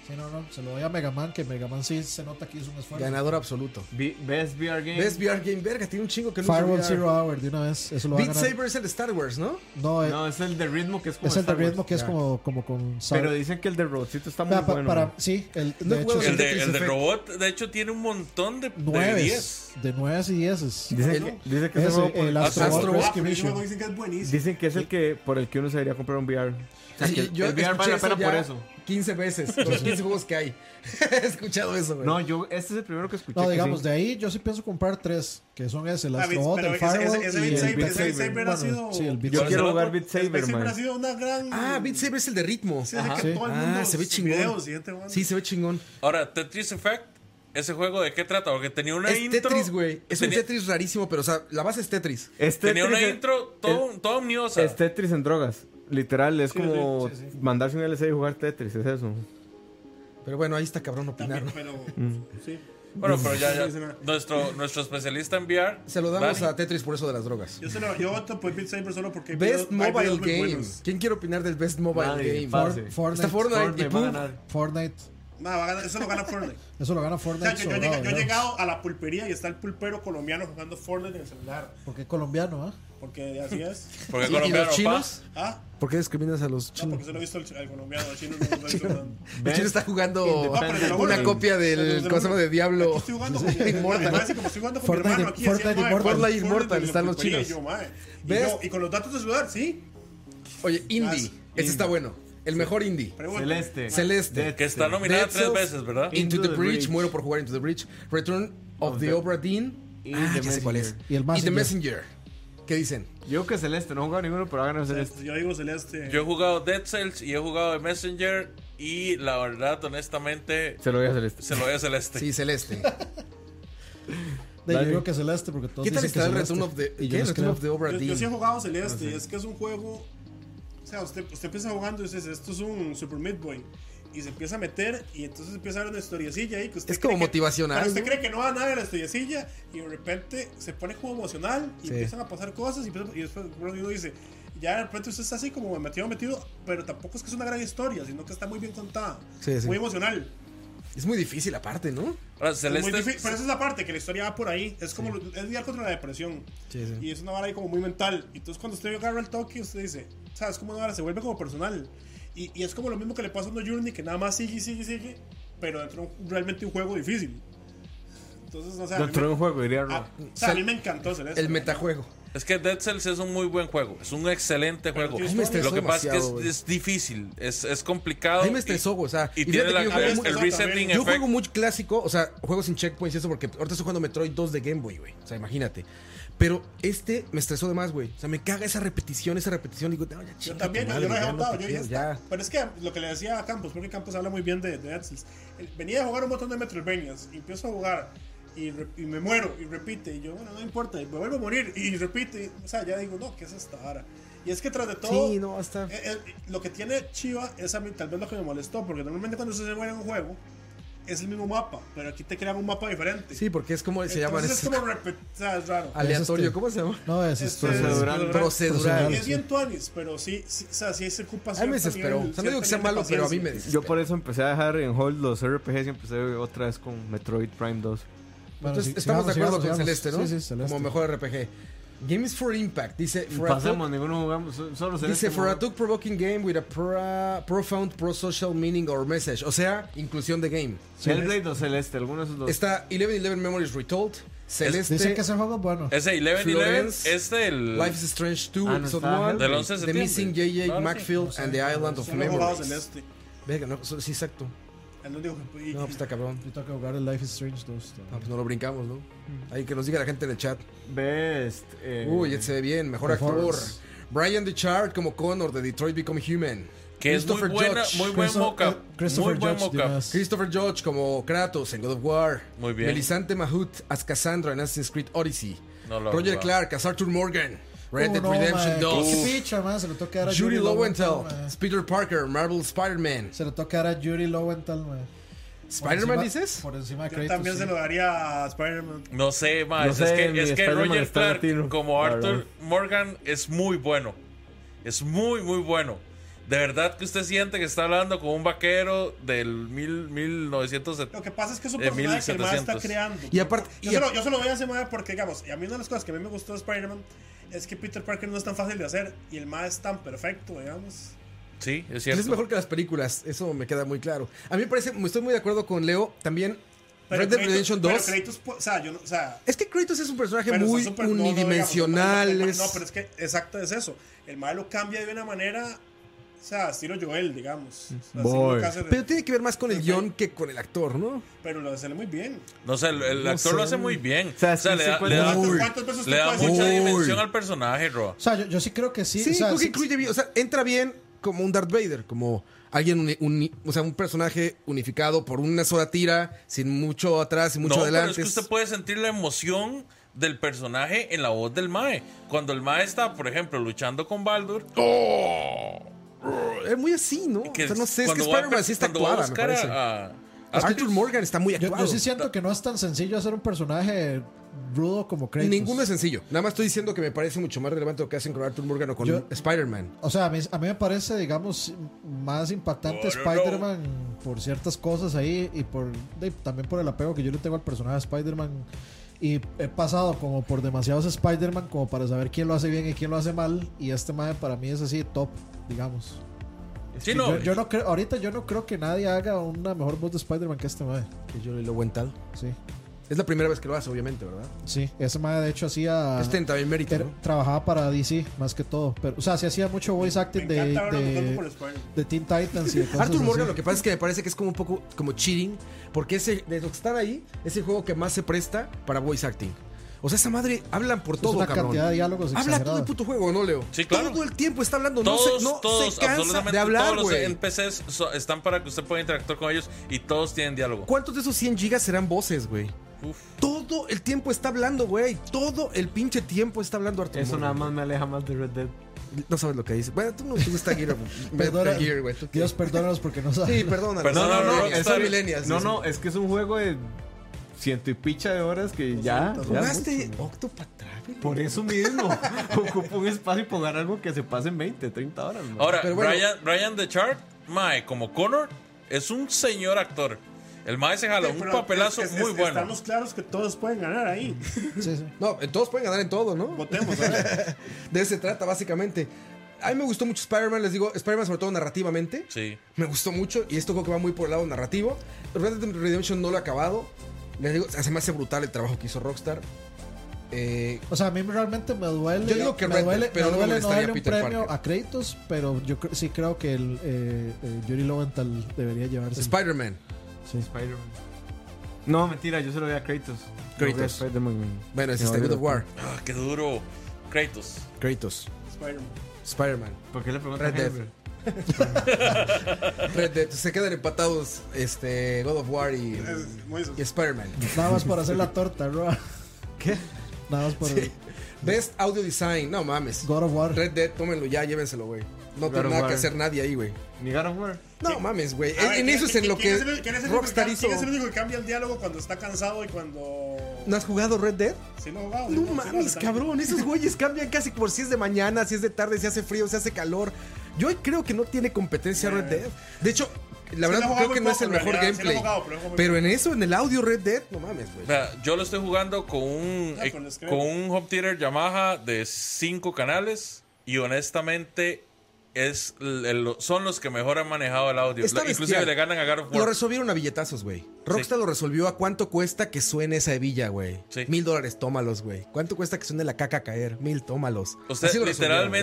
Speaker 4: Sí, no, no, se lo doy a Mega Man, que Mega Man sí se nota que hizo un esfuerzo.
Speaker 2: Ganador absoluto.
Speaker 3: Vi- Best VR Game.
Speaker 2: ¿Ves VR Game Verga? Tiene un chingo que no
Speaker 4: Firewall Zero Hour de una vez, eso lo va a
Speaker 2: Beat
Speaker 4: ganar.
Speaker 2: Saber es el de Star Wars, ¿no?
Speaker 4: No, eh,
Speaker 3: No, es el de ritmo que es como.
Speaker 4: es el de
Speaker 3: Star Wars.
Speaker 4: ritmo que es
Speaker 2: ya.
Speaker 4: como, como con Sar-
Speaker 3: Pero dicen que el de Robotcito está muy
Speaker 4: Pa- pa-
Speaker 3: bueno.
Speaker 4: para-
Speaker 3: man.
Speaker 4: sí, el,
Speaker 2: No
Speaker 4: de hecho,
Speaker 2: juego
Speaker 1: el
Speaker 4: sí,
Speaker 1: de, el de
Speaker 2: Efect.
Speaker 1: robot, de hecho, tiene un montón de, de
Speaker 4: nueves,
Speaker 1: 10.
Speaker 4: de nueves y dieces.
Speaker 3: Dicen
Speaker 5: ¿no?
Speaker 3: que, dicen que
Speaker 4: Ese,
Speaker 3: ese juego por-
Speaker 4: el Astro,
Speaker 2: Astro
Speaker 4: Bot
Speaker 2: Bot
Speaker 5: pero
Speaker 4: Rescue
Speaker 5: ese juego
Speaker 4: Mission.
Speaker 5: dicen que es buenísimo.
Speaker 3: Dicen que es el que por el que uno se debería comprar un VR. O sea, que el-
Speaker 2: Yo
Speaker 3: el VR vale
Speaker 2: escuché
Speaker 3: la pena
Speaker 2: eso ya
Speaker 3: por eso.
Speaker 2: 15 veces, con los 15 juegos que hay. He escuchado eso, güey.
Speaker 3: No, yo, este es el primero que escuché.
Speaker 4: No,
Speaker 3: que
Speaker 4: digamos,
Speaker 3: sí.
Speaker 4: de ahí yo sí pienso comprar tres, que son ese, el
Speaker 5: Ah, Beat-
Speaker 4: Astrobot,
Speaker 5: pero
Speaker 4: el
Speaker 5: ese- ese-
Speaker 4: Firewall
Speaker 5: ese
Speaker 4: y
Speaker 5: Beat
Speaker 4: el
Speaker 5: Saber-
Speaker 4: Beat
Speaker 5: ese Beat
Speaker 4: Saber.
Speaker 5: Saber ha
Speaker 4: Bueno,
Speaker 5: sido-
Speaker 4: sí, el Beat
Speaker 1: ¿Cuál
Speaker 3: Yo
Speaker 4: Saber.
Speaker 3: quiero
Speaker 1: será?
Speaker 3: jugar Beat
Speaker 5: El
Speaker 3: Saber,
Speaker 5: Beat Saber
Speaker 3: man.
Speaker 5: ha sido una gran.
Speaker 2: Ah, Beat Saber es el de ritmo.
Speaker 5: Sí, así
Speaker 2: Ajá.
Speaker 5: que todo el mundo
Speaker 2: Ah, se ve
Speaker 5: sus
Speaker 2: chingón.
Speaker 5: videos y gente, man.
Speaker 2: Sí, se ve chingón.
Speaker 1: Ahora, Tetris Effect, ¿ese juego de qué trata? Porque tenía una
Speaker 2: Es
Speaker 1: intro.
Speaker 2: Tetris, güey. Es un
Speaker 1: tenía-
Speaker 2: Tetris rarísimo, pero o sea, la base es Tetris. este,
Speaker 3: Este
Speaker 1: Tenía una
Speaker 3: Tetris-
Speaker 1: intro todo, todo omniosa.
Speaker 3: Es Tetris en drogas. Literal, es como
Speaker 4: sí, sí.
Speaker 3: mandarse un LC y jugar Tetris, es eso.
Speaker 2: Pero bueno, ahí está cabrón opinar.
Speaker 5: También,
Speaker 2: ¿no?
Speaker 5: pero. Sí.
Speaker 2: Mm.
Speaker 1: Bueno, pero ya, ya.
Speaker 5: Sí, sí, sí.
Speaker 1: Nuestro, nuestro especialista en VR.
Speaker 2: Saludamos
Speaker 1: Dani.
Speaker 2: a Tetris por eso de las drogas.
Speaker 5: Yo, se lo, yo voto por Beat Saber solo porque. hay
Speaker 2: Best
Speaker 5: videos- hay
Speaker 2: Mobile
Speaker 5: videos muy
Speaker 2: Game.
Speaker 5: buenos.
Speaker 2: ¿Quién quiere opinar del Best Mobile
Speaker 3: Nadie,
Speaker 2: Game?
Speaker 3: fácil.
Speaker 4: For- Fortnite,
Speaker 3: Sí.
Speaker 2: Está Fortnite,
Speaker 3: Fortnite
Speaker 2: y
Speaker 3: va a
Speaker 2: Pug.
Speaker 3: ganar.
Speaker 4: Fortnite,
Speaker 5: No, va a ganar- eso lo gana Fortnite.
Speaker 4: eso lo gana
Speaker 5: O sea,
Speaker 4: Fortnite.
Speaker 5: yo, yo
Speaker 4: sobrado,
Speaker 5: llegué- yo he
Speaker 4: digamos,
Speaker 5: llegado a la pulpería y está el pulpero colombiano jugando Fortnite en el celular.
Speaker 4: Porque es colombiano, ¿ah?
Speaker 5: Porque así es.
Speaker 1: Porque
Speaker 2: ¿Y- ¿Y
Speaker 1: colombiano,
Speaker 2: los
Speaker 1: pa.
Speaker 2: chinos?
Speaker 5: Ah,
Speaker 2: ¿Por qué discriminas a los
Speaker 5: no,
Speaker 2: chinos?
Speaker 5: porque se lo he visto al, ch- al colombiano, al chino no lo estoy jugando.
Speaker 2: El chino está jugando
Speaker 5: Ah, pero se lo juro.
Speaker 2: una copia del. ¿Cómo se llama? De
Speaker 5: Aquí
Speaker 2: Diablo.
Speaker 5: estoy jugando con mi-
Speaker 2: Inmortal.
Speaker 5: además, y como estoy jugando con
Speaker 4: Fortnite
Speaker 5: mi hermano aquí,
Speaker 4: Fortnite
Speaker 5: decía, "Mae,
Speaker 4: Immortal".
Speaker 5: Fortnite
Speaker 2: Immortal, están los
Speaker 5: pulpería", y
Speaker 2: chinos.
Speaker 5: yo, "Mae". Y
Speaker 2: ¿Ves?
Speaker 5: yo, Y con los datos de celular, sí.
Speaker 2: Oye, Indie.
Speaker 5: Nice.
Speaker 2: Este está bueno. El mejor indie.
Speaker 5: Pregunta.
Speaker 3: Celeste.
Speaker 2: Celeste.
Speaker 3: Dead
Speaker 1: Que está
Speaker 3: Cells.
Speaker 1: nominada
Speaker 2: Dead
Speaker 1: tres
Speaker 2: Cells.
Speaker 1: veces, ¿verdad?
Speaker 3: Y-
Speaker 2: Into,
Speaker 3: Into
Speaker 2: the,
Speaker 3: the
Speaker 2: Breach.
Speaker 3: Breach.
Speaker 2: Muero por jugar Into the Breach. Return of,
Speaker 3: Of
Speaker 2: the,
Speaker 3: the-
Speaker 2: Obra Dinn.
Speaker 3: Y
Speaker 2: Ah,
Speaker 3: The
Speaker 2: ya sé cuál es.
Speaker 3: Messenger.
Speaker 4: Y el
Speaker 2: The
Speaker 4: Messenger.
Speaker 2: Messenger. ¿Qué dicen?
Speaker 3: Yo que Celeste, no he jugado ninguno, pero va a ganar Celeste.
Speaker 5: Pues Yo digo Celeste.
Speaker 1: Yo he jugado Dead Cells y he jugado The Messenger. Y la verdad, honestamente,
Speaker 3: Se lo voy a este. Celeste.
Speaker 1: se lo voy a Celeste.
Speaker 2: Sí, Celeste.
Speaker 4: De- Yo
Speaker 3: Dale.
Speaker 4: creo que Celeste, porque todos
Speaker 2: ¿Qué tal
Speaker 4: dicen que
Speaker 2: está el
Speaker 4: Celeste.
Speaker 2: Return of the,
Speaker 4: Y yo
Speaker 2: ¿qué?
Speaker 4: les
Speaker 2: Return
Speaker 4: creo.
Speaker 2: of the Obra
Speaker 5: Yo, yo sí he
Speaker 2: Dinn?
Speaker 5: jugado Celeste.
Speaker 2: Ah,
Speaker 5: Es que es un juego. O sea, usted, usted empieza jugando y dices, esto es un Super Meat Boy. Y se empieza a meter y entonces empieza a ver una historiecilla ahí. Que usted
Speaker 2: Es como
Speaker 5: cree que-
Speaker 2: motivacional,
Speaker 5: pero usted
Speaker 2: ¿no?
Speaker 5: cree que no va a nada de la historiecilla y de repente se pone como emocional y
Speaker 2: Sí.
Speaker 5: empiezan a pasar cosas. Y, empieza- y después bueno, uno dice, ya de repente usted está así como metido, metido. Pero tampoco es que es una gran historia, sino que está muy bien contada.
Speaker 2: Sí, sí.
Speaker 5: Muy emocional.
Speaker 2: Es muy difícil aparte, ¿no?
Speaker 1: Ahora,
Speaker 5: Es muy
Speaker 1: Celeste.
Speaker 5: difícil, pero esa es la parte que la historia va por ahí. Es como lo- es lidiar contra la depresión.
Speaker 2: Sí, sí.
Speaker 5: Y es una vara ahí como muy mental. Entonces cuando usted agarra el toque, usted dice, ¿sabes como una vara? Se vuelve como personal. Y, y es como lo mismo que le pasa a uno Journey, que nada más sigue, y sigue, y sigue, pero dentro de un- realmente un juego difícil. Entonces, no sé. a mí
Speaker 3: Dentro de
Speaker 5: me-
Speaker 3: un juego, diría Rob.
Speaker 5: a- o sea, a mí me encantó Celeste.
Speaker 2: El metajuego.
Speaker 1: Es que Dead Cells es un muy buen juego, es un excelente juego.
Speaker 5: Ay, me
Speaker 2: estresó
Speaker 1: Lo que pasa es que es,
Speaker 2: demasiado, güey.
Speaker 1: es difícil, es, es complicado.
Speaker 2: A mí me estresó,
Speaker 1: y,
Speaker 2: güey, o sea,
Speaker 1: y
Speaker 2: y
Speaker 1: tiene
Speaker 2: fíjate
Speaker 1: la-
Speaker 2: que yo juego
Speaker 1: el-
Speaker 2: mucho
Speaker 1: el
Speaker 5: también.
Speaker 1: resetting
Speaker 2: Yo
Speaker 1: effect.
Speaker 2: juego muy clásico, o sea, juegos sin checkpoints y eso, porque ahorita estoy jugando Metroid 2 de Game Boy, güey. O sea, imagínate. Pero este me estresó de más, güey. O sea, me caga esa repetición, esa repetición. Digo, no, ya
Speaker 5: Yo
Speaker 2: chinga tu
Speaker 5: también,
Speaker 2: madre,
Speaker 5: yo lo he
Speaker 2: ya
Speaker 5: agotado,
Speaker 2: te
Speaker 5: yo
Speaker 2: quiero,
Speaker 5: ya
Speaker 2: ya.
Speaker 5: está. Pero es que lo que le decía a Campos, porque Campos habla muy bien de, de Edsels. Él Venía a jugar un montón de Metroidvanias y empiezo a jugar y, re- y me muero y repite. Y yo, bueno, no importa, y me vuelvo a morir y repite. y, o sea, ya digo, no, ¿qué es esta vara? Y es que tras de todo,
Speaker 2: Sí, no, hasta.
Speaker 5: eh, eh, lo que tiene Chiva es a mí tal vez lo que me molestó, porque normalmente cuando se muere en un juego es el mismo mapa, pero aquí te crean un mapa diferente.
Speaker 2: Sí, porque es como se llaman.
Speaker 5: Entonces
Speaker 2: Es
Speaker 5: es como repet- o sea, es raro.
Speaker 2: aleatorio.
Speaker 4: este-
Speaker 2: ¿Cómo se llama?
Speaker 4: No, es, es
Speaker 5: Este,
Speaker 3: procedural.
Speaker 5: es
Speaker 2: Procedural.
Speaker 5: Es bien tuanis, pero sí, sí, o sea, sí se ocupa
Speaker 2: A mí me
Speaker 5: cierto
Speaker 2: desesperó.
Speaker 5: nivel-
Speaker 2: O sea, no digo que sea
Speaker 5: cierto nivel de
Speaker 2: malo, pero a mí me
Speaker 5: paciencia.
Speaker 2: desesperó.
Speaker 3: Yo por eso empecé a dejar en hold los RPGs y empecé otra vez con Metroid Prime 2.
Speaker 4: Bueno,
Speaker 2: Entonces,
Speaker 4: sí,
Speaker 2: estamos
Speaker 4: sigamos,
Speaker 2: de acuerdo
Speaker 4: sigamos,
Speaker 2: con
Speaker 4: sigamos.
Speaker 2: Celeste, ¿no?
Speaker 4: Sí, sí, Celeste.
Speaker 2: Como mejor RPG. Games for Impact. Dice, for a
Speaker 3: Pasemos, ninguno jugamos, so- solo se
Speaker 2: Dice, for a thought-provoking game with a pro- profound pro-social meaning or message. O sea, inclusión de game.
Speaker 3: Hellblade o Celeste, alguno de esos dos.
Speaker 2: Está 11-11 Memories Retold, Celeste,
Speaker 4: Dicen que ese juego es bueno.
Speaker 1: Ese 11
Speaker 2: Florence,
Speaker 1: es del.
Speaker 2: Life is Strange 2,
Speaker 3: Ah, no
Speaker 2: Episode
Speaker 3: está
Speaker 2: 1,
Speaker 1: Del 11 de
Speaker 2: The
Speaker 1: septiembre.
Speaker 2: Missing J.J.
Speaker 1: Claro, sí.
Speaker 2: Macfield and the Island of
Speaker 5: Solo he jugado
Speaker 2: Memories.
Speaker 5: Celeste.
Speaker 2: Venga, no, so- sí, exacto.
Speaker 5: El único que- y-
Speaker 2: No, pues está cabrón.
Speaker 4: Yo tengo que jugar el Life is Strange 2.
Speaker 2: No, pues no lo brincamos, ¿no? Ahí que nos diga la gente en el chat.
Speaker 3: Best. eh,
Speaker 2: Uy, este se ve bien, mejor actor.
Speaker 4: performance.
Speaker 2: Brian DeChard como Connor de Detroit Become Human.
Speaker 1: Que es muy,
Speaker 2: Christopher
Speaker 1: buena,
Speaker 2: Judge.
Speaker 1: muy buen
Speaker 4: Christo-
Speaker 1: mocap.
Speaker 4: eh,
Speaker 1: Muy
Speaker 4: Christopher
Speaker 1: buen
Speaker 4: Judge,
Speaker 1: mocap.
Speaker 4: Dimas.
Speaker 2: Christopher George como Kratos en God of War.
Speaker 1: Muy bien.
Speaker 2: Melisante Mahut as Cassandra en Assassin's Creed Odyssey.
Speaker 1: No lo
Speaker 2: Roger
Speaker 1: jugaba.
Speaker 2: Clark as Arthur Morgan. Red
Speaker 4: Oh,
Speaker 2: Dead
Speaker 4: no,
Speaker 2: Redemption
Speaker 4: mae,
Speaker 2: 2.
Speaker 4: Qué picha, man. Se lo toca dar a
Speaker 2: Judy Lowenthal.
Speaker 4: mae.
Speaker 2: Peter Parker, Marvel Spider-Man.
Speaker 4: Se lo toca dar a Judy Lowenthal, man.
Speaker 2: ¿Spider-man dices?
Speaker 4: Por encima de
Speaker 5: Yo
Speaker 4: Kratos.
Speaker 5: también
Speaker 4: sí.
Speaker 5: se lo daría a Spider-Man.
Speaker 1: No sé, más
Speaker 3: No sé,
Speaker 1: es
Speaker 3: mi
Speaker 1: que, es que
Speaker 3: Spider-Man
Speaker 1: Roger
Speaker 3: está
Speaker 1: Clark,
Speaker 3: latino.
Speaker 1: como
Speaker 3: La
Speaker 1: Arthur
Speaker 3: verdad.
Speaker 1: Morgan, es muy bueno. Es muy, muy bueno. De verdad que usted siente que está hablando con un vaquero del mil, 1970.
Speaker 5: Lo que pasa es que es un
Speaker 1: De
Speaker 5: personaje que el man está
Speaker 1: 1700.
Speaker 5: creando.
Speaker 2: Y aparte-
Speaker 5: Yo,
Speaker 2: y
Speaker 5: se lo,
Speaker 2: ap-
Speaker 5: yo se lo voy a hacer mae, porque, digamos, y a mí una de las cosas que a mí me gustó de Spider-Man es que Peter Parker no es tan fácil de hacer y el más es tan perfecto, digamos.
Speaker 1: Sí, es
Speaker 2: Pues
Speaker 1: cierto.
Speaker 2: Es mejor que las películas, eso me queda muy claro. A mí me parece, estoy muy de acuerdo con Leo. También Red Dead
Speaker 5: Kratos-
Speaker 2: Redemption
Speaker 5: pero
Speaker 2: 2.
Speaker 5: Kratos, o sea, yo no, o sea,
Speaker 2: Es que Kratos es un personaje
Speaker 5: Pero
Speaker 2: muy
Speaker 5: está súper- no, no,
Speaker 2: unidimensional.
Speaker 5: digamos,
Speaker 2: es-
Speaker 5: No, pero es que exacto es eso. El malo cambia de una manera, o sea, estilo Joel,
Speaker 1: Mm.
Speaker 5: digamos. O sea,
Speaker 3: Boy.
Speaker 5: sí, lo que hace de-
Speaker 2: Pero tiene que ver más con el guión que con el actor, ¿no?
Speaker 5: pero lo sale muy bien.
Speaker 1: No sé, el, el
Speaker 3: No
Speaker 1: actor lo
Speaker 3: sé.
Speaker 1: hace muy bien.
Speaker 3: O sea,
Speaker 1: O sea,
Speaker 3: sí,
Speaker 1: le
Speaker 3: sí,
Speaker 1: da,
Speaker 3: pues,
Speaker 1: le da-
Speaker 5: ¿Cuántas-
Speaker 2: Uy.
Speaker 5: ¿Cuántas veces
Speaker 1: le
Speaker 5: tú
Speaker 1: da
Speaker 5: puedes
Speaker 1: mucha
Speaker 5: decir-
Speaker 2: Uy.
Speaker 1: dimensión al personaje, Roa.
Speaker 4: O sea, yo, yo sí creo que sí.
Speaker 2: Sí,
Speaker 4: o sea,
Speaker 2: creo que
Speaker 4: sí-
Speaker 2: incluye bien. O sea, entra bien como un Darth Vader, como alguien, uni- uni- o sea, un personaje unificado por una sola tira, sin mucho atrás y mucho
Speaker 1: no,
Speaker 2: adelante.
Speaker 1: pero es que usted puede sentir la emoción del personaje en la voz del Mae. Cuando el Mae está, por ejemplo, luchando con Baldur,
Speaker 2: Es muy así, ¿no? O
Speaker 1: que
Speaker 2: sea, no sé, es que
Speaker 1: cuando va a
Speaker 2: Spider-Man
Speaker 1: per-
Speaker 2: sí está
Speaker 1: cuando va a
Speaker 2: actuada, me
Speaker 1: buscar a-
Speaker 2: parece.
Speaker 1: a- a-
Speaker 2: Arthur Morgan está muy
Speaker 4: Yo,
Speaker 2: actuado.
Speaker 4: yo sí siento que no es tan sencillo hacer un personaje rudo como Kratos.
Speaker 2: Ninguno es sencillo. Nada más estoy diciendo que me parece mucho más relevante lo que hacen con Arthur Morgan o con
Speaker 4: Yo-
Speaker 2: Spider-Man.
Speaker 4: O sea, a mí, a mí me parece, digamos, más impactante
Speaker 1: No, no, no.
Speaker 4: Spider-Man por ciertas cosas ahí y por de- también por el apego que yo le tengo al personaje de Spider-Man. Y he pasado como por demasiados Spider-Man como para saber quién lo hace bien y quién lo hace mal. Y este mae para mí es así top, digamos.
Speaker 1: Sí,
Speaker 4: Yo,
Speaker 1: no,
Speaker 4: yo no creo, ahorita yo no creo que nadie haga una mejor voz de Spider-Man que este mae.
Speaker 2: Que yo lo tal.
Speaker 4: Sí,
Speaker 2: Es la primera vez que lo hace, obviamente, ¿verdad?
Speaker 4: sí. Ese mae de hecho hacía...
Speaker 2: Este también mérito,
Speaker 4: era-
Speaker 2: ¿no?
Speaker 4: Trabajaba para DC más que todo. Pero, o sea, se hacía mucho voice
Speaker 5: Me
Speaker 4: acting de,
Speaker 5: encanta ahora
Speaker 4: de-
Speaker 5: contando por Spider-Man.
Speaker 4: de Teen Titans y de cosas
Speaker 2: Arthur Morgan
Speaker 4: así.
Speaker 2: lo que pasa es que me parece que es como un poco como cheating, porque ese, de los que están ahí, es el juego que más se presta para voice acting. O sea, esa madre hablan por todo,
Speaker 4: Pues es una
Speaker 2: cabrón.
Speaker 4: cantidad de diálogos
Speaker 2: Habla todo el
Speaker 4: exagerada.
Speaker 2: puto juego, ¿no, Leo?
Speaker 1: Sí, claro.
Speaker 2: Todo el tiempo está hablando, no
Speaker 1: todos,
Speaker 2: se, no
Speaker 1: todos,
Speaker 2: se cansa
Speaker 1: absolutamente
Speaker 2: de hablar,
Speaker 1: todos los
Speaker 2: güey.
Speaker 1: NPCs so- están para que usted pueda interactuar con ellos y todos tienen diálogo.
Speaker 2: ¿Cuántos de esos 100 gigas serán voces, güey?
Speaker 1: Uf.
Speaker 2: Todo el tiempo está hablando, güey. Todo el pinche tiempo está hablando Arthur
Speaker 3: Eso nada
Speaker 2: Morgan.
Speaker 3: más me aleja más de Red Dead.
Speaker 2: No sabes lo que dice. Bueno, tú no te gusta Gear,
Speaker 4: Perdona-
Speaker 2: Metal Gear, güey. tú qué.
Speaker 4: Dios, perdónanos porque no sabes.
Speaker 2: Sí, perdónalo.
Speaker 1: Perdón,
Speaker 2: Soy
Speaker 1: no, no,
Speaker 2: millennial,
Speaker 1: está
Speaker 2: soy
Speaker 1: bien.
Speaker 2: millennial,
Speaker 3: No,
Speaker 2: sí,
Speaker 3: no, es que es un juego de ciento y picha de horas que ya.
Speaker 2: sí.
Speaker 3: ya
Speaker 2: ¿Jugaste
Speaker 3: mucho, ¿no?
Speaker 2: Octopath Traveler?
Speaker 3: Por eso mismo. Ocupo un espacio para jugar algo que se pase en 20, 30 horas. man.
Speaker 1: Ahora,
Speaker 2: Pero bueno.
Speaker 1: Brian, Brian The Chart, Mae, como Connor, es un señor actor. El Mae se jala un
Speaker 5: Pero
Speaker 1: papelazo
Speaker 5: es- es-
Speaker 1: muy
Speaker 5: es-
Speaker 1: bueno.
Speaker 5: Estamos claros que todos pueden ganar ahí.
Speaker 4: Sí, sí.
Speaker 2: No, todos pueden ganar en todo, ¿no?
Speaker 5: Votemos. ¿verdad?
Speaker 2: De eso se trata, básicamente. A mí me gustó mucho Spider-Man, les digo, Spider-Man sobre todo narrativamente.
Speaker 1: Sí.
Speaker 2: Me gustó mucho y esto creo que va muy por el lado narrativo. Red Dead Redemption no lo ha acabado. Les digo, se me hace brutal el trabajo que hizo Rockstar. Eh,
Speaker 4: O sea, a mí realmente me duele.
Speaker 2: Yo digo que
Speaker 4: me
Speaker 2: Red Dead,
Speaker 4: duele,
Speaker 2: pero
Speaker 4: me
Speaker 2: no me
Speaker 4: duele no
Speaker 2: molestaría
Speaker 4: darle un
Speaker 2: Peter
Speaker 4: premio
Speaker 2: Parker.
Speaker 4: a Kratos, pero yo cre- sí creo que el eh, eh, Yuri Lowenthal debería llevarse.
Speaker 2: Spider-Man.
Speaker 4: Sí.
Speaker 3: Spider-Man. No, mentira, yo se lo di a Kratos.
Speaker 2: Kratos.
Speaker 3: Yo Spider-Man. güey.
Speaker 2: Bueno, es
Speaker 3: Me
Speaker 2: este
Speaker 3: vale
Speaker 2: God of
Speaker 3: la
Speaker 2: War.
Speaker 1: Ah, qué duro. Kratos.
Speaker 2: Kratos.
Speaker 5: Spider-Man.
Speaker 2: Spider-Man.
Speaker 3: pena. ¿Por qué le preguntan
Speaker 2: Red
Speaker 3: a
Speaker 2: Dead.
Speaker 3: Henry?
Speaker 2: Red Dead. Se quedan empatados este, God of War y,
Speaker 5: Es- Moisés.
Speaker 2: y Spider-Man.
Speaker 4: Nada más para hacer la torta, bro. ¿Qué? Nada más para
Speaker 2: Best Audio Design. No mames.
Speaker 4: God of War.
Speaker 2: Red Dead, tómenlo ya, llévenselo, güey. No
Speaker 3: God
Speaker 2: tiene
Speaker 3: of
Speaker 2: nada
Speaker 3: War.
Speaker 2: que hacer nadie ahí, güey.
Speaker 3: Ni God of War.
Speaker 2: No mames, güey.
Speaker 5: A ver,
Speaker 2: En, en
Speaker 5: ¿quién-
Speaker 2: eso es
Speaker 5: quién-
Speaker 2: en lo
Speaker 5: quién
Speaker 2: que
Speaker 5: es el- quién es el único
Speaker 2: Rockstar
Speaker 5: que-
Speaker 2: hizo.
Speaker 5: ¿Quién es el único que cambia el diálogo cuando está cansado y cuando.
Speaker 2: ¿No has jugado Red Dead?
Speaker 5: Sí lo ha jugado,
Speaker 2: No
Speaker 5: sí lo ha
Speaker 2: mames,
Speaker 5: jugado.
Speaker 2: cabrón. Esos güeyes cambian casi por si es de mañana, si es de tarde, si hace frío, si hace calor. Yo creo que no tiene competencia Red Dead. De hecho, la
Speaker 5: lo he
Speaker 2: verdad
Speaker 5: jugado
Speaker 2: creo
Speaker 5: muy
Speaker 2: que no es
Speaker 5: poco,
Speaker 2: el
Speaker 5: en
Speaker 2: mejor
Speaker 5: realidad. Sí lo he
Speaker 2: gameplay.
Speaker 5: jugado, pero lo he jugado muy
Speaker 2: Pero en eso, en el audio Red Dead, no mames, güey.
Speaker 1: Vea, yo lo estoy jugando con un,
Speaker 5: Ah,
Speaker 1: eh,
Speaker 5: con los
Speaker 1: con un home theater Yamaha de 5 canales y honestamente es l- el- son los que mejor han manejado el audio.
Speaker 2: Está
Speaker 1: Le- inclusive
Speaker 2: bestial.
Speaker 1: le ganan a God of
Speaker 2: Lo
Speaker 1: War.
Speaker 2: resolvieron a billetazos, güey. Rockstar lo resolvió a cuánto cuesta que suene esa hebilla, güey.
Speaker 1: Sí.
Speaker 2: Mil dólares, tómalos, güey. ¿Cuánto cuesta que suene la caca caer? Mil, tómalos.
Speaker 1: Usted
Speaker 2: Así lo resolvieron, güey. Es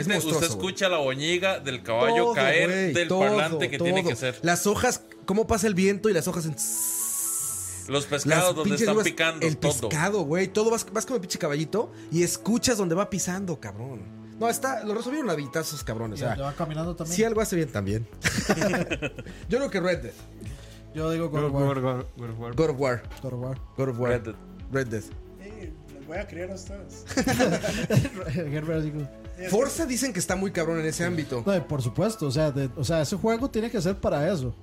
Speaker 1: literalmente
Speaker 2: monstruoso,
Speaker 1: usted
Speaker 2: güey.
Speaker 1: escucha la boñiga del caballo
Speaker 2: Todo,
Speaker 1: caer
Speaker 2: güey,
Speaker 1: del
Speaker 2: todo,
Speaker 1: parlante que tiene
Speaker 2: todo.
Speaker 1: que ser.
Speaker 2: Las hojas, cómo pasa el viento y las hojas en...
Speaker 1: Los
Speaker 2: Las
Speaker 1: pescados donde
Speaker 2: pinches
Speaker 1: están
Speaker 2: uvas,
Speaker 1: picando
Speaker 2: El
Speaker 1: todo.
Speaker 2: pescado, güey. Todo vas, vas como el pinche caballito y escuchas donde va pisando, cabrón. No, está, lo resolvieron a vitazos, cabrón. O
Speaker 4: Ya, ya
Speaker 2: sea,
Speaker 4: va caminando también.
Speaker 2: si algo hace bien también. Yo creo que Red Dead,
Speaker 4: Yo digo God
Speaker 3: God
Speaker 4: of
Speaker 3: of
Speaker 4: War.
Speaker 3: War, God God of War.
Speaker 2: God of War,
Speaker 4: God of War.
Speaker 2: God of War,
Speaker 1: Red Dead.
Speaker 2: Red Dead.
Speaker 5: Sí, les voy a creer a ustedes.
Speaker 4: Gerber, digo.
Speaker 2: Forza dicen que está muy cabrón en ese ámbito.
Speaker 4: No, y por supuesto, o sea, de- o sea, ese juego tiene que ser para eso.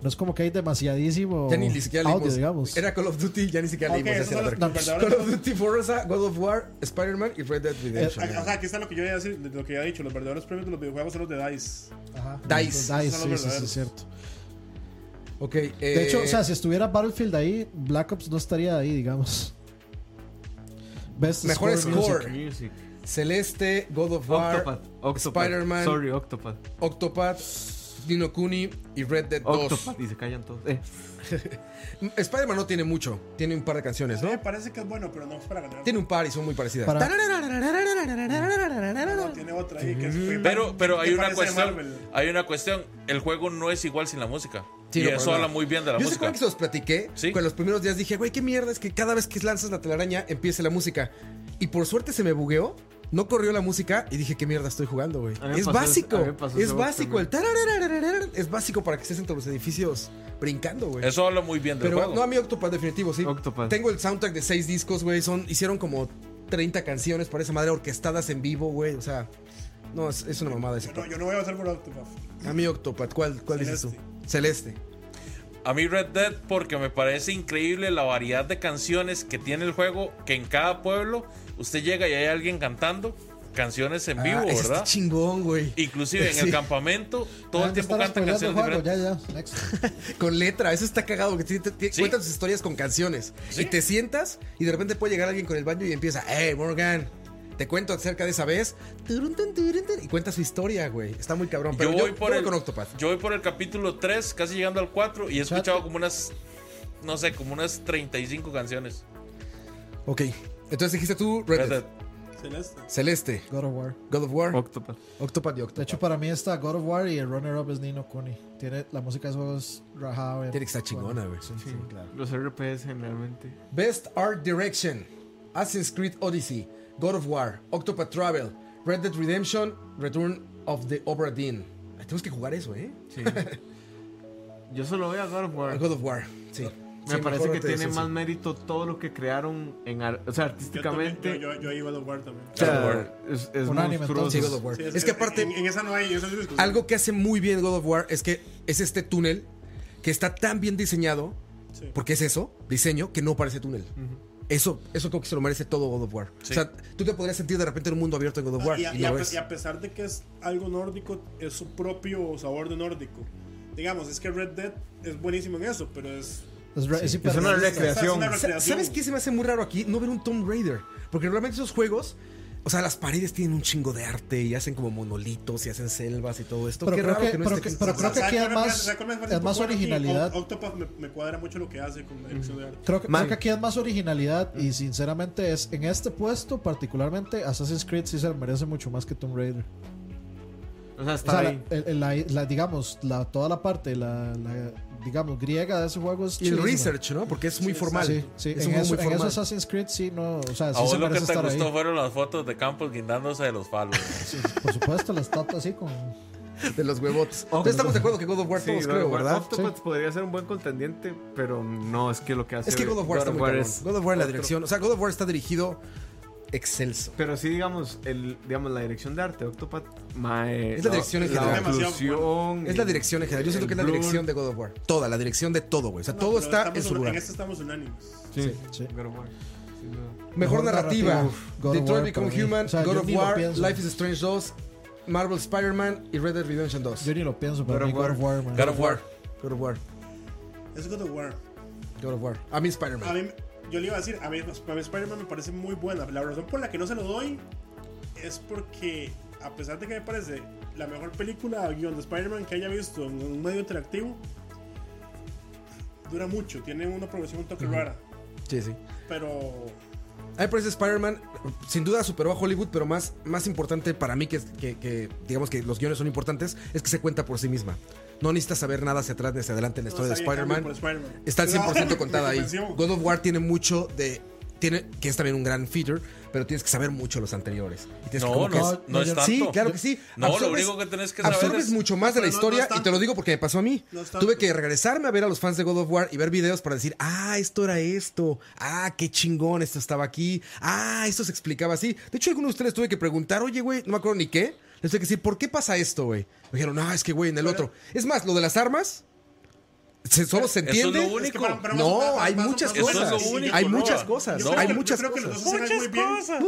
Speaker 4: No es como que hay demasiadísimo
Speaker 2: Ya ni, ni siquiera
Speaker 4: audio,
Speaker 2: leímos.
Speaker 4: digamos.
Speaker 2: Era Call of Duty, ya ni siquiera
Speaker 5: Ok,
Speaker 2: leímos.
Speaker 5: esos
Speaker 2: hacia la
Speaker 5: son los-
Speaker 2: verga.
Speaker 5: no, perdón.
Speaker 2: Call of Duty, Forza, God of War, Spider-Man y Red Dead Redemption.
Speaker 5: O sea, aquí está lo que yo iba a decir, de lo que ya he dicho, los verdaderos premios de los videojuegos son los de DICE.
Speaker 4: Ajá.
Speaker 2: Dice.
Speaker 4: Dice, sí,
Speaker 5: Son los
Speaker 4: sí, sí,
Speaker 5: verdaderos.
Speaker 4: es cierto.
Speaker 2: Ok,
Speaker 4: De
Speaker 2: eh,
Speaker 4: hecho, o sea, si estuviera Battlefield ahí, Black Ops no estaría ahí, digamos. Best
Speaker 2: Mejor
Speaker 4: Music.
Speaker 2: score.
Speaker 3: Music.
Speaker 2: Celeste, God of War,
Speaker 3: Octopath. Octopath.
Speaker 2: Spider-Man.
Speaker 3: Sorry, Octopath.
Speaker 2: Octopath, Dino Kuni y Red Dead 2.
Speaker 3: Octopath. Y se callan todos. Eh.
Speaker 2: M- Spider-Man no tiene mucho, tiene un par de canciones,
Speaker 5: Me
Speaker 2: ¿no?
Speaker 5: parece que es bueno, pero no es para ganar.
Speaker 2: Tiene un par y son muy parecidas.
Speaker 4: Para-
Speaker 5: No, tiene otra ahí que es
Speaker 1: Pero, pero hay
Speaker 5: que
Speaker 1: una
Speaker 5: parece de
Speaker 1: cuestión.
Speaker 5: Marvel.
Speaker 1: Hay una cuestión. El juego no es igual sin la música.
Speaker 2: Sí,
Speaker 1: y
Speaker 2: no,
Speaker 1: eso
Speaker 2: para
Speaker 1: habla
Speaker 2: nada.
Speaker 1: muy bien de la
Speaker 2: Yo se
Speaker 1: música.
Speaker 2: acuerdan que se los platiqué.
Speaker 1: Sí.
Speaker 2: Con los primeros días dije, güey, qué mierda es que cada vez que lanzas la telaraña empiece la música. Y por suerte se me bugueó. No corrió la música y dije, qué mierda estoy jugando, güey.
Speaker 3: A mí me
Speaker 2: Es
Speaker 3: pasó
Speaker 2: básico.
Speaker 3: eso- a mí me pasó
Speaker 2: Es
Speaker 3: eso
Speaker 2: básico. El
Speaker 3: también.
Speaker 2: tararararararar es básico para que estés entre los edificios brincando, güey.
Speaker 1: Eso habla muy bien del
Speaker 2: Pero
Speaker 1: juego.
Speaker 2: no, a mí Octopath definitivo, sí.
Speaker 3: Octopath.
Speaker 2: Tengo el soundtrack de seis discos, güey. Son, hicieron como 30 canciones para esa madre orquestadas en vivo, güey. O sea, no, es, es una mamada ese.
Speaker 5: Yo no, yo no voy a hacer por Octopath.
Speaker 2: A mí Octopath, ¿cuál, cuál dices tú? Celeste.
Speaker 1: A mí Red Dead porque me parece increíble la variedad de canciones que tiene el juego, que en cada pueblo usted llega y hay alguien cantando canciones en vivo,
Speaker 2: Ah, ese está
Speaker 1: ¿verdad?
Speaker 2: chingón, güey.
Speaker 1: Inclusive en
Speaker 2: Sí.
Speaker 1: el campamento todo
Speaker 4: Ah,
Speaker 1: el
Speaker 4: no
Speaker 1: tiempo
Speaker 4: estar
Speaker 1: cantan
Speaker 4: spoileando
Speaker 1: canciones
Speaker 4: el juego,
Speaker 1: diferentes.
Speaker 4: Ya, ya. Next.
Speaker 2: Con letra, eso está cagado, que te, te- te-
Speaker 1: Sí.
Speaker 2: cuentan sus historias con canciones.
Speaker 1: Sí.
Speaker 2: Y te sientas y de repente puede llegar alguien con el baño y empieza, hey Morgan, te cuento acerca de esa vez. Turun, tun, turun, tun, Y cuenta su historia, güey. Está muy cabrón. Pero
Speaker 1: Yo voy, por el,
Speaker 2: con Octopath.
Speaker 1: yo voy por el capítulo 3, casi llegando al 4, y he escuchado como unas, no sé, como unas 35 canciones.
Speaker 2: Ok. Entonces dijiste tú Red
Speaker 1: Red
Speaker 2: Dead,
Speaker 1: Dead.
Speaker 5: Celeste.
Speaker 2: Celeste,
Speaker 4: God of War.
Speaker 2: God of War,
Speaker 3: Octopath.
Speaker 2: Octopath y
Speaker 4: De
Speaker 2: Octopath.
Speaker 4: hecho, para mí está God of War y el runner-up es Nino Kuni. Tiene la música de esos rajado.
Speaker 2: Tiene que estar chingona, güey.
Speaker 4: Sí, claro.
Speaker 3: Los RPGs generalmente.
Speaker 2: Best Art Direction, Assassin's Creed Odyssey, God of War, Octopath Travel, Red Dead Redemption, Return of the Obra Dinn. Ay, Tenemos que jugar eso, ¿eh?
Speaker 3: Sí. Yo solo veo a God of War.
Speaker 2: God of War, sí.
Speaker 3: Me
Speaker 2: Sí, mejor
Speaker 3: parece que
Speaker 2: antes de
Speaker 3: tiene
Speaker 2: eso,
Speaker 3: más
Speaker 2: sí.
Speaker 3: mérito todo lo que crearon en ar- o sea,
Speaker 5: Yo, también, yo,
Speaker 3: artísticamente.
Speaker 5: yo, yo iba a los War también.
Speaker 3: o sea,
Speaker 1: God of War.
Speaker 3: es, es
Speaker 4: Unánime,
Speaker 3: monstruoso.
Speaker 2: Sí, God of War.
Speaker 5: Sí,
Speaker 2: es, que aparte,
Speaker 5: En, en esa no hay. Eso es discusión.
Speaker 2: algo que hace muy bien God of War es que es este túnel que está tan bien diseñado,
Speaker 5: Sí.
Speaker 2: porque es eso, diseño, que no parece túnel. Eso, eso creo que se lo merece todo God of War.
Speaker 1: Sí.
Speaker 2: O sea, tú te podrías sentir de repente en un mundo abierto en God of War.
Speaker 5: Y,
Speaker 2: Y,
Speaker 5: a, y
Speaker 2: no
Speaker 5: a-
Speaker 2: es.
Speaker 5: y a pesar de que es algo nórdico, es su propio sabor de nórdico. Digamos, es que Red Dead es buenísimo en eso, pero es.
Speaker 4: Es, re- es
Speaker 3: Es una
Speaker 4: hiperrealista.
Speaker 3: recreación.
Speaker 5: Es una
Speaker 2: Sa-
Speaker 5: recreación.
Speaker 2: ¿Sabes qué se me hace muy raro aquí? No ver un Tomb Raider. Porque realmente esos juegos, o sea, las paredes tienen un chingo de arte y hacen como monolitos y hacen selvas y todo esto.
Speaker 4: Pero
Speaker 2: Qué
Speaker 4: creo
Speaker 2: raro
Speaker 4: que-
Speaker 2: que, no
Speaker 4: pero
Speaker 2: esté
Speaker 4: que- pero creo que-
Speaker 5: ¿Sabe
Speaker 4: aquí
Speaker 5: cuál
Speaker 4: es
Speaker 5: me
Speaker 4: más-
Speaker 5: parece- ¿sabe cuál me parece
Speaker 4: es más
Speaker 5: poco? Aquí,
Speaker 4: originalidad.
Speaker 5: Oct- Octopath me, me cuadra mucho lo que hace con la dirección de arte.
Speaker 4: Creo, que-
Speaker 3: Man.
Speaker 4: creo que aquí es más originalidad y sinceramente es en este puesto particularmente Assassin's Creed sí se merece mucho más que Tomb Raider.
Speaker 3: O sea, está
Speaker 4: O sea, la,
Speaker 3: ahí.
Speaker 4: el- el- la- la- digamos, la, toda la parte, la, la, digamos, griega de ese juego es
Speaker 2: Y el
Speaker 4: chidísima.
Speaker 2: research, ¿no? Porque es muy formal.
Speaker 4: Sí, sí.
Speaker 2: Es
Speaker 4: en,
Speaker 2: un juego
Speaker 4: eso,
Speaker 2: muy
Speaker 4: en eso
Speaker 2: formal.
Speaker 4: Assassin's Creed sí, no, o sea,
Speaker 1: A
Speaker 4: sí se
Speaker 1: vos lo que
Speaker 4: merece
Speaker 1: te
Speaker 4: estar
Speaker 1: gustó
Speaker 4: ahí.
Speaker 1: fueron las fotos de Campos guindándose de los palos.
Speaker 4: Sí, por supuesto, las tapas así con...
Speaker 2: De los huevotes. Entonces, estamos de acuerdo que God of War
Speaker 3: Sí,
Speaker 2: todos,
Speaker 3: God
Speaker 2: creo,
Speaker 3: of War
Speaker 2: ¿verdad?
Speaker 3: Octopath podría ser un buen contendiente, pero no, es que lo que hace.
Speaker 2: Es que God of War está muy cabrón.
Speaker 3: es-
Speaker 2: God of War la
Speaker 3: otro-
Speaker 2: dirección. O sea, God of War está dirigido excelso.
Speaker 3: Pero sí, digamos, el, digamos la dirección de arte de Octopath. eh, mae,
Speaker 2: Es la dirección en
Speaker 5: general.
Speaker 3: oclusión,
Speaker 2: Es la dirección en general. Yo siento
Speaker 3: el
Speaker 2: que es la
Speaker 3: blur.
Speaker 2: dirección de God of War. Toda, la dirección de todo, güey. O sea, todo
Speaker 5: Pero
Speaker 2: está en
Speaker 5: estamos
Speaker 2: su
Speaker 5: un-
Speaker 2: lugar.
Speaker 5: En este estamos unánimes.
Speaker 3: Sí,
Speaker 4: Sí.
Speaker 3: God of War, sin duda.
Speaker 2: Mejor
Speaker 4: Mejor narrativa.
Speaker 2: narrativa.
Speaker 4: Uf, God of
Speaker 2: Detroit
Speaker 4: War
Speaker 2: Become
Speaker 4: para mí.
Speaker 2: Human,
Speaker 4: O sea,
Speaker 2: God
Speaker 4: yo
Speaker 2: of
Speaker 4: ni lo
Speaker 2: War,
Speaker 4: pienso.
Speaker 2: Life is Strange 2, Marvel Spider-Man y Red Dead Redemption 2.
Speaker 4: Yo ni lo pienso,
Speaker 3: God
Speaker 4: pero
Speaker 3: of
Speaker 4: mí God of War, man.
Speaker 1: God of War.
Speaker 2: God of War.
Speaker 5: Es God of War.
Speaker 2: God of War. A mí
Speaker 5: A
Speaker 2: Spider-Man.
Speaker 5: mí, yo le iba a decir, a mí, a mí Spider-Man me parece muy buena. La razón por la que no se lo doy es porque, a pesar de que me parece la mejor película o guión de Spider-Man que haya visto en un medio interactivo, dura mucho, tiene una progresión un toque rara.
Speaker 2: Sí, sí.
Speaker 5: Pero
Speaker 2: A mí me parece Spider-Man, sin duda superó a Hollywood, pero más, más importante para mí que, que- que, digamos que los guiones son importantes, es que se cuenta por sí misma. No necesitas saber nada hacia atrás ni hacia adelante en la
Speaker 5: no
Speaker 2: historia de
Speaker 5: sabía que
Speaker 2: Spider-Man.
Speaker 5: cambio por Spider-Man.
Speaker 2: Está al
Speaker 5: Pero-
Speaker 2: 100%
Speaker 5: me
Speaker 2: contada ahí.
Speaker 5: convenció.
Speaker 2: God of War tiene mucho de... Tiene, que es también un gran feature, pero tienes que saber mucho los anteriores. Y tienes que
Speaker 1: No,
Speaker 2: como que
Speaker 1: no,
Speaker 2: es-
Speaker 1: no es
Speaker 2: Sí,
Speaker 1: tanto.
Speaker 2: claro que sí.
Speaker 1: No, lo único que tenés que saber
Speaker 2: absorbes
Speaker 1: es-
Speaker 2: mucho más de la
Speaker 5: Pero no- no
Speaker 2: historia
Speaker 5: es tanto.
Speaker 2: y te lo digo porque me pasó a mí.
Speaker 5: No es tanto.
Speaker 2: Tuve que regresarme a ver a los fans de God of War y ver videos para decir, ah, esto era esto, ah, qué chingón, esto estaba aquí, ah, esto se explicaba así. De hecho, algunos de ustedes tuve que preguntar, oye, güey, no me acuerdo ni qué. Les tuve que decir, ¿por qué pasa esto, güey? Me dijeron, no, es que, güey, en el otro. Es más, lo de las armas, se, solo se
Speaker 1: Eso es lo
Speaker 2: entiende.
Speaker 5: Es que
Speaker 1: único.
Speaker 5: para- para
Speaker 2: No,
Speaker 5: más- para-
Speaker 2: hay
Speaker 5: más-
Speaker 2: muchas
Speaker 5: más-
Speaker 1: cosas.
Speaker 5: más-
Speaker 1: Eso es lo
Speaker 2: Hay
Speaker 1: único,
Speaker 2: muchas
Speaker 1: no.
Speaker 2: cosas,
Speaker 5: Yo
Speaker 1: No,
Speaker 5: creo
Speaker 2: hay
Speaker 5: que- yo
Speaker 2: muchas
Speaker 5: creo que los
Speaker 2: cosas.
Speaker 5: dos hacen algo muy bien.
Speaker 2: Muchas
Speaker 5: Que-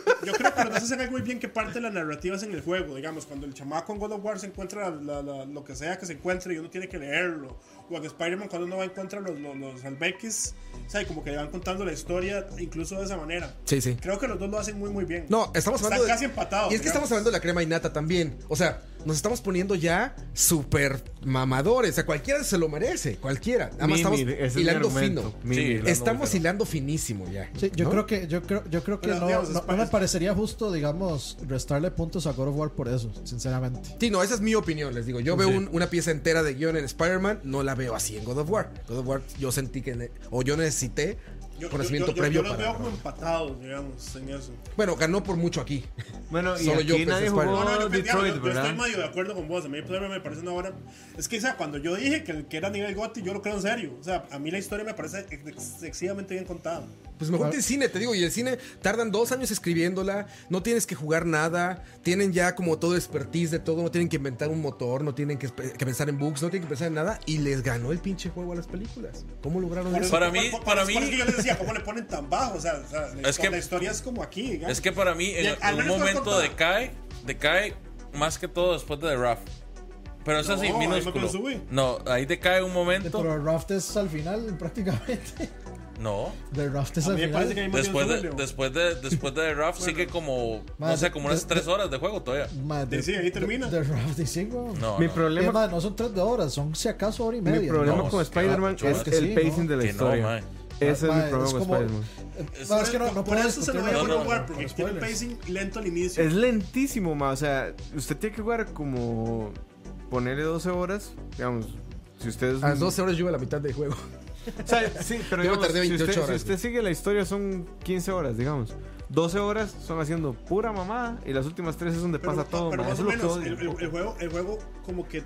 Speaker 2: cosas.
Speaker 5: Yo creo que nos hacen algo muy bien que parte de las narrativas en el juego. Digamos, cuando el chamaco en God of War se encuentra la- la- la- lo que sea que se encuentre y uno tiene que leerlo. O en Spider-Man, cuando uno va a encontrar los, los, los albeques, o sea, y como que le van contando la historia incluso de esa manera.
Speaker 2: Sí, sí.
Speaker 5: Creo que los dos lo hacen muy, muy bien.
Speaker 2: No, estamos hablando.
Speaker 5: Están
Speaker 2: de-
Speaker 5: casi empatados.
Speaker 2: Y es que
Speaker 5: digamos.
Speaker 2: estamos hablando de la crema innata también. O sea, nos estamos poniendo ya super mamadores. O sea, cualquiera se lo merece. Cualquiera. Nada más
Speaker 3: Mimi, ese es
Speaker 2: estamos
Speaker 3: mi
Speaker 2: hilando
Speaker 3: argumento.
Speaker 2: fino.
Speaker 3: Mimi,
Speaker 1: Sí,
Speaker 3: hilando muy
Speaker 2: Estamos
Speaker 3: fino.
Speaker 2: hilando finísimo ya.
Speaker 4: Sí, yo
Speaker 2: ¿no?
Speaker 4: creo que, yo creo, yo creo que
Speaker 5: Pero,
Speaker 4: no,
Speaker 5: digamos,
Speaker 4: no-
Speaker 5: es-
Speaker 4: no me parecería justo, digamos, restarle puntos a God of War por eso, sinceramente.
Speaker 2: Sí, no, esa es mi opinión, les digo. Yo veo un- una pieza entera de guión en Spider-Man, no la veo así en God of War. God of War yo sentí que... ne- o yo necesité
Speaker 5: Yo-
Speaker 2: conocimiento
Speaker 5: yo- yo-
Speaker 2: previo
Speaker 5: Yo los
Speaker 2: para...
Speaker 5: veo como empatados, digamos, en eso.
Speaker 2: Bueno, ganó por mucho aquí.
Speaker 3: Bueno, y
Speaker 2: Solo yo
Speaker 3: aquí
Speaker 2: pensé
Speaker 3: nadie jugó
Speaker 2: Spider-Man.
Speaker 5: No, no,
Speaker 1: Oh,
Speaker 5: yo, digamos,
Speaker 3: Detroit,
Speaker 5: yo- yo
Speaker 3: ¿verdad?
Speaker 5: estoy medio de acuerdo con vos. A mí Spider-Man me parece una obra. Es que, o sea, cuando yo dije que, el que era nivel GOTY, yo lo creo en serio. O sea, a mí la historia me parece ex- ex- excesivamente bien contada.
Speaker 2: Pues mejor del cine, te digo, y el cine tardan dos años escribiéndola, no tienes que jugar nada, tienen ya como todo expertise de todo, no tienen que inventar un motor, no tienen que, espe- que pensar en bugs, no tienen que pensar en nada, y les ganó el pinche juego a las películas. ¿Cómo lograron eso?
Speaker 1: Para mí-
Speaker 5: por- por-
Speaker 1: para
Speaker 5: por eso
Speaker 1: mí-
Speaker 5: que yo les decía, ¿cómo le ponen tan bajo? O sea, o sea, la,
Speaker 1: Es que-
Speaker 5: la historia es como aquí. digamos.
Speaker 1: Es que para mí, en,
Speaker 5: Y
Speaker 1: en
Speaker 5: al
Speaker 1: un
Speaker 5: menos fue
Speaker 1: momento E,
Speaker 5: contada.
Speaker 1: decae, decae más que todo después de The Raft. Pero eso
Speaker 5: No,
Speaker 1: sí,
Speaker 5: ahí me
Speaker 1: minúsculo.
Speaker 5: consumí.
Speaker 1: No, ahí decae un momento.
Speaker 4: Pero Raft es al final, prácticamente.
Speaker 1: No.
Speaker 4: De Raft es
Speaker 5: a
Speaker 4: al
Speaker 5: mí me parece que
Speaker 4: final.
Speaker 5: hay más
Speaker 1: Después
Speaker 5: bien
Speaker 1: de,
Speaker 5: doble,
Speaker 1: después de, después de The Raft sigue como, no
Speaker 4: Madre,
Speaker 1: sé, como unas
Speaker 4: de-
Speaker 1: tres horas de juego todavía.
Speaker 4: Ma, de-
Speaker 5: Sí, sí, ahí
Speaker 4: de-
Speaker 5: termina.
Speaker 4: De Raft y sí, weón.
Speaker 1: No,
Speaker 3: Mi
Speaker 1: no.
Speaker 4: Es
Speaker 3: problema,
Speaker 4: más, no son tres de horas, son si acaso hora y media.
Speaker 3: mi problema
Speaker 1: no,
Speaker 3: con Spider-Man
Speaker 4: claro,
Speaker 3: es
Speaker 4: que
Speaker 3: el
Speaker 4: sí,
Speaker 3: pacing
Speaker 4: ¿no?
Speaker 3: de la
Speaker 1: Que no,
Speaker 3: historia.
Speaker 1: mae.
Speaker 3: Ese es
Speaker 4: Ma,
Speaker 3: mi problema con
Speaker 4: como-
Speaker 3: Spider-Man.
Speaker 4: Eh, ma, es que no, no
Speaker 5: por
Speaker 4: puedo
Speaker 5: eso se lo voy a
Speaker 4: discutir
Speaker 5: God
Speaker 4: nada,
Speaker 5: of War,
Speaker 4: no,
Speaker 5: porque
Speaker 4: con
Speaker 5: tiene un
Speaker 4: spoilers.
Speaker 5: pacing lento al inicio.
Speaker 3: Es lentísimo, ma. O sea, usted tiene que jugar como. Ponerle 12 horas. Digamos, si usted es.
Speaker 2: A las 12 horas yo iba a la mitad del juego.
Speaker 3: O sea, sí, pero
Speaker 2: Yo me
Speaker 3: digamos,
Speaker 2: tardé
Speaker 3: si,
Speaker 2: 28
Speaker 3: usted,
Speaker 2: horas,
Speaker 3: si usted
Speaker 2: güey.
Speaker 3: sigue la historia son 15 horas, digamos. 12 horas son haciendo pura mamada y las últimas 3 es donde
Speaker 5: Pero-
Speaker 3: pasa todo.
Speaker 5: pero
Speaker 3: ma.
Speaker 5: más
Speaker 3: Eso
Speaker 5: o
Speaker 3: es lo
Speaker 5: menos,
Speaker 3: que
Speaker 5: el,
Speaker 3: odio.
Speaker 5: el- el juego, el juego como que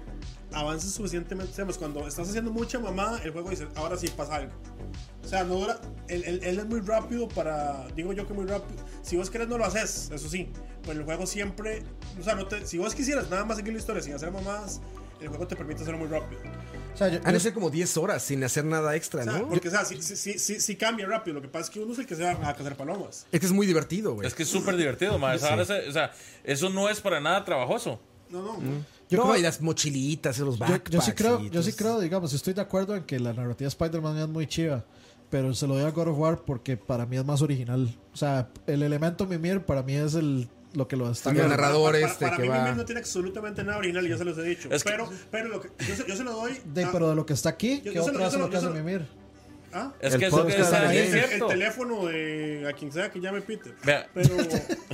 Speaker 5: avanza suficientemente. Digamos, cuando estás haciendo mucha mamada, el juego dice, ahora sí pasa algo. O sea, no dura. Él, él- él es muy rápido para. Digo yo que muy rápido. Si vos querés, no lo haces, eso sí. Pero el juego siempre. O sea, no te- si vos quisieras nada más seguir la historia sin hacer mamadas, el juego te permite hacerlo muy rápido.
Speaker 4: O sea,
Speaker 3: Ah,
Speaker 4: yo-
Speaker 2: Han de
Speaker 4: yo-
Speaker 2: ser como 10 horas sin hacer nada
Speaker 5: O
Speaker 2: extra,
Speaker 5: sea,
Speaker 2: ¿no?
Speaker 5: porque, o sea, sí, sí- sí- sí- sí cambia rápido. Lo que pasa es que uno es el que se va a cazar palomas.
Speaker 2: Es que es muy divertido, güey.
Speaker 3: pues.
Speaker 1: Es que es súper divertido, ma. Esa vara se- o sea, eso no es para nada trabajoso.
Speaker 5: No, no.
Speaker 4: yo
Speaker 2: no,
Speaker 4: creo-
Speaker 2: y las mochilitas y los
Speaker 4: yo,
Speaker 2: backpacks.
Speaker 4: yo sí creo,
Speaker 2: y
Speaker 4: yo sí
Speaker 2: tus-
Speaker 4: creo, digamos, estoy de acuerdo en que la narrativa de Spider-Man es muy chiva, pero se lo doy a God of War porque para mí es más original. O sea, el elemento Mimir para mí es el lo que lo destaca.
Speaker 2: También el
Speaker 5: Para-
Speaker 2: narrador
Speaker 5: para-
Speaker 2: este
Speaker 5: para
Speaker 2: que
Speaker 5: mí
Speaker 2: va-
Speaker 5: Mimir no tiene absolutamente nada original y ya se los he dicho.
Speaker 1: Es que-
Speaker 5: pero pero lo que, yo, se, yo se lo doy.
Speaker 4: De,
Speaker 5: a-
Speaker 4: pero de lo que está aquí,
Speaker 5: Yo-
Speaker 4: ¿qué
Speaker 5: yo se lo-
Speaker 4: otra
Speaker 5: yo
Speaker 4: es
Speaker 5: se lo-
Speaker 4: lo que
Speaker 5: yo se
Speaker 4: hace
Speaker 5: lo-
Speaker 4: Mimir?
Speaker 5: ¿Ah?
Speaker 1: Es
Speaker 3: El
Speaker 1: que eso que
Speaker 3: podcast
Speaker 1: está
Speaker 3: de
Speaker 1: es
Speaker 5: El, el
Speaker 1: cierto.
Speaker 5: teléfono de a quien sea que llame Peter.
Speaker 1: Vea.
Speaker 5: Pero.
Speaker 2: Eh,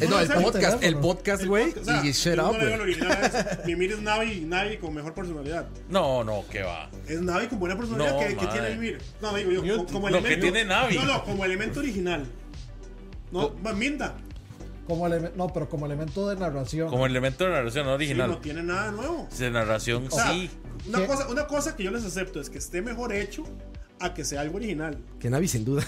Speaker 2: No, el
Speaker 5: en serio,
Speaker 2: podcast, el podcast, güey.
Speaker 5: O sea,
Speaker 2: Y shut
Speaker 5: yo
Speaker 2: up,
Speaker 5: no le veo el
Speaker 2: güey.
Speaker 5: original a eso. Mimir es Navi, Navi con mejor personalidad.
Speaker 1: No, no, que va.
Speaker 5: Es Navi con buena personalidad
Speaker 1: No,
Speaker 5: que, que
Speaker 1: madre.
Speaker 5: tiene Mimir. No, digo yo, co- como
Speaker 1: no,
Speaker 5: elemento.
Speaker 1: que tiene Navi.
Speaker 5: No, no, como elemento original. No, va, Minda.
Speaker 4: Como eleme- no, pero como elemento de narración.
Speaker 1: Como elemento de narración
Speaker 5: Sí,
Speaker 1: original.
Speaker 5: no tiene nada nuevo.
Speaker 1: De narración,
Speaker 5: O sea,
Speaker 1: sí.
Speaker 5: Una
Speaker 4: ¿Qué?
Speaker 5: cosa, una cosa que yo les acepto es que esté mejor hecho a que sea algo original.
Speaker 2: Que Navi, sin duda.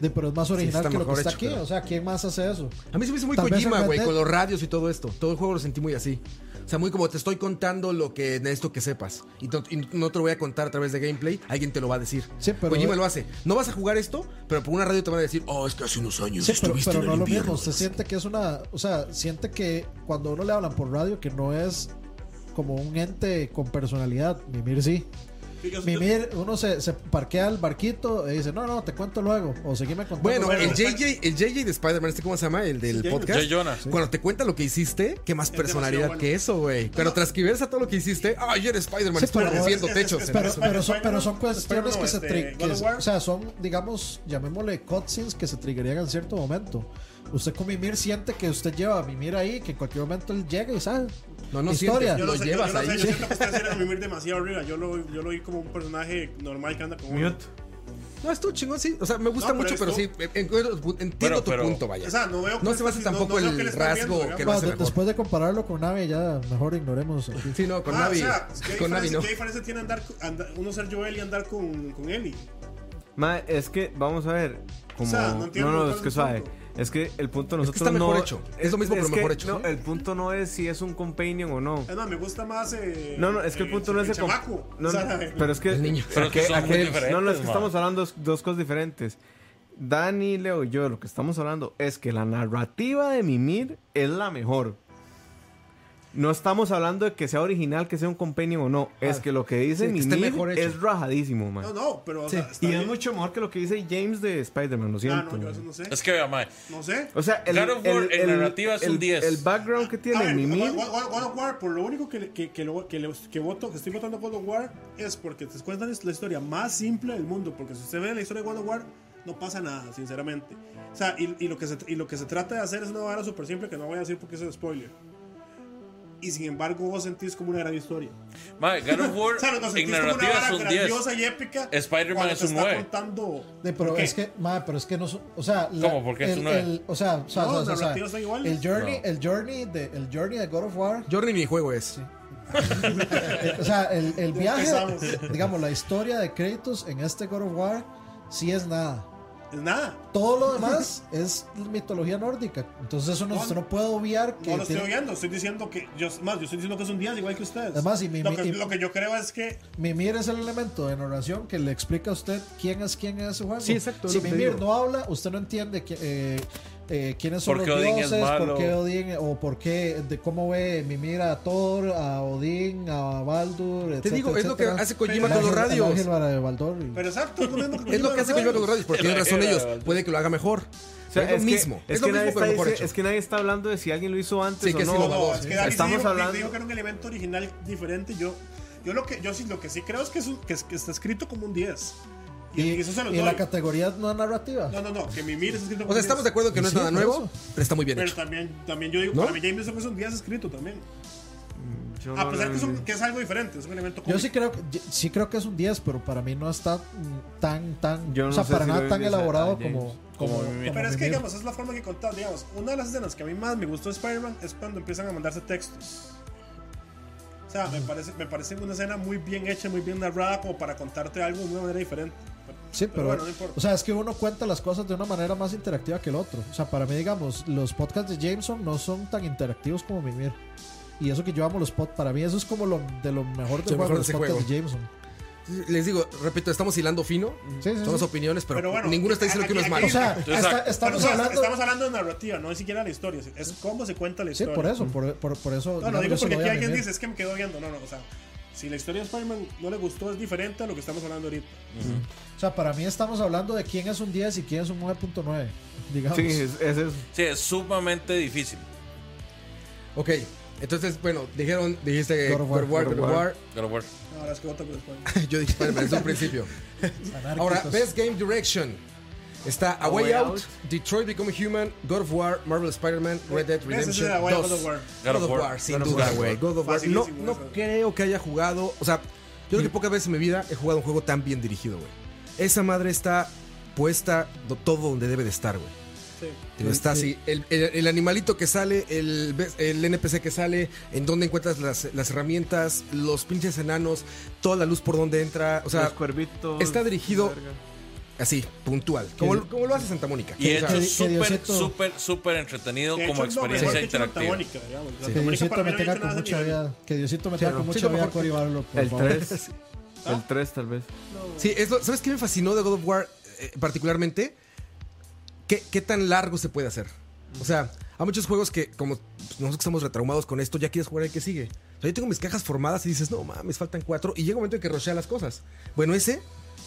Speaker 4: De- pero es más
Speaker 2: Sí,
Speaker 4: original
Speaker 2: está
Speaker 4: que lo que
Speaker 2: mejor
Speaker 4: está
Speaker 2: hecho,
Speaker 4: aquí.
Speaker 2: pero-
Speaker 4: O sea, ¿quién más hace eso?
Speaker 2: A mí se me hizo muy
Speaker 4: Tal vez
Speaker 2: Kojima,
Speaker 4: en
Speaker 2: güey,
Speaker 4: Red
Speaker 2: con
Speaker 4: Dead-
Speaker 2: los radios y todo esto. Todo el juego lo sentí muy así. O sea, muy como te estoy contando lo que necesito que sepas. Y no, y no te lo voy a contar a través de gameplay. Alguien te lo va a decir.
Speaker 4: Sí, pero-
Speaker 2: Kojima lo hace. No vas a jugar esto, pero por una radio te van a decir, oh, es que hace unos años
Speaker 4: Sí, pero,
Speaker 2: estuviste
Speaker 4: pero
Speaker 2: en
Speaker 4: no
Speaker 2: el
Speaker 4: lo
Speaker 2: invierno.
Speaker 4: mismo. Se siente que es una. O sea, siente que cuando a uno le hablan por radio, que no es como un ente con personalidad. Mimir sí.
Speaker 5: Digas,
Speaker 4: Mimir, uno se, se parquea al barquito y dice, no, no, te cuento luego. O seguime contando.
Speaker 2: Bueno,
Speaker 4: luego".
Speaker 2: el JJ, el JJ de Spider-Man, ¿este cómo se llama? El del
Speaker 5: Sí,
Speaker 2: podcast.
Speaker 1: Yo, Jonah.
Speaker 2: Cuando te cuenta lo que hiciste, qué más
Speaker 5: Es
Speaker 2: personalidad
Speaker 5: demasiado
Speaker 2: que
Speaker 5: bueno.
Speaker 2: eso, güey. Pero transcribirse a todo lo que hiciste, ay, eres Spider-Man,
Speaker 4: Sí,
Speaker 2: estuve
Speaker 4: pero-
Speaker 2: rompiendo techos. en
Speaker 4: Pero,
Speaker 2: eso.
Speaker 4: pero, son, pero son
Speaker 5: Spider-Man,
Speaker 4: cuestiones que se
Speaker 5: Spider-Man,
Speaker 4: tri-
Speaker 5: este,
Speaker 4: que
Speaker 5: God of War.
Speaker 4: O sea, son, digamos, llamémosle cutscenes que se triggerían en cierto momento. Usted con Mimir siente que usted lleva a Mimir ahí, que en cualquier momento él llega y sale.
Speaker 2: No, no
Speaker 4: Historia.
Speaker 2: sientes,
Speaker 5: Yo
Speaker 2: lo
Speaker 5: no sé,
Speaker 2: llevas
Speaker 5: yo, yo no
Speaker 2: ahí.
Speaker 5: Sé, yo siento que ustedes eran a mimir demasiado arriba. Yo lo, yo lo vi como un personaje normal que anda con uno.
Speaker 3: Mute.
Speaker 2: No, estuvo chingón, sí. O sea, me gusta
Speaker 5: No, pero
Speaker 2: mucho, pero,
Speaker 5: esto-
Speaker 2: sí. en- encuentro tu pu- Entiendo
Speaker 1: Pero-
Speaker 2: tu
Speaker 1: pero-
Speaker 2: punto, vaya.
Speaker 5: O sea, no veo
Speaker 2: No
Speaker 5: que-
Speaker 2: se me hace
Speaker 5: no-
Speaker 2: tampoco
Speaker 5: no veo
Speaker 2: el
Speaker 5: que le están
Speaker 2: rasgo
Speaker 5: viendo,
Speaker 2: que
Speaker 5: digamos.
Speaker 2: lo
Speaker 4: Bueno,
Speaker 2: hace
Speaker 4: de-
Speaker 2: mejor.
Speaker 4: después de compararlo con Navi, ya mejor ignoremos. aquí.
Speaker 2: Sí, no, con
Speaker 5: Ah, o
Speaker 2: Navi.
Speaker 5: sea, ¿qué
Speaker 2: con Navi,
Speaker 5: diferencia-
Speaker 2: no.
Speaker 5: ¿Qué diferencia tiene andar, andar- uno ser Joel y andar con, con Eli?
Speaker 3: Ma, es que, vamos a ver. Como,
Speaker 5: O sea, no
Speaker 3: no,
Speaker 5: entiendo
Speaker 3: no,
Speaker 5: cuál
Speaker 3: es
Speaker 5: es
Speaker 3: que
Speaker 5: el
Speaker 3: suave.
Speaker 5: punto.
Speaker 3: Es que el punto de
Speaker 2: Es que
Speaker 3: nosotros
Speaker 2: está mejor
Speaker 3: no-
Speaker 2: hecho. Es lo mismo, pero
Speaker 3: que
Speaker 2: mejor hecho.
Speaker 3: no, el punto no es si es un companion o no.
Speaker 5: Ah, no, me gusta más. eh,
Speaker 3: No, no, es que el
Speaker 5: eh,
Speaker 3: punto no es
Speaker 5: el
Speaker 3: de comp-
Speaker 5: chamaco.
Speaker 3: No,
Speaker 5: O sea,
Speaker 3: no,
Speaker 5: eh,
Speaker 3: pero es que
Speaker 2: El niño.
Speaker 1: Pero es que
Speaker 3: aquel-
Speaker 1: son muy
Speaker 3: aquel-
Speaker 1: diferentes,
Speaker 3: No, no, es que
Speaker 1: ma.
Speaker 3: estamos hablando dos, dos cosas diferentes. Dani, Leo y yo, lo que estamos hablando es que la narrativa de Mimir es la mejor. No estamos hablando de que sea original, que sea un compendio o no.
Speaker 1: Ah,
Speaker 3: Es que lo que dice
Speaker 2: sí, que esté
Speaker 3: Mimir
Speaker 2: mejor hecho.
Speaker 3: es rajadísimo, man.
Speaker 5: No, no, pero. o sea, está
Speaker 3: y es
Speaker 5: bien.
Speaker 3: mucho mejor que lo que dice James de Spider-Man, lo
Speaker 5: Ah,
Speaker 3: siento.
Speaker 5: no, yo eso
Speaker 3: ma.
Speaker 5: no sé.
Speaker 1: Es que vea, mae.
Speaker 5: No sé.
Speaker 3: O sea, el,
Speaker 1: God of War en narrativa es un
Speaker 3: el-
Speaker 1: 10.
Speaker 3: El background que
Speaker 5: A
Speaker 3: tiene
Speaker 5: ver,
Speaker 3: Mimir.
Speaker 5: God- God- God of War, por lo único que, que, que, lo- que, le- que voto, que estoy votando God of War es porque te cuentan la historia más simple del mundo. Porque si usted ve la historia de God of War, no pasa nada, sinceramente. O sea, y, y lo, que se, y lo que se trata de hacer es una vara súper simple que no voy a decir porque es un spoiler. Y sin embargo, vos sentís como una gran historia.
Speaker 1: Mae, God of War
Speaker 5: O sea, lo
Speaker 1: en
Speaker 5: sentís como una
Speaker 1: narrativa
Speaker 5: vara
Speaker 1: es un 10.
Speaker 5: grandiosa y épica.
Speaker 1: Spider-Man
Speaker 5: cuando
Speaker 1: es
Speaker 5: te
Speaker 1: un
Speaker 5: está
Speaker 1: nueve.
Speaker 5: contando
Speaker 4: De, pero
Speaker 5: por qué.
Speaker 4: es que, madre, pero es que no. son- O sea,
Speaker 1: ¿Cómo? ¿Por qué es
Speaker 4: el,
Speaker 1: un nueve?
Speaker 4: el- O sea, o sea,
Speaker 5: No,
Speaker 4: o sea, o sea,
Speaker 5: narrativas son iguales.
Speaker 4: el journey,
Speaker 1: No.
Speaker 4: el journey de, el journey de God of War
Speaker 2: Journey mi juego es.
Speaker 4: Eh, o sea, el, el viaje,
Speaker 5: empezamos.
Speaker 4: digamos, la historia de Kratos en este God of War, sí es nada.
Speaker 5: Es nada.
Speaker 4: Todo lo demás es mitología nórdica. Entonces, eso no,
Speaker 5: No,
Speaker 4: usted no puede obviar que.
Speaker 5: No lo estoy
Speaker 4: tiene-
Speaker 5: oyendo, estoy diciendo que. Yo, más, yo estoy diciendo que es un 10 igual que ustedes.
Speaker 4: Además, y mi-
Speaker 5: lo,
Speaker 4: mi-
Speaker 5: que,
Speaker 4: y-
Speaker 5: lo que yo creo es que.
Speaker 4: Mimir es el elemento de narración que le explica a usted quién es quién en ese juego.
Speaker 2: Sí, exacto, es
Speaker 4: Si
Speaker 2: lo que
Speaker 4: Mimir
Speaker 2: digo.
Speaker 4: no habla, usted no entiende qui- eh, eh, quiénes son
Speaker 1: ¿Por qué
Speaker 4: los
Speaker 1: Odín es
Speaker 4: dioses,
Speaker 1: malo?
Speaker 4: por qué Odín, o por qué, de cómo ve Mimir a Thor, a Odín, a Baldur, etc.
Speaker 2: Te digo, es lo que hace Kojima
Speaker 5: Pero
Speaker 2: con los radios.
Speaker 5: Pero exacto, es lo mismo que
Speaker 2: Es lo que hace Kojima con los radios, porque tienen razón ellos. Puede que lo haga mejor.
Speaker 3: O sea,
Speaker 2: Pero es
Speaker 3: es
Speaker 2: lo
Speaker 3: que-
Speaker 2: mismo.
Speaker 3: es
Speaker 2: Es lo
Speaker 3: que nadie
Speaker 2: mismo, pero
Speaker 3: está
Speaker 2: mejor
Speaker 3: dice-
Speaker 2: hecho.
Speaker 3: Es que nadie está hablando de si alguien lo hizo antes
Speaker 2: Sí, que sí
Speaker 3: o no.
Speaker 2: lo
Speaker 5: No,
Speaker 2: grabó,
Speaker 5: es Pues, que Dani
Speaker 3: Estamos
Speaker 5: sí dijo,
Speaker 3: hablando-
Speaker 5: dijo que era un elemento original diferente. Yo, yo lo que yo sí lo que sí creo es que, es un- que, es- que está escrito como un 10. Y,
Speaker 4: Y,
Speaker 5: y eso se lo
Speaker 4: y
Speaker 5: doy.
Speaker 4: la categoría no es narrativa.
Speaker 5: No, no, no, que Mimir es escrito como
Speaker 2: O sea, estamos de acuerdo que no es
Speaker 4: Sí,
Speaker 2: nada
Speaker 4: por
Speaker 2: nuevo,
Speaker 4: eso.
Speaker 2: pero está muy bien
Speaker 5: Pero
Speaker 2: hecho.
Speaker 5: también, también yo digo,
Speaker 2: ¿No?
Speaker 5: para mí James Bond es un 10 escrito también.
Speaker 3: Yo
Speaker 5: A
Speaker 3: no
Speaker 5: pesar
Speaker 3: lo
Speaker 5: que es, un-
Speaker 3: entendí.
Speaker 5: que es algo diferente, es un elemento
Speaker 4: Yo
Speaker 5: cómico.
Speaker 4: sí creo, que- yo- sí creo que es un 10, pero para mí no está mm, tan, tan,
Speaker 3: Yo no
Speaker 4: o sea,
Speaker 3: sé
Speaker 4: para
Speaker 3: si
Speaker 4: nada
Speaker 3: lo
Speaker 4: tan
Speaker 3: ven esa-
Speaker 4: elaborado
Speaker 3: a James.
Speaker 4: como, como,
Speaker 1: Como Mimir.
Speaker 4: como
Speaker 5: Pero es que,
Speaker 4: Mimir.
Speaker 5: digamos, es la forma que contaba, digamos, una de las escenas que a mí más me gustó de Spider-Man es cuando empiezan a mandarse textos. O sea, me parece, me parece una escena muy bien hecha, muy bien narrada, como para contarte algo de una manera diferente.
Speaker 4: Sí, pero,
Speaker 5: bueno, no importa.
Speaker 4: o sea, es que uno cuenta las cosas de una manera más interactiva que el otro. O sea, para mí, digamos, los podcasts de Jameson no son tan interactivos como Mimir. Y eso que yo amo los podcasts, para mí eso es como lo, de lo mejor
Speaker 2: Sí,
Speaker 4: del juego,
Speaker 2: mejor de
Speaker 4: los
Speaker 2: ese
Speaker 4: podcasts
Speaker 2: juego.
Speaker 4: de Jameson.
Speaker 2: Les digo, repito, estamos hilando fino.
Speaker 4: Sí, sí,
Speaker 2: Son las
Speaker 4: sí.
Speaker 2: opiniones, pero,
Speaker 5: Pero bueno,
Speaker 2: ninguno está diciendo que uno es
Speaker 5: aquí-
Speaker 2: malo.
Speaker 4: O sea,
Speaker 1: Entonces,
Speaker 4: hasta-
Speaker 1: ah,
Speaker 5: Pero, o
Speaker 4: estamos
Speaker 5: sea,
Speaker 4: hablando...
Speaker 5: estamos hablando de narrativa, no ni siquiera la historia, es cómo se cuenta la
Speaker 4: Sí,
Speaker 5: historia.
Speaker 4: por eso, por, por, por eso...
Speaker 5: No, no
Speaker 4: digamos,
Speaker 5: digo
Speaker 4: yo se
Speaker 5: porque
Speaker 4: lo doy
Speaker 5: aquí
Speaker 4: a
Speaker 5: alguien
Speaker 4: Mimir.
Speaker 5: dice, es que me quedo viendo. No, no, o sea, si la historia de Spider-Man no le gustó, es diferente a lo que estamos hablando ahorita.
Speaker 4: O sea, para mí estamos hablando de quién es un 10 y quién es un 9.9, digamos.
Speaker 3: Sí, es, es eso.
Speaker 1: Sí, es sumamente difícil.
Speaker 2: Ok, Entonces, bueno, dijeron, dijiste
Speaker 4: God of War,
Speaker 2: God of War,
Speaker 3: God of
Speaker 2: God of
Speaker 3: War.
Speaker 2: War.
Speaker 1: God of War.
Speaker 5: Ahora es que voto por Spider-Man.
Speaker 2: Yo dije Spider-Man desde un principio. Ahora, Best Game Direction. Está A Way,
Speaker 3: Way
Speaker 2: Out,
Speaker 3: Out.
Speaker 2: Detroit Become Human, God of War, Marvel Spider-Man, Red Dead
Speaker 5: Ese
Speaker 2: Redemption
Speaker 5: sí era guay,
Speaker 2: 2.
Speaker 5: God of War.
Speaker 2: God of War,
Speaker 1: God
Speaker 2: sin
Speaker 1: of
Speaker 2: duda,
Speaker 1: War.
Speaker 2: güey. God of War. No,
Speaker 5: Facilísimo
Speaker 2: no
Speaker 5: eso.
Speaker 2: creo que haya jugado. O sea, yo creo que pocas veces en mi vida he jugado un juego tan bien dirigido, güey. Esa madre está puesta do- todo donde debe de estar, güey.
Speaker 5: Sí.
Speaker 2: Digo, Está así, el, el- el animalito que sale, el, ves- el NPC que sale, en dónde encuentras las, las herramientas, los pinches enanos, toda la luz por donde entra, o sea,
Speaker 3: Los cuervitos.
Speaker 2: está dirigido-
Speaker 3: verga.
Speaker 2: así, puntual, como, lo- como lo hace Santa Mónica.
Speaker 1: Y
Speaker 2: O
Speaker 1: hecho
Speaker 2: sea,
Speaker 4: que- que
Speaker 1: súper,
Speaker 4: Diosito-
Speaker 1: súper, súper entretenido
Speaker 5: De
Speaker 1: como
Speaker 5: hecho, es lo mejor que
Speaker 1: experiencia
Speaker 5: ha hecho
Speaker 1: interactiva.
Speaker 5: Antagónica, digamos.
Speaker 4: Que
Speaker 5: Antagónica
Speaker 4: Diosito
Speaker 5: para
Speaker 4: me
Speaker 5: mí no ha
Speaker 4: tenga
Speaker 5: hecho
Speaker 4: con
Speaker 5: nada
Speaker 4: mucha
Speaker 5: de nivel.
Speaker 4: vida. Que Diosito me
Speaker 2: Sí,
Speaker 4: tenga
Speaker 2: no.
Speaker 4: con
Speaker 2: Sí,
Speaker 4: mucha
Speaker 2: lo mejor que-
Speaker 4: vida, Cory Barlow, por
Speaker 3: El
Speaker 4: favor.
Speaker 3: 3. El 3, tal vez.
Speaker 2: Sí, es lo- ¿sabes qué me fascinó de God of War eh, particularmente? ¿Qué, ¿Qué tan largo se puede hacer? O sea, hay muchos juegos que, como pues, nosotros que estamos retraumados con esto, ya quieres jugar el que sigue. O sea, yo tengo mis cajas formadas y dices, no mames, faltan cuatro. Y llega un momento en que rochea las cosas. Bueno, ese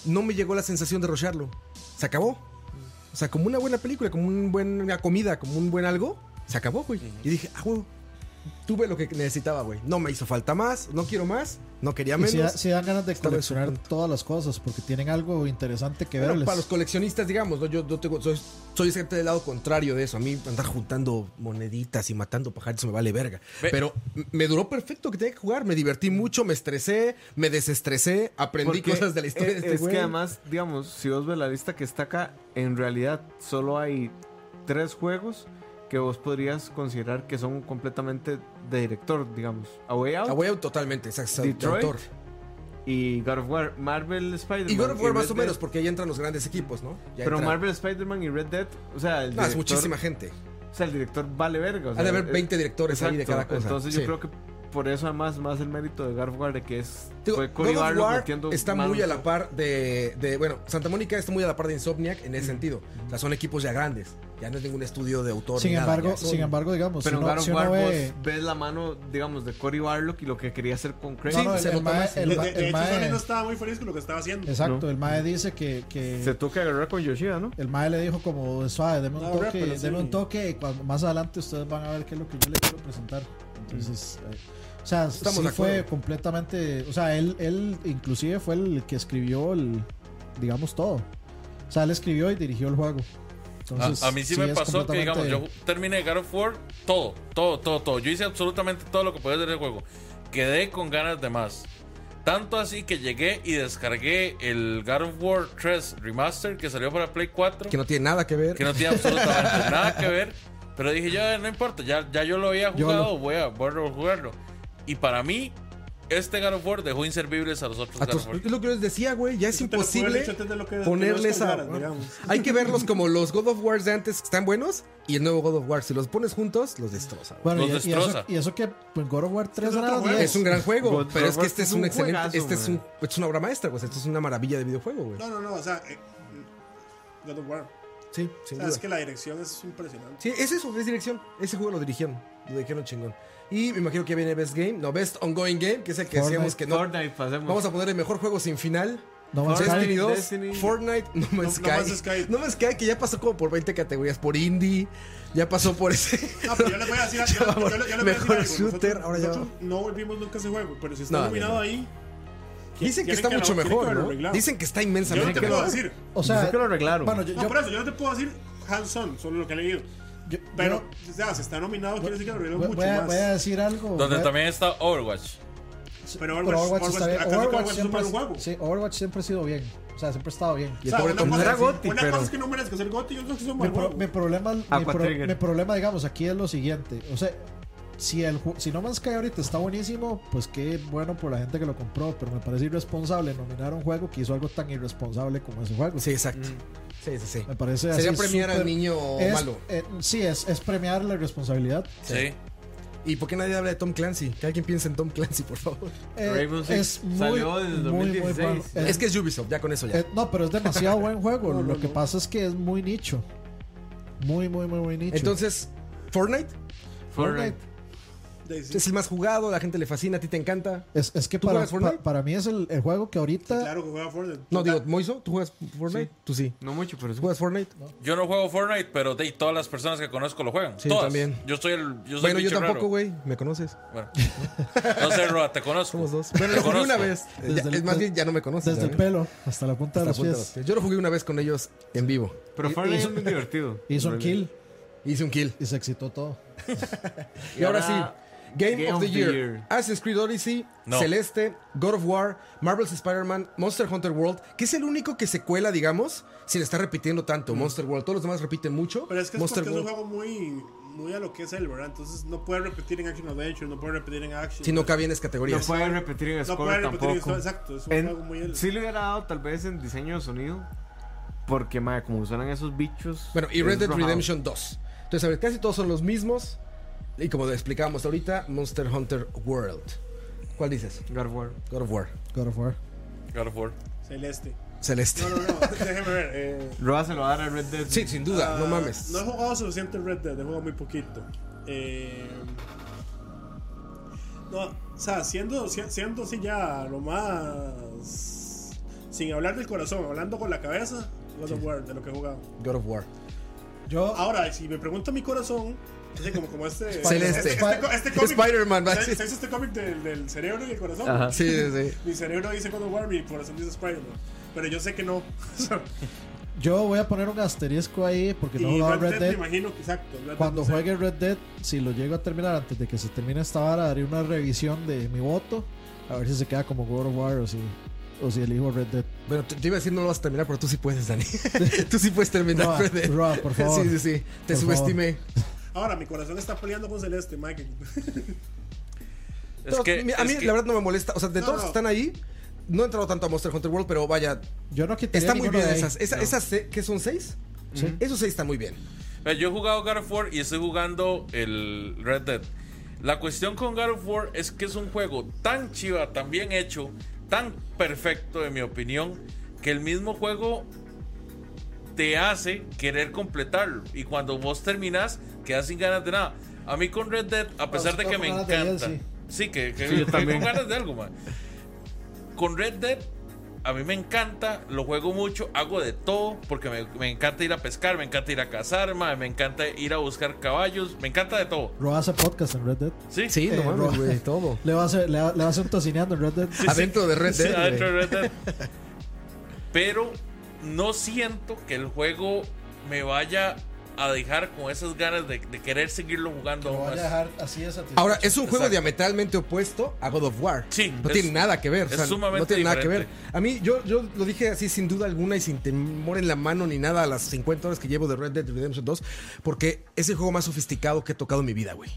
Speaker 2: no me llegó la sensación de rocharlo. Se acabó. O sea, como una buena película, como una buena comida, como un buen algo, se acabó, güey. Y dije, ah, huevo. Tuve lo que necesitaba, güey. No me hizo falta más, no quiero más, no quería
Speaker 4: Y
Speaker 2: menos.
Speaker 4: si, da- si dan ganas de
Speaker 2: Estaba en su
Speaker 4: coleccionar
Speaker 2: punto.
Speaker 4: todas las cosas porque tienen algo interesante que
Speaker 2: Bueno,
Speaker 4: verles.
Speaker 2: para los coleccionistas, digamos, ¿no? yo, yo tengo- soy, soy gente del lado contrario de eso. A mí andar juntando moneditas y matando pajaritos me vale verga.
Speaker 1: Ve-
Speaker 2: Pero m- me duró perfecto que tenía que jugar. Me divertí mucho, me estresé, me desestresé, aprendí
Speaker 3: Porque
Speaker 2: cosas de la historia
Speaker 3: es,
Speaker 2: de este
Speaker 3: es
Speaker 2: güey.
Speaker 3: que además, digamos, si vos ves la lista que está acá, en realidad solo hay tres juegos que vos podrías considerar que son completamente de director, digamos. A Way Out
Speaker 2: Ah, güey, totalmente, es- es
Speaker 3: Detroit,
Speaker 2: autor.
Speaker 3: y God of War, Marvel Spider-Man.
Speaker 2: Y God of War
Speaker 3: Red
Speaker 2: más o
Speaker 3: Dead.
Speaker 2: menos, porque ahí entran los grandes equipos, ¿no? Ya
Speaker 3: Pero
Speaker 2: entra-
Speaker 3: Marvel Spider-Man y Red Dead, o sea, el
Speaker 2: No, es
Speaker 3: director-
Speaker 2: muchísima gente.
Speaker 3: O sea, el director vale verga. o
Speaker 2: Ha de
Speaker 3: sea,
Speaker 2: haber
Speaker 3: es-
Speaker 2: 20 directores ahí de
Speaker 3: Exacto,
Speaker 2: cada cosa.
Speaker 3: Entonces yo
Speaker 2: Sí.
Speaker 3: creo que por eso además más el mérito de God of War de que es
Speaker 2: Digo,
Speaker 3: fue
Speaker 2: God
Speaker 3: Cory
Speaker 2: of
Speaker 3: Barlow
Speaker 2: War
Speaker 3: metiendo
Speaker 2: está
Speaker 3: manos.
Speaker 2: muy a la par de, de- Bueno, Santa Mónica está muy a la par de Insomniac en ese sentido. O sea, son equipos ya grandes. Ya no es ningún estudio de autor.
Speaker 4: sin
Speaker 2: ni nada,
Speaker 4: embargo,
Speaker 2: ya son-
Speaker 4: sin embargo, digamos,
Speaker 3: Pero
Speaker 4: si
Speaker 3: en God
Speaker 4: uno,
Speaker 3: of
Speaker 4: si
Speaker 3: War
Speaker 4: uno
Speaker 3: vos
Speaker 4: ve...
Speaker 3: ves la mano, digamos, de Cory Barlock y lo que quería hacer con Craig.
Speaker 4: No, no,
Speaker 2: se
Speaker 4: el,
Speaker 2: nota
Speaker 4: el mae,
Speaker 2: más.
Speaker 4: el,
Speaker 5: De-
Speaker 4: ma-
Speaker 5: de- De
Speaker 4: el
Speaker 5: hecho, Sony
Speaker 4: mae-
Speaker 5: no estaba muy feliz con lo que estaba haciendo.
Speaker 4: Exacto, el mae dice que... que
Speaker 3: Se tuvo que agarrar con Yoshida, ¿no?
Speaker 4: El mae le dijo como, suave, deme un
Speaker 5: No,
Speaker 4: toque,
Speaker 5: rápido,
Speaker 4: deme
Speaker 5: sí.
Speaker 4: un toque, y cuando, más adelante ustedes van a ver qué es lo que yo les quiero presentar. Entonces,
Speaker 5: Mm.
Speaker 4: eh, o sea,
Speaker 2: Estamos
Speaker 4: sí
Speaker 2: de
Speaker 4: fue
Speaker 2: acuerdo.
Speaker 4: completamente, o sea, él, él inclusive fue el que escribió el, digamos, todo. O sea, él escribió y dirigió el juego.
Speaker 1: A,
Speaker 4: Entonces,
Speaker 1: a mí sí, me
Speaker 4: es
Speaker 1: pasó que, digamos, yo
Speaker 4: completamente-
Speaker 1: terminé God of War todo, todo, todo, todo. Yo hice absolutamente todo lo que podía hacer el juego. Quedé con ganas de más. Tanto así que llegué y descargué el God of War 3 Remaster que salió para Play 4,
Speaker 2: Que no tiene nada que ver.
Speaker 1: que no tiene absolutamente nada que ver. Pero dije, ya no importa, ya, ya yo lo había jugado, voy a volver a jugarlo. Y para mí, este God of War dejó inservibles a los otros
Speaker 2: A
Speaker 1: God
Speaker 2: tus-
Speaker 1: of War.
Speaker 2: es lo que yo les decía, güey. Ya es
Speaker 5: Eso te lo puedo haber
Speaker 2: imposible
Speaker 5: dicho antes de lo que- que no
Speaker 2: ponerles a.
Speaker 5: descargaras, digamos.
Speaker 2: Hay que verlos como los God of Wars de antes que están buenos y el nuevo God of War. Si los pones juntos, los destroza. güey.
Speaker 4: Bueno, pues,
Speaker 1: Los
Speaker 4: y, y eso,
Speaker 1: destroza.
Speaker 4: y eso que pues, God of War 3
Speaker 5: Es otro
Speaker 4: era
Speaker 5: juego.
Speaker 4: 10.
Speaker 2: Es un gran juego,
Speaker 3: God
Speaker 2: pero
Speaker 3: of
Speaker 2: es que
Speaker 3: War
Speaker 2: este
Speaker 3: es
Speaker 2: es un
Speaker 3: un
Speaker 2: excelente.
Speaker 3: juegazo,
Speaker 2: este es, un,
Speaker 3: güey.
Speaker 2: es una obra maestra, pues. Esto es una maravilla de videojuego, güey.
Speaker 5: No, no, no, o sea, eh, God of War.
Speaker 2: Sí,
Speaker 5: O
Speaker 2: sin
Speaker 5: sea,
Speaker 2: duda.
Speaker 5: es que la dirección es impresionante.
Speaker 2: Sí, es eso, es dirección. Ese juego lo dirigieron. Lo dirigieron chingón. Y me imagino que viene Best Game. No, Best Ongoing Game, que es el que
Speaker 4: Fortnite.
Speaker 2: decíamos que Eh, no.
Speaker 3: Fortnite, pasemos.
Speaker 2: Vamos a poner el mejor juego sin final.
Speaker 4: No Man's
Speaker 3: Fortnite,
Speaker 2: Destiny 2,
Speaker 3: Destiny.
Speaker 2: Fortnite, No Man's
Speaker 5: No- No Man's
Speaker 2: Sky.
Speaker 5: Sky.
Speaker 2: No Man's Sky, que ya pasó como por 20 categorías. Por indie, ya pasó por ese.
Speaker 5: Ah, pero yo les voy a decir yo- yo- yo les voy a decir
Speaker 2: Mejor
Speaker 5: algo. Nosotros-
Speaker 2: shooter, ahora ya
Speaker 5: nosotros No volvimos nunca a ese juego, pero si está
Speaker 2: No,
Speaker 5: nominado
Speaker 2: no.
Speaker 5: ahí.
Speaker 2: Dicen que
Speaker 5: tienen
Speaker 2: está
Speaker 5: lo-
Speaker 2: mucho
Speaker 5: tienen que
Speaker 2: mejor,
Speaker 5: haberlo
Speaker 2: ¿no?
Speaker 5: arreglado.
Speaker 2: Dicen que está
Speaker 5: Yo no
Speaker 2: inmensamente
Speaker 5: te
Speaker 2: mejor.
Speaker 5: puedo decir.
Speaker 4: O sea,
Speaker 3: Dice que lo arreglaron.
Speaker 4: Bueno, yo,
Speaker 5: No,
Speaker 4: yo-
Speaker 5: por eso, yo no te puedo decir hands on, solo lo que he leído.
Speaker 4: yo-
Speaker 5: Pero,
Speaker 4: yo-
Speaker 5: o sea, si está nominado, quiere decir que lo arregló
Speaker 4: voy,
Speaker 5: mucho
Speaker 4: voy a,
Speaker 5: más.
Speaker 4: voy a decir algo.
Speaker 1: Donde
Speaker 4: voy a-
Speaker 1: también está Overwatch.
Speaker 5: Pero
Speaker 4: Pero
Speaker 5: Overwatch,
Speaker 4: Overwatch, está bien.
Speaker 5: acá
Speaker 4: Overwatch
Speaker 5: Overwatch es un
Speaker 4: siempre,
Speaker 5: mal juego.
Speaker 4: sí, Overwatch siempre ha sido bien. O sea, siempre ha estado bien.
Speaker 2: Y el pobre Tom
Speaker 5: una cosa,
Speaker 3: era
Speaker 5: es-
Speaker 3: Gotti,
Speaker 5: una
Speaker 3: pero-
Speaker 5: cosa es que no merezca ser Gotti y otra es que es un
Speaker 4: Mi,
Speaker 5: mal
Speaker 4: pro-
Speaker 5: juego.
Speaker 4: mi problema, mi,
Speaker 3: Aqua
Speaker 4: pro-
Speaker 3: Trigger.
Speaker 4: mi problema, digamos, aquí es lo siguiente. O sea, si, el, ju- si No Man's Sky ahorita está buenísimo, pues qué bueno por la gente que lo compró. Pero me parece irresponsable nominar a un juego que hizo algo tan irresponsable como ese juego.
Speaker 2: Sí, exacto. Sí, sí, sí.
Speaker 4: Me parece así
Speaker 2: Sería premiar al
Speaker 4: súper-
Speaker 2: niño
Speaker 4: es-
Speaker 2: malo.
Speaker 4: eh, sí, es, es premiar la irresponsabilidad.
Speaker 1: Sí.
Speaker 2: ¿Y por qué nadie habla de Tom Clancy? Que alguien piense en Tom Clancy, por favor.
Speaker 4: Eh,
Speaker 3: Rainbow Six
Speaker 4: es muy,
Speaker 3: salió desde
Speaker 4: muy, muy
Speaker 3: 2016.
Speaker 4: bueno. Eh,
Speaker 2: Es que es Ubisoft, ya con eso ya.
Speaker 4: Eh, no, pero es demasiado buen juego.
Speaker 5: No, no,
Speaker 4: Lo que
Speaker 5: no.
Speaker 4: pasa es que es muy nicho. Muy, muy, muy, muy nicho.
Speaker 2: Entonces, Fortnite.
Speaker 3: Fortnite.
Speaker 5: De de- sí.
Speaker 2: Es el más jugado, la gente le fascina, a ti te encanta.
Speaker 4: Es, es que
Speaker 2: ¿Tú
Speaker 4: para,
Speaker 2: juegas Fortnite?
Speaker 4: pa- para mí es el, el juego que ahorita.
Speaker 5: Claro que juega Fortnite.
Speaker 2: No, digo, Moiso, ¿tú juegas Fortnite? Tú sí.
Speaker 3: No mucho, pero sí.
Speaker 2: ¿Tú juegas Fortnite?
Speaker 1: Yo no juego Fortnite, pero de, todas las personas que conozco lo juegan.
Speaker 2: Sí,
Speaker 1: todas.
Speaker 2: también.
Speaker 1: Yo soy el. Yo soy
Speaker 2: Bueno,
Speaker 1: el
Speaker 2: yo
Speaker 1: bicho
Speaker 2: tampoco,
Speaker 1: raro.
Speaker 2: güey. ¿Me conoces?
Speaker 1: Bueno, no sé, Roa, te conozco.
Speaker 2: Somos dos. Bueno,
Speaker 1: Te
Speaker 2: lo jugué
Speaker 1: conozco.
Speaker 2: una vez.
Speaker 4: Desde
Speaker 2: Ya-
Speaker 4: el-
Speaker 2: es más bien, ya no me conoces.
Speaker 4: Desde el
Speaker 2: ¿verdad?
Speaker 4: pelo hasta la punta
Speaker 2: Hasta
Speaker 4: de las
Speaker 2: punta de
Speaker 4: pies.
Speaker 2: los pies. Yo lo jugué una vez con ellos en vivo.
Speaker 3: Pero
Speaker 4: Y-
Speaker 3: Fortnite
Speaker 4: y-
Speaker 3: es muy divertido.
Speaker 4: Hizo un kill
Speaker 2: Hice un kill.
Speaker 4: y se excitó todo.
Speaker 2: Y ahora sí.
Speaker 3: ahora,
Speaker 2: Game,
Speaker 3: Game
Speaker 2: of the,
Speaker 3: of the
Speaker 2: year.
Speaker 3: Year.
Speaker 2: Assassin's Creed Odyssey,
Speaker 1: No.
Speaker 2: Celeste, God of War, Marvel's Spider-Man, Monster Hunter World, que es el único que se cuela, digamos, si le está repitiendo tanto. Monster World, todos los demás repiten mucho.
Speaker 5: Pero es que es
Speaker 2: Monster
Speaker 5: porque es un
Speaker 2: World.
Speaker 5: juego muy, muy a lo que es él, ¿verdad? Entonces no puede repetir en Action Adventure, no puede repetir en Action.
Speaker 2: Si no cabía en las categorías.
Speaker 3: No puede repetir en
Speaker 5: No
Speaker 3: Score
Speaker 5: puede repetir en
Speaker 3: tampoco.
Speaker 5: historia, exacto. Es un
Speaker 3: En-
Speaker 5: juego muy él.
Speaker 3: sí le hubiera dado tal vez en diseño de sonido. Porque, madre, como usaran esos bichos.
Speaker 2: Bueno, y
Speaker 3: es
Speaker 2: Red Dead
Speaker 3: rajado.
Speaker 2: Redemption 2. Entonces, a ver, casi todos son los mismos. Y como explicábamos ahorita, Monster Hunter World. ¿Cuál dices?
Speaker 3: God of War.
Speaker 2: God of War.
Speaker 4: God of War.
Speaker 1: God of War.
Speaker 5: Celeste.
Speaker 2: Celeste.
Speaker 5: No, no, no. déjeme ver. eh,
Speaker 3: Roa se lo va a dar a Red Dead.
Speaker 2: Sí, sin duda,
Speaker 5: ah,
Speaker 2: no mames.
Speaker 5: No he jugado suficiente en Red Dead, he jugado muy poquito. Eh, no, o sea, siendo, si- siendo así ya lo más. Sin hablar del corazón, hablando con la cabeza, God of War, de lo que he jugado.
Speaker 2: God of War. Ah,
Speaker 4: Yo,
Speaker 5: Ahora, si me pregunta mi corazón, así como, como este.
Speaker 2: Celeste.
Speaker 5: Este, este, co- este cómic.
Speaker 2: Spider-Man, va,
Speaker 5: ¿sabes-
Speaker 2: sí.
Speaker 5: sabes este cómic del, del cerebro y el corazón?
Speaker 3: Ajá.
Speaker 2: Sí, sí, sí.
Speaker 5: Mi cerebro dice God of War, mi corazón dice Spider-Man. Pero yo sé que no.
Speaker 4: yo voy a poner un asterisco ahí porque no
Speaker 5: y
Speaker 4: jugaba
Speaker 5: Red,
Speaker 4: Red
Speaker 5: Dead,
Speaker 4: Dead.
Speaker 5: me imagino que exacto. Red Dead
Speaker 4: Cuando
Speaker 5: no sé.
Speaker 4: juegue Red Dead, si lo llego a terminar antes de que se termine esta vara, daré una revisión de mi voto. A ver si se queda como God of War o si, o si elijo Red Dead.
Speaker 2: Bueno, te, te iba a decir no lo vas a terminar, pero tú sí puedes, Dani. tú sí puedes terminar,
Speaker 4: Roa,
Speaker 2: Red Dead.
Speaker 4: Roa, por favor.
Speaker 2: Sí, sí, sí. Te
Speaker 4: Por
Speaker 2: subestimé.
Speaker 5: Ahora, mi corazón está peleando con Celeste, Mike.
Speaker 1: Es
Speaker 2: Pero,
Speaker 1: que.
Speaker 2: mira, a
Speaker 1: es
Speaker 2: mí
Speaker 1: que-
Speaker 2: la verdad no me molesta. O sea, de
Speaker 5: No,
Speaker 2: todos los
Speaker 5: no.
Speaker 2: que están ahí, no he entrado tanto a Monster Hunter World, pero vaya,
Speaker 4: Yo no quitaría
Speaker 2: está muy
Speaker 4: ninguno
Speaker 2: bien
Speaker 4: de ahí.
Speaker 2: esas. eh. Esa- Esas, se- ¿qué son seis?
Speaker 4: Sí.
Speaker 2: Esos seis están muy bien.
Speaker 1: Vea, Yo he jugado God of War y estoy jugando el Red Dead. La cuestión con God of War es que es un juego tan chiva, tan bien hecho, tan perfecto, en mi opinión, que el mismo juego te hace querer completarlo. Y cuando vos terminás, quedas sin ganas de nada. A mí con Red Dead, a pesar de
Speaker 4: sí,
Speaker 1: que
Speaker 4: con
Speaker 1: me
Speaker 4: ganas de
Speaker 1: encanta.
Speaker 4: DLC.
Speaker 1: Sí, que, que-
Speaker 3: Sí, yo
Speaker 1: que
Speaker 3: también.
Speaker 1: con ganas de algo, man. Con Red Dead, a mí me encanta, lo juego mucho, hago de todo, porque me, me encanta ir a pescar, me encanta ir a cazar, ma, me encanta ir a buscar caballos, me encanta de todo.
Speaker 4: Roa hace podcast en Red Dead.
Speaker 1: Sí,
Speaker 2: Sí, no
Speaker 4: Eh,
Speaker 2: mames,
Speaker 4: Roa.
Speaker 2: güey, todo.
Speaker 4: Le va a hacer, le va, le va a hacer un tocineando en Red Dead.
Speaker 1: Sí, sí.
Speaker 2: Adentro de Red
Speaker 1: Sí,
Speaker 2: Dead,
Speaker 1: adentro
Speaker 2: güey.
Speaker 1: de Red Dead. Pero no siento que el juego me vaya a dejar con esas ganas de, de querer seguirlo jugando aún
Speaker 4: Lo voy a
Speaker 1: más.
Speaker 4: dejar así de satisfecho.
Speaker 2: Ahora, es un juego
Speaker 1: Exacto.
Speaker 2: diametralmente opuesto a God of War.
Speaker 1: Sí,
Speaker 2: No
Speaker 1: es-
Speaker 2: tiene nada que ver. o
Speaker 1: es
Speaker 2: sea, no
Speaker 1: sumamente
Speaker 2: tiene nada que ver.
Speaker 1: diferente.
Speaker 2: A mí, yo, yo lo dije así sin duda alguna y sin temor en la mano ni nada a las 50 horas que llevo de Red Dead Redemption 2, porque es el juego más sofisticado que he tocado en mi vida, güey.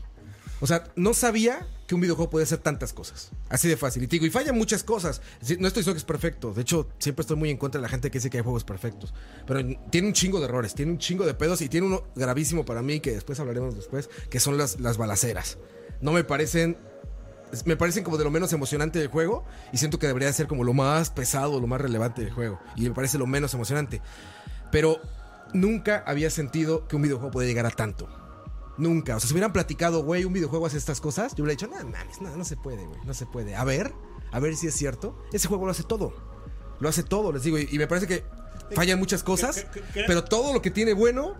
Speaker 2: O sea, no sabía que un videojuego podía hacer tantas cosas. Así de fácil. Y te digo, y fallan muchas cosas. Sí, No estoy diciendo que es perfecto. De hecho, siempre estoy muy en contra de la gente que dice que hay juegos perfectos. Pero tiene un chingo de errores, tiene un chingo de pedos y tiene uno gravísimo para mí, que después hablaremos después, que son las, las balaceras. No me parecen es- me parecen como de lo menos emocionante del juego y siento que debería ser como lo más pesado, lo más relevante del juego y me parece lo menos emocionante. Pero nunca había sentido que un videojuego podía llegar a tanto. Nunca. O sea, si hubieran platicado, güey, un videojuego hace estas cosas, yo hubiera dicho, no mames, no, no se puede, güey, no se puede. A ver, a ver si es cierto. Ese juego lo hace todo. Lo hace todo, les digo. Y, y me parece que fallan muchas cosas,
Speaker 5: que- que-
Speaker 2: pero todo lo que tiene bueno,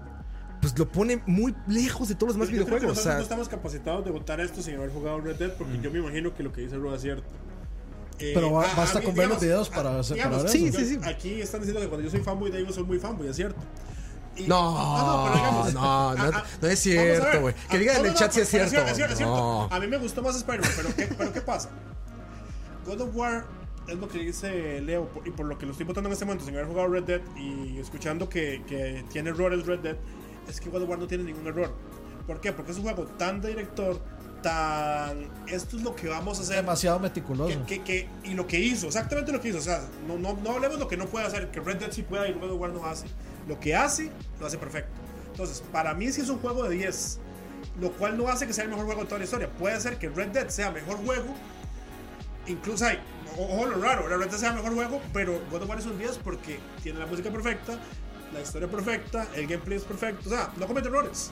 Speaker 2: pues lo pone muy lejos de todos los demás
Speaker 5: Yo creo que
Speaker 2: videojuegos. o
Speaker 5: nosotros
Speaker 2: sea, Mm.
Speaker 5: no estamos capacitados de votar esto sin haber jugado Red Dead, porque yo me imagino que lo que dice Ruda es cierto. Eh,
Speaker 4: Pero ba-
Speaker 5: a- a
Speaker 4: basta
Speaker 5: mí,
Speaker 4: con ver los videos
Speaker 5: digamos, a-
Speaker 4: para- para
Speaker 5: digamos,
Speaker 4: ver
Speaker 2: Sí,
Speaker 5: yo-
Speaker 2: sí, sí.
Speaker 5: Aquí están diciendo que cuando yo soy fanboy de ellos soy muy fanboy, es cierto. Y- Ah,
Speaker 2: No, no, no,
Speaker 5: a-
Speaker 2: no,
Speaker 5: a-
Speaker 2: es
Speaker 5: ah, vamos a
Speaker 2: cierto,
Speaker 5: ver.
Speaker 2: güey. Que
Speaker 5: Ah,
Speaker 2: digan en el chat si es
Speaker 5: pero
Speaker 2: cierto.
Speaker 5: Es cierto, es cierto.
Speaker 2: No.
Speaker 5: A mí me gustó más Spider-Man, pero ¿qué, pero ¿qué pasa? God of War es lo que dice Leo, por- y por lo que lo estoy votando en este momento, sin haber jugado Red Dead y escuchando que, que tiene errores Red Dead, es que God of War no tiene ningún error. ¿Por qué? Porque es un juego tan de director, tan. Esto es lo que vamos a hacer.
Speaker 4: demasiado meticuloso.
Speaker 5: Que, que- que- y lo que hizo, exactamente lo que hizo. O sea, no, no, no hablemos de lo que no puede hacer, que Red Dead sí pueda y God of War no hace. Lo que hace, lo hace perfecto. Entonces, para mí sí es un juego de 10, lo cual no hace que sea el mejor juego de toda la historia. Puede ser que Red Dead sea mejor juego, incluso hay, o- ojo lo raro, Red Dead sea mejor juego, pero God of War es un 10 porque tiene la música perfecta, la historia perfecta, el gameplay es perfecto. O sea, no comete errores.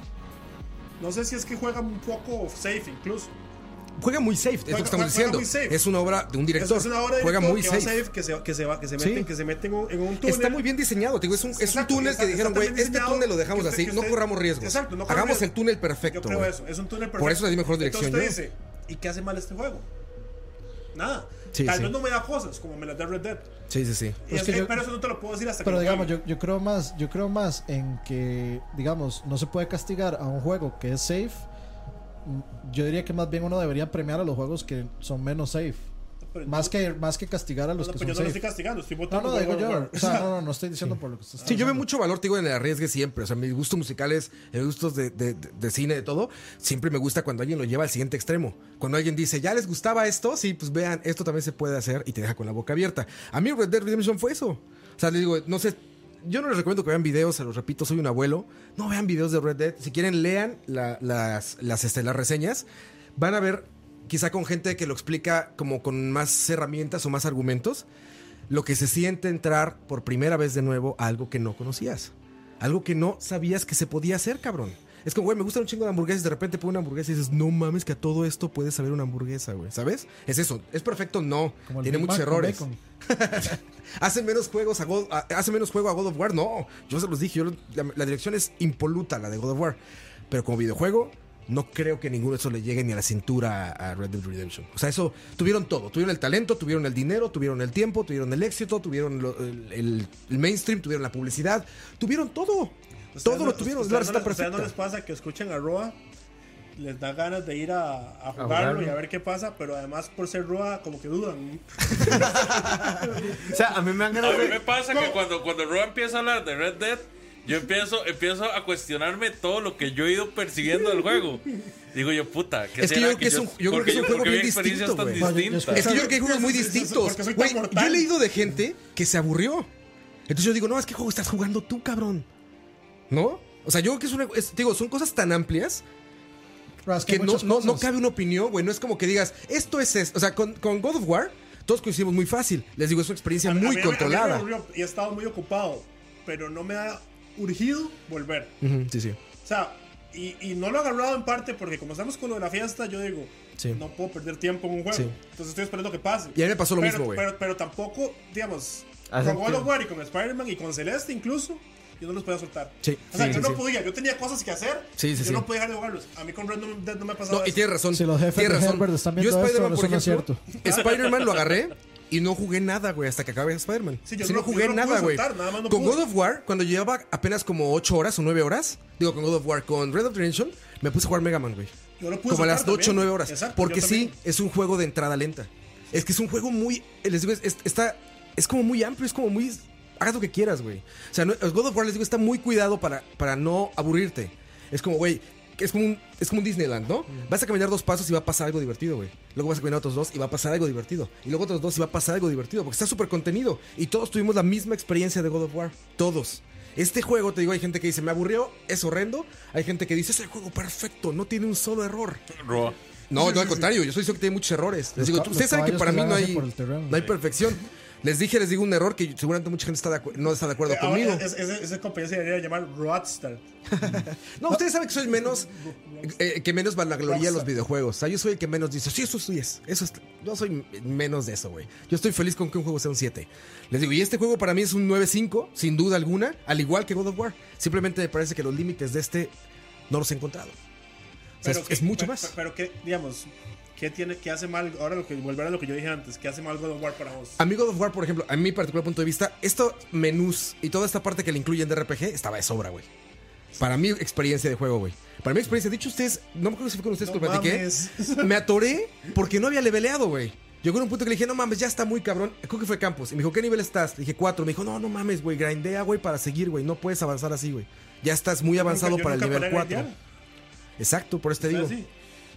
Speaker 5: No sé si es que juega un poco safe incluso.
Speaker 2: juega muy safe, es lo que
Speaker 5: Juega-
Speaker 2: estamos
Speaker 5: juega-
Speaker 2: diciendo.
Speaker 5: juega muy safe.
Speaker 2: Es una obra de un
Speaker 5: Es-
Speaker 2: director.
Speaker 5: es una obra de
Speaker 2: juega
Speaker 5: director
Speaker 2: muy
Speaker 5: que
Speaker 2: safe.
Speaker 5: va safe, que se, que se, va- que se
Speaker 2: Sí.
Speaker 5: mete, que se mete en un, en un túnel.
Speaker 2: Está muy bien diseñado, te digo, es un, es un
Speaker 5: Exacto,
Speaker 2: túnel
Speaker 5: está-
Speaker 2: que dijeron,
Speaker 5: está
Speaker 2: güey,
Speaker 5: tan bien
Speaker 2: este
Speaker 5: diseñado
Speaker 2: túnel lo dejamos
Speaker 5: que usted-
Speaker 2: así,
Speaker 5: que
Speaker 2: no
Speaker 5: usted-
Speaker 2: corramos riesgos.
Speaker 5: Exacto, no corramos
Speaker 2: Hagamos el
Speaker 5: riesgos.
Speaker 2: túnel
Speaker 5: Yo
Speaker 2: perfecto.
Speaker 5: creo
Speaker 2: güey.
Speaker 5: eso, es un túnel perfecto.
Speaker 2: Por eso le di mejor dirección
Speaker 5: Entonces usted dice, ¿y qué hace mal este juego? Nada.
Speaker 2: Sí,
Speaker 5: Tal
Speaker 2: sí.
Speaker 5: vez no me da cosas como me las da Red Dead.
Speaker 2: Sí, sí, sí.
Speaker 5: Y
Speaker 4: Es
Speaker 5: es-
Speaker 4: que
Speaker 5: eh,
Speaker 4: yo-
Speaker 5: pero eso no te lo puedo decir hasta
Speaker 4: Pero
Speaker 5: que lo
Speaker 4: digamos,
Speaker 5: juegue.
Speaker 4: yo, yo creo más, yo creo más en que, digamos, no se puede castigar a un juego que es safe. Mm, Yo diría que más bien uno debería premiar a los juegos que son menos safe.
Speaker 5: Pero
Speaker 4: Más
Speaker 5: yo-
Speaker 4: que, más que castigar a
Speaker 5: no,
Speaker 4: los
Speaker 5: no,
Speaker 4: que
Speaker 5: pues yo
Speaker 4: son
Speaker 5: no lo estoy
Speaker 4: safe.
Speaker 5: castigando, estoy
Speaker 4: No,
Speaker 5: votando.
Speaker 4: no,
Speaker 5: por
Speaker 4: digo
Speaker 5: God of
Speaker 4: yo.
Speaker 5: War.
Speaker 4: O sea, no, no, no estoy diciendo por lo que usted está
Speaker 2: Sí, yo veo
Speaker 4: diciendo.
Speaker 2: mucho valor, te digo, en el arriesgue siempre. O sea, mis gustos musicales, mis gustos de, de- de cine, de todo, siempre me gusta cuando alguien lo lleva al siguiente extremo. Cuando alguien dice, ¿ya les gustaba esto? Sí, pues vean, esto también se puede hacer y te deja con la boca abierta. A mí Red Dead Redemption fue eso. O sea, les digo, no sé, yo no les recomiendo que vean videos, se los repito, soy un abuelo. No vean videos de Red Dead. Si quieren, lean la- las, las, este, las reseñas. Van a ver, quizá con gente que lo explica como con más herramientas o más argumentos lo que se siente entrar por primera vez de nuevo a algo que no conocías. Algo que no sabías que se podía hacer, cabrón. Es como, güey, me gustan un chingo de hamburguesas y de repente pone una hamburguesa y dices, no mames, que a todo esto puede saber una hamburguesa, güey. ¿Sabes? Es eso. ¿Es perfecto? No.
Speaker 4: Como el
Speaker 2: Tiene
Speaker 4: Big
Speaker 2: muchos
Speaker 4: Mac con
Speaker 2: errores.
Speaker 4: bacon.
Speaker 2: ¿Hace menos, juegos a God- a- hace menos juego a God of War? No. Yo se los dije. yo lo- la, la dirección es impoluta, la de God of War. Pero como videojuego, no creo que ninguno de esos le llegue ni a la cintura a, a Red Dead Redemption. O sea, eso tuvieron todo. Tuvieron el talento, tuvieron el dinero, tuvieron el tiempo, tuvieron el éxito, tuvieron lo- el, el- el mainstream, tuvieron la publicidad. Tuvieron todo.
Speaker 5: Ustedes
Speaker 2: Todo
Speaker 5: no-
Speaker 2: lo tuvieron. Es
Speaker 5: ustedes
Speaker 2: la receta
Speaker 5: no les- ustedes no les
Speaker 2: perfecta.
Speaker 5: pasa que escuchen a Roa, les da ganas de ir a, a jugarlo y a ver qué pasa, pero además por ser Roa, como que dudan.
Speaker 3: O sea, a mí me han
Speaker 1: A
Speaker 3: ganado.
Speaker 1: mí me pasa que cuando, cuando Roa empieza a hablar de Red Dead, yo empiezo, empiezo a cuestionarme todo lo que yo he ido percibiendo del juego. Digo yo, puta, ¿qué
Speaker 2: Es que
Speaker 1: será
Speaker 2: yo creo que es un- yo creo
Speaker 1: porque
Speaker 2: que es un juego
Speaker 1: porque
Speaker 2: bien
Speaker 1: mi experiencia
Speaker 2: distinto,
Speaker 1: es
Speaker 2: güey.
Speaker 1: tan
Speaker 4: Oye, yo
Speaker 1: distinta?
Speaker 2: Es que yo creo que hay juegos muy
Speaker 5: Sí, sí, sí,
Speaker 2: distintos.
Speaker 5: porque soy tan
Speaker 2: Güey, yo he
Speaker 5: mortal.
Speaker 2: leído de gente que se aburrió. Entonces yo digo, no, es que juego estás jugando tú, cabrón. ¿No? O sea, yo creo que es una. es- te digo, son cosas tan amplias
Speaker 4: Pero es
Speaker 2: que
Speaker 4: hay
Speaker 2: no,
Speaker 4: muchas
Speaker 2: no, no
Speaker 4: cosas.
Speaker 2: cabe una opinión, güey. No es como que digas, esto es esto. O sea, con, con God of War, todos coincidimos muy fácil. Les digo, es una experiencia
Speaker 5: A mí- a mí-
Speaker 2: muy
Speaker 5: a mí me
Speaker 2: controlada.
Speaker 5: aburrió y he estado muy ocupado, pero no me ha urgido volver.
Speaker 2: Ujú, sí, sí.
Speaker 5: O sea, y, y no lo he agarrado en parte porque como estamos con lo de la fiesta, yo digo,
Speaker 2: Sí.
Speaker 5: no puedo perder tiempo en un juego.
Speaker 2: Sí.
Speaker 5: Entonces estoy esperando que pase.
Speaker 2: Y a mí me pasó lo
Speaker 5: Pero-
Speaker 2: mismo, güey.
Speaker 5: Pero, pero tampoco, digamos,
Speaker 3: Hace
Speaker 5: con God of
Speaker 3: tiempo.
Speaker 5: War y con Spider-Man y con Celeste incluso, yo no los podía soltar.
Speaker 2: Sí.
Speaker 5: O sea,
Speaker 2: Sí,
Speaker 5: yo
Speaker 2: sí,
Speaker 5: no
Speaker 2: sí.
Speaker 5: podía, yo tenía cosas que hacer,
Speaker 2: Sí, sí,
Speaker 5: yo
Speaker 2: sí.
Speaker 5: no podía dejar de jugarlos. A mí con Red Dead no me ha pasado
Speaker 2: No, y
Speaker 5: eso.
Speaker 2: tienes razón.
Speaker 4: Si los jefes
Speaker 2: tienes
Speaker 4: de
Speaker 2: razón.
Speaker 4: Herbert están viendo
Speaker 2: Yo
Speaker 4: esto,
Speaker 2: Spider-Man, por
Speaker 4: eso no es
Speaker 2: ejemplo, Spider-Man lo agarré y no jugué nada, güey, hasta que acabé Spider-Man.
Speaker 5: Sí, yo
Speaker 2: Sí,
Speaker 5: no
Speaker 2: no,
Speaker 5: lo- yo
Speaker 2: jugué
Speaker 5: no lo
Speaker 2: nada,
Speaker 5: pude
Speaker 2: güey.
Speaker 5: soltar, nada más no
Speaker 2: con
Speaker 5: pude.
Speaker 2: God of War, cuando llevaba apenas como 8 horas o 9 horas, digo, con God of War, con Red Dead Redemption, me puse a jugar Mega Man, güey.
Speaker 5: Yo lo pude
Speaker 2: Como a
Speaker 5: soltar
Speaker 2: las 8 o
Speaker 5: también.
Speaker 2: 9 horas.
Speaker 5: Exacto,
Speaker 2: porque
Speaker 5: yo
Speaker 2: sí,
Speaker 5: también.
Speaker 2: es un juego de entrada lenta. Es que es un juego muy. Les digo, es, es- está. Es como muy amplio, es como muy. Hagas lo que quieras, güey. O sea, no- God of War, les digo, está muy cuidado para, para no aburrirte. Es como, güey. Es como, un, es como un Disneyland, ¿no? Vas a caminar dos pasos y va a pasar algo divertido, güey. Luego vas a caminar otros dos y va a pasar algo divertido. Y luego otros dos y va a pasar algo divertido. Porque está súper contenido. Y todos tuvimos la misma experiencia de God of War. Todos. Este juego, te digo, hay gente que dice, me aburrió, es horrendo. Hay gente que dice, es el juego perfecto, no tiene un solo error.
Speaker 1: Roa.
Speaker 2: No, no, al contrario, yo soy seguro que tiene muchos errores. Les
Speaker 4: Los
Speaker 2: digo,
Speaker 4: ca-
Speaker 2: ustedes
Speaker 4: los
Speaker 2: saben que
Speaker 4: caballos
Speaker 2: para
Speaker 4: que
Speaker 2: mí
Speaker 4: van
Speaker 2: no
Speaker 4: así
Speaker 2: hay,
Speaker 4: por el terreno.
Speaker 2: no hay perfección. Les dije, les digo un error que seguramente mucha gente está de acu- no está de acuerdo
Speaker 5: Eh, ahora,
Speaker 2: conmigo.
Speaker 5: es- ese- Ese compañero se debería llamar Roadstar.
Speaker 2: No, ustedes saben que soy el menos, eh, que menos vanagloria a los
Speaker 5: Rockstar.
Speaker 2: videojuegos. O sea, yo soy el que menos dice, sí, eso sí es. Eso es yo soy menos de eso, güey. Yo estoy feliz con que un juego sea un 7. Les digo, y este juego para mí es un 9.5, sin duda alguna, al igual que God of War. Simplemente me parece que los límites de este no los he encontrado. O sea, es,
Speaker 5: que-
Speaker 2: es mucho
Speaker 5: pero-
Speaker 2: más.
Speaker 5: Pero, que, digamos, ¿qué, tiene, ¿qué hace mal? Ahora, lo que, volver a lo que yo dije antes, ¿qué hace mal God of War para vos?
Speaker 2: A mi God of War, por ejemplo, a mi particular punto de vista, estos menús y toda esta parte que le incluyen de RPG estaba de sobra, güey. Para mi experiencia de juego, güey. Para mi experiencia, de hecho, ustedes, no me acuerdo si fue con ustedes
Speaker 5: No
Speaker 2: que lo platiqué.
Speaker 5: mames.
Speaker 2: Me atoré porque no había leveleado, güey. Llegó un punto que le dije, no mames, ya está muy cabrón. Creo que fue Campos. Y me dijo, ¿qué nivel estás? Le dije, cuatro. Me dijo, no, no mames, güey, grindea, güey, para seguir, güey. No puedes avanzar así, güey. Ya estás muy avanzado
Speaker 5: Nunca- yo
Speaker 2: para el
Speaker 5: nunca
Speaker 2: nivel
Speaker 5: paré de
Speaker 2: 4.
Speaker 5: grindear.
Speaker 2: Exacto, por eso te digo.
Speaker 5: O sea, sí.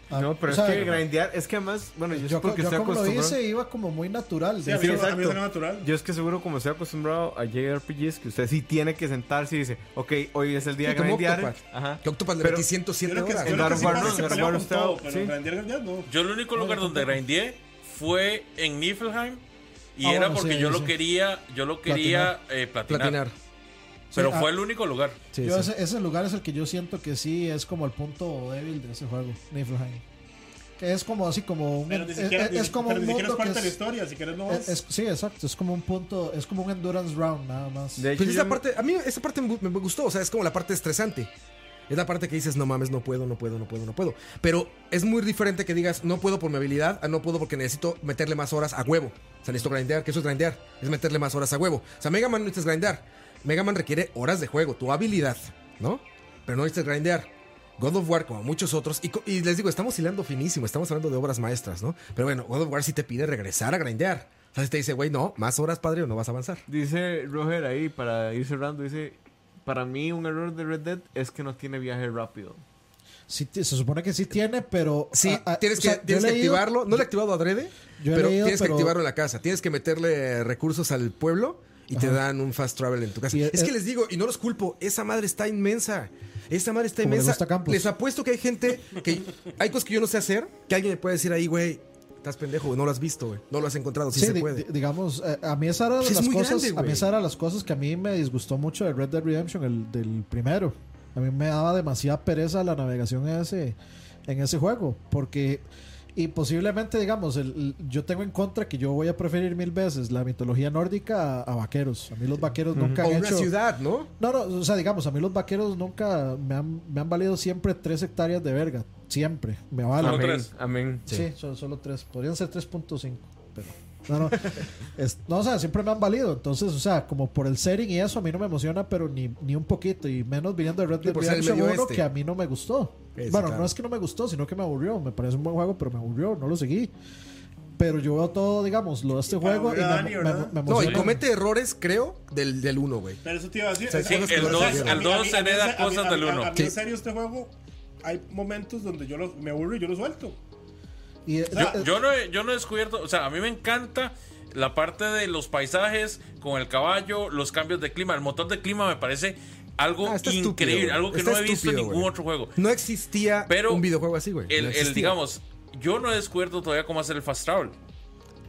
Speaker 4: Ah,
Speaker 3: No, pero
Speaker 4: o
Speaker 3: es
Speaker 4: sea,
Speaker 3: que grindear, es que además, bueno, yo,
Speaker 4: Yo,
Speaker 3: es porque
Speaker 4: yo
Speaker 3: estoy
Speaker 4: como lo
Speaker 3: acostumbrado.
Speaker 4: hice, iba como muy natural.
Speaker 5: Sí, a mí
Speaker 3: Sí,
Speaker 5: no- a mí
Speaker 3: exacto.
Speaker 5: no es natural.
Speaker 3: Yo es que seguro como estoy acostumbrado a JRPGs que usted sí tiene que sentarse y dice, ok, hoy es el día
Speaker 2: Sí,
Speaker 3: de
Speaker 2: como
Speaker 3: grindear.
Speaker 2: Octopath.
Speaker 3: Ajá.
Speaker 2: Que Octopath le
Speaker 3: Pero
Speaker 2: metí
Speaker 5: Yo
Speaker 2: 107
Speaker 5: creo que, yo
Speaker 2: horas.
Speaker 5: creo
Speaker 3: En
Speaker 5: que
Speaker 3: God of
Speaker 5: sí
Speaker 3: War
Speaker 5: pasa
Speaker 3: no,
Speaker 5: que
Speaker 3: en God of
Speaker 5: peleo
Speaker 3: War
Speaker 5: con
Speaker 3: usted-
Speaker 5: todo, pero
Speaker 3: sí.
Speaker 5: en grindear, grindear, no.
Speaker 1: Yo el único lugar donde grindié fue en Niflheim y
Speaker 4: Ah,
Speaker 1: era
Speaker 4: bueno,
Speaker 1: porque
Speaker 4: sí,
Speaker 1: yo
Speaker 4: sí.
Speaker 1: lo quería, yo lo quería eh, platinar,
Speaker 2: Platinar.
Speaker 1: pero
Speaker 4: Sí, ah.
Speaker 1: fue el único lugar.
Speaker 2: Sí,
Speaker 4: Yo
Speaker 2: sí.
Speaker 4: Ese, ese lugar es el que yo siento que sí es como el punto débil de ese juego, Niflheim. que es como así como un
Speaker 5: Pero ni
Speaker 4: es-
Speaker 5: siquiera,
Speaker 4: es,
Speaker 5: ni
Speaker 4: es
Speaker 5: si-
Speaker 4: como
Speaker 5: pero
Speaker 4: un
Speaker 5: ni siquiera eh, es
Speaker 4: mundo que
Speaker 5: parte de la
Speaker 4: es-
Speaker 5: historia, si quieres no
Speaker 4: es- sí exacto es como un punto es como un endurance round nada más
Speaker 3: De hecho,
Speaker 2: Pues
Speaker 3: yo
Speaker 2: esa
Speaker 3: me-
Speaker 2: parte, a mí esa parte me me gustó, o sea, es como la parte estresante. Es la parte que dices, no mames, no puedo, no puedo, no puedo, no puedo. Pero es muy diferente que digas, no puedo por mi habilidad, a no puedo porque necesito meterle más horas a huevo. O sea, necesito grindear, que eso es grindear, es meterle más horas a huevo. O sea, Mega Man no necesitas grindear. Mega Man requiere horas de juego, tu habilidad, ¿no? Pero no necesitas grindear. God of War, como muchos otros, y, co- y les digo, estamos hilando finísimo, estamos hablando de obras maestras, ¿no? Pero bueno, God of War sí te pide regresar a grindear. O sea, si te dice, güey, no, más horas, padre, o no vas a avanzar.
Speaker 3: Dice Roger ahí, para ir cerrando, dice... Para mí un error de Red Dead es que no tiene viaje rápido.
Speaker 4: Sí ti- se supone que sí tiene pero
Speaker 2: Sí,
Speaker 4: a- a-
Speaker 2: tienes
Speaker 4: Ah, o
Speaker 2: que,
Speaker 4: sea, yo
Speaker 2: tienes
Speaker 4: he
Speaker 2: que
Speaker 4: leído-
Speaker 2: activarlo. No lo he activado adrede,
Speaker 4: Yo he
Speaker 2: pero
Speaker 4: leído,
Speaker 2: tienes que
Speaker 4: pero-
Speaker 2: activarlo en la casa. Tienes que meterle recursos al pueblo y te dan un fast travel en tu casa.
Speaker 4: Y
Speaker 2: es
Speaker 4: es-
Speaker 2: que les digo, y no los culpo, esa madre está inmensa. Esa madre está
Speaker 4: Como le
Speaker 2: inmensa.
Speaker 4: gusta a Campos.
Speaker 2: Les apuesto que hay gente que hay cosas que yo no sé hacer, que alguien me puede decir ahí, güey, estás pendejo, güey, no lo has visto, güey, no lo has encontrado, sí,
Speaker 4: Sí,
Speaker 2: se
Speaker 4: di-
Speaker 2: puede.
Speaker 4: di- digamos, eh, a mí esa era
Speaker 2: Sí,
Speaker 4: de
Speaker 2: es
Speaker 4: las
Speaker 2: muy
Speaker 4: cosas,
Speaker 2: grande,
Speaker 4: a mí
Speaker 2: güey.
Speaker 4: esa era de las cosas que a mí me disgustó mucho de Red Dead Redemption, el del primero. A mí me daba demasiada pereza la navegación en ese, en ese juego, porque y posiblemente, digamos, el, el- yo tengo en contra que yo voy a preferir mil veces la mitología nórdica a, a vaqueros. A mí los vaqueros nunca
Speaker 2: o
Speaker 4: han
Speaker 2: una
Speaker 4: hecho
Speaker 2: ciudad, ¿no?
Speaker 4: no, no, o sea, digamos, a mí los vaqueros nunca me han, me han valido siempre tres hectáreas de verga. Siempre. Me valen.
Speaker 1: Solo
Speaker 3: amén,
Speaker 1: tres.
Speaker 3: amén.
Speaker 4: Sí, son solo 3. Podrían ser 3.5, pero... No, no. Es- no, o sea, siempre me han valido. Entonces, o sea, como por el setting y eso, a mí no me emociona, pero ni, ni un poquito. Y menos viniendo de Red Dead
Speaker 2: por ser el
Speaker 4: Redemption
Speaker 2: medio
Speaker 4: 1,
Speaker 2: este.
Speaker 4: que a mí no me gustó.
Speaker 2: Eh, sí,
Speaker 4: bueno,
Speaker 2: claro.
Speaker 4: no es que no me gustó, sino que me aburrió. Me parece un buen juego, pero me aburrió, no lo seguí. Pero yo veo todo, digamos, lo de este
Speaker 5: para
Speaker 4: juego y
Speaker 5: aburrir a
Speaker 4: me,
Speaker 5: Dani,
Speaker 4: me-
Speaker 5: ¿verdad?
Speaker 4: me
Speaker 2: No, y
Speaker 4: emociona.
Speaker 2: comete errores, creo, del, del uno, güey.
Speaker 5: Pero eso te iba a decir.
Speaker 2: O sea, sí,
Speaker 5: es-
Speaker 2: el
Speaker 5: o sea,
Speaker 2: dos-
Speaker 5: a mí-
Speaker 2: el
Speaker 5: a mí-
Speaker 1: dos
Speaker 5: a mí-
Speaker 1: hereda
Speaker 5: a mí-
Speaker 1: cosas
Speaker 5: a mí-
Speaker 1: del
Speaker 5: a-
Speaker 1: uno.
Speaker 5: A mí,
Speaker 2: Sí.
Speaker 5: en serio, este juego, hay momentos donde yo los- me aburro y yo lo suelto.
Speaker 4: Y, eh,
Speaker 5: sea,
Speaker 4: eh,
Speaker 1: Yo no, he, yo no he descubierto, o sea, a mí me encanta la parte de los paisajes con el caballo, los cambios de clima. El motor de clima me parece algo
Speaker 2: Ah, está estúpido,
Speaker 1: increíble,
Speaker 2: güey.
Speaker 1: algo que
Speaker 2: Está
Speaker 1: no he visto en
Speaker 2: estúpido,
Speaker 1: ningún
Speaker 2: güey.
Speaker 1: otro juego.
Speaker 2: No existía
Speaker 1: Pero
Speaker 2: un videojuego así, güey.
Speaker 1: El,
Speaker 2: no
Speaker 1: el,
Speaker 2: existía.
Speaker 1: digamos, yo no he descubierto todavía cómo hacer el fast travel.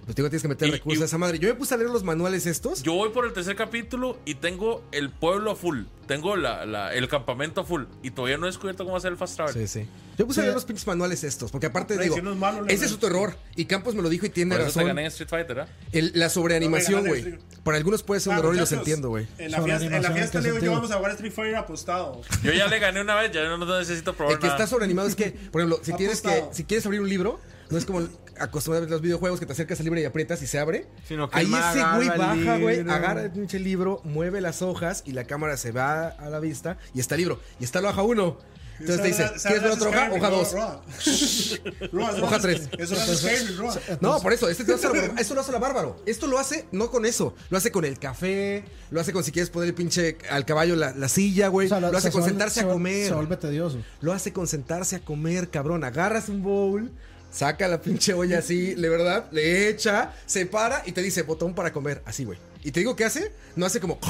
Speaker 2: Pues digo, tienes que meter
Speaker 1: Y-
Speaker 2: recursos
Speaker 1: y-
Speaker 2: a esa madre. Yo me puse a leer los manuales estos.
Speaker 1: Yo voy por el tercer capítulo y tengo el pueblo a full. Tengo la, la- el campamento a full. Y todavía no he descubierto cómo hacer el fast travel.
Speaker 2: Sí, sí. Yo puse a
Speaker 4: Sí.
Speaker 2: leer los pinches manuales estos, porque aparte
Speaker 5: Pero
Speaker 2: digo,
Speaker 5: si no es malo, le-
Speaker 2: ese es su error. Y Campos me lo dijo y tiene
Speaker 1: Por eso te
Speaker 2: razón.
Speaker 1: gané en Street Fighter, ¿ah?
Speaker 2: El- la sobreanimación,
Speaker 5: No, me
Speaker 2: güey.
Speaker 5: ganaste,
Speaker 2: Para algunos puede ser un
Speaker 5: Ah,
Speaker 2: error y los
Speaker 5: muchachos,
Speaker 2: entiendo, güey.
Speaker 5: En la
Speaker 4: Sobre
Speaker 5: fiesta, en la
Speaker 4: animación,
Speaker 5: fiesta
Speaker 4: ¿en qué
Speaker 5: le digo yo
Speaker 4: sentido?
Speaker 5: vamos a jugar Street Fighter apostado.
Speaker 1: Yo ya le gané una vez, ya no necesito probar
Speaker 2: El que
Speaker 1: nada.
Speaker 2: está sobreanimado es que, por ejemplo, si tienes que,
Speaker 5: Apostado.
Speaker 2: si quieres abrir un libro, no es como acostumbrado a los videojuegos que te acercas al libro y aprietas y se abre.
Speaker 3: Sino que
Speaker 2: Ahí
Speaker 3: el man
Speaker 2: ese
Speaker 3: agarra
Speaker 2: güey
Speaker 3: el
Speaker 2: baja, güey,
Speaker 3: libro.
Speaker 2: agarra el pinche libro, mueve las hojas y la cámara se va a la vista y está el libro. Y está la hoja uno. Entonces te dice, ¿quieres ver otra hoja? Hoja dos. Hoja
Speaker 5: Hoja
Speaker 2: tres.
Speaker 5: Eso no es Skyrim, Roa.
Speaker 2: No, por eso, este no hace a lo- esto lo hace a lo bárbaro. Esto lo hace no con eso, lo hace con el café, lo hace con si quieres poner el pinche al caballo la, la silla, güey.
Speaker 4: eh, o sea,
Speaker 2: lo, hace
Speaker 4: se
Speaker 2: con
Speaker 4: vuelve-
Speaker 2: sentarse
Speaker 4: se
Speaker 2: a
Speaker 4: vuelve-
Speaker 2: comer.
Speaker 4: Se vuelve tedioso.
Speaker 2: Lo hace con sentarse a comer, cabrón. Agarras un bowl, saca la pinche olla así, de verdad, le echa, se para y te dice botón para comer, así, güey. Y te digo qué hace, no hace como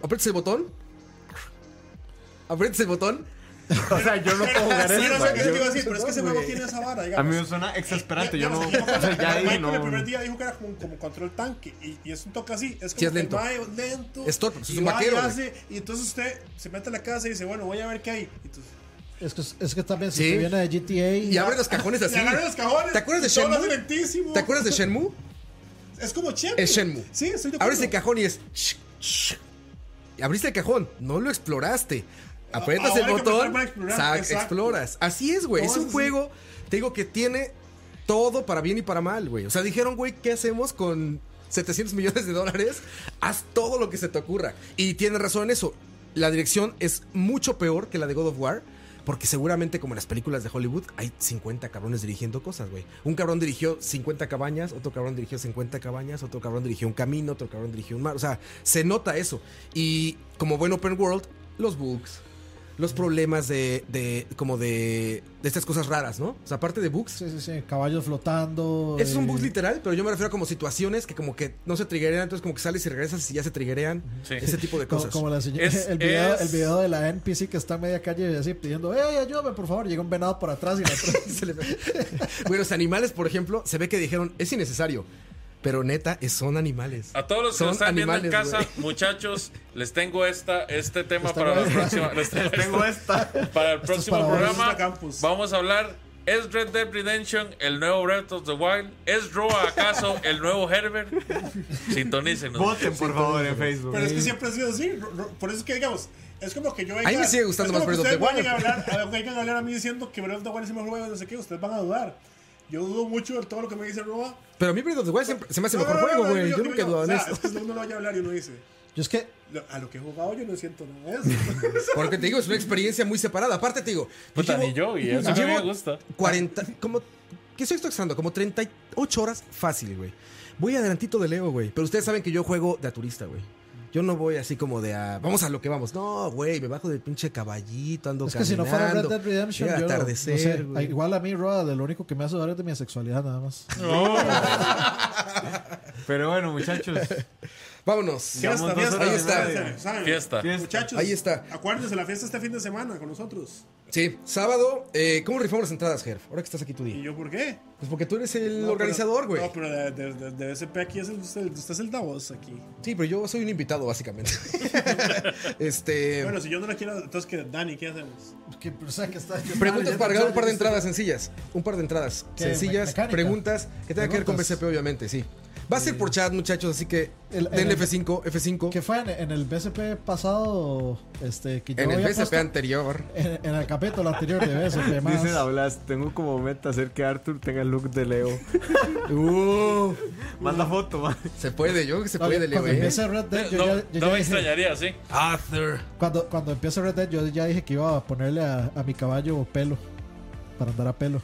Speaker 2: aprietas el botón. Aprietas el botón.
Speaker 3: O sea, yo no puedo jugar
Speaker 5: Sí,
Speaker 3: eso.
Speaker 5: no sé qué te
Speaker 3: yo-
Speaker 5: iba a decir, pero es que ese
Speaker 2: Güey.
Speaker 5: juego tiene esa vara,
Speaker 3: a
Speaker 5: digamos.
Speaker 3: mí me suena exasperante. Yo no...
Speaker 5: Digamos,
Speaker 3: O sea, ya
Speaker 5: Michael
Speaker 3: ahí
Speaker 5: el
Speaker 3: no...
Speaker 5: primer día dijo que era como, como control tanque y, y es un toque así. Es como
Speaker 2: Sí, es
Speaker 5: que
Speaker 2: lento.
Speaker 5: va, es lento.
Speaker 2: Es torpe, pues,
Speaker 5: y
Speaker 2: es un
Speaker 5: va y
Speaker 2: vaquero, güey.
Speaker 5: hace, y entonces usted se mete a la casa y dice, bueno, voy a ver qué hay. Entonces,
Speaker 4: Es que, es que también si
Speaker 2: Sí.
Speaker 4: te viene de GTA...
Speaker 2: Y abre los cajones así.
Speaker 5: y agarra los cajones.
Speaker 2: ¿Te acuerdas de
Speaker 5: y todo lo hace
Speaker 2: Shenmue?
Speaker 5: lentísimo.
Speaker 2: ¿Te acuerdas de Shenmue?
Speaker 5: Es como Shenmue.
Speaker 2: Es Shenmue.
Speaker 5: Sí, estoy de acuerdo.
Speaker 2: Abres el cajón y es. sh- sh- y Abriste el cajón, no lo exploraste. Aprietas
Speaker 5: Ahora
Speaker 2: el
Speaker 5: hay que
Speaker 2: botón,
Speaker 5: empezar para explorar,
Speaker 2: sa-
Speaker 5: exacto.
Speaker 2: exploras. Así es, güey. Es
Speaker 5: Todo
Speaker 2: un
Speaker 5: eso
Speaker 2: juego, te digo, que tiene todo para bien y para mal, güey. O sea, dijeron, güey, ¿qué hacemos con 700 millones de dólares? Haz todo lo que se te ocurra. Y tienes razón en eso. La dirección es mucho peor que la de God of War. Porque seguramente, como en las películas de Hollywood, hay 50 cabrones dirigiendo cosas, güey. Un cabrón dirigió 50 cabañas, otro cabrón dirigió 50 cabañas, otro cabrón dirigió un camino, otro cabrón dirigió un mar. O sea, se nota eso. Y como buen open world, los bugs, los problemas de, de como de, de estas cosas raras, ¿no? O sea, aparte de bugs,
Speaker 4: Sí, sí, sí. Caballos flotando.
Speaker 2: es un
Speaker 4: eh,
Speaker 2: bug literal, pero yo me refiero a como situaciones que como que no se triggerean, entonces como que sales y regresas y ya se triggerean.
Speaker 1: Sí.
Speaker 2: Ese tipo de
Speaker 4: Como,
Speaker 2: cosas.
Speaker 4: como la señora-
Speaker 1: Es-
Speaker 4: el, video,
Speaker 1: es-
Speaker 4: el video de la NPC que está en media calle así pidiendo, ¡Ey, ayúdame, por favor! Llega un venado por atrás y la atrás.
Speaker 2: Se le- Güey, pues. los animales, por ejemplo, se ve que dijeron, es innecesario. Pero neta, es- son animales.
Speaker 5: Ah.
Speaker 1: A todos los que
Speaker 2: Son
Speaker 1: nos están viendo en
Speaker 2: animales,
Speaker 1: casa,
Speaker 2: güey.
Speaker 1: muchachos, les tengo esta, este tema
Speaker 4: Esta
Speaker 1: para la
Speaker 4: nueva.
Speaker 1: próxima. les tengo
Speaker 3: Tengo
Speaker 1: esta-
Speaker 3: esta.
Speaker 1: para el
Speaker 4: es
Speaker 1: próximo
Speaker 4: para vos.
Speaker 5: Esta
Speaker 1: programa.
Speaker 5: campus.
Speaker 1: Vamos a hablar ¿Es Red Dead Redemption el nuevo Breath of the Wild? ¿Es Roa acaso el nuevo Herbert? Sintonícenos.
Speaker 3: Voten, por favor, en Facebook.
Speaker 5: Pero es que siempre ha sido así. ro- ro- Por eso es que, digamos, es como que yo. venga-
Speaker 2: A mí me sigue gustando
Speaker 5: es como
Speaker 2: más
Speaker 5: que
Speaker 2: Breath of the
Speaker 5: ustedes
Speaker 2: Wild.
Speaker 5: Vengan a, hablar, a- vengan a hablar a mí diciendo que Breath of the Wild es el mejor juego, no sé qué. Ustedes van a dudar. Yo dudo mucho de todo lo que me dice Roa.
Speaker 2: Pero a mí Breath of the Wild siempre- se me hace
Speaker 5: No,
Speaker 2: mejor
Speaker 5: no, no,
Speaker 2: juego,
Speaker 5: no,
Speaker 2: güey. Yo
Speaker 5: digo,
Speaker 2: nunca he
Speaker 5: digo,
Speaker 2: dudado en
Speaker 5: o sea,
Speaker 2: eso.
Speaker 5: Es que uno lo oye hablar y uno dice,
Speaker 4: Yo es que
Speaker 5: "Lo- a lo que he jugado yo no siento nada de eso.
Speaker 2: Porque te digo, es una experiencia muy separada. Aparte, te digo. yo
Speaker 1: Puta,
Speaker 2: llevo-
Speaker 1: ni yo, y eso a mí me gusta.
Speaker 2: 40, como, ¿qué estoy extrasando? Como 38 horas fácil, güey. Voy adelantito de Leo, güey. Pero ustedes saben que yo juego de a turista, güey. Yo no voy así como de a, vamos a lo que vamos. No, güey, me bajo del pinche caballito, ando
Speaker 4: Es que si no fuera Red Dead Redemption, yo
Speaker 2: llega
Speaker 4: no-
Speaker 2: atardecer,
Speaker 4: no sé,
Speaker 2: güey.
Speaker 4: igual a mí, Roa, de lo único que me hace dudar es de mi sexualidad nada más.
Speaker 3: Pero bueno, muchachos.
Speaker 2: Vámonos.
Speaker 3: Ya Llevamos
Speaker 5: Fiesta,
Speaker 3: dos
Speaker 5: fiesta.
Speaker 3: horas
Speaker 2: y
Speaker 5: fiesta,
Speaker 2: media.
Speaker 5: fiesta, ¿saben?
Speaker 1: Fiesta.
Speaker 3: Fiesta.
Speaker 5: Muchachos,
Speaker 2: Ahí está.
Speaker 5: Acuérdense la fiesta este fin de semana con nosotros.
Speaker 2: Sí, sábado. eh, ¿Cómo rifamos las entradas, Herf? Ahora que estás aquí tú,
Speaker 5: ¿Y
Speaker 2: día.
Speaker 5: yo por qué?
Speaker 2: Pues porque tú eres el
Speaker 5: No, pero-
Speaker 2: organizador, güey.
Speaker 5: No, pero de, de, de- de BSP aquí es el, usted, usted es el Davos aquí.
Speaker 2: Sí, pero yo soy un invitado, básicamente. este.
Speaker 5: Bueno, si yo no la quiero, entonces que Dani, ¿qué hacemos?
Speaker 4: Que, pero, o sea, que está-
Speaker 2: Preguntas
Speaker 4: Ah,
Speaker 2: para
Speaker 4: ya-
Speaker 2: ganar un par de
Speaker 4: ya-
Speaker 2: entradas sencillas. Un par de entradas
Speaker 4: ¿Qué?
Speaker 2: sencillas,
Speaker 4: Mecánica.
Speaker 2: preguntas que tengan que ver con
Speaker 4: Preguntas.
Speaker 2: BCP, obviamente, sí. Va a ser por chat, muchachos, así que
Speaker 4: El-
Speaker 2: denle
Speaker 4: el-
Speaker 2: F5, F5.
Speaker 4: Que fue en, en el BSP pasado, este, que yo
Speaker 2: en el
Speaker 4: había
Speaker 2: BCP
Speaker 4: puesto-
Speaker 2: anterior.
Speaker 4: en, en el capítulo anterior de BSP más.
Speaker 3: Dice Dablas, tengo como meta hacer que Arthur tenga el look de Leo.
Speaker 2: Uh,
Speaker 3: Manda foto, man.
Speaker 2: se puede, yo creo que se
Speaker 4: No,
Speaker 2: puede, Leo.
Speaker 4: cuando
Speaker 2: ¿eh?
Speaker 4: empiece Red Dead, yo
Speaker 1: No,
Speaker 4: ya- yo
Speaker 1: no
Speaker 4: ya
Speaker 1: me
Speaker 4: dije-
Speaker 1: extrañaría, sí.
Speaker 2: Arthur.
Speaker 4: Cuando, cuando empiece Red Dead, yo ya dije que iba a ponerle a, a mi caballo pelo. Para andar a pelo.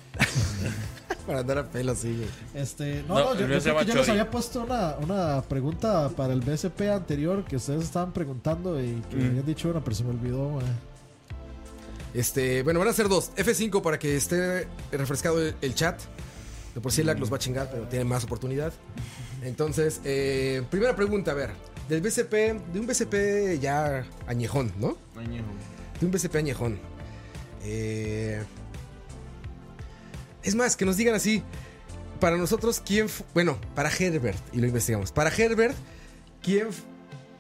Speaker 2: Para andar a pelo así, güey.
Speaker 4: Este, no,
Speaker 1: No,
Speaker 4: no, yo,
Speaker 1: el
Speaker 4: yo
Speaker 1: mío se
Speaker 4: creo que
Speaker 1: llama
Speaker 4: yo les
Speaker 1: Chori.
Speaker 4: había puesto una, una pregunta para el BSP anterior que ustedes estaban preguntando y
Speaker 1: Mm.
Speaker 4: que me habían dicho una, pero se me olvidó. eh. güey.
Speaker 2: Este, bueno, van a ser dos. F5 para que esté refrescado el, el chat. De por sí,
Speaker 4: Mm.
Speaker 2: LAC los va a chingar, pero tiene más oportunidad. Entonces, eh, primera pregunta, a ver. Del BCP, de un BCP ya añejón, ¿no? De un BCP añejón. Eh, es más, que nos digan así. Para nosotros, ¿quién fu- Bueno, para Herbert, y lo investigamos. Para Herbert, ¿quién. f-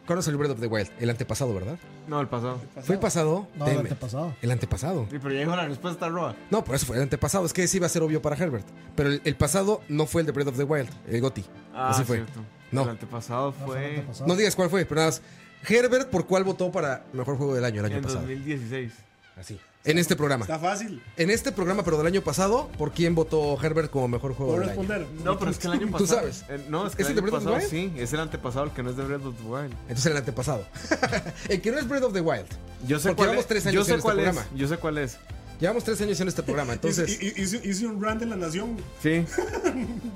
Speaker 2: ¿Cuándo salió Breath of the Wild? El antepasado, ¿verdad?
Speaker 3: No, el pasado.
Speaker 2: ¿Fue el pasado?
Speaker 4: No,
Speaker 2: Damn
Speaker 4: el
Speaker 2: it.
Speaker 4: antepasado.
Speaker 2: El antepasado.
Speaker 3: Sí, pero ya dijo la respuesta Roa.
Speaker 2: No, por eso fue el antepasado. Es que ese iba a ser obvio para Herbert. Pero el, el pasado no fue el de Breath of the Wild, el Gotti.
Speaker 3: Ah,
Speaker 2: Ese fue.
Speaker 3: cierto.
Speaker 2: No.
Speaker 3: El antepasado
Speaker 4: No, fue el
Speaker 3: fue
Speaker 4: antepasado.
Speaker 2: No digas cuál fue, pero nada más. Herbert, ¿por cuál votó para mejor juego del año el año
Speaker 3: en
Speaker 2: pasado?
Speaker 3: 2016.
Speaker 2: Así. En este programa.
Speaker 5: Está fácil.
Speaker 2: En este programa, pero del año pasado, ¿por quién votó Herbert como mejor juego
Speaker 5: Puedo
Speaker 2: del año?
Speaker 5: responder.
Speaker 3: No, pero es que el año pasado.
Speaker 2: ¿Tú sabes?
Speaker 3: eh, no, es que
Speaker 2: ¿Es
Speaker 3: el,
Speaker 2: el de
Speaker 3: año
Speaker 2: Breath of the
Speaker 3: pasado sí. Es el antepasado el que no es de Breath of the Wild.
Speaker 2: Entonces el antepasado. el que no es Breath of the Wild.
Speaker 3: Yo sé
Speaker 2: Porque
Speaker 3: cuál
Speaker 2: llevamos
Speaker 3: es.
Speaker 2: tres
Speaker 3: yo
Speaker 2: años
Speaker 3: sé
Speaker 2: en este
Speaker 3: cuál es.
Speaker 2: programa.
Speaker 3: Yo sé cuál es.
Speaker 2: Llevamos tres años en este programa, entonces.
Speaker 5: Hice- hice, hice un rant en la nación.
Speaker 3: Sí.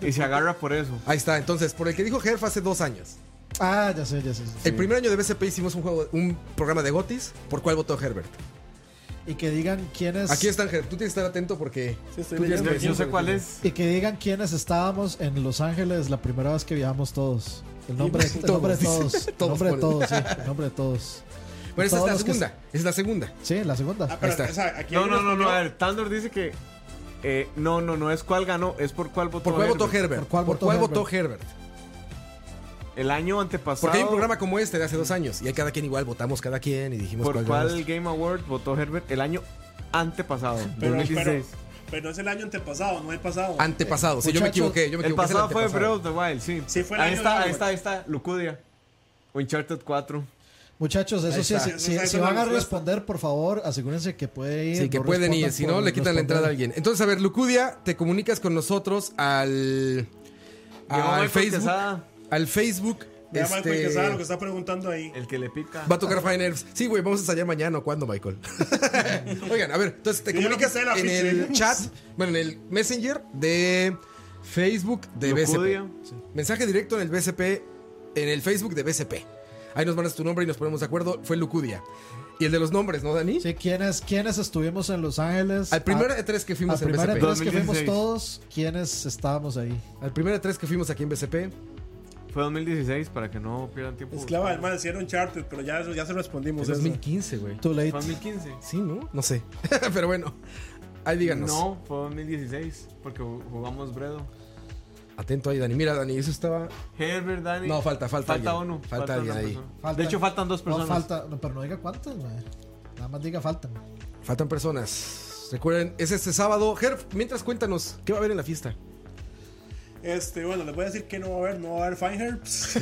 Speaker 3: y se agarra por eso.
Speaker 2: Ahí está, entonces, por el que dijo Herf hace dos años.
Speaker 4: Ah, ya sé, ya sé. ya sé.
Speaker 2: El primer año de BCP hicimos un juego, un programa de Gotis. ¿Por cuál votó Herbert?
Speaker 4: Y que digan quiénes.
Speaker 2: Aquí está Herbert. Tú tienes que estar atento porque.
Speaker 5: Sí, estoy
Speaker 2: tú tienes
Speaker 5: leyendo.
Speaker 2: que
Speaker 3: Yo,
Speaker 2: decir
Speaker 3: yo sé
Speaker 2: lo
Speaker 3: cuál
Speaker 2: que-
Speaker 3: es.
Speaker 4: Y que digan quiénes estábamos en Los Ángeles la primera vez que viajamos todos. El nombre, el nombre de
Speaker 2: Todos,
Speaker 4: todos.
Speaker 2: dice.
Speaker 4: El nombre de
Speaker 2: Todos
Speaker 4: todos, sí. El nombre de todos.
Speaker 2: Pero esa es
Speaker 4: Todos
Speaker 2: la
Speaker 4: los que-
Speaker 2: segunda. esa Es la segunda.
Speaker 4: Sí, la segunda.
Speaker 5: Ah, pero,
Speaker 2: Ahí está.
Speaker 5: o sea, aquí
Speaker 3: No,
Speaker 5: hay
Speaker 3: no,
Speaker 5: unos-
Speaker 3: no, no. A ver, Tandor dice que. eh, no, no, no es cuál ganó, es por cuál votó.
Speaker 2: ¿Por cuál votó
Speaker 3: Herbert.
Speaker 2: Herbert?
Speaker 4: ¿Por cuál votó
Speaker 2: Herbert?
Speaker 3: El año antepasado.
Speaker 2: Porque hay un programa como este de hace dos años. Y hay cada quien igual, votamos cada quien y dijimos
Speaker 3: ¿Por
Speaker 2: ganamos.
Speaker 3: cuál Game Award votó Herbert? El año antepasado,
Speaker 5: Pero, pero,
Speaker 3: 2016.
Speaker 5: pero no es el año antepasado, no el pasado.
Speaker 2: Antepasado. sí, yo me
Speaker 4: Muchachos,
Speaker 2: equivoqué. Yo me
Speaker 3: el
Speaker 2: equivoqué, es
Speaker 3: pasado fue Breath
Speaker 2: antepasado.
Speaker 3: of the Wild, sí.
Speaker 5: Sí, fue el
Speaker 3: ahí,
Speaker 5: año
Speaker 3: está,
Speaker 5: de-
Speaker 3: ahí está, ahí está. Lucudia. Uncharted 4.
Speaker 4: Muchachos, eso
Speaker 2: Ahí
Speaker 4: sí,
Speaker 2: está.
Speaker 4: si, si-
Speaker 5: Esa es
Speaker 4: si
Speaker 5: la
Speaker 4: van a
Speaker 5: respuesta.
Speaker 4: responder, por favor, asegúrense que puede ir.
Speaker 2: Sí, que
Speaker 4: no
Speaker 2: pueden ir.
Speaker 4: respondan
Speaker 2: Si no,
Speaker 4: por
Speaker 2: le quitan la entrada a
Speaker 4: responder.
Speaker 2: alguien. Entonces, a ver, Lucudia, te comunicas con nosotros al.
Speaker 3: Llegó
Speaker 2: al
Speaker 3: Michael
Speaker 2: Facebook.
Speaker 3: Quesada,
Speaker 2: Al Facebook.
Speaker 5: Vea
Speaker 2: este,
Speaker 5: Michael Quesada lo que está preguntando ahí.
Speaker 3: el que le pica.
Speaker 2: Va a tocar Fine Herbs. Sí, güey, vamos a ensayar mañana o cuándo, Michael. Oigan, a ver, entonces te
Speaker 5: Yo ya no
Speaker 2: comunicas
Speaker 5: pensé en la
Speaker 2: en
Speaker 5: ficha,
Speaker 2: el
Speaker 5: ¿eh?
Speaker 2: chat, bueno, en el Messenger de Facebook de
Speaker 3: Lucudia.
Speaker 2: BCP. Sí. Mensaje directo en el BCP, en el Facebook de BCP. Ahí nos mandas tu nombre y nos ponemos de acuerdo. Fue Lucudia. Y el de los nombres, ¿no, Dani?
Speaker 4: Sí, ¿quiénes, quiénes estuvimos en Los Ángeles?
Speaker 2: Al primer
Speaker 4: A-
Speaker 2: E3 que
Speaker 4: al
Speaker 2: fuimos en
Speaker 4: primer E
Speaker 2: BCP.
Speaker 4: E3 que
Speaker 3: 2016.
Speaker 4: fuimos todos, ¿quiénes estábamos ahí?
Speaker 2: Al primer E3 que fuimos aquí en BCP.
Speaker 3: Fue 2016 para que no pierdan tiempo.
Speaker 5: Esclava del mal, hicieron Uncharted, pero ya, ya se respondimos.
Speaker 2: Es
Speaker 5: eso.
Speaker 2: 2015, güey.
Speaker 4: Too late.
Speaker 3: Fue 2015.
Speaker 2: Sí, ¿no? No sé. Pero bueno, ahí díganos.
Speaker 3: No, fue 2016 porque ju- jugamos Bredo.
Speaker 2: Atento ahí, Dani. Mira, Dani, eso estaba...
Speaker 3: Herbert, Dani.
Speaker 2: No, falta, falta
Speaker 3: Falta
Speaker 2: alguien.
Speaker 3: uno.
Speaker 2: Falta
Speaker 3: una
Speaker 2: alguien ahí.
Speaker 3: persona.
Speaker 4: Falta-
Speaker 3: De hecho, faltan dos personas.
Speaker 4: No, falta, no, pero no diga cuántas, güey. Nada más diga faltan.
Speaker 2: Faltan personas. Recuerden, es este sábado. Herf, mientras cuéntanos, ¿qué va a haber en la fiesta?
Speaker 5: Este, bueno, les voy a decir que no va a haber, no va a haber Fine Herbs.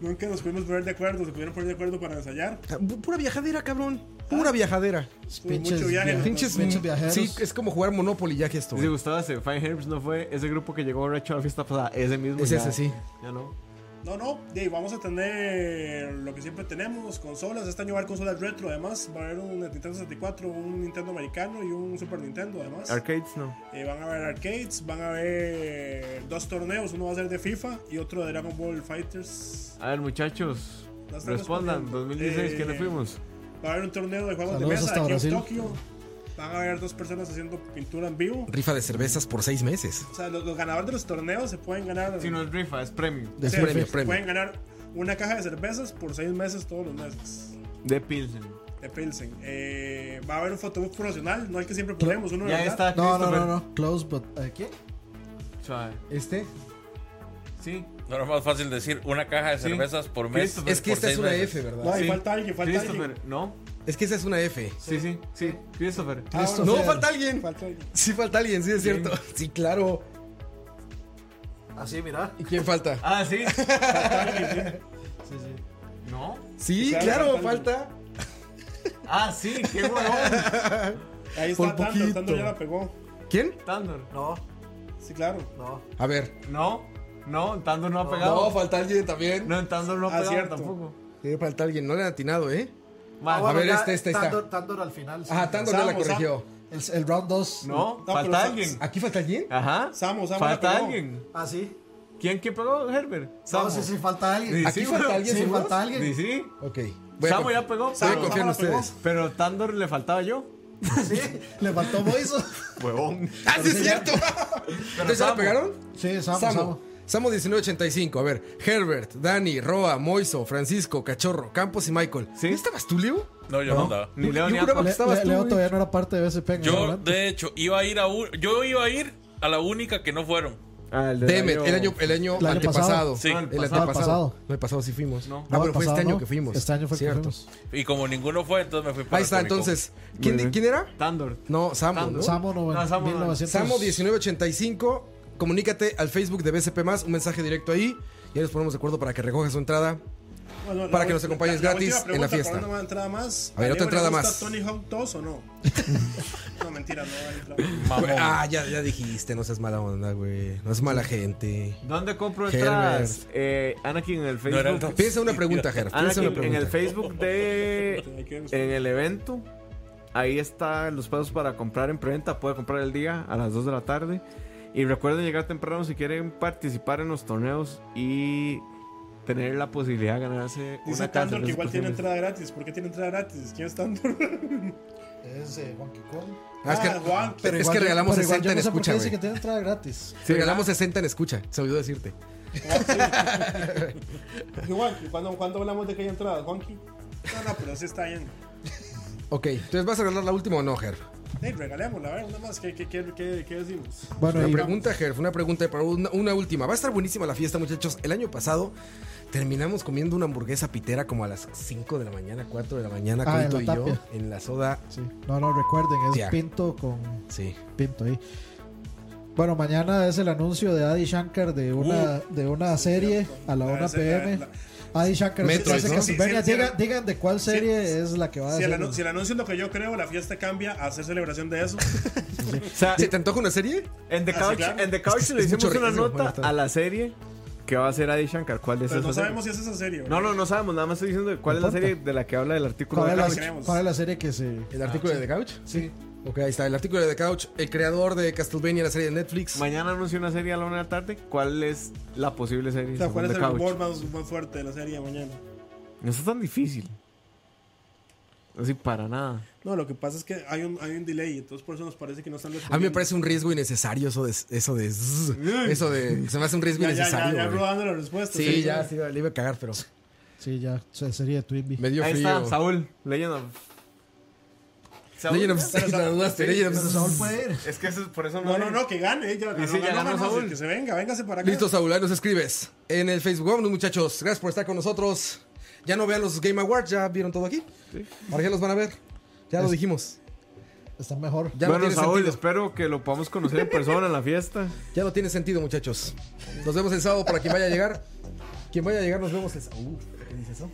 Speaker 5: Nunca nos pudimos poner de acuerdo, se pudieron poner de acuerdo para ensayar.
Speaker 2: Ah, Pura viajadera, cabrón. Pura viajadera.
Speaker 5: Tuve mucho viaje.
Speaker 4: via-
Speaker 5: ¿no?
Speaker 2: Pinches,
Speaker 4: pinches viajeros.
Speaker 2: Sí, es como jugar Monopoly ya que esto. ¿eh?
Speaker 3: Si
Speaker 2: güey.
Speaker 3: gustaba ese Fine Herbs, no fue ese grupo que llegó borracho a la fiesta pasada, ese mismo.
Speaker 2: Es
Speaker 3: ya-
Speaker 2: ese, sí.
Speaker 3: Ya no.
Speaker 5: No, no, de ahí vamos a tener lo que siempre tenemos, consolas. Este año va a haber consolas retro, además. Va a haber un Nintendo 64, un Nintendo americano y un Super Nintendo, además.
Speaker 3: Arcades, no.
Speaker 5: Eh, van a haber arcades, van a haber dos torneos. Uno va a ser de FIFA y otro de Dragon Ball Fighters.
Speaker 3: A ver, muchachos,
Speaker 5: No están
Speaker 3: respondan.
Speaker 5: respondiendo.
Speaker 3: 2016, ¿quiénes
Speaker 5: Eh,
Speaker 3: fuimos?
Speaker 5: Va a haber un torneo de juegos
Speaker 4: Saludos
Speaker 5: de mesa
Speaker 4: hasta
Speaker 5: aquí
Speaker 4: Brasil.
Speaker 5: en Tokio. Van a haber dos personas haciendo pintura en vivo.
Speaker 2: Rifa de cervezas por seis meses.
Speaker 5: O sea, los, los ganadores de los torneos se pueden ganar.
Speaker 3: Si no es rifa, es premio.
Speaker 4: De
Speaker 5: Sí,
Speaker 2: premio,
Speaker 5: se
Speaker 2: premio.
Speaker 5: Pueden ganar una caja de cervezas por seis meses todos los meses.
Speaker 3: De Pilsen.
Speaker 5: De Pilsen. Eh, va a haber un fotobook profesional, no el que siempre ponemos, uno de
Speaker 3: Ya
Speaker 5: verdad.
Speaker 3: está,
Speaker 4: No, no,
Speaker 3: Christopher.
Speaker 4: no, no. Close, but. ¿eh, ¿Quién?
Speaker 3: Suave.
Speaker 4: Este.
Speaker 3: Sí.
Speaker 1: No era más fácil decir una caja de
Speaker 3: Sí.
Speaker 1: cervezas por mes.
Speaker 3: Christopher,
Speaker 2: Es que
Speaker 1: por
Speaker 2: esta es
Speaker 1: seis
Speaker 2: una
Speaker 1: meses.
Speaker 2: F, ¿verdad?
Speaker 5: No, y
Speaker 3: Sí.
Speaker 5: falta alguien, falta alguien.
Speaker 3: Christopher, no.
Speaker 2: Es que esa es una F.
Speaker 3: Sí, sí, sí. Christopher.
Speaker 5: Ah, bueno,
Speaker 2: No,
Speaker 4: Christopher.
Speaker 2: falta alguien.
Speaker 5: falta alguien.
Speaker 2: Sí, falta alguien, sí, es cierto. Sí, claro.
Speaker 6: Ah,
Speaker 3: Así, mira.
Speaker 2: ¿Y quién falta?
Speaker 3: Ah, sí.
Speaker 5: Falta alguien, sí.
Speaker 4: Sí, sí.
Speaker 3: No.
Speaker 2: Sí,
Speaker 5: Sí,
Speaker 2: claro, falta.
Speaker 5: falta
Speaker 3: Ah, sí, qué huevón.
Speaker 5: Ahí
Speaker 2: Por
Speaker 5: está Tando, Tando
Speaker 2: poquito.
Speaker 5: ya la pegó.
Speaker 2: ¿Quién?
Speaker 3: Tandor.
Speaker 6: No,
Speaker 5: Sí, claro.
Speaker 6: no.
Speaker 2: A ver.
Speaker 3: No, no, Tandor no ha
Speaker 2: No,
Speaker 3: pegado.
Speaker 2: falta alguien también.
Speaker 3: No, en Tandor no ha
Speaker 5: Ah,
Speaker 3: pegado
Speaker 5: cierto.
Speaker 3: tampoco.
Speaker 2: Sí, falta alguien. No le han atinado, ¿eh?
Speaker 3: Mal.
Speaker 6: Ah,
Speaker 2: A ver,
Speaker 6: ya
Speaker 2: este, este, esta.
Speaker 6: Tandor, Tandor al final. sí.
Speaker 2: Ajá, Tando no la
Speaker 5: Samos,
Speaker 2: corrigió.
Speaker 4: El, el round 2.
Speaker 3: No,
Speaker 5: No, pero
Speaker 3: falta
Speaker 5: Sa-
Speaker 3: alguien.
Speaker 2: ¿Aquí falta alguien?
Speaker 4: Ah.
Speaker 3: Ajá.
Speaker 5: Samo, Samo la
Speaker 3: Falta
Speaker 5: pegó.
Speaker 3: alguien.
Speaker 6: Ah, sí.
Speaker 3: ¿Quién que pegó? Herbert.
Speaker 6: No, sí, sí, falta alguien.
Speaker 3: Sí,
Speaker 2: ¿Aquí
Speaker 3: sí,
Speaker 2: falta
Speaker 3: pero-
Speaker 2: alguien?
Speaker 6: sí,
Speaker 2: seguro?
Speaker 6: falta alguien.
Speaker 3: Sí, sí.
Speaker 2: Ok.
Speaker 3: Samo
Speaker 2: Bueno,
Speaker 3: ya pegó,
Speaker 2: Voy a
Speaker 3: pero,
Speaker 5: Samo,
Speaker 2: confiar en
Speaker 5: Samo la pegó.
Speaker 2: ustedes.
Speaker 3: pero Tandor le faltaba yo.
Speaker 6: Sí.
Speaker 4: Le faltó Moiso.
Speaker 3: Huevón.
Speaker 2: ¡Ah, sí es cierto! ¿Ustedes ya la
Speaker 3: Samo.
Speaker 2: pegaron?
Speaker 4: Sí, Samo, Samo.
Speaker 2: Samo. Samo 1985, a ver, Herbert, Dani, Roa, Moiso, Francisco, Cachorro, Campos y Michael.
Speaker 3: ¿Sí?
Speaker 2: ¿No estabas tú, Leo?
Speaker 1: No, yo no, andaba.
Speaker 3: Ni Leo
Speaker 2: Yo
Speaker 3: ni
Speaker 2: juraba
Speaker 3: Apa.
Speaker 2: que
Speaker 4: Le-
Speaker 2: estabas
Speaker 4: Le-
Speaker 2: tú,
Speaker 4: Leo
Speaker 2: güey.
Speaker 4: todavía no era parte de BSP en el
Speaker 1: Yo,
Speaker 4: volante.
Speaker 1: de hecho, iba a ir a un- yo iba a ir a la única que no fueron.
Speaker 3: Ah, el de
Speaker 2: Demet, el año, el año
Speaker 4: El año
Speaker 2: antepasado.
Speaker 4: pasado.
Speaker 1: Sí.
Speaker 3: No,
Speaker 2: El
Speaker 3: el pasado.
Speaker 2: antepasado.
Speaker 4: pasado.
Speaker 2: No, el pasado sí fuimos. No,
Speaker 3: No.
Speaker 2: pero
Speaker 4: el
Speaker 2: fue este
Speaker 4: pasado,
Speaker 2: año
Speaker 4: ¿no?
Speaker 2: que fuimos.
Speaker 4: Este año fue que
Speaker 2: Cierto.
Speaker 4: fuimos.
Speaker 1: Y como ninguno fue, entonces me fui para
Speaker 2: Ahí está,
Speaker 1: el Cómico.
Speaker 2: entonces. ¿Quién,
Speaker 3: Muy bien.
Speaker 2: ¿quién era?
Speaker 3: Tandor.
Speaker 2: No, Samo. ¿no?
Speaker 4: Samo no,
Speaker 5: Ah,
Speaker 3: No, Samo no.
Speaker 4: 1900.
Speaker 2: Samo 1985. Comunícate al Facebook de BCP, un mensaje directo ahí. Y ahí nos ponemos de acuerdo para que recojas su entrada.
Speaker 5: Bueno,
Speaker 2: Para
Speaker 5: la
Speaker 2: que nos
Speaker 5: ul-
Speaker 2: acompañes
Speaker 5: la- la
Speaker 2: gratis
Speaker 5: última
Speaker 2: en la
Speaker 5: pregunta,
Speaker 2: fiesta.
Speaker 5: ¿para una entrada más?
Speaker 2: A ver,
Speaker 5: ¿A
Speaker 2: otra
Speaker 5: Leo le
Speaker 2: entrada
Speaker 5: gusta
Speaker 2: más.
Speaker 5: Tony Hawk 2 o no? No, mentira, no va a entrar.
Speaker 1: Mamón.
Speaker 2: Ah, ya, ya dijiste, no seas mala onda, güey. No es mala gente.
Speaker 3: ¿Dónde compro entradas? Eh, Anakin en el
Speaker 1: No era el
Speaker 3: Facebook.
Speaker 2: Piensa una pregunta, Gerard. Piensa una
Speaker 3: Anakin ah, en el
Speaker 2: pregunta.
Speaker 3: Facebook de
Speaker 5: Hay que buscar.
Speaker 3: en el evento. Ahí están los pasos para comprar en preventa. Puede comprar el día a las 2 de la tarde. Y recuerden llegar temprano si quieren participar en los torneos y tener la posibilidad de ganarse
Speaker 5: Dice
Speaker 3: una casa
Speaker 5: Tandor
Speaker 3: de
Speaker 5: que igual tiene
Speaker 3: suscripciones.
Speaker 5: entrada gratis. ¿Por qué tiene entrada gratis? ¿Quién es Tandor?
Speaker 4: Es eh, Donkey Kong.
Speaker 2: Ah, es que,
Speaker 5: Ah, Juan,
Speaker 2: pero es que
Speaker 4: igual yo-
Speaker 2: regalamos
Speaker 4: pero igual yo
Speaker 2: 60 en
Speaker 4: no sé por qué
Speaker 2: escucha,
Speaker 4: Dice
Speaker 2: güey.
Speaker 4: que tiene entrada gratis.
Speaker 3: Sí,
Speaker 2: regalamos 60 en escucha, se olvidó decirte.
Speaker 5: Juanqui, Ah, ¿cuándo, cuándo hablamos de que hay entradas, Juanqui? No, no, pero sí está bien.
Speaker 2: Ok, entonces vas a regalar la última o no, Gerf.
Speaker 5: Hey, regalémosla, a ver, nada más, ¿qué, qué, qué, qué, qué decimos?
Speaker 4: Bueno,
Speaker 2: Una
Speaker 4: y
Speaker 2: pregunta, Gerf, una pregunta, pero una, una última. Va a estar buenísima la fiesta, muchachos. El año pasado terminamos comiendo una hamburguesa pitera como a las 5 de la mañana, 4 de la mañana,
Speaker 4: Ah, en
Speaker 2: Corito
Speaker 4: la
Speaker 2: y yo,
Speaker 4: tapia.
Speaker 2: en la soda.
Speaker 4: Sí. No, no, recuerden, es
Speaker 2: Ya.
Speaker 4: Pinto con
Speaker 2: Sí.
Speaker 4: Pinto ahí. Bueno, mañana es el anuncio de Adi Shankar de una,
Speaker 2: Uh.
Speaker 4: de una serie a la 1
Speaker 5: La-
Speaker 4: pm.
Speaker 5: la-
Speaker 4: Adi Shankar es el que
Speaker 2: Metroid,
Speaker 4: hace
Speaker 2: ¿no?
Speaker 4: Castlevania.
Speaker 5: Sí, sí, sí,
Speaker 4: Diga-
Speaker 5: sí.
Speaker 4: Digan de cuál serie
Speaker 5: Sí.
Speaker 4: es la que va a
Speaker 5: Si el,
Speaker 4: hacer.
Speaker 5: anun- si el anuncio es lo que yo creo, la fiesta cambia a hacer celebración de eso.
Speaker 3: O sea,
Speaker 2: ¿Se te antoja una serie?
Speaker 3: en The
Speaker 5: Ah, sí,
Speaker 3: Couch,
Speaker 5: claro.
Speaker 3: en The Couch le
Speaker 2: es
Speaker 3: hicimos
Speaker 2: mucho
Speaker 3: una
Speaker 2: riesgo, bueno,
Speaker 3: nota
Speaker 2: está.
Speaker 3: a la serie que va a ser Adi Shankar. ¿Cuál es
Speaker 5: Pero
Speaker 3: esa
Speaker 5: no
Speaker 3: serie?
Speaker 5: sabemos si es esa serie. ¿verdad?
Speaker 3: No, no, no sabemos. Nada más estoy diciendo cuál es la
Speaker 4: importa.
Speaker 3: serie de la que habla el artículo.
Speaker 4: ¿Cuál es
Speaker 3: de
Speaker 5: la
Speaker 4: la,
Speaker 3: Couch.
Speaker 5: tenemos.
Speaker 4: cuál es la serie que se.
Speaker 3: Ah,
Speaker 2: ¿El artículo de The Couch?
Speaker 4: Sí.
Speaker 2: Ok, ahí está. El artículo de The Couch, el creador de Castlevania, la serie de Netflix.
Speaker 3: Mañana anunció una serie a la una de la tarde. ¿Cuál es la posible serie?
Speaker 5: O sea, ¿cuál es
Speaker 3: según
Speaker 5: el
Speaker 3: The Couch?
Speaker 5: rumor más, más fuerte de la serie de mañana?
Speaker 3: No está tan difícil. Así para nada.
Speaker 5: No, lo que pasa es que hay un, hay un delay, entonces por eso nos parece que no están
Speaker 2: A mí me
Speaker 5: respondiendo.
Speaker 2: parece un riesgo innecesario eso de... Eso de... Eso de... Se me hace un riesgo
Speaker 5: Ya, ya, ya,
Speaker 2: innecesario.
Speaker 5: ya,
Speaker 2: güey.
Speaker 5: rodando la respuesta.
Speaker 2: Sí, ya, sí, le iba a cagar, pero
Speaker 4: Sí, ya. o sea, serie de Twinbee.
Speaker 2: me dio
Speaker 3: Ahí
Speaker 2: frío.
Speaker 3: está, Saúl. Legend of. Saúl,
Speaker 2: Legend of
Speaker 3: ¿ya?
Speaker 2: Zelda, la dudaste, Legend of-
Speaker 4: Pero Saúl puede ir.
Speaker 3: Es que eso es por eso
Speaker 5: No,
Speaker 3: hay-
Speaker 5: no, no, que gane. Ya,
Speaker 3: Y sí, ya ganó Saúl.
Speaker 5: Que se venga, véngase para acá.
Speaker 2: Listo, Saúl, ahí nos escribes. En el Facebook, vámonos, muchachos. Gracias por estar con nosotros. Ya no vean los Game Awards, ya vieron todo aquí. Ahora ya los van a ver. Ya lo dijimos.
Speaker 4: está mejor.
Speaker 2: Ya no
Speaker 3: bueno,
Speaker 2: tiene
Speaker 3: Saúl,
Speaker 2: sentido.
Speaker 3: espero que lo podamos conocer en persona en la fiesta.
Speaker 2: Ya no tiene sentido, muchachos. Nos vemos el sábado para quien vaya a llegar. Quien vaya a llegar, nos vemos el sábado. ¿Qué dice eso?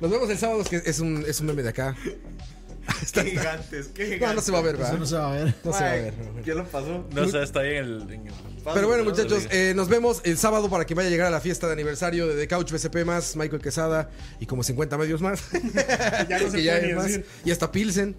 Speaker 2: Nos vemos el sábado, que es un, es un meme de acá.
Speaker 7: Qué gigantes, qué
Speaker 2: No,
Speaker 7: gigantes.
Speaker 2: no se va a ver,
Speaker 4: Eso
Speaker 2: ¿verdad?
Speaker 4: no se va a ver.
Speaker 2: No se va a ver.
Speaker 7: ¿Qué lo pasó?
Speaker 1: No sé, está ahí en el. en el-
Speaker 7: Pablo,
Speaker 2: Pero bueno,
Speaker 7: no,
Speaker 2: muchachos,
Speaker 7: no,
Speaker 2: eh, nos vemos el sábado para quien vaya a llegar a la fiesta de aniversario de The Couch BCP más, Michael Quesada y como 50 medios más.
Speaker 5: Ya no se
Speaker 2: Que ya
Speaker 5: puede
Speaker 2: es
Speaker 5: ni
Speaker 2: más.
Speaker 5: decir.
Speaker 2: Y hasta Pilsen.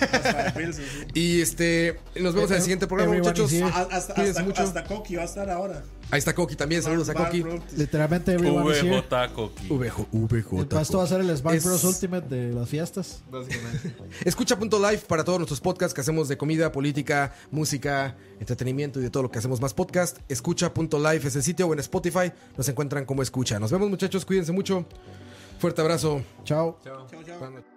Speaker 5: Hasta de Pilsen, sí.
Speaker 2: Y este, nos vemos en el siguiente programa,
Speaker 4: Everyone
Speaker 2: muchachos.
Speaker 4: is here.
Speaker 5: Eh, A- Hasta,
Speaker 2: Cuídense
Speaker 5: hasta,
Speaker 2: mucho.
Speaker 5: hasta Coqui va a estar ahora.
Speaker 2: Ahí está Coqui también, saludos a
Speaker 5: Bar-
Speaker 2: Coqui.
Speaker 5: Bar Brute.
Speaker 4: Literalmente, everyone is here.
Speaker 1: VJ Coqui.
Speaker 2: VJ. VJ.
Speaker 4: Esto va a ser el Smash
Speaker 2: Es-
Speaker 4: Bros. Ultimate de las fiestas.
Speaker 3: Básicamente.
Speaker 2: Escucha.live para todos nuestros podcasts que hacemos de comida, política, música, entretenimiento y de todo lo que hacemos más podcast. Escucha.live es el sitio o en Spotify nos encuentran como escucha. Nos vemos muchachos, cuídense mucho. Fuerte abrazo.
Speaker 4: Chao.
Speaker 5: Chao, chao.
Speaker 2: Buenas noches.